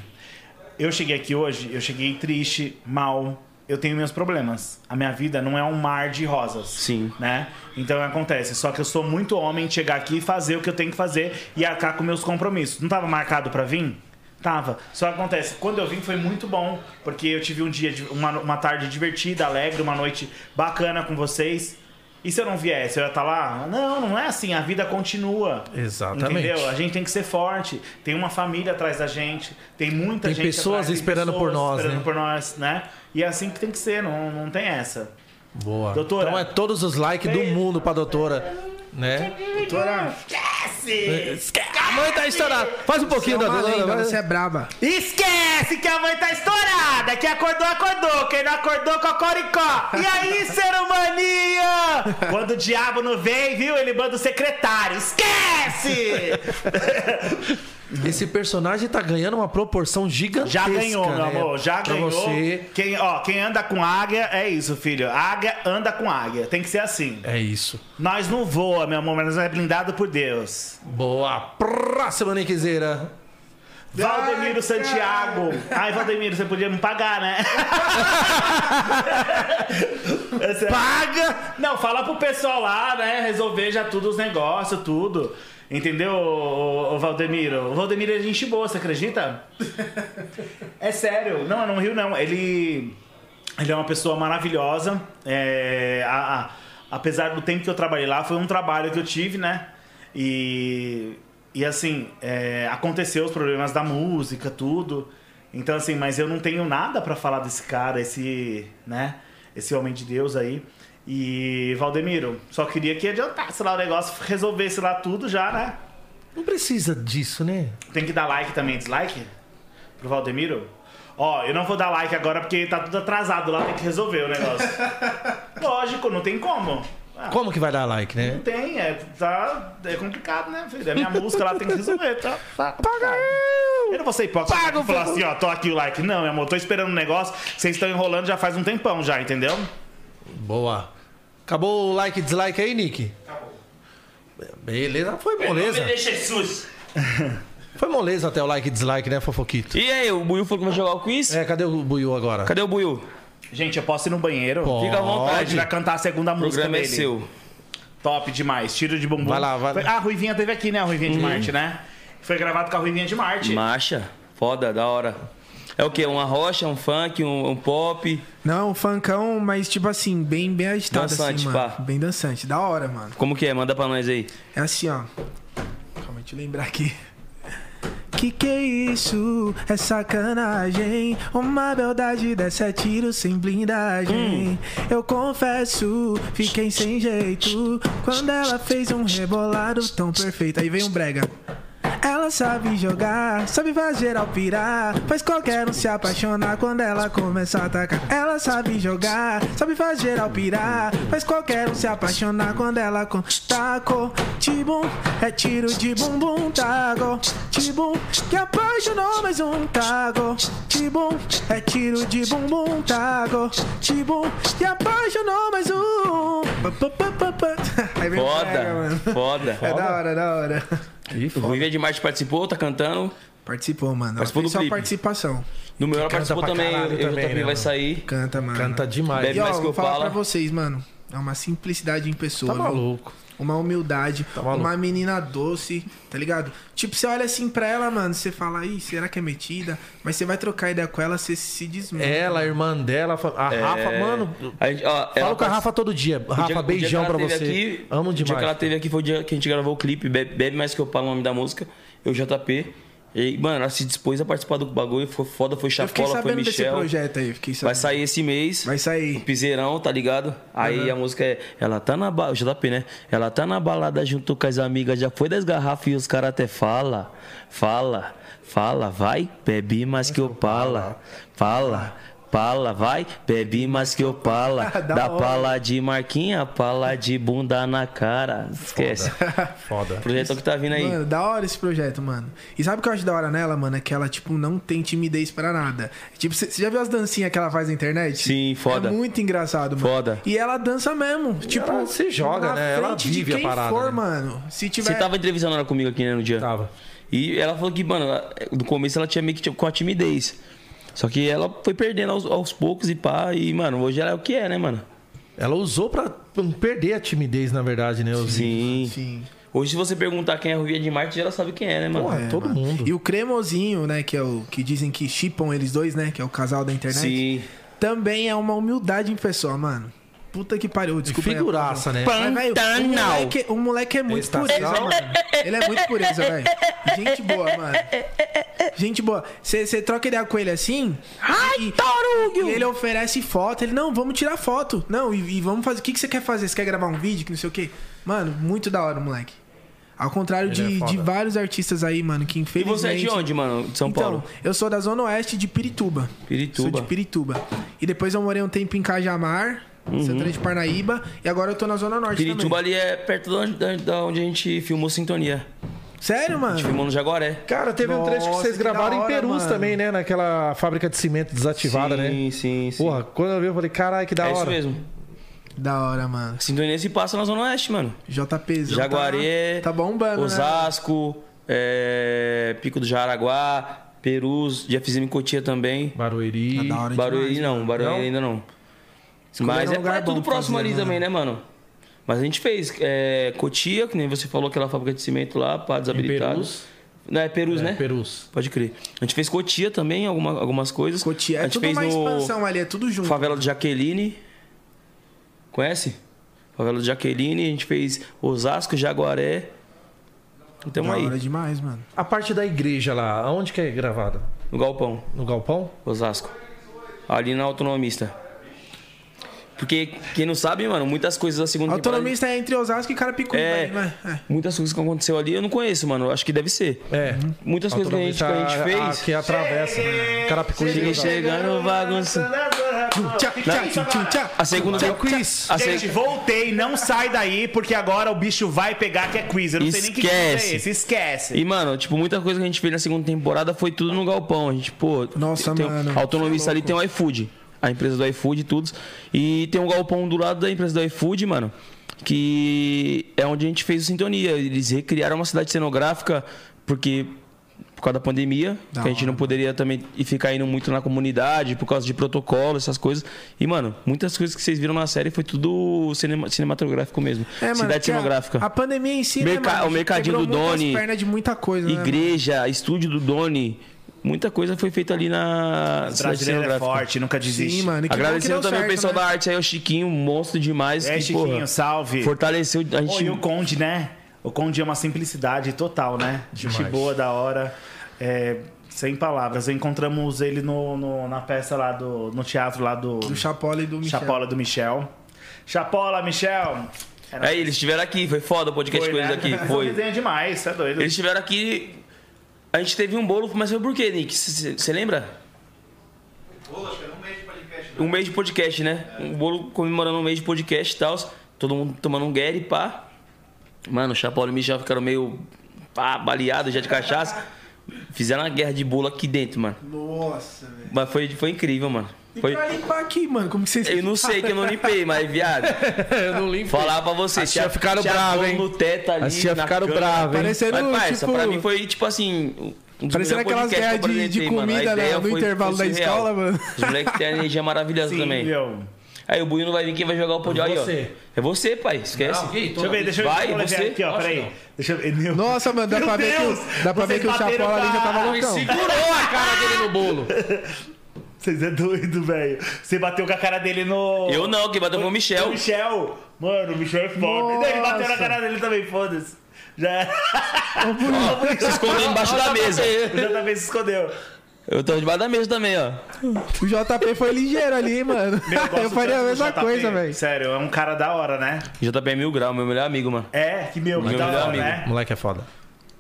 Eu cheguei aqui hoje, eu cheguei triste, mal. Eu tenho meus problemas. A minha vida não é um mar de rosas. Sim. Né? Então acontece. Só que eu sou muito homem de chegar aqui e fazer o que eu tenho que fazer e arcar com meus compromissos. Não tava marcado pra vir? Tava. Só que acontece, quando eu vim foi muito bom, porque eu tive um dia, de- uma, uma tarde divertida, alegre, uma noite bacana com vocês. E se eu não viesse, eu ia estar lá? Não, não é assim, a vida continua. Exatamente. Entendeu? A gente tem que ser forte. Tem uma família atrás da gente. Tem muita Tem gente pessoas atrás, esperando por nós, esperando né? por nós, né? E é assim que tem que ser, não, não tem essa. Boa. Doutora. Então é todos os likes do mundo pra doutora, né? Doutora, esquece! A mãe tá estourada. Faz um pouquinho Você é da uma doutora. lenda, vai. você é braba. Esquece que a mãe tá estourada! Quem acordou, acordou! Quem não acordou, cocoricó! E aí, ser humaninho? Quando o diabo não vem, viu? Ele manda o secretário. Esquece! é- Esse personagem tá ganhando uma proporção gigantesca. Já ganhou, meu né? amor. Já pra ganhou. Você. Quem, ó, quem anda com águia é isso, filho. Águia anda com águia. Tem que ser assim. É isso. Nós não voa, meu amor, mas nós é blindado por Deus. Boa. Próxima, Niquezeira. Valdemiro Santiago. Ai, Valdemiro, você podia me pagar, né? Paga! é- Não, fala pro pessoal lá, né? Resolver já tudo os negócios, tudo. Entendeu, ô, ô, ô, Valdemiro? O Valdemiro é gente boa, você acredita? É sério. Não, eu não rio, não. Ele. Ele é uma pessoa maravilhosa. É, a- a- apesar do tempo que eu trabalhei lá, foi um trabalho que eu tive, né? E, e assim, é, aconteceu os problemas da música, tudo. Então, assim, mas eu não tenho nada pra falar desse cara, esse, né? Esse homem de Deus aí. E, Valdemiro, só queria que adiantasse lá o negócio, resolvesse lá tudo já, né? Não precisa disso, né? Tem que dar like também, dislike? Pro Valdemiro? Ó, eu não vou dar like agora porque tá tudo atrasado lá, tem que resolver o negócio. Lógico, não tem como. Ah, Como que vai dar like, né? Não Tá. tem, é, tá, é complicado, né, filho? É minha música lá, tem que resolver, tá? Paga Eu não vou ser hipócrita Paga o e falar fogo. assim, ó, tô aqui o like. Não, meu amor, tô esperando um negócio. que Vocês estão enrolando já faz um tempão já, entendeu? Boa. Acabou o like e dislike aí, Nick? Acabou. Beleza, foi moleza. Jesus. Foi moleza até o like e dislike, né, Fofoquito? E aí, o Buiu falou que vai jogar o quiz? É, cadê o Buiu agora? Cadê o Buiu? Gente, eu posso ir no banheiro? Fica à vontade. A gente vai cantar a segunda O música programa é dele. seu. Top demais. Tiro de bumbum. Vai lá, vai lá. Ah, a Ruivinha teve aqui, né? A Ruivinha de Uhum. Marte, né? Foi gravado com a Ruivinha de Marte. Marcha. Foda, da hora. É o quê? Uma rocha, um funk, um, um pop. Não, é um funkão, mas tipo assim, bem, bem agitado Dançante, assim, mano. pá. Bem dançante, da hora, mano. Como que é? Manda pra nós aí. É assim, ó. Calma, deixa eu lembrar aqui. Que que é isso? É sacanagem. Uma beldade dessa é tiro sem blindagem. Eu confesso, fiquei sem jeito. Quando ela fez um rebolado tão perfeito. Aí vem um brega. Ela sabe jogar, sabe fazer ao pirar. Faz qualquer um se apaixonar quando ela começa a atacar. Ela sabe jogar, sabe fazer ao pirar. Faz qualquer um se apaixonar quando ela com taco. Tibum, é tiro de bumbum, taco. Tibum, que apaixonou mais um taco. Tibum, é tiro de bumbum, taco. Tibum, que apaixonou mais um. Pá, pá, pá, pá, pá. Aí vem o brega, mano. Foda. Foda. É da hora, é da hora. O Ruivinha de Marte participou, tá cantando. Participou, mano. Participou Fez do só clipe. participação. No meu ela Canta participou pra também. caralho Eu também, também né, vai mano? sair. Canta, mano. Canta demais. Bebe e, ó, mais que vou eu falar falo. pra vocês, mano. É uma simplicidade em pessoa. Tá viu? maluco. Uma humildade. Tá maluco. uma menina doce, tá ligado? Tipo, você olha assim pra ela, mano. Você fala, ih, será que é metida? Mas você vai trocar ideia com ela, você se desmonta. É, Ela, a irmã dela, a fa- a É. Rafa, mano. A gente- ó, ela falo com a participou- Rafa todo tá- dia. O Rafa, dia- o dia que beijão ela pra teve você. aqui- Amo O dia que ela demais. teve aqui foi o dia que a gente gravou o clipe, Bebe, Bebe Mais Que Eu Palo, o nome da música, eu JP. E, mano, ela se dispôs a participar do bagulho, foi foda, foi Eu fiquei Chacola, foi sabendo desse Michel. projeto aí. Fiquei Vai sabendo. sair esse mês. Vai sair. Piseirão, tá ligado? Aí Uhum. a música é. Ela tá na balada. JP, né? Ela tá na balada junto com as amigas. Já foi das garrafas e os caras até fala. Fala, fala, vai, bebe mais que eu pala. Fala. Pala, vai, bebe mais que eu pala. Da Dá hora. pala de marquinha, pala de bunda na cara. Esquece. Foda. Projeto que tá vindo aí. Mano, da hora esse projeto, mano. E sabe o que eu acho da hora nela, mano? É que ela, tipo, não tem timidez pra nada. Tipo, você já viu as dancinhas que ela faz na internet? Sim, foda. É muito engraçado, mano. Foda. E ela dança mesmo. Tipo, ela se joga, na né? Ela frente vive de a quem parada, for, né? mano. Se tiver. Você tava entrevistando ela comigo aqui, né, no dia? Tava. E ela falou que, mano, ela- no começo ela tinha meio que tipo, com a timidez. Só que ela foi perdendo aos, aos poucos e pá. E, mano, hoje ela é o que é, né, mano? Ela usou pra perder a timidez, na verdade, né? Sim. Hoje, se você perguntar quem é a Ruivinha de Marte, ela sabe quem é, né, mano? É, mano. E o Cremosinho, né? Que é o que dizem que chipam eles dois, né? Que é o casal da internet. Sim. Também é uma humildade em pessoa, mano. Puta que pariu, desculpa. aí a figuraça, né? Mas, velho, o, Pantanal. moleque, o moleque é muito tá Estação. pureza, mano. Ele é muito pureza, velho. Gente boa, mano. Gente boa. Você troca ideia com ele assim. Ai, Torugio! E ele oferece foto. Ele, não, vamos tirar foto. Não, e, e vamos fazer. O que você quer fazer? Você quer gravar um vídeo? Que não sei o quê. Mano, muito da hora, moleque. Ao contrário Ele é de, foda. de vários artistas aí, mano, que E infelizmente. você é de onde, mano? De São Paulo? Então, eu sou da Zona Oeste de Pirituba. Pirituba. Sou de Pirituba. E depois eu morei um tempo em Cajamar, Uhum. Santana de Parnaíba. E agora eu tô na Zona Norte Pirituba ali também. é perto da onde, da- da onde a gente filmou Sintonia. Sério, A mano? gente filmou no Jaguaré. Cara, teve um trecho que Nossa, vocês que gravaram da em hora, Perus mano. também, né? Naquela fábrica de cimento desativada, né? Sim, sim, sim. Porra, quando eu vi, eu falei, caralho, que da é hora. isso mesmo. Da hora, mano. Sintonia se passa na Zona Oeste, mano. JPzão. Jaguaré, Tá, tá bombando, né? Osasco, é, Pico do Jaraguá, Perus, já fizemos em Cotia também. É Barueri. Da hora Barueri não, Barueri Não? ainda não. Escolher Mas um é, lugar é tudo bom pra próximo fazer, ali né? também, né, mano? Mas a gente fez é, Cotia, que nem você falou, aquela fábrica de cimento lá, para desabilitados. Perus. Não, é Perus, É, né? Perus. Pode crer. A gente fez Cotia também, alguma- algumas coisas. Cotia É tudo uma expansão ali, é tudo junto. Favela do Jaqueline. Conhece? Favela do Jaqueline, a gente fez Osasco, Jaguaré. Então Da aí. hora demais, mano. A parte da igreja lá, aonde que é gravada? No Galpão. No Galpão? Osasco. Ali na Autonomista. Porque, quem não sabe, mano, muitas coisas da segunda Autonomista é entre Osasco e Carapicuíba, É. aí, né? É. Muitas coisas que aconteceu ali eu não conheço, mano. Eu Acho que deve ser. É. Muitas é coisas que a gente, que a gente Autonomista, fez. a- a que atravessa, né? Carapicuíba. Cheguei chegando, bagunça. A segunda é o quiz. Gente, voltei, não sai daí, porque agora o bicho vai pegar que é quiz. Eu não sei nem que quiz Esquece. é esse. Esquece. E, mano, tipo, muita coisa que a gente fez na segunda temporada foi tudo no galpão. A gente, pô. Nossa, mano, A autonomista ali tem o iFood. A empresa do iFood e tudo. E tem um galpão do lado da empresa do iFood, mano. Que é onde a gente fez o Sintonia. Eles recriaram uma cidade cenográfica, porque. Por causa da pandemia, Da que a gente não poderia também ir ficar indo muito na comunidade, por causa de protocolo, essas coisas. E, mano, muitas coisas que vocês viram na série foi tudo cinema- cinematográfico mesmo. É, mano, cidade porque a- cenográfica. A pandemia em si, né, Merca- mano, o mercadinho quebrou do muito as Doni. pernas de muita coisa, né, Igreja, estúdio do Doni. Muita coisa foi feita ali na. Esse brasileiro é forte, nunca desiste. Sim, mano, e que bom que Agradecendo deu também certo, o pessoal né? da arte aí, o Chiquinho, um monstro demais. É, que, Chiquinho, porra, salve. Fortaleceu a gente. Pô, e o Conde, né? O Conde é uma simplicidade total, né? Gente Demais. boa, da hora. É, sem palavras. Encontramos ele no, no- na peça lá do. No teatro lá do. Do Chapola e do Michel. Chapola do Michel. Chapola, Michel! Era- Aí, É, eles estiveram aqui, foi foda o podcast Foi, com eles né? aqui. Essa Foi. resenha é demais, tá doido. Eles estiveram aqui. A gente teve um bolo, mas foi por quê, Nick? Você lembra? Um mês de podcast, né? É. Um bolo comemorando um mês de podcast e tal. Todo mundo tomando um Guerre, pá. Mano, o Chapolin e o Michel ficaram meio pá, baleados já de cachaça. Fizeram uma guerra de bolo aqui dentro, mano. Nossa, velho. Mas foi, foi incrível, mano. E Foi... pra limpar Tá aqui, mano, como que vocês Eu não sei que eu não limpei, mas, viado. eu não limpei. Falar pra você, As tia ficaram tinha brava, bolo hein? no teto ali. As tia na ficaram cama. brava, hein? Mas, Parecendo, pai, essa pra tipo, mim foi, tipo assim... um dos Parecendo melhores aquelas podcasts que eu guerras de- de apresentei, mano. A comida, né, ideia no foi- intervalo foi da surreal. escola, mano. Os moleques têm energia maravilhosa Sim, também. meu. Aí o Buiu não vai vir, quem vai jogar o pódio aí, ó. Você. É você, pai. Esquece. Não, deixa eu ver, deixa eu ver Vai, como ele você. é aqui, ó, peraí. Deixa eu ver. Meu- Nossa, mano, dá Meu pra ver que o- Deus! dá pra ver Vocês que o bateram Chapola ali já tava pra- loucão. Segurou a cara dele no bolo. Vocês é doido, velho. Você bateu com a cara dele no. Eu não, quem bateu foi o Michel. O Michel. Mano, o Michel é foda. E daí Ele bateu na Nossa. cara dele também, foda-se. Já era. Se escondeu embaixo Tá da mesa. Já também se escondeu. Eu tô debaixo da mesa também, ó. O JP foi ligeiro ali, mano. Meu, gosto eu faria tanto a do mesma JP. coisa, velho. Sério, é um cara da hora, né? JP é mil grau, meu melhor amigo, mano. É, que meu, que Meu da melhor hora, amigo. né? Moleque é foda.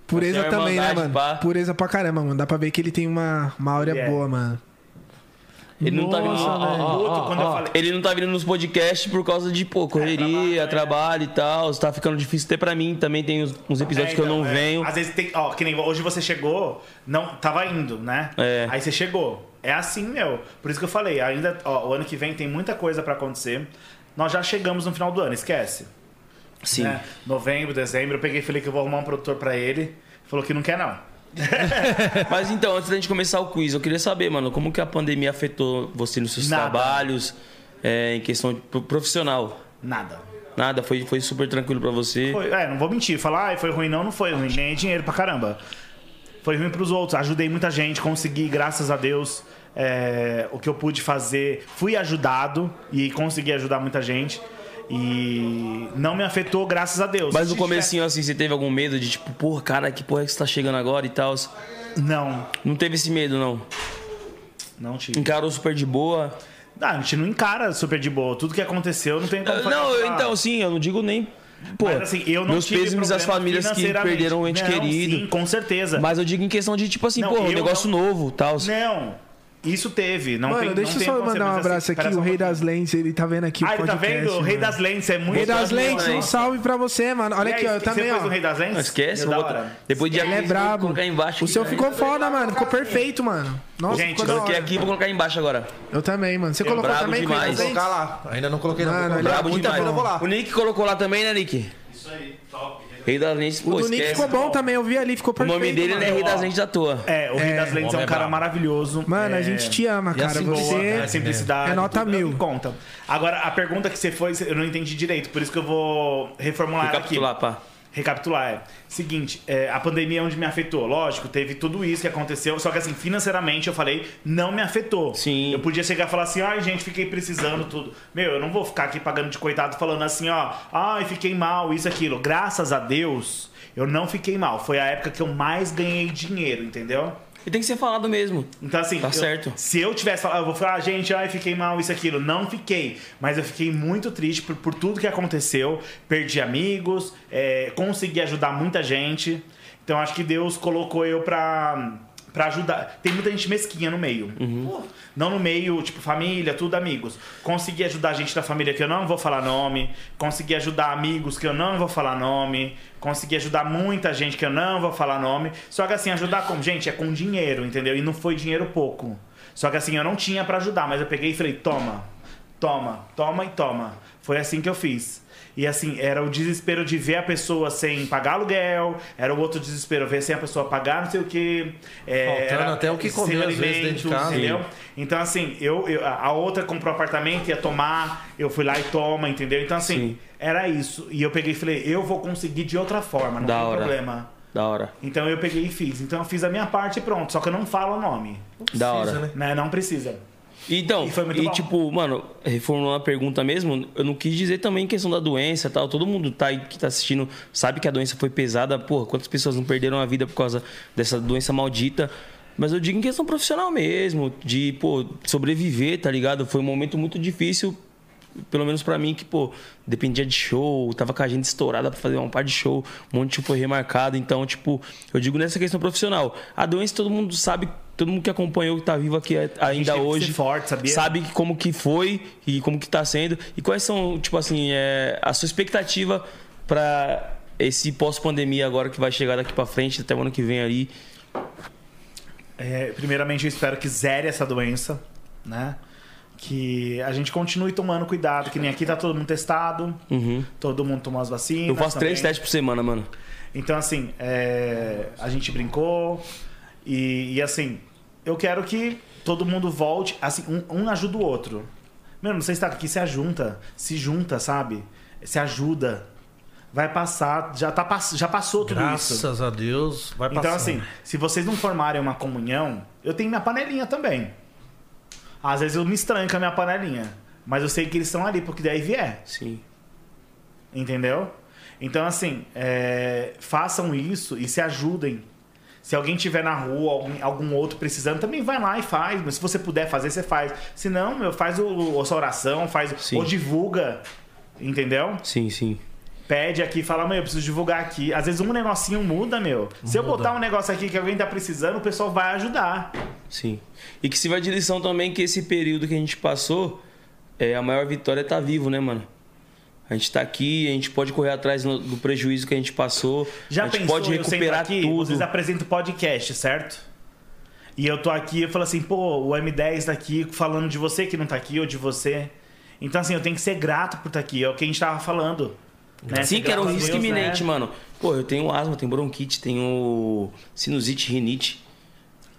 Pureza Você é uma também, né, irmandade, mano? Pureza pra caramba, mano. Dá pra ver que ele tem uma, uma áurea Ele é. boa, mano. Ele não tá vindo nos Nossa, velho. Outro, quando eu falei- Ele não tá vindo nos podcasts por causa de, pô, correria, né? trabalho, e tal. Tá ficando difícil até pra mim. Também tem uns, uns episódios É, que eu então, não é. venho. Às vezes tem. Ó, que nem hoje você chegou, não, tava indo, né? É. Aí você chegou. É assim, meu. Por isso que eu falei, ainda, ó, o ano que vem tem muita coisa pra acontecer. Nós já chegamos no final do ano, esquece. Sim. Né? Novembro, dezembro, eu peguei e falei que eu vou arrumar um produtor pra ele. Falou que não quer, não. Mas então, antes da gente começar o quiz, eu queria saber, mano, como que a pandemia afetou você nos seus Nada. trabalhos, é, em questão de pro- profissional? Nada. Nada, foi, foi super tranquilo pra você. Foi- é, não vou mentir. Falar, ah, foi ruim, não, não foi ruim. Ganhei dinheiro pra caramba. Foi ruim pros outros. Ajudei muita gente, consegui, graças a Deus, é, o que eu pude fazer. Fui ajudado e consegui ajudar muita gente. E não me afetou, graças a Deus. Mas no comecinho, assim, você teve algum medo de tipo, porra, cara, que porra é que você tá chegando agora e tal? Não. Não teve esse medo, não? Não tive. Encarou super de boa? Ah, a gente não encara super de boa. Tudo que aconteceu não tem como fazer. Não, eu- então, sim, eu não digo nem. Pô, Mas, assim, eu não meus tive pêsames às problema famílias que financeiramente. perderam um ente Não, querido. sim, com certeza. Mas eu digo em questão de, tipo assim, Não, Né? porra, um eu negócio novo tal. Não, isso teve. Não mano, tem, deixa não eu tem só como ser, mandar um mas, assim, abraço pera aqui. só O um Rei das Lentes, ele tá vendo aqui Ah, o ele tá podcast. vendo? O Rei das Lentes é muito Rei das bom, Lentes, hein? um salve pra você, mano. Olha E aqui, aí, ó, eu você também, fez ó. o Rei das Lentes? Não esquece, Meu vou É da botar- hora. Depois de Ele é aqui, brabo. vou colocar embaixo. O seu aqui, ficou né? foda, mano. Ficou perfeito, mano. Nossa, Gente, ficou da coloquei hora. aqui e vou colocar embaixo agora. Eu também, mano. Você É colocou brabo também com o Rei demais. das Lentes? Colocar lá. Ah, Ainda não coloquei Mano, não. ele é Brabo muito demais. bom. Eu vou lá. O Nick colocou lá também, né, Nick? Isso aí, top. Rei das Lentes, O pô, do Nick esquece. ficou bom também, eu vi ali, ficou O perfeito. nome dele não é mano. Rei das Lentes à toa. É, o Rei das Lentes é um cara maravilhoso. Mano, a É. gente te ama, E a cara. simbola- Você a simplicidade. é nota tudo, mil. tudo Conta. Agora, a pergunta que você foi, eu não entendi direito, por isso que eu vou reformular Recapitular, aqui. pá. Recapitular, é. Seguinte, é, a pandemia é onde me afetou. Lógico, teve tudo isso que aconteceu, só que assim, financeiramente eu falei, não me afetou. Sim. Eu podia chegar e falar assim, ai gente, fiquei precisando tudo. Meu, eu não vou ficar aqui pagando de coitado falando assim, ó, ai, fiquei mal, isso, aquilo. Graças a Deus, eu não fiquei mal. Foi a época que eu mais ganhei dinheiro, entendeu? E tem que ser falado mesmo. Então, assim, Tá eu- certo. se eu tivesse falado, eu vou falar, ah, gente, ai, fiquei mal, isso, aquilo. Não fiquei. Mas eu fiquei muito triste por, por tudo que aconteceu. Perdi amigos, é, consegui ajudar muita gente. Então, acho que Deus colocou eu pra, pra pra ajudar. Tem muita gente mesquinha no meio. Pô, Não no meio, tipo, família, tudo amigos. Consegui ajudar gente da família que eu não vou falar nome. Consegui ajudar amigos que eu não vou falar nome. Consegui ajudar muita gente que eu não vou falar nome. Só que assim, ajudar com gente é com dinheiro, entendeu? E não foi dinheiro pouco. Só que assim, eu não tinha pra ajudar, mas eu peguei e falei, toma toma, toma e toma. Foi assim que eu fiz. E assim, era o desespero de ver a pessoa sem pagar aluguel, era o outro desespero ver sem a pessoa pagar não sei o É, que. Faltando até o que comer, às vezes, dentro de casa. Entendeu? Sim. Então assim, eu, eu- a outra comprou apartamento, ia tomar, eu fui lá e toma, entendeu? Então assim, era isso. E eu peguei e falei, eu vou conseguir de outra forma, não Da tem hora. problema. Da hora. Então eu peguei e fiz. Então eu fiz a minha parte e pronto. Só que eu não falo o nome. Da hora. Né? Não precisa. Então, muito e, bom. tipo, mano, reformulando a pergunta mesmo, eu não quis dizer também em questão da doença e tal. Todo mundo tá aí que tá assistindo sabe que a doença foi pesada. Porra, quantas pessoas não perderam a vida por causa dessa doença maldita? Mas eu digo em questão profissional mesmo, de, pô, sobreviver, tá ligado? Foi um momento muito difícil pelo menos pra mim, que, pô, dependia de show, tava com a agenda estourada pra fazer um par de show, um monte de show foi remarcado. Então, tipo, eu digo nessa questão profissional. A doença todo mundo sabe, todo mundo que acompanhou, que tá vivo aqui a- ainda teve que hoje, ser forte, sabia? sabe como que foi e como que tá sendo. E quais são, tipo assim, é, a sua expectativa pra esse pós-pandemia agora que vai chegar daqui pra frente, até o ano que vem ali? É, primeiramente, eu espero que zere essa doença, né? Que a gente continue tomando cuidado, que nem aqui tá todo mundo testado, Uhum. todo mundo tomou as vacinas. tá Eu faço três testes por semana, mano. Então, assim, é, a gente brincou e, e, assim, eu quero que todo mundo volte, assim, um, um ajuda o outro. Meu, não sei se tá aqui, se ajunta, se junta, sabe? Se ajuda. Vai passar, já, tá, pass- já passou tudo isso. Graças a Deus, vai passar. Então, assim, se vocês não formarem uma comunhão, eu tenho minha panelinha também. Às vezes eu me estranho com a minha panelinha. Mas eu sei que eles estão ali, porque daí vier. Sim. Entendeu? Então, assim, é, façam isso e se ajudem. Se alguém tiver na rua, algum, algum outro precisando, também vai lá e faz. Mas se você puder fazer, você faz. Se não, meu, faz o, a sua oração, faz ou divulga. Entendeu? Sim, sim. Pede aqui, fala, meu, eu preciso divulgar aqui. Às vezes um negocinho muda, meu. Se eu Muda. botar um negócio aqui que alguém tá precisando, o pessoal vai ajudar. Sim. E que se vai de lição também que esse período que a gente passou, é, a maior vitória é tá vivo, né, mano? A gente tá aqui, a gente pode correr atrás no- do prejuízo que a gente passou. Já a gente pensou pode eu sento recuperar aqui, tudo. Vocês apresentam podcast, certo? E eu tô aqui, eu falo assim, pô, o M10 tá aqui falando de você que não tá aqui ou de você. Então, assim, eu tenho que ser grato por estar aqui. É o que a gente tava falando. né? Sim, Ser que era um grato a risco Deus, né? iminente, mano. Pô, eu tenho asma, tenho bronquite, tenho sinusite, rinite.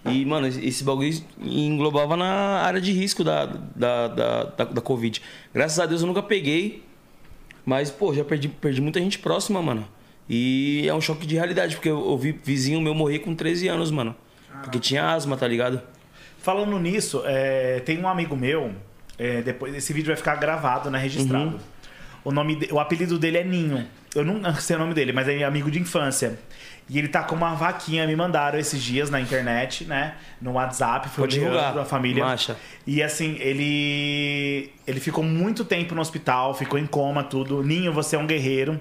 E, mano, esse esse bagulho englobava na área de risco da, da, da, da, da Covid. Graças a Deus eu nunca peguei, mas, pô, já perdi, perdi muita gente próxima, mano. E é um choque de realidade, porque eu ouvi vizinho meu morrer com 13 anos, mano. Porque tinha asma, tá ligado? Falando nisso, é, tem um amigo meu, é, depois esse vídeo vai ficar gravado, né? Registrado. Uhum. O, nome de- o apelido dele é Ninho. Eu não sei o nome dele, mas é amigo de infância. E ele tá com uma vaquinha, me mandaram esses dias na internet, né? No WhatsApp, foi Vou o Leandro divulgar, da família. marcha. E assim, ele. Ele ficou muito tempo no hospital, ficou em coma, tudo. Ninho, você é um guerreiro.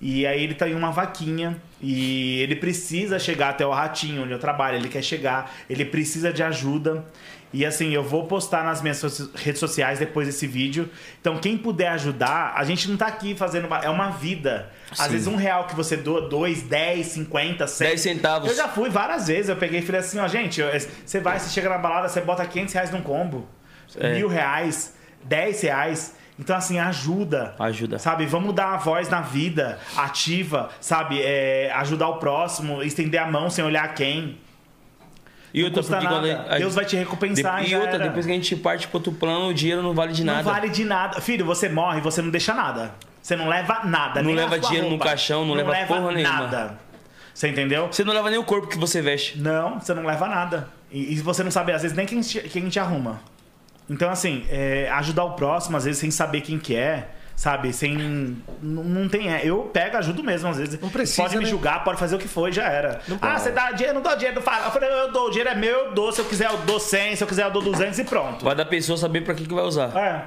E aí ele tá em uma vaquinha e ele precisa chegar até o ratinho onde eu trabalho, ele quer chegar, ele precisa de ajuda. E assim, eu vou postar nas minhas soci- redes sociais depois desse vídeo. Então, quem puder ajudar, a gente não tá aqui fazendo. uma- É uma vida. Às Sim. vezes, um real que você doa, dois, dez, cinquenta, cem. Dez centavos. Eu já fui várias vezes. Eu peguei e falei assim: ó, gente, eu- você vai, você chega na balada, você bota 500 reais num combo, É. mil reais, dez reais. Então, assim, ajuda. Ajuda. Sabe, vamos dar a voz na vida, ativa, sabe? É, ajudar o próximo, estender a mão sem olhar quem. E Não outra, custa porque quando nada. a- a- Deus vai te recompensar Depo- e E já outra, era. depois que a gente parte pro outro plano, o dinheiro não vale de não nada. vale de nada. Filho, você morre, você não deixa nada. Você não leva nada. Não nem a leva sua dinheiro no roupa. caixão, não leva porra nenhuma. Nada. Você entendeu? Você não leva nem o corpo que você veste. Não, você não leva nada. E, e você não sabe, às vezes, nem quem te, quem te arruma. Então, assim, é, ajudar o próximo, às vezes, sem saber quem que é, sabe? Sem. n- Não, tem. é, Eu pego, ajudo mesmo, às vezes. Não precisa, Pode me né? julgar, pode fazer o que for, já era. Ah, você dá dinheiro, não dou dinheiro, não fala. Eu falei, eu dou, o dinheiro é meu, eu dou. Se eu quiser, eu dou 100, se eu quiser, eu dou 200 e pronto. Vai da pessoa saber pra que, que vai usar. É.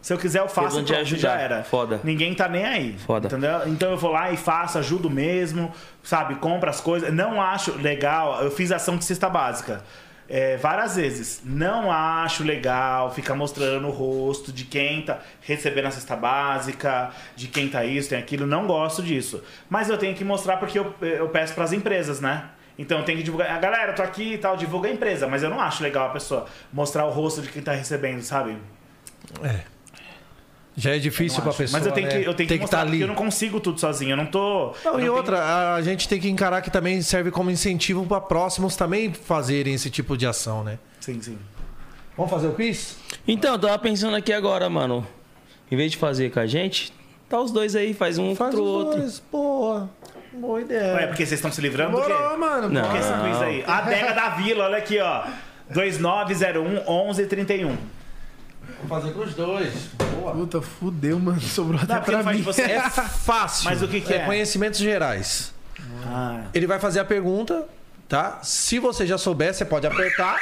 Se eu quiser, eu Eles faço vão e te pronto, ajudar. já era. Foda. Ninguém tá nem aí. Foda. Entendeu? Então eu vou lá e faço, ajudo mesmo, sabe? Compro as coisas. Não acho legal. Eu fiz ação de cesta básica. é, várias vezes. Não acho legal ficar mostrando o rosto de quem tá recebendo a cesta básica, de quem tá isso, tem aquilo. Não gosto disso. Mas eu tenho que mostrar porque eu, eu peço pras empresas, né? Então eu tenho que divulgar. Ah, Galera, tô aqui e tal, divulga a empresa. Mas eu não acho legal a pessoa mostrar o rosto de quem tá recebendo, sabe? Já é difícil pra pessoa. Mas eu tenho né? que, eu tenho que Tem mostrar, tá ali. porque eu não consigo tudo sozinho. Eu não tô. Não, eu e não outra, a gente tem que encarar que também serve como incentivo para próximos também fazerem esse tipo de ação, né? Sim, sim. Vamos fazer o quiz? Então, eu tava pensando aqui agora, mano. Em vez de fazer com a gente, tá os dois aí, faz um contra o outro. Boa. Boa ideia. Ué, É, porque vocês estão se livrando do quê? Demorou, mano, Não. bora. esse Ah. quiz aí? A adega da Vila, olha aqui, ó. 2901 1131. Vou fazer com os dois. Puta, fudeu, mano. Sobrou até pra mim. É fácil. Mas o que que é? Ah. Conhecimentos gerais. Ele vai fazer a pergunta, tá? Se você já souber, você pode apertar.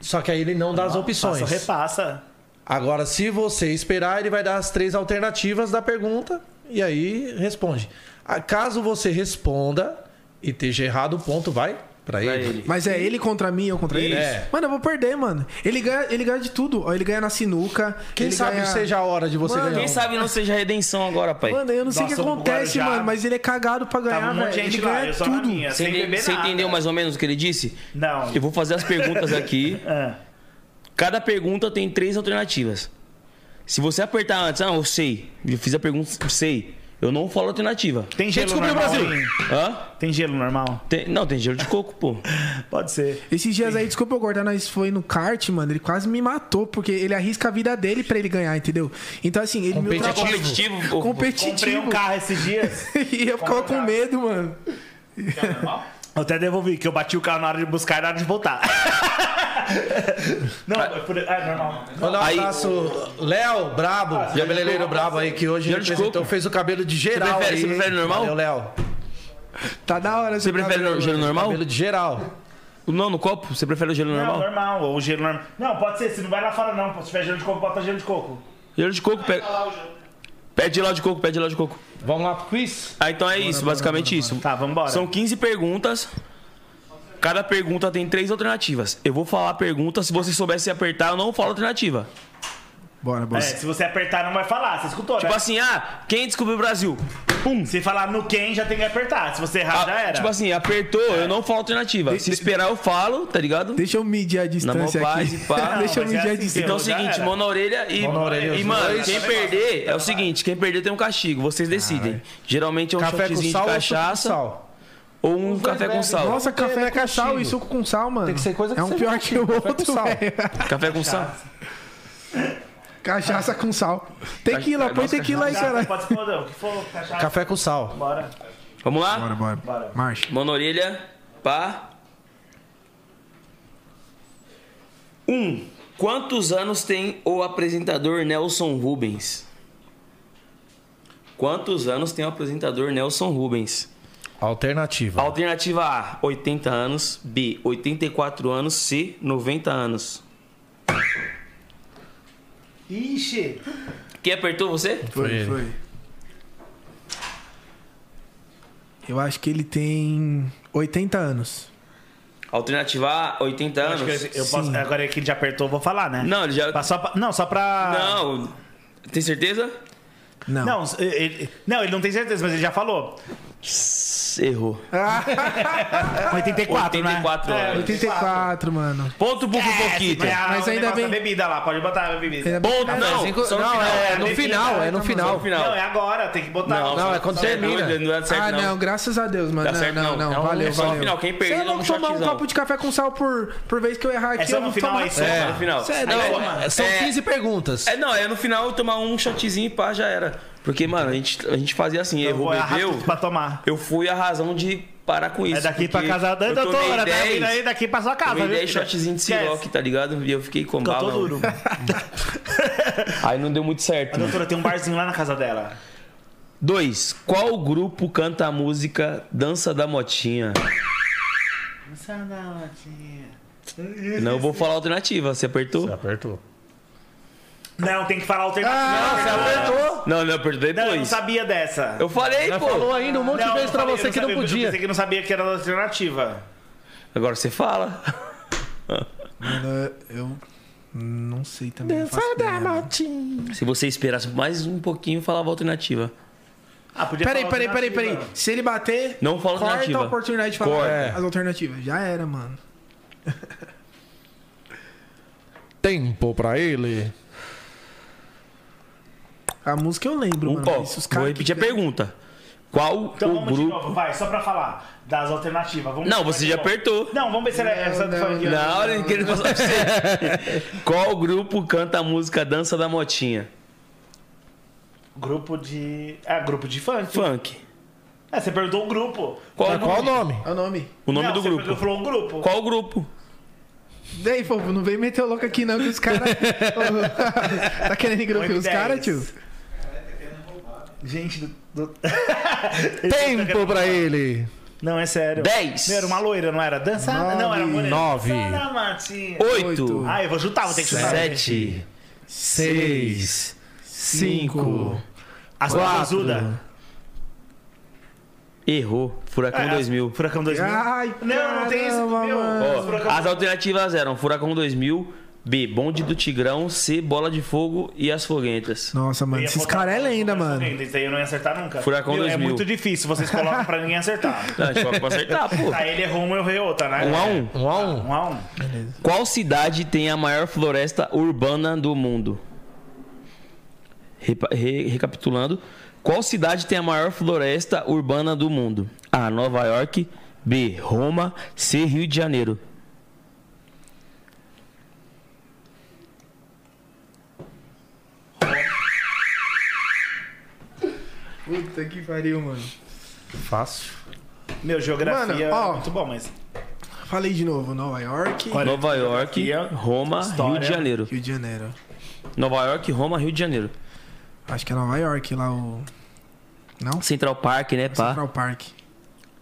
Só que aí ele não dá as opções. passa, repassa. Agora, se você esperar, ele vai dar as três alternativas da pergunta e aí responde. Ah, Caso você responda e esteja errado, o ponto vai pra ele. Mas é ele contra mim, eu contra ele? É. Mano, eu vou perder, mano. Ele ganha, ele ganha de tudo. Ó, Ele ganha na sinuca. Quem ele sabe ganha- seja a hora de você Mano, ganhar. um Quem sabe não seja redenção agora, pai. Mano, eu não sei o que acontece, mano, mas ele é cagado pra Tá um ganhar, velho. Ele ganha tudo. Você, ente- você entendeu mais ou menos o que ele disse? Não. Eu vou fazer as perguntas aqui. Cada pergunta tem três alternativas. Se você apertar antes, ah, eu sei. Eu fiz a pergunta, sei. Eu não falo alternativa. Tem gelo normal em- Hã? Tem gelo normal? não, tem gelo de coco, pô. Pode ser. Esses dias aí, desculpa eu cortar, nós foi no kart, mano. Ele quase me matou, porque ele arrisca a vida dele pra ele ganhar, entendeu? Então, assim, ele me ultrapassou. Competitivo, pô. Competitivo. Comprei um carro esses dias. e eu ficava com medo, mano. Eu até devolvi, que eu bati o carro na hora de buscar e na hora de voltar. não, é, por... é normal. Mandar um abraço, Léo Brabo, cabeleireiro Brabo aí, que hoje Gelo de representou, coco. fez o cabelo de geral. Você prefere- aí, você prefere hein? normal? Valeu, Léo. Tá da hora. Você prefere o gelo normal? Cabelo de geral. Não, no copo? Você prefere o gelo Não, normal? normal, ou gelo normal. Não, pode ser, se não vai lá fora não. Se tiver gelo de coco, bota gelo de coco. Gelo de coco, pega. Pede lá de coco, pede lá de coco. Vamos lá pro quiz? Ah, então é isso, basicamente isso. Tá, vamos embora. São 15 perguntas. Cada pergunta tem três alternativas. Eu vou falar a pergunta, se você soubesse apertar, eu não falo alternativa. Bora, É, se você apertar, não vai falar, você escutou, Tipo né? assim, ah, quem descobriu o Brasil? Pum. Se falar no quem, já tem que apertar. Se você errar, Ah, já era. Tipo assim, apertou, eu não falo alternativa. Se esperar, eu falo, tá ligado? Deixa eu medir a distância Na mão, paz, aqui. e pá. Deixa eu Não, mas medir é a assim, distância. Então é o seguinte, já mão na orelha e... Mão na orelha, e, os mano, dois. quem perder, é o seguinte, quem perder tem um castigo, vocês decidem. Geralmente é um Café com shotzinho sal de ou cachaça. suco com sal? Ou um café com sal. Nossa, é café com sal e suco com sal, mano. Tem que ser coisa que É um você pior gosta, que o café com outro, sal. velho. Café com sal? Cachaça com sal. Tequila, põe Nossa, tequila aí, cachaça, caralho. Tá, Pode se foder, o que for, cachaça. Café com sal. Bora. Vamos lá? Bora, bora. Bora. Marcha. Mão na orelha, pá. Um. Quantos anos tem o apresentador Nelson Rubens? Quantos anos tem o apresentador Nelson Rubens? Alternativa. Alternativa A, 80 anos. B, 84 anos. C, 90 anos. Ixi. Quem apertou você? Foi, foi. Eu acho que ele tem 80 anos. Alternativa A, 80 anos. Acho que eu posso, agora que ele já apertou, eu vou falar, né? Não, ele já. Só pra- não, só pra. Não. Tem certeza? Não. Não eh, ele, não, ele não tem certeza, mas ele já falou. Errou. É. 84, né? 84 É, anos. 84, mano. Ponto pro Fofoquito. Mas é ah, ainda bem. bebida lá, pode botar a bebida. Ainda bem- Ponto, não. é, só no final. Tá Não, é agora, tem que botar. Não, não, é quando termina. Não dá Tá certo, ah, não. não. graças a Deus, mano. Dá não, certo, não, não. não. É um- valeu, só no valeu. final, quem Cê perder, é louco um tomar um shotzinho. copo de café com sal por, por vez que eu errar aqui. só eu no vou final, tomar... é isso, né? só no final. Cê é É, louco, não, mano. é- São 15 perguntas. É, não, é no final tomar um shotzinho e pá, já era. Porque, mano, a gente, a gente fazia assim, errou, vou errar bebeu. tudo pra tomar. Eu fui a razão de parar com isso. É daqui pra porque casa da eu tomei doutora, tá 10, vindo aí daqui pra sua casa. Tomei viu, 10 filha? shotzinhos de Esquece. Ciroc, tá ligado? E eu fiquei com Ficou bala. todo duro. Aí não deu muito certo. A doutora tem um barzinho lá na casa dela. Dois. Qual grupo canta a música Dança da Motinha? Não vou falar alternativa. Você apertou? Você apertou. Não, tem que falar alternativa. Ah, você apertou. Não, não, apertei Não, eu não depois. sabia dessa. Eu falei, Ela pô. falou ainda um monte de Não, vezes eu pra falei, você eu que não sabia, eu podia. pensei que não sabia que era alternativa. Agora você fala. Mano, eu não sei também. é não faço ideia, mano. Se você esperasse mais um pouquinho, falava alternativa. Ah, podia Peraí, falar peraí, peraí, peraí. alternativa. Se ele bater, Não fala corta alternativa. a oportunidade de falar Corta. as alternativas. Já era, mano. Tempo pra ele. A música eu lembro, Um, mano. ó, mas os vou caras repetir a que- pergunta. Qual Então o vamos de grupo. novo, vai, só pra falar das alternativas. Vamos Não, ver você se já vai ser bom. apertou. Não, vamos ver se ela é- essa foi aqui. Na hora que ele passou pra você. Qual grupo canta a música Dança da Motinha? Grupo de. É, grupo de funk. Funk. É, você perguntou o grupo. Qual é o Qual nome? É o nome. O nome Não, do você grupo. perguntou- falou um grupo. Qual grupo? Daí, fofo, não vem meter o louco aqui não, que os caras... tá querendo engrupir Oito, os caras, tio? Gente do. do- Tempo pra ele. Não, é sério. Dez. Meu, era uma loira, não era? Dança? Não, era mulher. Nove. Dança, Matinha. Oito. Ah, eu vou chutar, vou ter que chutar. Sete. Seis. Cinco. As quatro, Azuda. Errou. Furacão É, 2000. Furacão 2000. Ai, não, não tem isso, meu. Ó, as alternativas eram Furacão 2000, B, Bonde do Tigrão, C, Bola de Fogo e As Foguentas. Nossa, mano, ia esses botar- caras é lenda, mano. Isso aí eu não ia acertar nunca. Furacão Meu, É 2000. muito difícil, vocês colocam pra ninguém acertar. Não, a gente coloca pra acertar, pô. Aí ele errou uma, eu errei outra, né? Um a um. Um a um. Um a um. Qual cidade tem a maior floresta urbana do mundo? Repa- re- recapitulando. Qual cidade tem a maior floresta urbana do mundo? A. Nova York. B. Roma. C. Rio de Janeiro. Puta que pariu, mano. Fácil. Meu, geografia Mano, é ó. muito bom, mas... Falei de novo, Nova York, Nova York, Roma, Rio de Janeiro. Rio de Janeiro. Nova York, Roma, Rio de Janeiro. Acho que é Nova York lá o Não? Central Park, né, pá? Central Park.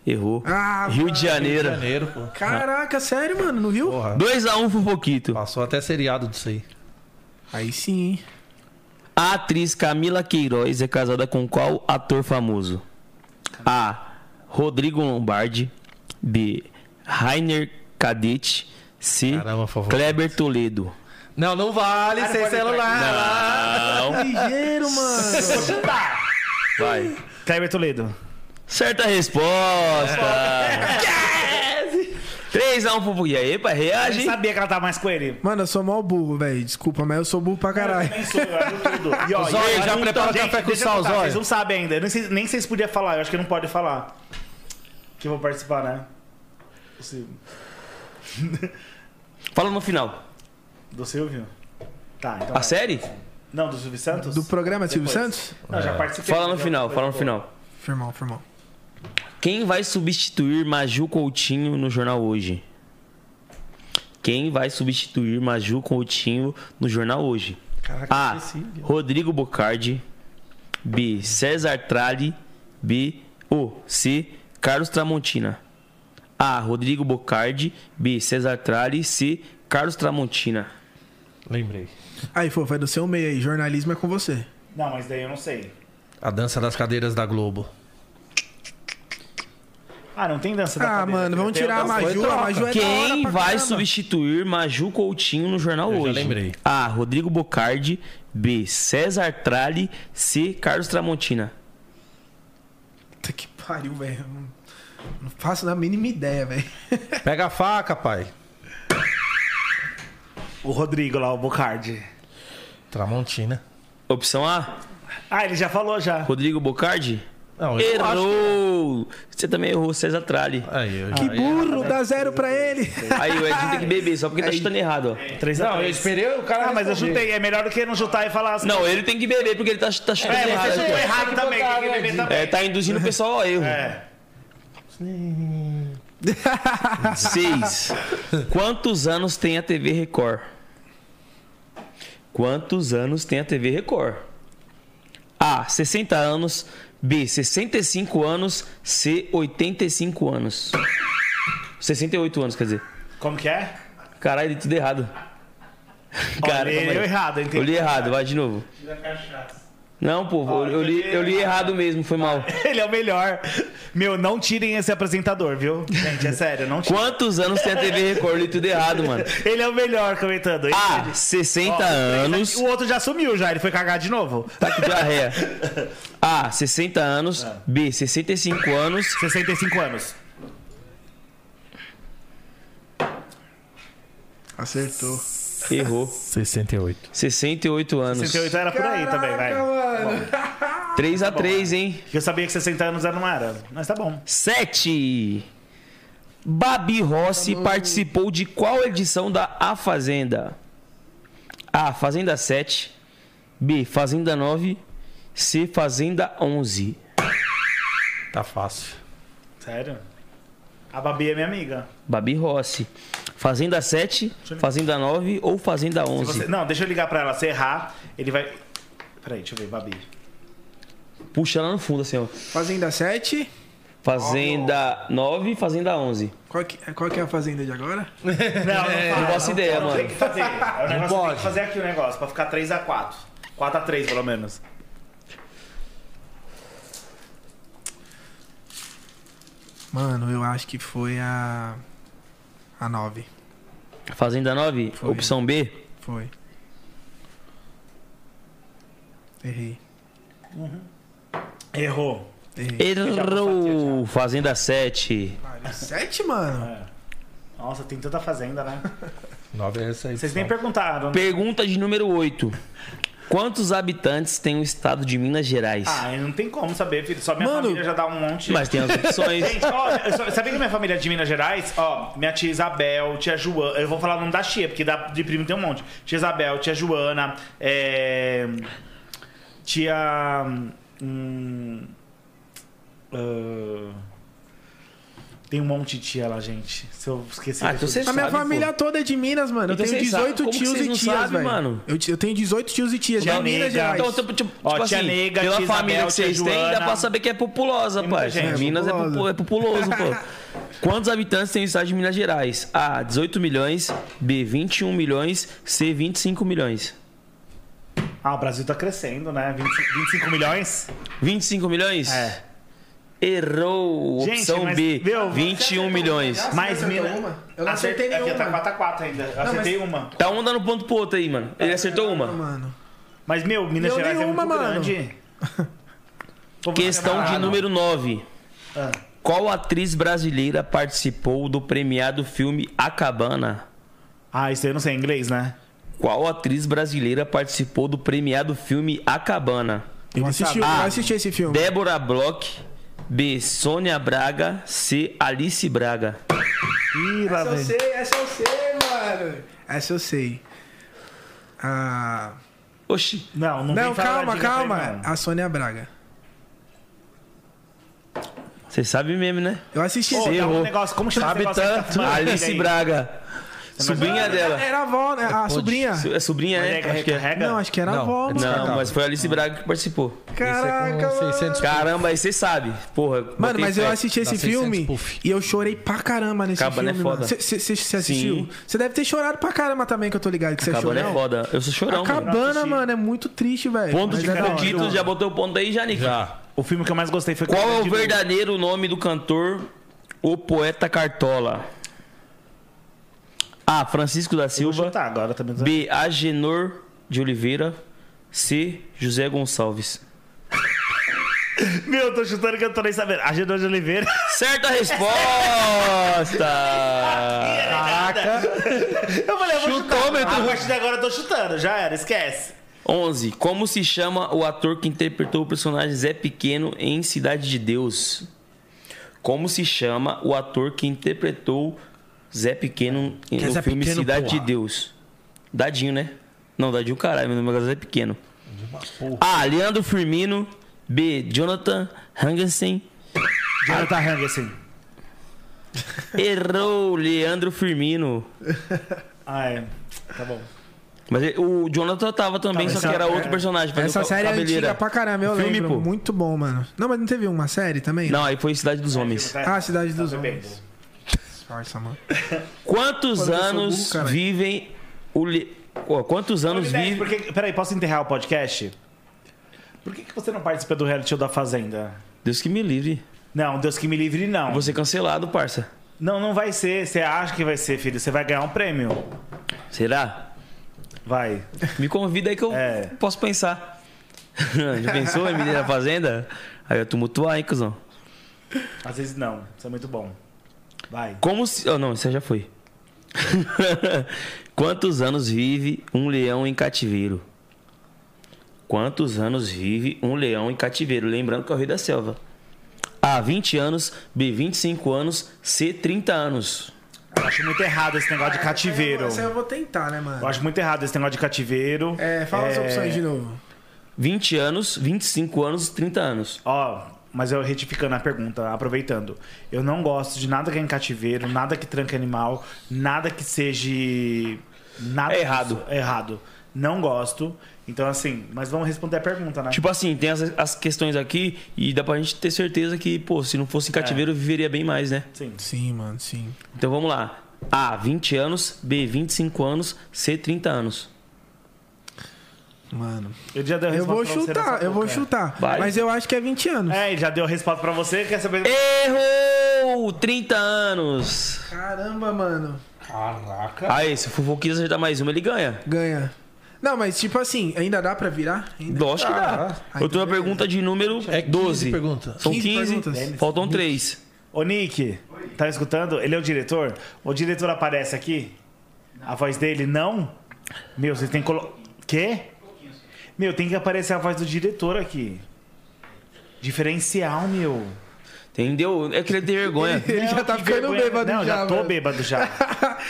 Errou. Ah, Rio mano. de Janeiro. pô. Caraca, sério, mano, não viu? 2x1 Fofoquito. Passou até seriado disso aí. Aí sim. A atriz Camila Queiroz é casada com qual ator famoso? A. Rodrigo Lombardi. B. Rainer Cadete. C. Kleber Toledo. Não, não vale sem celular. Não. Tá. Ligeiro, mano. Vai. Kleber Toledo. Certa resposta. 3x1 Fofoquito. E aí, pai, Eu nem reage. sabia que ela tava mais com ele. Mano, eu sou mal burro, velho. Desculpa, mas eu sou burro pra caralho. Nem sou, eu abro tudo. E, ó, Zóio, e eu já não- prepara o Gente, café com deixa eu sal, contar, Zóio. Vocês não sabem ainda. Eu Nem sei, nem sei se podia falar. Eu acho que não pode falar. Que eu vou participar, né? Do Silvio. Fala no final. Do Silvio? Tá, então. A vai. série? Não, do Silvio Santos? Ah, Do programa Silvio Santos? Não, já É. participei. Fala no já final, foi fala no boa. final. Firmão, firmão. Quem vai substituir Maju Coutinho no jornal hoje? Quem vai substituir Maju Coutinho no jornal hoje? Caraca, A. Rodrigo Bocardi. B. César Tralli. B. O. C. Carlos Tramontina. A. Rodrigo Bocardi. B. César Tralli. C. Carlos Tramontina. Lembrei. Aí, fofo, vai do seu meio aí. Jornalismo é com você. Não, mas daí eu não sei. A dança das cadeiras da Globo. Ah, não tem dança da Ah, cadeira. mano, vamos né? Tem tirar a dança- Maju. A Maju é da hora Quem pra vai caramba. substituir Maju Coutinho no jornal Eu já hoje? lembrei. A. Rodrigo Bocardi. B. César Tralli. C. Carlos Tramontina. Puta que pariu, velho. Não faço da mínima ideia, velho. Pega a faca, pai. O Rodrigo lá, o Bocardi. Tramontina. Opção A. Ah, ele já falou já. Rodrigo Bocardi. Não, eu não acho. Errou! Você também errou, César Tralli. Aí, eu Que aí- burro, dá zero pra ele. Aí o Edinho tem que beber, só porque tá chutando errado, ó. 3 a Não, eu 3. esperei o cara. Ah, mas eu responder. chutei. É melhor do que não chutar e falar um. assim. Não, ele tem que beber porque ele tá, tá chutando É, errado. você chutou aqui, errado também. Tem que beber ó. também. É, tá induzindo o pessoal ao erro. É. 6. Quantos anos tem a TV Record? Quantos anos tem a TV Record? A. 60 anos. B. 65 anos. C. 85 anos. 68 anos, quer dizer. Como que é? Caralho, dei tudo errado. Cara, Olha, calma aí. eu errado, entendi. Eu li errado, vai de novo. Tira a cachaça. Não, pô, eu, eu li, eu li errado mesmo, foi mal. Ele é o melhor. Meu, não tirem esse apresentador, viu? Gente, é sério, não tirem. Quantos anos tem a TV Record? Eu li tudo errado, mano. Ele é o melhor comentando. Ele- é Ah, ele- 60 Ó, um anos. tá- O outro já sumiu já, ele foi cagar de novo. Tá com diarreia. A, 60 anos. Ah. B, 65 anos. 65 anos. Acertou. Errou. 68. 68 anos. 68 era por aí também, vai. Tá Bom, 3 a 3 hein? Eu sabia que 60 anos não era, mas tá bom. 7. Babi Tá Rossi participou de qual edição da A Fazenda? A. Fazenda 7. B. Fazenda 9. C. Fazenda 11. Tá fácil. Sério? A Babi é minha amiga. Babi Rossi. Fazenda 7, Fazenda 9 ou Fazenda Se 11? você- Não, deixa eu ligar pra ela. Se errar, ele vai. Peraí, deixa eu ver, Babi. Puxa lá no fundo, assim, ó. Fazenda 7. Fazenda 9, Fazenda 11. Qual que, qual que é a fazenda de agora? Não, fala, não faço ideia, não Tem mano. que fazer. É o negócio, Não Tem que fazer aqui o negócio, pra ficar 3x4. 4x3, pelo menos. Mano, eu acho que foi a. A 9. Fazenda 9, opção B. Foi. Errei. Errou. Errou! Fazenda 7. 7, mano? É. Nossa, tem tanta fazenda, né? 9 é essa aí. Vocês nem perguntaram. né? Pergunta de número 8. Quantos habitantes tem o estado de Minas Gerais? Ah, não tem como saber, filho. Só minha Mano, família já dá um monte. mas tem as opções. Gente, ó, eu só- sabia que minha família é de Minas Gerais? Ó, minha tia Isabel, tia Joana. Eu vou falar o nome da tia, porque da, de primo tem um monte. Tia Isabel, tia Joana, é, tia. hum, ah, tem um monte de tia lá, gente. Se eu esqueci. a minha família toda é de Minas, mano. Eu Então tenho vocês 18 sabem. Como que tios vocês e não tias, sabem, velho. mano? Eu, ti- eu tenho 18 tios e tias, Tia de Minas nega. Gerais. Então, tipo, tipo, Ó, tipo tia assim, Nega, pela tia família Isabel, que vocês tia têm, dá Joana. pra saber que é populosa, muita pai. gente. Minas é, É, popu- é populoso, pô. Quantos habitantes tem o estado de Minas Gerais? A, 18 milhões. B, 21 milhões. C, 25 milhões. Ah, o Brasil tá crescendo, né? 20 25 milhões? Ah, 25 milhões? É. Errou. Gente, opção mas, B, meu, 21 milhões. Mas, acertou mina. uma? Eu não acertei Acertei- aqui nenhuma. Tá 4x4 ainda. Eu mas- acertei uma. Tá um dando ponto pro outro aí, mano. Ele acertou uma. Mano. Mas, meu, Minas Deu Gerais nenhuma, é muito mano. grande. Questão de Caralho. número 9. Ah. Qual atriz brasileira participou do premiado filme A Cabana? Ah, isso aí eu não sei em inglês, né? Qual atriz brasileira participou do premiado filme A Cabana? Eu assisti, eu A. assisti esse filme. Débora Bloch. B. Sônia Braga. C. Alice Braga. Ih, lá Essa eu vem. sei, essa eu sei, mano. Essa eu sei. Ah. Oxi. Não, não, Não, vem falar calma, dica pra mim, calma. Ah, não. A Sônia Braga. Você sabe mesmo, né? Eu assisti Ô, Você dá um errou. negócio, como chama Sabe esse negócio que tá tanto. fumando? Alice Aí. Braga. Sobrinha dela. Era a avó, né? A Pode. sobrinha. Su- É sobrinha, Mas né? é que recarrega? Não, acho que era a Não, avó, é mano. Não, mas foi a Alice Braga que participou. Caraca, mano. 600 Caramba, aí você sabe. Porra. Mano, botei mas eu fé. assisti esse Dá 600 filme puff. e eu chorei pra caramba nesse Cabana é filme. mano. foda. Você você assistiu? Sim. Você deve ter chorado pra caramba também, que eu tô ligado que você Cabana é chorou. foda. Eu sou chorão, A mano. cabana, mano, é muito triste, velho. Ponto Mas de é da hora. Carditos, já botou o ponto aí, Janica? Já. O filme que eu mais gostei foi Qual é Cabana o de Lua. verdadeiro nome do cantor O Poeta Cartola? A. Francisco da Eu vou Silva. chutar Tá, agora também. B. Agenor de Oliveira. C. José Gonçalves. Meu, eu tô chutando que eu tô nem sabendo. Agenor de Oliveira. Certa resposta! Caraca. Eu falei, eu vou chutar. Chutômetro. A partir de agora eu tô chutando, já era, esquece. 11. Como se chama o ator que interpretou o personagem Zé Pequeno em Cidade de Deus? Como se chama o ator que interpretou Zé Pequeno em- Que é no Zé filme Pequeno, Cidade porra. de Deus? Dadinho, né? Não, Dadinho, caralho, meu nome é Zé Pequeno. A. Leandro Firmino. B. Jonathan Hangensen. Jonathan Hang, assim. Errou, Leandro Firmino. Ah, é. Tá bom. Mas ele- o Jonathan tava também, só Tá, mas que essa- era outro é. personagem. fazia Essa o ca- série é cabeleira. antiga pra caramba, eu Filme, lembro. pô. Muito bom, mano. Não, mas não teve uma série também? Não, aí foi Cidade dos Homens. Ah, Cidade dos bebendo. Homens. Força, mano. Quantos Quando eu sou anos burro, caralho. vivem o Le- Pô, quantos anos vive. Porque, peraí, posso enterrar o podcast? Por que, que você não participa do reality show da Fazenda? Deus que me livre. Não, Deus que me livre, não. Vou ser cancelado, parça. Não, não vai ser. Você acha que vai ser, filho? Você vai ganhar um prêmio. Será? Vai. Me convida aí que eu É. posso pensar. Já pensou em menina da fazenda? Aí eu tumultuar, hein, cuzão? Às vezes não. Isso é muito bom. Vai. Como se. Oh, não, isso já foi. Quantos anos vive um leão em cativeiro? Quantos anos vive um leão em cativeiro? Lembrando que é o rei da selva. A, 20 anos, B, 25 anos, C, 30 anos. Eu acho muito errado esse negócio de cativeiro. Essa eu vou tentar, né, mano? Eu acho muito errado esse negócio de cativeiro. É, fala as opções de novo. 20 anos, 25 anos, 30 anos. Ó, mas eu retificando a pergunta, aproveitando. Eu não gosto de nada que é em cativeiro, nada que tranque animal, nada que seja. Nada É errado. disso. É errado. Não gosto. Então, assim, mas vamos responder a pergunta, né? Tipo assim, tem as, as questões aqui e dá pra gente ter certeza que, pô, se não fosse em cativeiro, É. eu viveria bem mais, né? Sim. Sim, mano, sim. Então vamos lá. A, 20 anos, B, 25 anos, C, 30 anos. Mano. Eu já dei a Eu vou resposta pra você chutar, nessa eu vou boca. chutar. Vai. Mas eu acho que é 20 anos. É, ele já deu a resposta pra você, quer saber? Errou! 30 anos. Caramba, mano. Caraca. Aí, se o Fufuquinha acertar mais uma, ele ganha. Ganha. Não, mas tipo assim, ainda dá pra virar? Ainda? Lógico que dá. Ah, Eu tô na pergunta de número 12. perguntas. São 15 15, perguntas. faltam 3. Ô, Nick, tá escutando? Ele é o diretor? O diretor aparece aqui? A voz dele não? Meu, vocês têm que colocar. Quê? Meu, tem que aparecer a voz do diretor aqui. Diferencial, meu. Entendeu? É Eu queria ter vergonha. Ele já tá que ficando vergonha. bêbado Não, já, já tô mano. bêbado já.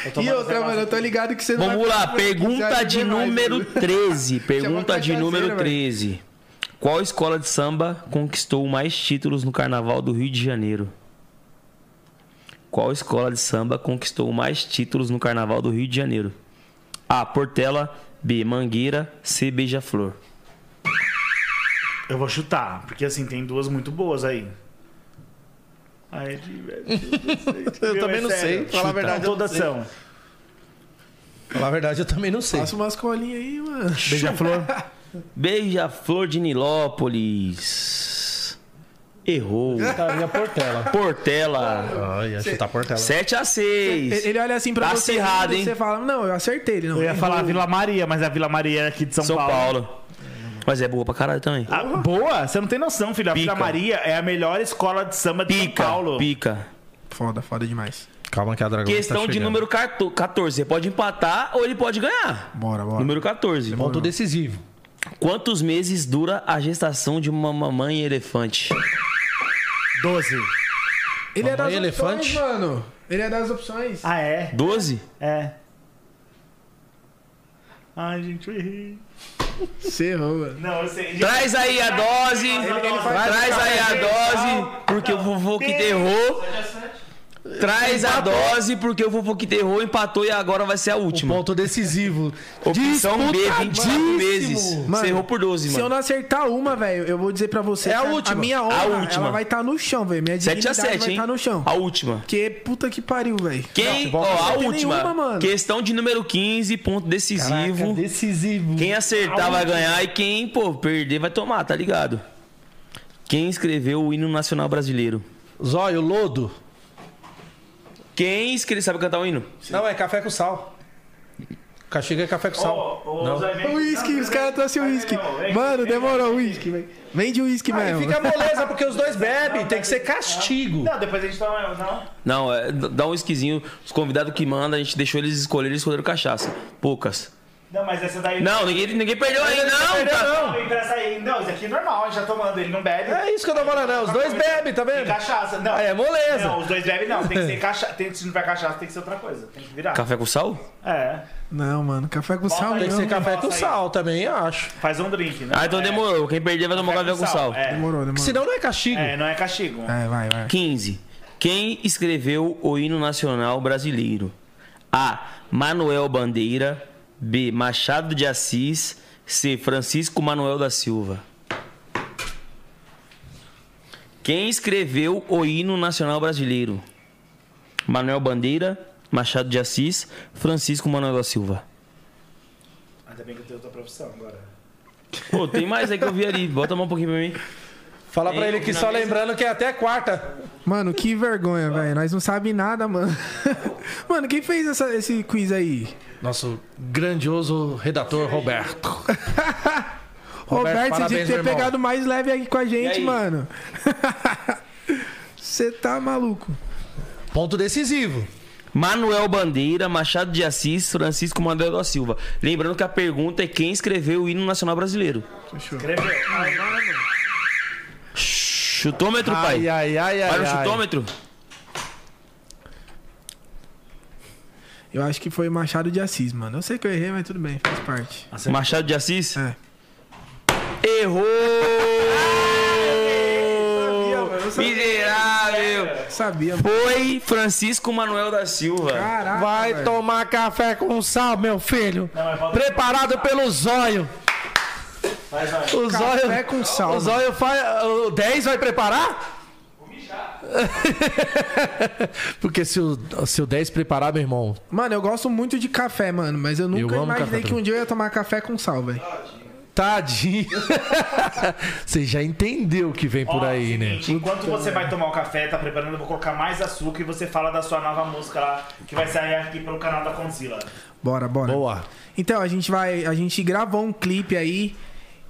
Eu tô E mandando outra, negócio mano, eu tô aqui. ligado que você não Vamos vai um lá, falar pra quem pergunta quiser de ver mais, número mano. 13. Pergunta de cachaceira, número é velho. 13. Qual escola de samba conquistou mais títulos no Carnaval do Rio de Janeiro? Qual escola de samba conquistou mais títulos no Carnaval do Rio de Janeiro? A. Portela. B. Mangueira. C. Beija-Flor. Eu vou chutar, porque assim, tem duas muito boas aí. Ai, de- Eu Meu, também é não sei. sério. Falar a Chuta. verdade, eu não Todas sei. são. Falar a verdade, eu também não sei. Passa umas colinhas aí, mano. Beija-flor. Beija-Flor de Nilópolis. Errou. Tá, minha portela. Portela. Ah, ia chutar portela. 7 a 6. Ele olha assim pra Tá você acirrado, e hein? você fala, não, eu acertei. Ele não, Eu ia errou. falar Vila Maria, mas a Vila Maria é aqui de São, São Paulo. Paulo. Mas é boa pra caralho também. Ah, boa? Você não tem noção, filho. A Vila Pica. Maria é a melhor escola de samba de Pica, São Paulo. pica. Foda, foda demais. Calma que a dragão Questão tá de chegando. número 14. 14. Você pode empatar ou ele pode ganhar. Bora, bora. Número 14. Ponto decisivo. Quantos meses dura a gestação de uma mamãe elefante? 12. Ele é das Mamãe um, elefante? opções, mano. Ele é das opções. Ah, é? 12? É. Ai, gente, eu errei. Você errou, mano. Não, eu sei. Traz aí a dose. faz Traz aí a dose, porque o vovô que derrou. é Traz a dose, porque o vovô que derrou empatou e agora vai ser a última. Ponto decisivo. Opção B, 25 Disputadíssimo. meses. Você errou por 12, Se eu mano. não acertar uma, velho, eu vou dizer pra você. É a que última. A minha honra, A última. ela vai estar no chão, velho. Minha 7 a dignidade 7, vai hein? estar no chão. A última. Porque puta que pariu, velho. Quem? futebol ó, não a tem última. nenhuma, mano. Questão de número 15, ponto decisivo. Caraca, decisivo. Quem acertar vai ganhar e quem, pô, perder vai tomar, tá ligado? Quem escreveu o hino nacional brasileiro? Zóio, lodo. Quem escreveu. Sabe cantar o hino? Não, é café com sal. Caxiga é café com sal. Não. O uísque, os caras trouxeram o uísque. Mano, demorou o uísque, velho. Vende o Oh, uísque Aí mesmo. fica moleza, porque os dois bebem. Tem que ser castigo. Não, depois a gente toma. Não. Não, é, d- dá um esquisinho. Os convidados que mandam, a gente deixou eles escolherem, eles escolheram cachaça. Poucas. Não, mas essa daí. Não, ninguém, ninguém perdeu ainda, não! Perdeu, Tá. não. E pra sair- Não, isso aqui é normal, a gente tá tomando. Ele não bebe. É isso que eu tô falando, não. Os dois bebem, tá Tem vendo? cachaça. Não. Ah, é moleza. Não, os dois bebem não. Tem que É. ser cachaça. Tem que, se não tiver cachaça, tem que ser outra coisa. Tem que virar. Café com sal? É. Não, mano, café com sal aí, Tem que não. ser café com Nossa, aí. sal também, eu acho. Faz um drink, né? Ah, então É. demorou. Quem perder vai tomar café com sal. É. Demorou, demorou. Senão não é castigo. É, não é castigo. É, vai, vai. 15. Quem escreveu o hino nacional brasileiro? A. Manuel Bandeira. B. Machado de Assis. C. Francisco Manuel da Silva. Quem escreveu o hino nacional brasileiro? Manuel Bandeira, Machado de Assis, Francisco Manuel da Silva. Ainda bem que eu tenho outra profissão agora. Pô, tem mais aí que eu vi ali. Bota a mão um pouquinho pra mim. Fala Tem pra ele algum um que na só mesa? lembrando que é até quarta. Mano, que vergonha, velho. Nós não sabe nada, mano. Mano, quem fez essa- esse quiz aí? Nosso grandioso redator Roberto. Roberto, você tinha parabéns, que ter meu irmão. pegado mais leve aqui com a gente, aí? mano. Você tá maluco. Ponto decisivo. Manuel Bandeira, Machado de Assis, Francisco Manuel da Silva. Lembrando que a pergunta é quem escreveu o hino nacional brasileiro. Escreveu. Ai, Ah, mano. Chutômetro, Ai, pai. ai, ai, ai, Para o ai. chutômetro. Eu acho que foi Machado de Assis, mano. Eu sei que eu errei, mas tudo bem, faz parte. Machado de Assis? É. Errou! Miserável! Sabia, mano. Foi Francisco Manuel da Silva. Vai tomar café com sal, meu filho. Preparado pelo zóio. O Café zóio. com sal. O zóio faz. O 10 vai preparar? Porque se o, se o 10 preparar, meu irmão. Mano, eu gosto muito de café, mano, mas eu nunca amo café imaginei que também. um dia eu ia tomar café com sal, velho. Tadinho. Você já entendeu o que vem por Ó, aí, né? é seguinte, Enquanto você vai tomar o café, tá preparando, eu vou colocar mais açúcar e você fala da sua nova música lá, que vai sair aqui pelo canal da Conzilla. Bora, bora. Boa. Então, a gente vai. A gente gravou um clipe aí.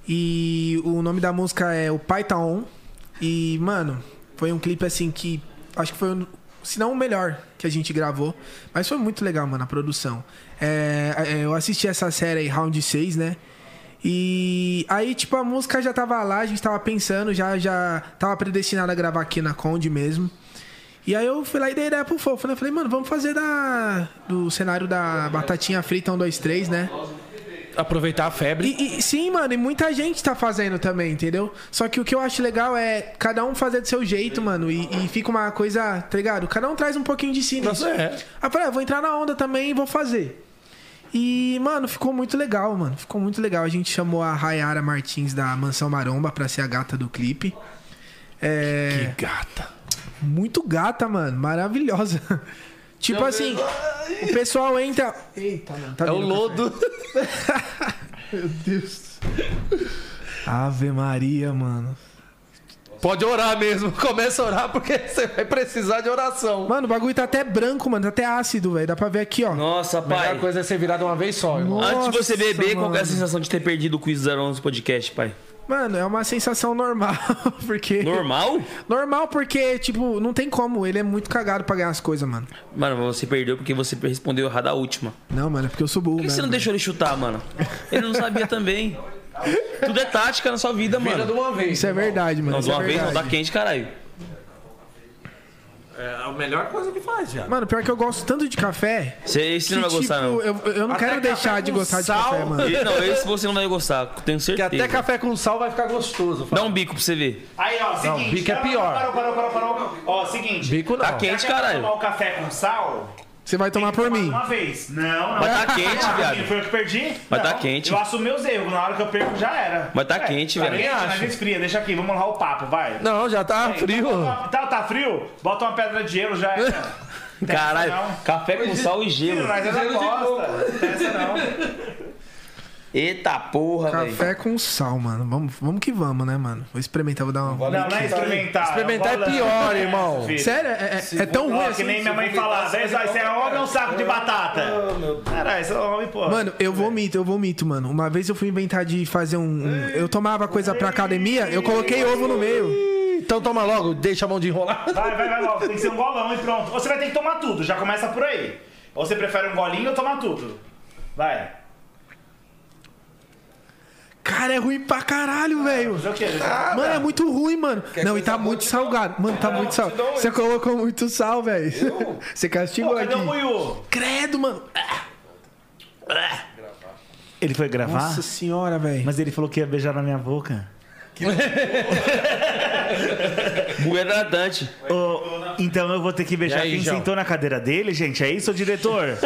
E o nome da música é O Pai Tá On. E, mano, foi um clipe assim que. Acho que foi um. Se não o melhor que a gente gravou. Mas foi muito legal, mano, a produção. É, é, eu assisti essa série aí, Round 6, né? E aí, tipo, a música já tava lá, a gente tava pensando, já, já tava predestinado a gravar aqui na Conde mesmo. E aí eu fui lá e dei ideia pro Fofo, né? Falei, mano, vamos fazer da, do cenário da batatinha frita 1, 2, 3, né? Aproveitar a febre. E, e- sim, mano, e muita gente tá fazendo também, entendeu? Só que o que eu acho legal é cada um fazer do seu jeito, mano, e, e fica uma coisa, tá ligado? Cada um traz um pouquinho de si nisso. Nossa, é. Aí eu falei, ah, vou entrar na onda também e vou fazer. E, mano, ficou muito legal, mano. Ficou muito legal. A gente chamou a Rayara Martins da Mansão Maromba pra ser a gata do clipe. É... Que gata. Muito gata, mano. Maravilhosa. tipo Meu assim, Deus. o pessoal entra. Eita, mano. Tá É o vindo lodo. Meu Deus. Ave Maria, mano. Pode orar mesmo. Começa a orar porque você vai precisar de oração. Mano, o bagulho tá até branco, mano. Tá até ácido, velho. Dá pra ver aqui, ó. Nossa, A melhor pai. coisa é ser virado uma vez só, irmão. Antes de você beber, qual que é a mano. sensação de ter perdido o quiz dos Aromas Podcast, pai? Mano, é uma sensação normal, porque... Normal? Normal porque, tipo, não tem como. Ele é muito cagado pra ganhar as coisas, mano. Mano, você perdeu porque você respondeu errado a última. Não, mano, é porque eu sou burro, Por que você né? não deixou ele chutar, mano? Ele não sabia também. Tudo é tática na sua vida, mano. Isso é verdade, mano. Não, de isso é uma vez não verdade. dá quente, caralho. É a melhor coisa que faz, já. Mano, pior que eu gosto tanto de café. Você, esse que, não vai gostar, tipo, não. Eu, eu não Até quero café deixar de com gostar de sal. café, mano. Não, esse você não vai gostar, tenho certeza. Até café com sal vai ficar gostoso. Dá um bico pra você ver. Aí, ó, Não, seguinte. bico é não, não, pior. Parou, parou, parou, parou. Ó, seguinte. Bico não. já que é pra caralho. tomar o café com sal, Você vai tomar por mim. uma vez. Não, não. Mas tá quente, Ah, viado. Foi eu que perdi? Mas tá Não, quente. Eu assumo meus erros. Na hora que eu perco, já era. Mas tá quente, tá velho. quente, Também mas acho. esfria. Deixa aqui, vamos lá o papo, vai. Não, já tá É, frio. então bota uma- tá, tá frio? Bota uma pedra de gelo, já era. Caralho, Não. café com sal e Sim, gelo. Mas é da costa. Peça não. Eita porra, velho. Café com sal, mano. Vamos, vamos que vamos, né, mano? Vou experimentar, vou dar uma. Não, não é experimentar. Experimentar é vou- pior, irmão. filho. Sério? É, é- é tão Ó, ruim que assim? nem minha mãe falava. "Ei, Zói, Você é homem ou um saco de batata? Caralho, isso é homem, pô. Mano, eu vomito, eu vomito, mano. Uma vez eu fui inventar de fazer um. um- eu tomava coisa pra academia, eu coloquei ovo no meio. Então toma logo, deixa a mão de enrolar. Vai, vai, vai logo. Tem que ser um golão e pronto. Ou você vai ter que tomar tudo, já começa por aí. Ou você prefere um golinho ou tomar tudo? Vai. Cara, é ruim pra caralho, velho. Mas é o quê? Mano, é muito ruim, mano. Não, e tá muito salgado. Mano, tá muito sal. Você colocou muito sal, velho. Você castigou Pô, cadê aqui. o Buiú? Credo, mano. Ele foi gravar? Nossa senhora, velho. Mas ele falou que ia beijar na minha boca. Mulher hidratante. então eu vou ter que beijar E aí, quem João? sentou na cadeira dele, gente. É isso, diretor?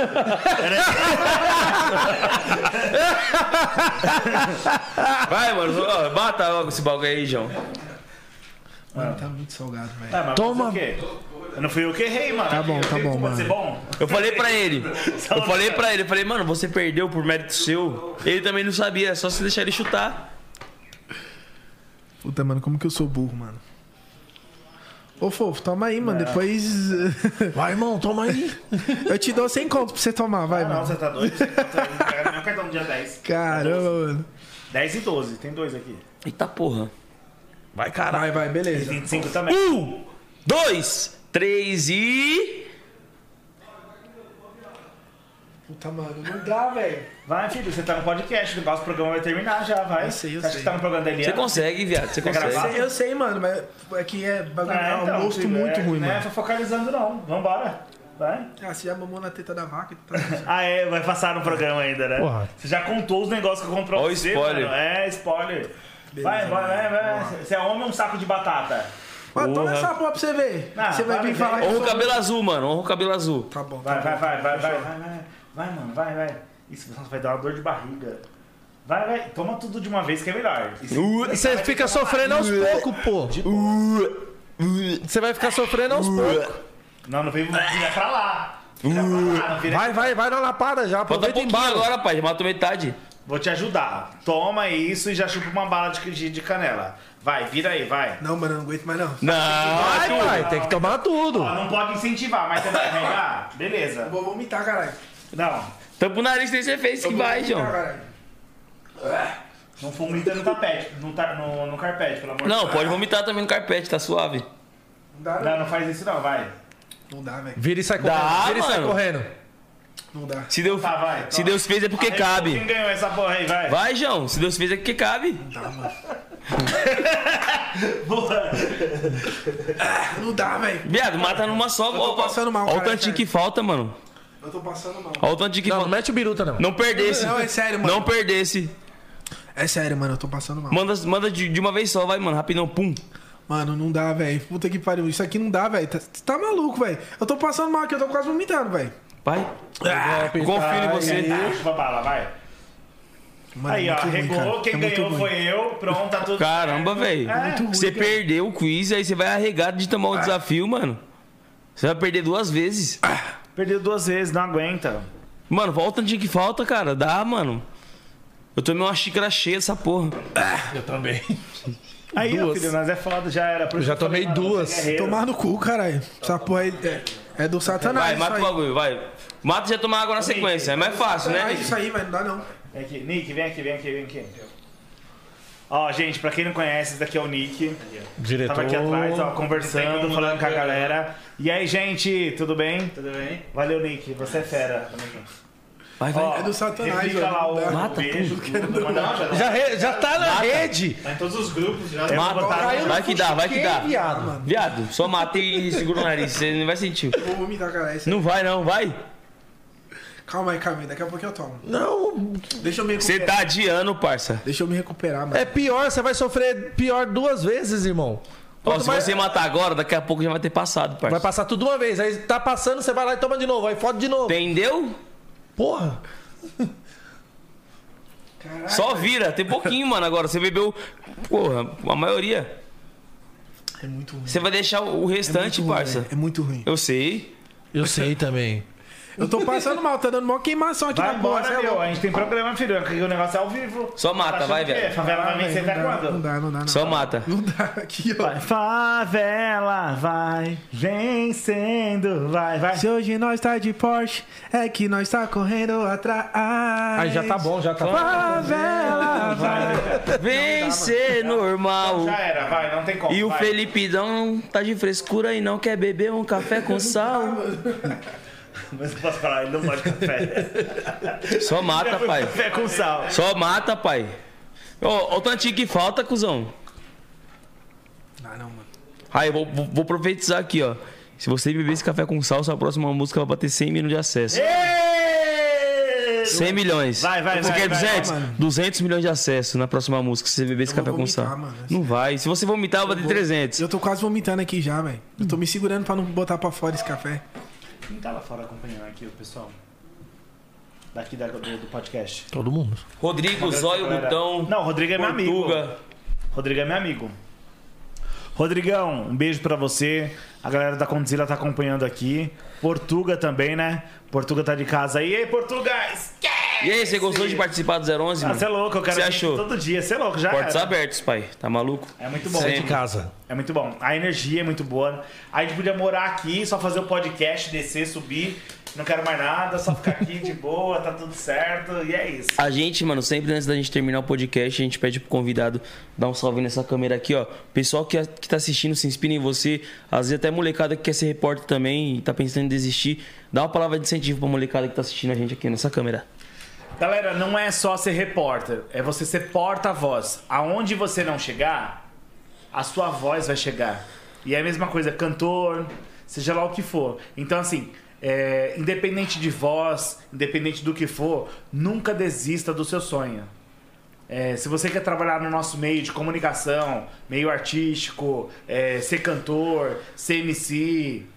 Vai, mano. ó, Bata logo esse bagulho aí, João. Mano, tá muito salgado, velho. Ah, mas Toma. fazer o quê? Eu não fui eu que errei, mano. Tá bom, tá bom, Pode ser mano. bom? Eu falei pra ele. Eu falei pra ele, eu falei, mano, você perdeu por mérito seu. Ele também não sabia, é só se deixar ele chutar. Puta, mano, como que eu sou burro, mano? Ô, fofo, toma aí, mano. É. Depois. Vai, irmão, toma aí. Eu te dou 100 conto pra você tomar, vai, Ah, não, mano. você tá doido? Você tá doido. Pega meu cartão do dia 10. Caramba, mano. 10 e 12, tem dois aqui. Eita porra. Vai, caralho. Vai, vai, beleza. 25 também. Um, dois, três e. Puta, mano, não dá, velho. Vai, filho, você tá no podcast, o nosso programa vai terminar já, vai. Eu sei, eu Acho que tá no programa da Eliana. Você consegue, viado, É você Quer consegue. gravar? Eu sei, mano, mas é que é bagulho. É, É, então, um gosto filho, muito é, ruim, não é mano. pra focalizando, não. Vambora. Vai. Ah, você já mamou na teta da vaca? Tá... Ah, é, vai passar no programa ainda, né? Porra. Você já contou os negócios que eu compro pra Olha o você, spoiler. mano. É, spoiler. vai, vai, vai, Beleza, mano. vai. Vamos lá. Você é homem ou um saco de batata? Ó, toma Porra. essa porra pra você ver. Ah, você vai vai vir ver. falar que. eu Honra o sou- cabelo azul, mano. Honra o cabelo azul. Tá bom, tá Vai, vai, bom. vai, vai, vai, Fechou. vai, vai. Vai, mano, vai, vai. Isso nossa, vai dar uma dor de barriga. Vai, vai. Toma tudo de uma vez que é melhor. Isso- Uh, Você fica sofrendo aos poucos, pô. Você vai ficar sofrendo aos poucos. Não, não vem vira pra lá. Vira pra lá, não vira Vai, vai, vai na lapada já. Falta Aproveita e pouquinho embala. tá agora, pai. Matou metade. Vou te ajudar. Toma isso e já chupa uma bala de, de- de canela. Vai, vira aí, vai. Não, mano, eu não aguento mais não. Não, Vai, tu- pai, tem que tomar tudo. Ó, não pode incentivar, mas você vai arranjar? Beleza. Eu vou vomitar, caralho. Não, Tampa o nariz tem você fez que vai, João. não fomita no tapete, no, ta- no, no carpete, pelo amor de Não, Deus. pode vomitar também no carpete, tá suave. Não dá, Não, não. não faz isso não, vai. Não dá, velho. Vira e sai correndo. Dá, Vira e sai mano. correndo. Não dá. Se Deus, Tá, vai. se Deus fez é porque Aí, Quem cabe. ganhou essa porra aí, vai. Vai, João. Se Deus fez é porque cabe. Boa. Não dá, velho. Viado, mata numa só. Eu tô ó, ó, passando mal, Olha o cara, é tantinho sério. que falta, mano. Eu tô passando mal. Olha o tantinho que Não, não falta. mete o biruta, não. Não perdesse. Não, é sério, mano. Não perdesse. É sério, mano, eu tô passando mal. Manda, manda de, de uma vez só, vai, mano. Rapidão, pum. Mano, não dá, velho. Puta que pariu. Isso aqui não dá, velho. Tá, tá maluco, velho. Eu tô passando mal aqui, eu tô quase vomitando, velho. Vai. Ah, Confio em você. Tá, chupa bala, vai. Mano, aí, ó, muito ruim, regou, cara. quem É muito ganhou ruim. É foi eu, pronto, tá tudo É, Caramba, certo. velho. Você perdeu o quiz, aí você vai arregado de É. tomar o desafio, mano. Você vai perder duas vezes. Perdeu duas vezes, não aguenta. Mano, volta no dia que falta, cara. Dá, mano. Eu tomei uma xícara cheia dessa porra. Eu também. Aí, ó, Duas. filho, nós é foda, já era. Por Eu isso já que eu falei, tomei mano, duas. você é guerreiro. Tomar no cu, caralho. Essa porra aí é, é do Vai, satanás. mata o isso aí. bagulho, vai. Mata e já tomar água na sequência. É mais fácil, né? Ah, isso aí, velho. Não dá, não. Vem aqui, Nick, vem aqui, vem aqui, vem aqui. Ó, gente, pra quem não conhece, esse daqui é o Nick. Diretor. Tava aqui atrás, ó, conversando, falando com a galera. E aí, gente, tudo bem? Tudo bem? Valeu, Nick, você é fera. Vai, vai. Ó, É do Satanás, replica ó, lá não dá. o Mata, beijo, pô. tudo, manda lá, já Já, re- já tá na rede. Tá em todos os grupos já. Eu É, Mata, vou botar- vai, que dá, vai que dá. Viado, mano. Viado, só mata e segura o nariz. Você não vai sentir. Eu Vou vomitar, caralho. Isso aí. Não vai, não, vai. Calma aí, calma aí. Daqui a pouco eu tomo. Não, Deixa eu me Você recuperar. tá adiando, parça. Deixa eu me recuperar, mano. é pior, você vai sofrer pior duas vezes, irmão. Ó, Quanto se mais- você matar agora, daqui a pouco já vai ter passado, Vai parça. passar tudo uma vez, aí tá passando, você vai lá e toma de novo, aí fode de novo. Entendeu? Porra! Só vira. Tem pouquinho, mano, agora. Você bebeu, porra, a maioria. É muito ruim. Você vai deixar o restante, é muito ruim, parça. velho. É muito ruim. Eu sei. Eu sei também. Eu tô passando mal, tá dando mó queimação aqui Vai na porra. embora, cê é meu. louco. A gente tem programa, filho. Aqui O negócio é ao vivo. Só mata, achando vai, o quê? velho. Favela vai vencer Não até dá, Não quando? dá, não dá, não Só dá. mata. Não dá aqui, ó. Vai, favela vai vencendo, vai, vai. Se hoje nós tá de Porsche, é que nós tá correndo atrás. Aí já tá bom, já tá Favela, vai. Vencer normal. Já era, vai, não tem como. E o vai. Felipidão tá de frescura e não quer beber um café com sal. Mas eu posso falar, ele não pode café. Só mata, pai. Café com sal. Só mata, pai. Ô, ó o tantinho que falta, cuzão. Ah, não, mano. Aí, vou, vou, vou profetizar aqui, ó. Se você beber esse café com sal, sua próxima música vai bater 100 milhões de acesso. Ê! 100 milhões. Vai, vai, Você vai, quer vai, 200? vai, mano. 200 milhões de acesso na próxima música, se você beber esse Eu vou café com vomitar, sal. mano. Não vai. Se você vomitar, vai ter 300. Eu tô quase vomitando aqui já, velho. Eu tô me segurando pra não botar pra fora esse café. Quem tá lá fora acompanhando aqui, o pessoal? Daqui da, do, do podcast. Todo mundo. Rodrigo, Zóio, Galera. Gutão, Não, o Rodrigo é meu amigo. Portuga. Rodrigo é meu amigo. Rodrigão, um beijo pra você. A galera da Condzilla tá acompanhando aqui. Portuga também, né? Portuga tá de casa aí. Ei, Portuga! Esquece! E aí, você gostou de participar do 011? Ah, mano? você é louco, eu quero Você gente achou? todo dia, você é louco, já Portas era. abertas, pai. Tá maluco? É muito bom. Sai de casa. É muito bom. A energia é muito boa. A gente podia morar aqui, só fazer o podcast, descer, subir. Não quero mais nada, só ficar aqui de boa, tá tudo certo. E é isso. A gente, mano, sempre antes da gente terminar o podcast, a gente pede pro convidado dar um salve nessa câmera aqui, ó. Pessoal que, que tá assistindo, se inspira em você. Às vezes até molecada que quer ser repórter também e tá pensando em desistir. Dá uma palavra de incentivo pra molecada que tá assistindo a gente aqui nessa câmera. Galera, não é só ser repórter, é você ser porta-voz. Aonde você não chegar, a sua voz vai chegar. E é a mesma coisa, cantor, seja lá o que for. Então, assim, é, independente de voz, independente do que for, nunca desista do seu sonho. É, se você quer trabalhar no nosso meio de comunicação, meio artístico, é, ser cantor, ser MC,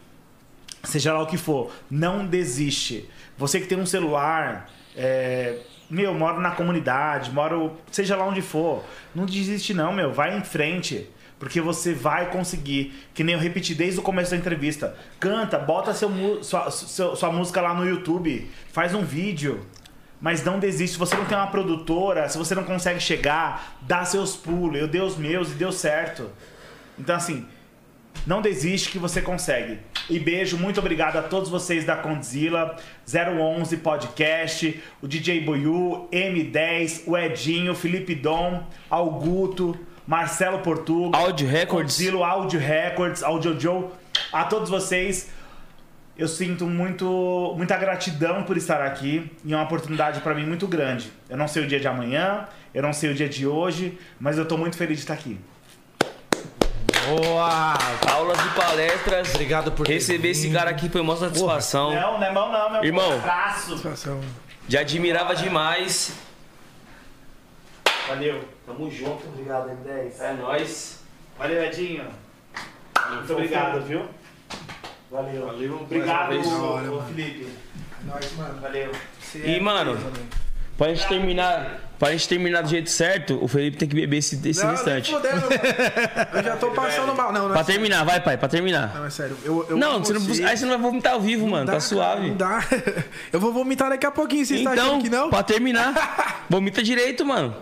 seja lá o que for, não desiste. Você que tem um celular, é, meu, moro na comunidade, moro seja lá onde for, não desiste não, meu, vai em frente. Porque você vai conseguir, que nem eu repeti desde o começo da entrevista. Canta, bota seu, mu- sua, seu- sua música lá no YouTube, faz um vídeo. Mas não desiste. Se você não tem uma produtora, se você não consegue chegar, dá seus pulos. Eu dei os meus e deu certo. Então, assim, não desiste que você consegue. E beijo, muito obrigado a todos vocês da Condzilla, 011 Podcast, o DJ Boyu, M10, o Edinho, Felipe Dom, Augusto, Marcelo Portugal, Audio Records. Condzilla, Audio Records, Audio Joe. A todos vocês, eu sinto muito, muita gratidão por estar aqui e é uma oportunidade para mim muito grande. Eu não sei o dia de amanhã, eu não sei o dia de hoje, mas eu tô muito feliz de estar aqui. Boa! Aulas e palestras. Obrigado por Receber esse cara aqui foi uma satisfação. Não, não é mão não, meu Irmão. Abraço. Já admirava demais. Valeu. Tamo junto. Obrigado, M10. É nóis. Valeu, Edinho. Muito obrigado, viu? Valeu. Valeu. Obrigado, Mais uma vez. ô, Felipe. É Nós, mano. Valeu. Você E, é mano, mesmo. pra gente terminar. Pra gente terminar do jeito certo, o Felipe tem que beber esse, esse Não, é restante. nem fudendo, mano. Eu já tô passando mal. Não, não Pra é sério. terminar, vai, pai, pra terminar. Não, é sério. Eu, eu não, você não, consigo. aí você não vai vomitar ao vivo, mano. tá dá, cara, suave. não dá. Eu vou vomitar daqui a pouquinho, vocês estão então, achando que não? pra terminar, vomita direito, mano.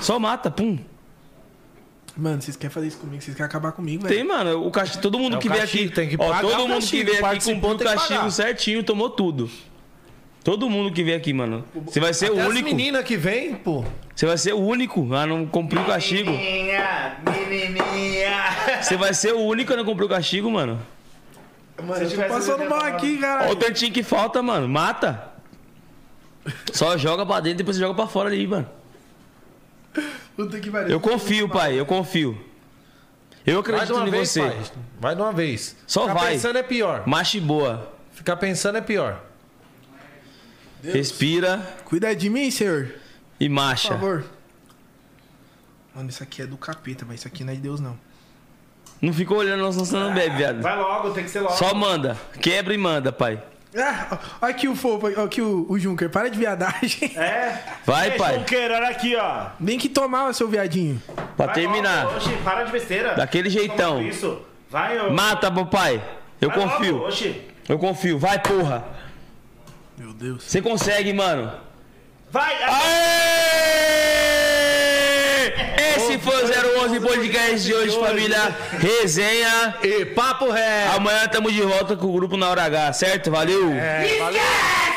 Só mata, pum. Mano, vocês querem fazer isso comigo? Vocês querem acabar comigo, velho? Tem, mano. O cachê, todo mundo É, o que vem castigo, aqui. tem que ó, pagar todo o mundo castigo, que vem aqui participou, cumpriu o tem que castigo pagar. certinho, tomou tudo. Todo mundo que vem aqui, mano. Você vai ser Até o as É único. menina que vem, pô. Você vai ser o único a não cumprir o castigo. Menininha, menininha. Você vai ser o único a não cumprir o castigo, mano. Mano, eu tô tivesse passando bebido, mal eu tava- aqui, Olha o cara. tantinho que falta, mano. Mata. Só joga pra dentro e depois você joga pra fora ali, mano. Puta que pariu. Eu confio, pai. Eu confio. Eu acredito Vai de uma em vez, você. pai. Vai de uma vez. Só Ficar vai. pensando é pior. Machi boa. Ficar pensando é pior. Respira Cuida de mim, senhor. e Por marcha. favor. Mano, isso aqui é do capeta, mas isso aqui não é de Deus, não. Não fica olhando nós Ah, lançando bebe, viado. Vai logo, tem que ser logo. Só manda. Quebra e manda, pai. Ah, ó, aqui o fofo, ó, aqui o, o Junker. Para de viadagem. É. Vai, Ei, pai. Junqueira, olha aqui, ó. Tem que tomar, seu viadinho. Pra Vai terminar. logo, Oxi, para de besteira. Daquele Toma jeitão. Isso. Vai, ô. Mata, papai. Eu Vai logo, confio. oxi. Eu confio. Vai, porra. Meu Deus. Você consegue, mano. Vai. Esse foi o 011 Podcast de hoje, família. Resenha É. e papo ré. Amanhã tamo de volta com o grupo na hora H, certo? Valeu. valeu. tá